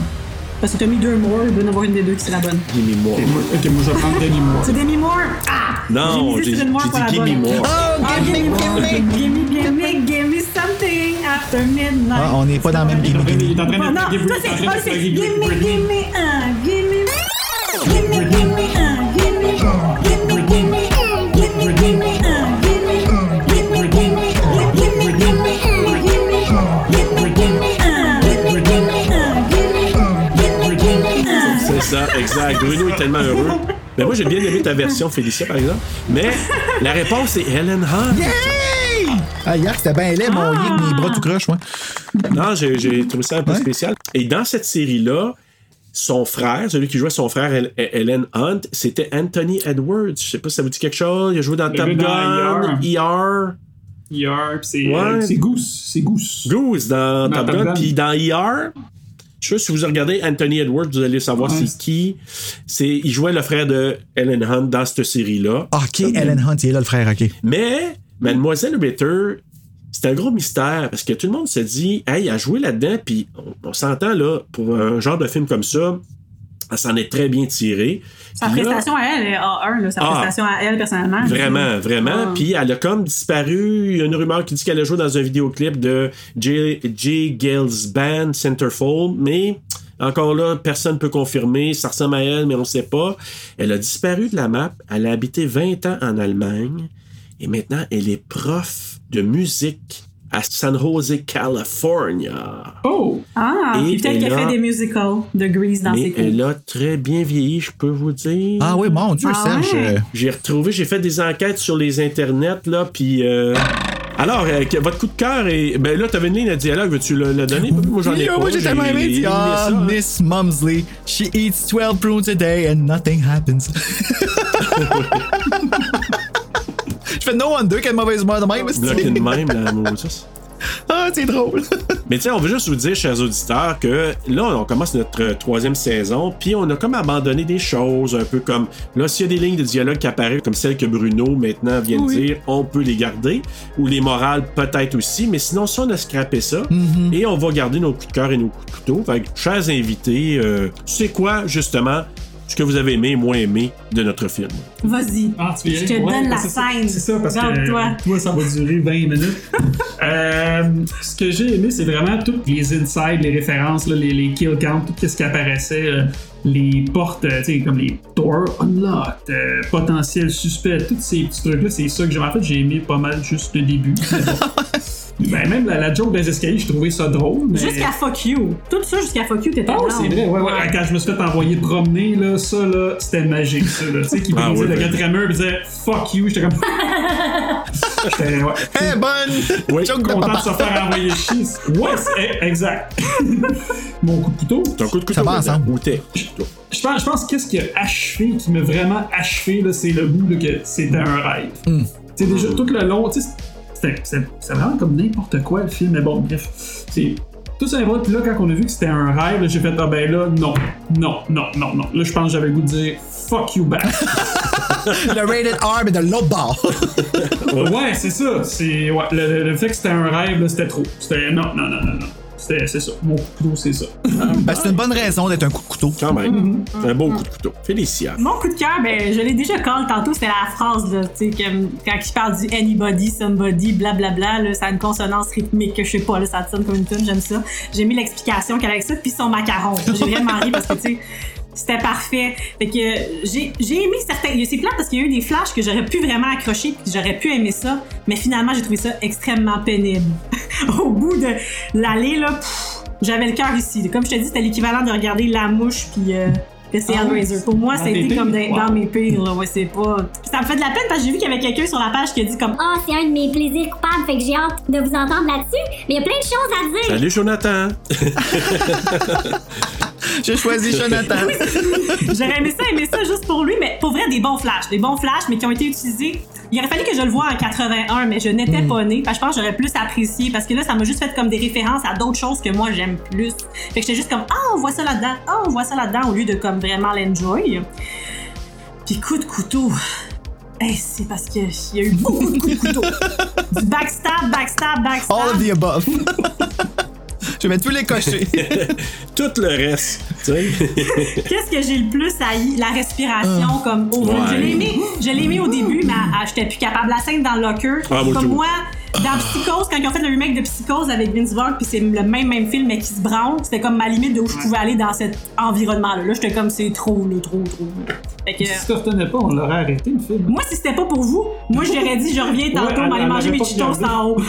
Speaker 3: Parce que t'as mis deux Moore, il doit y en avoir une des deux qui sera bonne.
Speaker 2: Demi Moore.
Speaker 4: ok, moi je vais prendre Danny Moore.
Speaker 3: C'est Demi Moore! Ah!
Speaker 2: Non, j'ai
Speaker 3: misé
Speaker 2: j'ai
Speaker 3: sur une Moore pour la
Speaker 2: dit Demi
Speaker 3: bonne.
Speaker 2: Moore.
Speaker 1: Oh,
Speaker 3: Ah, gimme, gimme, gimme, gimme, gimme something after midnight.
Speaker 1: Ah, on n'est pas dans le même
Speaker 4: Il est en
Speaker 1: gimmick.
Speaker 4: train de- il est en train de
Speaker 3: Ah, non, ça
Speaker 4: Brady, il est en
Speaker 3: c'est.
Speaker 4: train
Speaker 3: Ah,
Speaker 4: de
Speaker 3: c'est.
Speaker 4: plugger
Speaker 3: Gimme,
Speaker 4: Brady.
Speaker 3: gimme, un, gimme. Gimme, gimme, un, gimme. Gimme, gimme, un, gimme, gimme, un, gimme. Gimme, gimme, un, gimme, gimme, un, gimme. Gimme, gimme, un, gimme, gimme, un, gimme. Gimme, gimme, un.
Speaker 2: C'est ça, exact. Bruno est tellement heureux. Mais moi, j'ai bien aimé ta version, Félicia, par exemple. Mais la réponse est Ellen Hunt.
Speaker 1: Ah, hier, c'était bien laid, mon yik, mes bras tout croche, moi.
Speaker 2: Non, j'ai, j'ai trouvé ça un peu
Speaker 1: Ouais.
Speaker 2: spécial. Et dans cette série-là, son frère, celui qui jouait son frère Hel- Helen Hunt, c'était Anthony Edwards. Je sais pas si ça vous dit quelque chose. Il a joué dans Top
Speaker 4: gars
Speaker 2: Gun,
Speaker 4: dans
Speaker 2: ER,
Speaker 4: Hier, pis c'est
Speaker 2: Ouais.
Speaker 4: euh, c'est Goose. C'est Goose.
Speaker 2: Goose dans Top Gun, puis dans ER. Je suis sûr, si vous regardez Anthony Edwards, vous allez savoir
Speaker 4: Ouais.
Speaker 2: c'est qui. C'est, il jouait le frère de Helen Hunt dans cette série-là.
Speaker 1: Ah, OK, Ellen Hunt, il est là, le frère, OK.
Speaker 2: Mais Mademoiselle Ritter, c'est un gros mystère parce que tout le monde se dit, hey, elle a joué là-dedans, puis on, on s'entend là, pour un genre de film comme ça, elle s'en est très bien tirée.
Speaker 3: Sa
Speaker 2: Puis là,
Speaker 3: prestation à elle est A1, là, sa
Speaker 2: Ah.
Speaker 3: prestation à elle personnellement.
Speaker 2: Vraiment, vraiment.
Speaker 3: Ah.
Speaker 2: Puis elle a comme disparu. Il y a une rumeur qui dit qu'elle a joué dans un vidéoclip de J. J. Gales Band, Centerfold, mais encore là, personne ne peut confirmer. Ça ressemble à elle, mais on ne sait pas. Elle a disparu de la map. Elle a habité 20 ans en Allemagne. Et maintenant, elle est prof de musique à San Jose, California.
Speaker 4: Oh!
Speaker 3: Ah,
Speaker 2: Et
Speaker 3: puis peut-être qu'elle
Speaker 2: elle a-
Speaker 3: fait des musicals de Grease dans ses
Speaker 2: Mais
Speaker 3: cours.
Speaker 2: elle a très bien vieilli, je peux vous dire.
Speaker 1: Ah oui, mon Dieu,
Speaker 3: Ah
Speaker 1: Serge.
Speaker 3: ouais.
Speaker 1: euh,
Speaker 2: J'ai retrouvé, j'ai fait des enquêtes sur les internets, là, puis... euh, Alors, euh, que- votre coup de cœur est... Ben là, t'avais une ligne à dialogue, veux-tu le, le donner? Moi, j'en ai
Speaker 1: Yo,
Speaker 2: pas.
Speaker 1: moi, j'ai tellement aimé.
Speaker 2: éliminé
Speaker 1: Ah,
Speaker 2: ça, hein.
Speaker 1: Miss Mumsley, she eats 12 prunes a day and nothing happens. Je fais no wonder qu'elle mauvaise humeur de même.
Speaker 2: Bloc
Speaker 1: c'est-
Speaker 2: de même, la maudisse.
Speaker 1: Ah, c'est drôle.
Speaker 2: Mais tiens, on veut juste vous dire, chers auditeurs, que là, on commence notre euh, troisième saison, puis on a comme abandonné des choses, un peu comme là, s'il y a des lignes de dialogue qui apparaissent, comme celles que Bruno maintenant vient de dire, on peut les garder, ou les morales peut-être aussi, mais sinon, ça, on a scrappé ça,
Speaker 1: Mhm.
Speaker 2: et on va garder nos coups de cœur et nos coups de couteau. Fait que, chers invités, euh, c'est quoi, justement, ce que vous avez aimé et moins aimé de notre film?
Speaker 3: Vas-y.
Speaker 4: Ah, tu
Speaker 3: Je te
Speaker 4: verrais. Ouais,
Speaker 3: donne la
Speaker 4: c'est ça.
Speaker 3: scène.
Speaker 4: C'est ça, parce que
Speaker 3: Regarde-toi.
Speaker 4: toi, ça va durer 20 minutes. Euh, ce que j'ai aimé, c'est vraiment toutes les insides, les références, là, les, les kill counts, tout ce qui apparaissait, euh, les portes, euh, tu sais, comme les door unlocked, euh, potentiel suspect, tous ces petits trucs-là, c'est ça que j'ai. En fait, j'ai aimé pas mal juste le début. mais bon. ben, même la, la joke des escaliers, j'ai trouvé ça drôle. Mais...
Speaker 3: Jusqu'à fuck you. Tout ça jusqu'à fuck you, t'étais
Speaker 4: Ah oui,
Speaker 3: down.
Speaker 4: c'est vrai, ouais, ouais. Quand je me suis fait envoyer promener, là, ça, là, c'était magique, ça, là. Tu sais, qui
Speaker 2: Ah
Speaker 4: brisait
Speaker 2: oui,
Speaker 4: le
Speaker 2: ben.
Speaker 4: quatrième mur, pis disait fuck you, j'étais comme. j'étais, ouais.
Speaker 1: Eh, bonne!
Speaker 2: Oui.
Speaker 1: Joke de
Speaker 4: Content de
Speaker 1: papa.
Speaker 4: se faire envoyer chier. Ouais, c'est- eh, exact. Mon coup de couteau.
Speaker 2: Ton coup de couteau,
Speaker 1: Ça va
Speaker 2: maintenant,
Speaker 1: ensemble.
Speaker 2: ou t'es?
Speaker 4: Je pense, je pense qu'est-ce qui a achevé, qui m'a vraiment achevé, là, c'est le bout là, que c'était un rêve.
Speaker 1: Mm.
Speaker 4: Tu sais, déjà tout le long, tu sais, c'était- c'était c'était vraiment comme n'importe quoi le film, mais bon, bref. c'est- Tout ça n'importe. Puis là, quand on a vu que c'était un rêve, là, j'ai fait Ah ben là, non, non, non, non, non. Là, je pense que j'avais le goût de dire Fuck you back.
Speaker 1: le rated R, mais de l'autre bord.
Speaker 4: ouais, c'est ça. C'est, ouais, le, le fait que c'était un rêve, là, c'était trop. C'était non, non, non, non, non. C'était, c'est ça. Mon coup de couteau, c'est ça.
Speaker 1: Ben, c'est une bonne raison d'être un coup de couteau.
Speaker 2: Quand même.
Speaker 1: Mhm.
Speaker 2: Un beau coup de couteau. Félicia.
Speaker 3: Mon coup de cœur, ben, je l'ai déjà call tantôt, c'était la phrase, là, tu sais, que- quand il parle du anybody, somebody, blablabla, là, ça a une consonance rythmique que je sais pas, là, ça sonne comme une tune, j'aime ça. J'ai mis l'explication qu'elle a avec ça, puis son macaron. J'ai vraiment ri parce que, tu sais, c'était parfait. Fait que euh, j'ai j'ai aimé certains. C'est plate parce qu'il y a eu des flashs que j'aurais pu vraiment accrocher puis que j'aurais pu aimer ça, mais finalement, j'ai trouvé ça extrêmement pénible. Au bout de l'allée, là, pff, j'avais le cœur ici. Comme je te dis, c'était l'équivalent de regarder La Mouche puis euh, le
Speaker 4: Ah oui.
Speaker 3: Hellraiser. Pour moi,
Speaker 4: Dans
Speaker 3: c'était
Speaker 4: tes
Speaker 3: comme
Speaker 4: pires,
Speaker 3: dans,
Speaker 4: wow.
Speaker 3: dans mes pires, là. Ouais, c'est pas. Ça me fait de la peine parce que j'ai vu qu'il y avait quelqu'un sur la page qui a dit comme.
Speaker 8: Ah, c'est un de mes plaisirs coupables, fait que j'ai hâte de vous entendre là-dessus. Mais il y a plein de choses à dire.
Speaker 2: Salut Jonathan.
Speaker 1: J'ai choisi Jonathan.
Speaker 3: J'aurais aimé ça, aimé ça juste pour lui, mais pour vrai, des bons flashs. Des bons flashs, mais qui ont été utilisés. Il aurait fallu que je le voie en 81, mais je n'étais pas née. Fait que je pense que j'aurais plus apprécié parce que là, ça m'a juste fait comme des références à d'autres choses que moi j'aime plus. Fait que j'étais juste comme, ah, on voit ça là-dedans, ah, on voit ça là-dedans, au lieu de comme vraiment l'enjoy. Puis coup de couteau. Hey, c'est parce qu'il y a eu beaucoup de coups de couteau. du backstab, backstab, backstab.
Speaker 1: All of the above. Je vais tous les cocher.
Speaker 2: Tout le reste. Tu sais.
Speaker 3: Qu'est-ce que j'ai le plus haï? La respiration, comme au
Speaker 2: Ah. Ouais.
Speaker 3: Je l'ai aimé, je l'ai aimé au début, mais ah, j'étais plus capable. La scène dans Locker,
Speaker 2: Ah, moi,
Speaker 3: comme
Speaker 2: tout.
Speaker 3: moi, dans Psychose, quand ils ont fait le remake de Psychose avec Vince Vaughn, puis c'est le même, même film, mais qui se branle, c'était comme ma limite de où je pouvais aller dans cet environnement-là. Là, j'étais comme, c'est trop, là, trop, trop. Fait que,
Speaker 4: Si tu retenais pas, on l'aurait arrêté le film.
Speaker 3: moi, si c'était pas pour vous, moi, j'aurais dit, je reviens tantôt,
Speaker 4: Ouais,
Speaker 3: on va aller
Speaker 4: elle
Speaker 3: manger
Speaker 4: avait
Speaker 3: mes
Speaker 4: pas
Speaker 3: Cheetos
Speaker 4: regardé.
Speaker 3: en haut.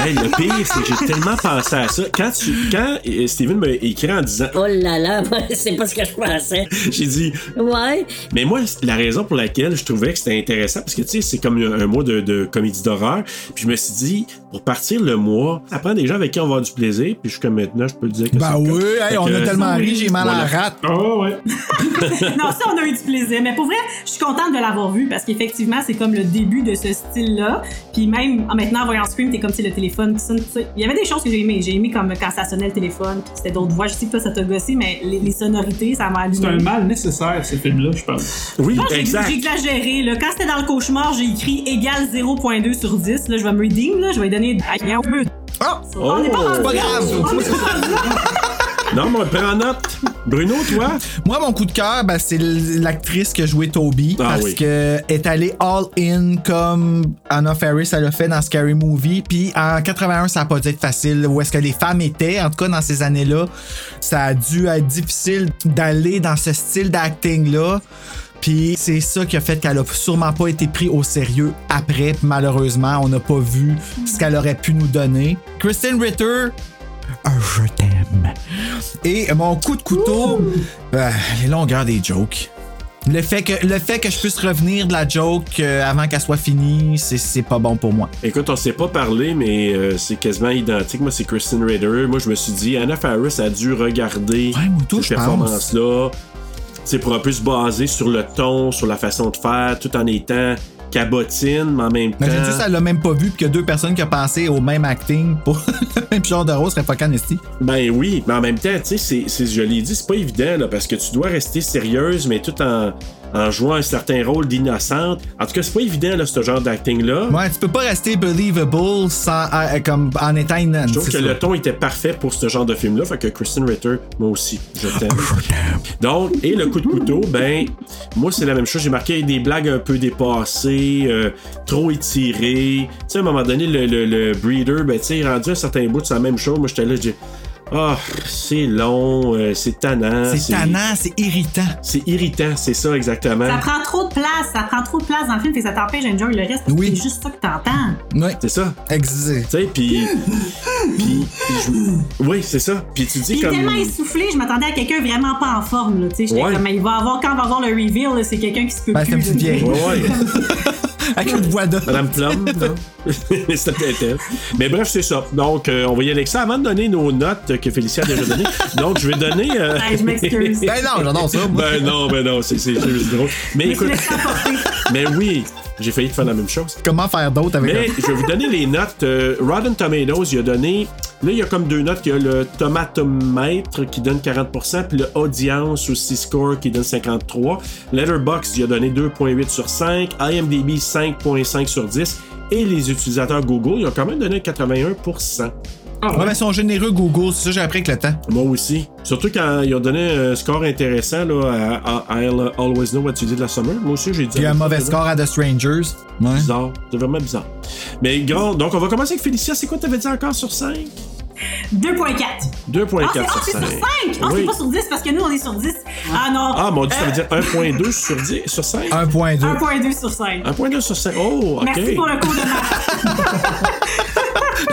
Speaker 2: Hey, le pire, c'est que j'ai tellement pensé à ça. Quand, tu, quand euh, Steven m'a écrit en disant
Speaker 13: Oh là là, moi, c'est pas ce que je pensais.
Speaker 2: J'ai dit.
Speaker 13: Ouais.
Speaker 2: Mais moi, la raison pour laquelle je trouvais que c'était intéressant, parce que tu sais, c'est comme un, un mois de, de comédie d'horreur. Puis je me suis dit, pour partir le mois, apprendre des gens avec qui on va avoir du plaisir. Puis jusqu'à maintenant, je peux le dire que
Speaker 1: Ben
Speaker 2: c'est le
Speaker 1: oui,
Speaker 2: cas.
Speaker 1: hey,
Speaker 2: Fait
Speaker 1: on
Speaker 2: que-
Speaker 1: a tellement ri, j'ai mal à la
Speaker 2: Voilà.
Speaker 1: rate.
Speaker 4: Ah ouais.
Speaker 3: non, ça, on a eu du plaisir. Mais pour vrai, je suis contente de l'avoir vu parce qu'effectivement, c'est comme le début de ce style-là. Puis même en maintenant, en voyant Scream, t'es comme si le téléphone qui sonne. tout ça. Il y avait des choses que j'ai aimées. J'ai aimé comme quand ça sonnait le téléphone, puis c'était d'autres voix. Je sais que toi, ça t'a gossé, mais les, les sonorités, ça m'a allumé.
Speaker 4: C'est un mal nécessaire, ce film-là, je pense.
Speaker 2: Oui,
Speaker 3: Je pense que Ah, j'ai- J'ai exagéré. Là. Quand c'était dans le cauchemar, j'ai écrit égal 0.2 sur 10. Là, je vais me redeem. Là. Je vais lui donner. Ah, on peut. On n'est pas
Speaker 2: Oh!
Speaker 3: rendu
Speaker 2: C'est pas
Speaker 3: là.
Speaker 2: grave.
Speaker 3: On n'est pas rendu là.
Speaker 2: Non, mais prends note. Bruno, toi?
Speaker 1: Moi, mon coup de cœur, ben, c'est l'actrice qui a joué Toby
Speaker 2: Ah
Speaker 1: parce
Speaker 2: oui.
Speaker 1: qu'elle est allée all-in comme Anna Faris, elle l'a fait dans Scary Movie. Puis en 81, ça n'a pas dû être facile. Où est-ce que les femmes étaient, en tout cas dans ces années-là, ça a dû être difficile d'aller dans ce style d'acting-là. Puis c'est ça qui a fait qu'elle a sûrement pas été prise au sérieux après. Puis Malheureusement, on n'a pas vu ce qu'elle aurait pu nous donner. Kristen Ritter, un je t'aime. Et mon coup de couteau, ben, les longueurs des jokes. Le fait, que, le fait que je puisse revenir de la joke euh, avant qu'elle soit finie, c'est- c'est pas bon pour moi.
Speaker 2: Écoute, on s'est pas parlé, mais euh, c'est quasiment identique. Moi, c'est Kristen Rader. Moi, je me suis dit, Anna Faris a dû regarder
Speaker 1: moi, tout, je
Speaker 2: cette performance-là. C'est pour un peu se baser sur le ton, sur la façon de faire, tout en étant cabotine, mais en même temps.
Speaker 1: Imagine juste, elle l'a même pas vu, puis qu'il y a deux personnes qui ont pensé au même acting pour le même genre de rose, serait fucking esti.
Speaker 2: Ben oui, mais en même temps, tu sais, c'est- c'est- je l'ai dit, c'est pas évident, là, parce que tu dois rester sérieuse, mais tout en, en jouant un certain rôle d'innocente. En tout cas, c'est pas évident, là, ce genre d'acting-là.
Speaker 1: Ouais, tu peux pas rester believable sans, euh, euh, comme, en étant une.
Speaker 2: Je trouve que le ton était parfait pour ce genre de film-là. Fait que Kristen Ritter, moi aussi, je t'aime. Donc, et le coup de couteau, ben, moi, c'est la même chose. J'ai marqué des blagues un peu dépassées, euh, trop étirées. Tu sais, à un moment donné, le, le- le breeder, ben, tu sais, rendu à un certain bout, c'est la même chose. Moi, j'étais là, je dis, ah, c'est long, euh, c'est tannant.
Speaker 1: C'est tannant, c'est irritant.
Speaker 2: C'est irritant, c'est ça, exactement.
Speaker 3: Ça prend trop de place, ça prend trop de place dans le film, et ça t'empêche d'enjoy le reste parce que c'est juste ça que t'entends.
Speaker 1: Ouais.
Speaker 2: C'est ça.
Speaker 1: Exact.
Speaker 2: Tu sais, puis. puis. je- Oui, c'est ça. Puis tu
Speaker 3: Puis
Speaker 2: dis
Speaker 3: il est
Speaker 2: comme.
Speaker 3: tellement essoufflé, je m'attendais à quelqu'un vraiment pas en forme. Là, tu sais, j'étais
Speaker 2: Ouais.
Speaker 3: comme, il va avoir, quand on va avoir le reveal, là, c'est quelqu'un qui se peut
Speaker 1: Ben, c'est
Speaker 3: plus.
Speaker 1: une petite
Speaker 3: là.
Speaker 1: vieille.
Speaker 2: Ouais, ouais.
Speaker 1: Avec une voix de.
Speaker 2: Madame hein? Plum, non? C'était peut-être elle. Mais bref, c'est ça. Donc, euh, on va y aller avec ça. Avant de donner nos notes que Félicia a déjà données, donc je vais donner. euh,
Speaker 3: Hey, je m'excuse.
Speaker 1: Ben non, j'adore ça, moi.
Speaker 2: Ben non, ben non, c'est c'est juste drôle. Mais
Speaker 3: Je me suis
Speaker 2: écoute,
Speaker 3: laissé emporter.
Speaker 2: mais oui. J'ai failli te faire la même chose.
Speaker 1: Comment faire d'autres avec
Speaker 2: Mais je vais vous donner les notes. Euh, Rotten Tomatoes, il a donné. Là, il y a comme deux notes. Il y a le tomatomètre qui donne 40%, puis le audience ou C-Score qui donne 53. Letterboxd, il a donné 2,8 sur 5. IMDb, 5,5 sur 10. Et les utilisateurs Google, ils ont quand même donné 81%.
Speaker 1: Ah ouais. mais ils sont généreux Google, c'est ça que j'ai appris avec le temps.
Speaker 2: Moi aussi. Surtout quand ils ont donné un score intéressant là, à, à I'll euh, Always Know What You Did Last Summer. Moi aussi, j'ai dit.
Speaker 1: Puis un mauvais score hein? à The Strangers. Ouais.
Speaker 2: Bizarre. C'est vraiment bizarre. Mais gros, donc on va commencer avec Félicia. C'est quoi t'avais dit encore sur 5?
Speaker 3: 2.4.
Speaker 2: 2.4
Speaker 3: Ah, c'est ah, c'est
Speaker 2: sur
Speaker 3: sur
Speaker 2: 5.
Speaker 3: 5! Ah,
Speaker 2: Oui.
Speaker 3: c'est pas sur 10 parce que nous, on est sur 10. Ah non.
Speaker 2: Ah, mon dieu, ça veut
Speaker 3: Euh,
Speaker 2: dire 1.2 sur 10, sur 5?
Speaker 1: 1.2.
Speaker 3: 1.2 sur 5.
Speaker 2: 1.2 sur 5. Oh, Ah, ok.
Speaker 3: Merci pour le cours de maths.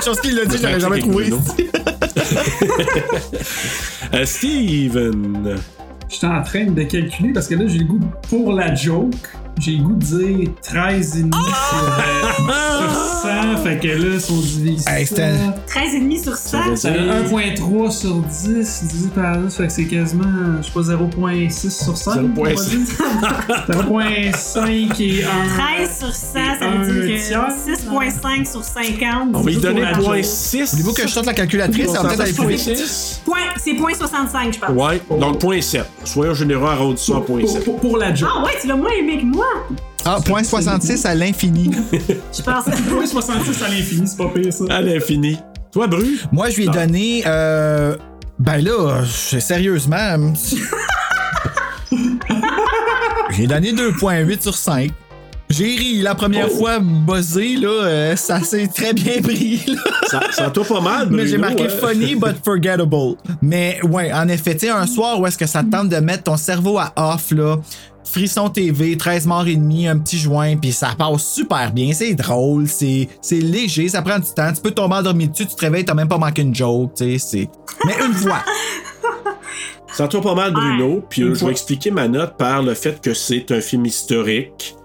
Speaker 1: Chose qu'il l'a dit,
Speaker 2: Le
Speaker 1: j'aurais jamais
Speaker 2: fact-check
Speaker 1: trouvé.
Speaker 2: Euh, Steven.
Speaker 4: J'étais en train de calculer parce que là, j'ai le goût, de- pour la joke, j'ai le goût de dire 13,5 sur, euh,
Speaker 1: Ah!
Speaker 4: sur 100. Fait que là, si on divise
Speaker 1: Hey, c'était-
Speaker 4: ça,
Speaker 3: 13,5 sur 100.
Speaker 4: ça fait 1.3 sur 10, divisé par 10, fait que c'est quasiment, je sais pas, 0.6 sur 100.
Speaker 2: 0.6.
Speaker 4: 0.5 et 1.
Speaker 3: 13 sur 100, ça
Speaker 4: Un
Speaker 3: veut dire que
Speaker 4: tiers.
Speaker 3: 6,5 sur 50.
Speaker 2: On va lui
Speaker 4: Toujours
Speaker 2: donner
Speaker 4: pour la joke.
Speaker 2: 0.6.
Speaker 1: Voulez-vous que je sorte la calculatrice? Ça va peut-être être plus vite.
Speaker 2: 0.6.
Speaker 3: Point- C'est 0.65, je pense.
Speaker 2: Ouais, donc 0.7. Soyons généreux, arrondis ça à
Speaker 4: Pour,
Speaker 2: 0.7.
Speaker 4: pour- pour la joke.
Speaker 3: Ah ouais, tu l'as moins aimé que moi,
Speaker 1: Ah, point 66 à l'infini.
Speaker 3: je pense.
Speaker 4: 0.66 à l'infini, c'est pas pire ça.
Speaker 2: À l'infini. Toi, Bru?
Speaker 1: Moi, je lui ai donné. euh, ben là, euh, sérieusement. euh, J'ai donné 2,8 sur 5. J'ai ri la première fois buzzé, là, euh, ça s'est très bien pris. là.
Speaker 2: Ça, ça toi pas mal, Bruno.
Speaker 1: Mais j'ai marqué
Speaker 2: hein?
Speaker 1: funny but forgettable. Mais ouais, en effet, tu sais, un soir où est-ce que ça te tente de mettre ton cerveau à off, là, Frisson TV, 13 morts et demi, un petit joint, puis ça passe super bien, c'est drôle, c'est c'est léger, ça prend du temps, tu peux tomber endormi dessus, tu te réveilles, t'as même pas manqué une joke, tu sais, c'est... Mais une fois!
Speaker 2: Ça toi pas mal, Bruno. Puis euh, je
Speaker 1: fois.
Speaker 2: vais expliquer ma note par le fait que c'est un film historique.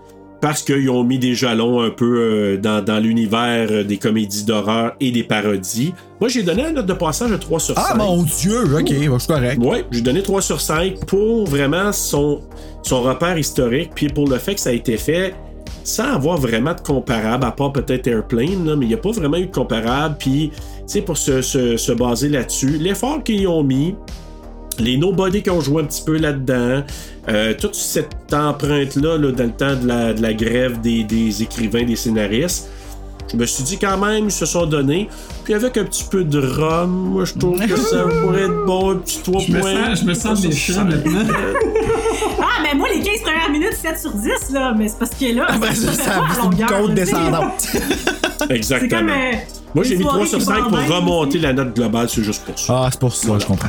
Speaker 2: Parce qu'ils ont mis des jalons un peu euh, dans, dans l'univers euh, des comédies d'horreur et des parodies. Moi, j'ai donné une note de passage à 3 sur 5.
Speaker 1: Ah mon Dieu, ok, bah, je suis correct.
Speaker 2: Ouais, j'ai donné 3 sur 5 pour vraiment son, son repère historique, puis pour le fait que ça a été fait sans avoir vraiment de comparable, à part peut-être Airplane, là, mais il n'y a pas vraiment eu de comparable, puis tu sais, pour se, se- se baser là-dessus, l'effort qu'ils ont mis, les nobody qui ont joué un petit peu là-dedans, euh, toute cette empreinte-là là, dans le temps de la, de la grève des, des écrivains, des scénaristes, je me suis dit quand même, ils se sont donnés. Puis avec un petit peu de rhum, moi je trouve que ça pourrait être bon, un petit 3
Speaker 4: Je me
Speaker 2: points.
Speaker 4: sens- je me sens
Speaker 2: Ça,
Speaker 4: méchant
Speaker 2: ça-
Speaker 4: maintenant.
Speaker 3: Ah, mais moi, les 15 premières minutes, 7 sur 10, là. Mais c'est parce que là,
Speaker 1: Après Ah, ben, ça,
Speaker 3: fait
Speaker 1: ça
Speaker 3: pas à
Speaker 1: c'est une
Speaker 3: longueur,
Speaker 1: côte
Speaker 3: là, tu sais, là.
Speaker 1: descendante.
Speaker 3: C'est
Speaker 2: Exactement.
Speaker 3: comme. euh,
Speaker 2: Moi, j'ai
Speaker 3: une
Speaker 2: mis 3
Speaker 3: soirée
Speaker 2: sur
Speaker 3: qui
Speaker 2: 5 pour
Speaker 3: va en même.
Speaker 2: remonter la note globale, c'est juste pour ça.
Speaker 1: Ah, c'est pour ça, je comprends.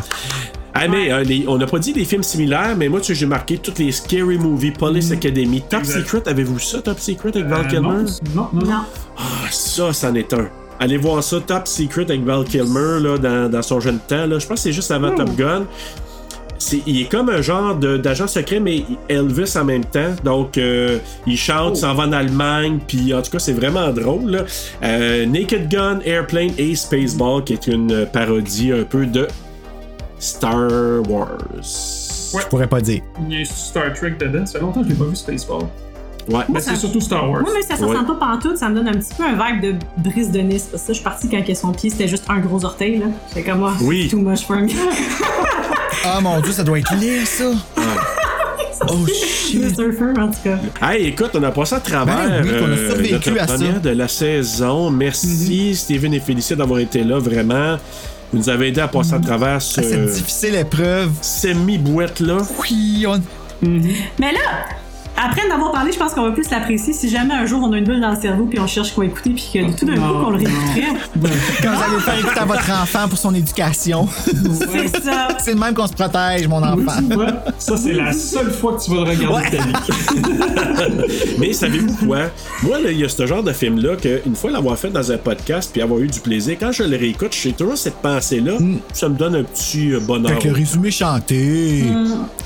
Speaker 2: Ah, mais euh, les- on n'a pas dit des films similaires, mais moi, tu sais, j'ai marqué toutes les Scary Movie, Police
Speaker 3: Mm.
Speaker 2: Academy, Top
Speaker 4: Exact.
Speaker 2: Secret. Avez-vous ça, Top Secret avec Val
Speaker 4: Euh,
Speaker 2: Kilmer?
Speaker 4: non, non, non.
Speaker 3: Non.
Speaker 2: Ah, ça, c'en est un. Allez voir ça, Top Secret avec Val Kilmer là, dans, dans son jeune temps. Là. Je pense que c'est juste avant Top Gun. C'est- il est comme un genre de- d'agent secret, mais Elvis en même temps. Donc, euh, il chante, il s'en va en Allemagne, puis en tout cas, c'est vraiment drôle. là. Euh, Naked Gun, Airplane et Spaceball, qui est une parodie un peu de Star Wars.
Speaker 1: Je pourrais pas dire.
Speaker 4: Il y a Star Trek dedans. Ça fait longtemps que je l'ai pas vu Spaceball.
Speaker 2: Ouais.
Speaker 4: Mais c'est surtout Star Wars.
Speaker 3: Moi, mais ça se
Speaker 2: Ouais.
Speaker 3: ressemble pas pantoute, ça me donne un petit peu un vibe de brise de Nice. Parce que ça, je suis partie quand que son pied, c'était juste un gros orteil, là. J'étais comme, moi,
Speaker 2: Oui.
Speaker 3: too much for me.
Speaker 1: Ah mon Dieu, ça doit être laid, ça! Oh
Speaker 3: Le
Speaker 1: shit!
Speaker 3: surfer, en tout cas.
Speaker 2: Hey, écoute, on a passé à travers euh,
Speaker 1: Ben oui, qu'on a survécu
Speaker 2: notre
Speaker 1: à ça. Mhm.
Speaker 2: première de la saison. Merci, Steven et Félicie, d'avoir été là, vraiment. Vous nous avez aidé à passer à travers ce
Speaker 1: Ah, Cette difficile épreuve.
Speaker 2: semi-bouette-là.
Speaker 1: Oui, on...
Speaker 3: Mais là, après d'avoir parlé, je pense qu'on va plus l'apprécier si jamais un jour on a une bulle dans le cerveau puis on cherche quoi écouter puis que tout d'un coup qu'on le réécouterait.
Speaker 1: Quand vous allez faire écouter à votre enfant pour son éducation.
Speaker 3: C'est ça.
Speaker 1: C'est le même qu'on se protège, mon enfant.
Speaker 4: Tu vois, ça, c'est la seule fois que tu vas le regarder de ta vie.
Speaker 2: Mais savez-vous quoi? Moi, là, il y a ce genre de film-là qu'une fois l'avoir fait dans un podcast puis avoir eu du plaisir, quand je le réécoute, j'ai toujours cette pensée-là. Ça me donne un petit euh, bonheur.
Speaker 1: Mm. Fait que le résumé chanté.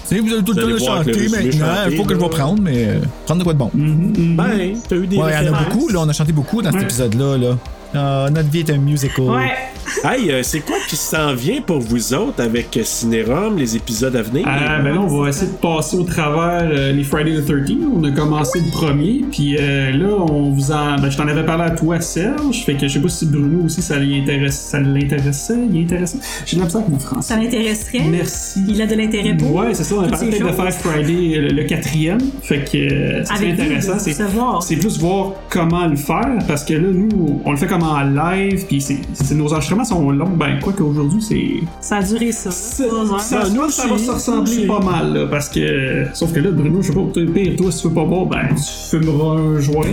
Speaker 1: Tu sais, vous avez tout
Speaker 2: Mm.
Speaker 1: le
Speaker 2: Vous
Speaker 1: temps
Speaker 2: allez
Speaker 1: de
Speaker 2: voir que le
Speaker 1: chanter
Speaker 2: résumé
Speaker 1: maintenant.
Speaker 2: chanté,
Speaker 1: Il faut que je
Speaker 2: là.
Speaker 1: vais prendre, mais euh, prendre de quoi de bon.
Speaker 2: Ben, t'as eu des
Speaker 1: Ouais, il y en a
Speaker 2: références. Mm.
Speaker 1: beaucoup, là. On a chanté beaucoup dans cet épisode-là, là. Ah, notre vie est un musical.
Speaker 3: Ouais.
Speaker 2: Hey, euh, c'est quoi qui s'en vient pour vous autres avec euh, Cinérum, les épisodes à venir?
Speaker 4: Ah, ben là, on va essayer de passer au travers euh, les Friday the 13. On a commencé le premier, puis euh, là, on vous en. Ben, je t'en avais parlé à toi, Serge. Fait que je sais pas si Bruno aussi, ça l'intéresse. Ça l'intéressait. Il est intéressé. J'ai l'impression que vous français.
Speaker 3: Ça l'intéresserait.
Speaker 4: Merci.
Speaker 3: Il a de l'intérêt pour.
Speaker 4: Ouais, c'est ça. On a
Speaker 3: toutes
Speaker 4: parlé
Speaker 3: ces
Speaker 4: peut-être de
Speaker 3: choses.
Speaker 4: faire Friday euh, le, le quatrième. Fait que euh, ça, c'est
Speaker 3: Avec lui,
Speaker 4: intéressant.
Speaker 3: de
Speaker 4: C'est
Speaker 3: savoir.
Speaker 4: c'est plus voir comment le faire parce que là, nous, on le fait comme en live, puis c'est- c'est- nos enregistrements sont longs. Ben, quoi qu'aujourd'hui, c'est.
Speaker 3: Ça a duré ça. Trois heures.
Speaker 4: Ça, nous, ça va se ressembler pas mal, là, parce que. Sauf que là, Bruno, je sais pas, toi, pire, toi, si tu veux pas boire, ben, tu fumeras un joint.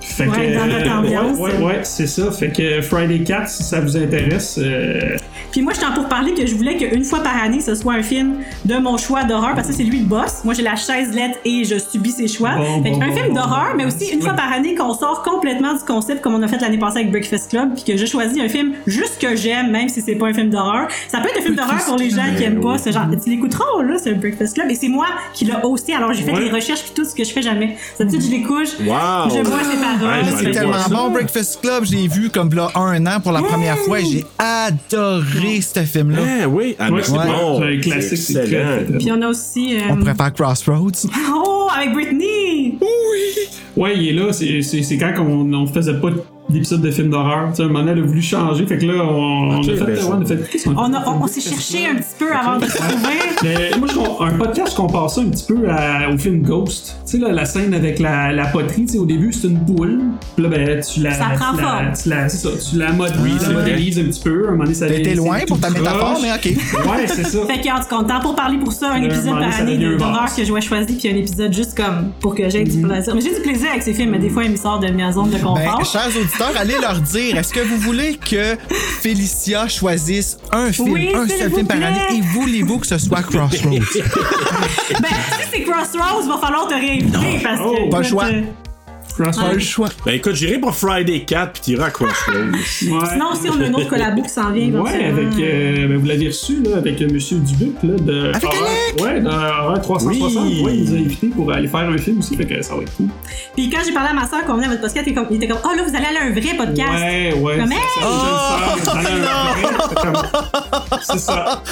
Speaker 4: fait
Speaker 3: Ouais, dans notre ambiance.
Speaker 4: Ouais, ouais, ouais, c'est ça. Fait que Friday 4, si ça vous intéresse, euh,
Speaker 3: Puis moi, j'étais en pour parler que je voulais qu'une fois par année, ce soit un film de mon choix d'horreur, parce que c'est lui le boss. Moi, j'ai la chaise lettre et je subis ses choix.
Speaker 4: Bon,
Speaker 3: fait
Speaker 4: bon,
Speaker 3: un
Speaker 4: bon,
Speaker 3: film
Speaker 4: bon,
Speaker 3: d'horreur,
Speaker 4: bon,
Speaker 3: mais
Speaker 4: bon,
Speaker 3: aussi
Speaker 4: bon.
Speaker 3: une fois par année qu'on sort complètement du concept, comme on a fait l'année passée avec Breakfast Club, puis que je choisis un film juste que j'aime, même si c'est pas un film d'horreur. Ça peut être un film d'horreur pour les gens qui aiment pas ce genre.
Speaker 2: Ben
Speaker 3: Tu l'écouteras, là, c'est Breakfast Club. Et c'est moi qui l'a hosté, alors j'ai fait
Speaker 2: Ouais.
Speaker 3: des recherches puis tout ce que je fais jamais. Ça veut dire que je les couche.
Speaker 2: Wow!
Speaker 3: Je vois ses paroles.
Speaker 2: Ouais, je vais
Speaker 1: C'est
Speaker 2: aller voir
Speaker 1: tellement
Speaker 2: ça. Mm.
Speaker 1: bon, Breakfast Club. J'ai vu comme là un an pour la première fois et j'ai adoré ce film-là.
Speaker 2: Ah oui, ah,
Speaker 4: Ouais,
Speaker 2: ben, c'est
Speaker 4: ouais.
Speaker 2: bon.
Speaker 4: C'est un classique, c'est
Speaker 2: excellent.
Speaker 4: très, très,
Speaker 3: Puis on a aussi. euh,
Speaker 1: On pourrait faire Crossroads.
Speaker 3: Oh, avec Britney!
Speaker 4: Ouais, il est là. C'est- C'est c'est quand on, on faisait pas d'épisode de film d'horreur. Tu sais, un moment, donné, elle a voulu changer. Fait que là, on,
Speaker 2: Ok,
Speaker 4: on a fait.
Speaker 2: ben,
Speaker 4: ouais, on a fait- qu'est-ce qu'on a
Speaker 3: On,
Speaker 4: fait?
Speaker 3: a- on- on s'est cherché un petit peu avant de se trouver.
Speaker 4: Mais moi, je com- un podcast, je compare ça un petit peu à- au film Ghost. Tu sais, là, la scène avec la, la poterie, tu sais, au début, c'est une poule. Puis là, ben, tu la.
Speaker 3: Ça
Speaker 4: tu
Speaker 3: prend
Speaker 4: la-
Speaker 3: forme.
Speaker 4: Tu la, c'est ça, tu la modélises, tu la
Speaker 2: c'est vrai.
Speaker 4: modélises un petit peu. Un moment donné, ça
Speaker 1: T'étais
Speaker 4: devient-
Speaker 1: loin
Speaker 4: c'est
Speaker 1: pour ta
Speaker 4: tout
Speaker 1: métaphore,
Speaker 4: croche.
Speaker 1: mais ok.
Speaker 4: Ouais, c'est ça.
Speaker 3: Fait qu'en tout cas, on tente pour parler pour ça un
Speaker 1: Euh,
Speaker 4: Le
Speaker 3: épisode
Speaker 4: Mardi,
Speaker 3: par
Speaker 4: ça
Speaker 3: année
Speaker 4: devient
Speaker 3: de
Speaker 4: un
Speaker 3: d'horreur
Speaker 4: mars.
Speaker 3: que je vais choisir, puis un épisode juste comme pour que j'aie du plaisir. Mais j'ai du plaisir avec ces films, mais des fois, ils me sortent de ma zone de confort.
Speaker 1: Mm-hmm. Ben, chers auditeurs, allez leur dire, est-ce que vous voulez que Félicia choisisse un film,
Speaker 3: Oui,
Speaker 1: un
Speaker 3: s'il
Speaker 1: seul
Speaker 3: vous
Speaker 1: film par
Speaker 3: plaît.
Speaker 1: année, et voulez-vous que ce soit Crossroads?
Speaker 3: Ben, si c'est Crossroads, va falloir te réinviter parce que.
Speaker 1: Oh, pas le
Speaker 3: écoute,
Speaker 1: choix.
Speaker 3: euh,
Speaker 1: Pas le choix.
Speaker 2: Ben écoute, j'irai pour Friday 4 puis t'iras à Crossroads.
Speaker 4: Ouais.
Speaker 3: Sinon, aussi, on a une autre collabo qui s'en vient.
Speaker 4: Ouais,
Speaker 3: éventuellement.
Speaker 4: avec, euh, ben, vous l'avez reçu là, avec euh, Monsieur Dubuc là, de
Speaker 1: Avec
Speaker 4: Horreur-
Speaker 1: Alec!
Speaker 4: ouais, de Horreur 360.
Speaker 2: Oui.
Speaker 4: Ouais, il nous a invités pour aller faire un film aussi, fait que ça va être cool.
Speaker 3: Puis quand j'ai parlé à ma soeur qu'on venait à votre podcast, il était comme, il était comme, oh là, vous allez aller à un vrai podcast.
Speaker 4: Ouais, ouais.
Speaker 3: Comme, hey!
Speaker 4: c'est
Speaker 1: Oh,
Speaker 4: ça, une jeune femme, dans un vrai, comme- C'est ça.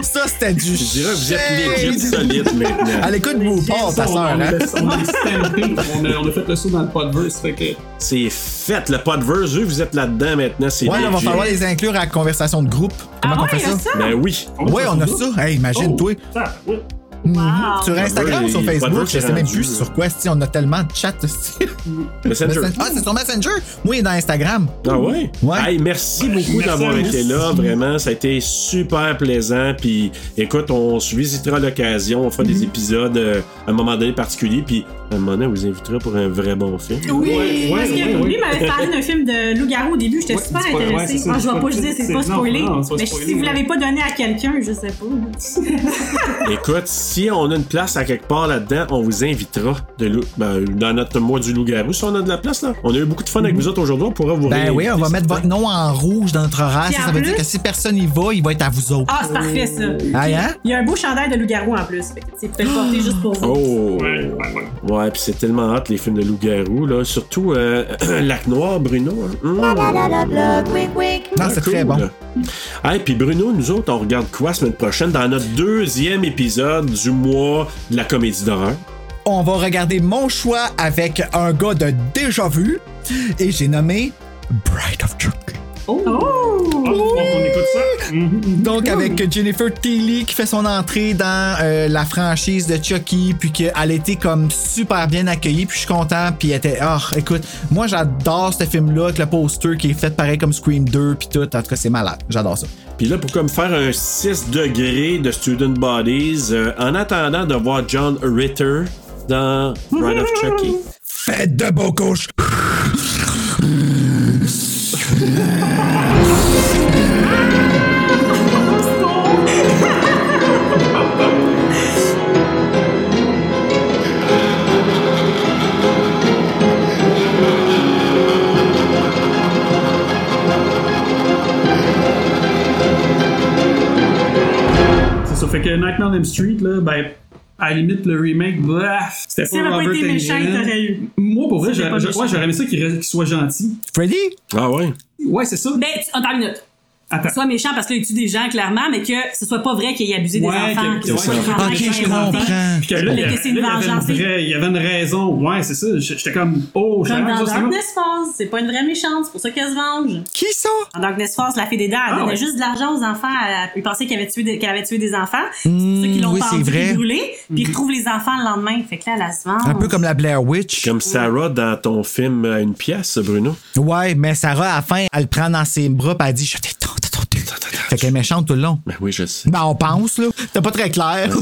Speaker 1: Ça, c'était du
Speaker 2: Je dirais que vous êtes
Speaker 1: shade.
Speaker 2: legit solide maintenant.
Speaker 1: Elle écoute Boupard, ta
Speaker 4: Ça, on,
Speaker 1: sœur,
Speaker 4: on,
Speaker 1: hein?
Speaker 4: est- on est stampé, on a, on a fait le saut dans le podverse, fait que.
Speaker 2: C'est fait, le podverse, eux, vous êtes là-dedans maintenant, c'est
Speaker 1: Ouais, là, va
Speaker 2: legit.
Speaker 1: falloir les inclure à la conversation de groupe. Comment
Speaker 3: Ah
Speaker 1: on
Speaker 3: ouais,
Speaker 1: fait
Speaker 3: il y a
Speaker 1: ça?
Speaker 3: ça? Oh.
Speaker 2: Ben oui.
Speaker 1: Ouais, on a ça. Hey, imagine, toi.
Speaker 4: Oh,
Speaker 1: Mhm.
Speaker 4: Ça, ouais.
Speaker 3: Wow.
Speaker 1: Sur Instagram
Speaker 2: Ouais,
Speaker 1: ou sur
Speaker 2: il-
Speaker 1: Facebook,
Speaker 2: Podverse
Speaker 1: je
Speaker 2: est
Speaker 1: sais même
Speaker 2: rendu,
Speaker 1: plus
Speaker 2: là.
Speaker 1: sur quoi. Si on a tellement de chats.
Speaker 2: Messenger.
Speaker 1: Ah, c'est sur Messenger? Moi, il est dans Instagram.
Speaker 2: Ah ouais?
Speaker 1: Ouais.
Speaker 2: Hey, merci beaucoup
Speaker 4: Merci
Speaker 2: d'avoir
Speaker 4: à vous.
Speaker 2: été là. Vraiment, ça a été super plaisant. Puis écoute, on se visitera à l'occasion. On fera
Speaker 1: Mhm.
Speaker 2: des épisodes euh, à un moment donné particulier. Puis à un moment donné, on vous invitera pour un vrai bon film.
Speaker 3: Oui,
Speaker 4: Ouais,
Speaker 3: parce
Speaker 4: ouais,
Speaker 3: que
Speaker 4: ouais,
Speaker 3: lui
Speaker 4: ouais.
Speaker 3: m'avait parlé d'un film de loup-garou au début, j'étais
Speaker 4: Ouais,
Speaker 3: super
Speaker 4: c'est pas- ouais,
Speaker 3: intéressée.
Speaker 4: c'est ça,
Speaker 3: Ah, je
Speaker 4: c'est
Speaker 3: vais pas
Speaker 4: pas-
Speaker 3: juste dire, c'est
Speaker 4: c'est-
Speaker 3: pas
Speaker 4: non,
Speaker 3: spoilé.
Speaker 4: non, c'est pas
Speaker 3: mais
Speaker 4: spoilé,
Speaker 3: si vous
Speaker 4: ouais.
Speaker 3: l'avez pas donné à quelqu'un, je sais pas.
Speaker 2: Écoute, si on a une place à quelque part là-dedans, on vous invitera de lou- ben, dans notre mois du loup-garou. Si on a de la place, là, on a eu beaucoup de fun avec vous autres aujourd'hui. On pourra vous
Speaker 1: Mhm. Ben oui,
Speaker 2: réinviter,
Speaker 1: on va
Speaker 2: c'est
Speaker 1: mettre votre
Speaker 2: certain.
Speaker 1: nom en rouge dans notre horaire.
Speaker 3: Puis
Speaker 1: Ça,
Speaker 3: en
Speaker 1: ça veut dire
Speaker 3: plus-
Speaker 1: que si personne y va, il va être à vous autres.
Speaker 3: Ah,
Speaker 4: Euh,
Speaker 3: c'est parfait ça.
Speaker 1: Aïe, hein?
Speaker 3: Il y a un beau chandail de loup-garou en plus. Fait que, tu sais, vous pouvez le porter juste pour vous.
Speaker 2: Oh!
Speaker 4: Ouais, ouais, ouais.
Speaker 2: Ouais, puis c'est tellement hâte, les films de loup-garou, là. Surtout euh, Lac Noir, Bruno. hein. Mm.
Speaker 3: Ah.
Speaker 1: Non, Ah, c'est
Speaker 2: Ah, Cool.
Speaker 1: très bon.
Speaker 2: Hey, puis Bruno, nous autres, on regarde quoi la semaine prochaine dans notre deuxième épisode du mois de la comédie d'horreur?
Speaker 1: On va regarder mon choix avec un gars de déjà vu et j'ai nommé Bride of Turkey.
Speaker 3: Oh!
Speaker 4: Ah, on écoute ça. Mhm, mhm.
Speaker 1: Donc avec Jennifer Tilly qui fait son entrée dans euh, la franchise de Chucky, puis qu'elle était comme super bien accueillie, puis je suis content, puis elle était, oh écoute, moi j'adore ce film-là, avec le poster qui est fait pareil comme Scream 2, puis tout, en tout cas c'est malade, j'adore ça.
Speaker 2: Puis là, pour comme faire un 6 degrés de Student Bodies, euh, en attendant de voir John Ritter dans Bride of Chucky.
Speaker 1: Faites de beaux couches!
Speaker 4: C'est ça. Fait que Nightmare on Elm Street, là, ben, à la limite, le remake, bref. C'était
Speaker 3: Si elle avait pas été méchante,
Speaker 4: England.
Speaker 3: t'aurais eu.
Speaker 4: Moi, pour vrai,
Speaker 3: C'était
Speaker 4: j'aurais
Speaker 3: pas
Speaker 4: ouais,
Speaker 3: méchant.
Speaker 4: j'aurais aimé ça qu'il reste- qu'il soit gentil.
Speaker 1: Freddy?
Speaker 2: Ah ouais?
Speaker 4: Ouais, c'est ça.
Speaker 3: Ben, tu- attends une minute. Soit méchant parce qu'il tue des gens, clairement, mais que ce soit pas vrai qu'il ait abusé des
Speaker 4: Ouais,
Speaker 3: enfants.
Speaker 4: que-
Speaker 3: qu'il soit
Speaker 4: ouais,
Speaker 3: vraiment
Speaker 1: Ah,
Speaker 4: que-
Speaker 3: méchant
Speaker 4: que-
Speaker 3: avec les enfants.
Speaker 4: Puis que là, il y
Speaker 3: Mais
Speaker 4: avait-
Speaker 3: que c'est une
Speaker 4: là, il y avait
Speaker 3: vengeance.
Speaker 4: une vraie- il y avait une raison. Ouais, c'est ça. J- J'étais comme, oh, j'aurais
Speaker 3: Comme
Speaker 4: aimé
Speaker 3: dans
Speaker 4: ça, c'est comme-
Speaker 3: Darkness Falls, c'est pas une vraie méchante, c'est pour ça qu'elle se venge.
Speaker 1: Qui ça?
Speaker 3: Dans Darkness Falls, la fée des dents, elle
Speaker 4: Ah,
Speaker 3: donnait
Speaker 4: ouais.
Speaker 3: juste de l'argent aux enfants. Elle- Ils pensaient qu'elle avait tué, des- qu'elle avait tué des enfants. c'est pour ça qu'ils l'ont
Speaker 1: Hmm, oui, c'est
Speaker 3: pendu,
Speaker 1: vrai. Hmm.
Speaker 3: puis brûlé, puis ils retrouvent les enfants le lendemain. Fait que là, elle elle se venge.
Speaker 1: Un peu comme la Blair Witch.
Speaker 2: Comme Sarah dans ton film à une pièce, Bruno.
Speaker 1: Ouais, mais Sarah, à la fin, elle le prend dans ses bras pis elle dit Je t'ai tant, tant, tant, tant, tant. Fait qu'elle est méchante tout le long.
Speaker 2: Ben oui, je sais.
Speaker 1: Ben, on pense, là. C'était pas très clair.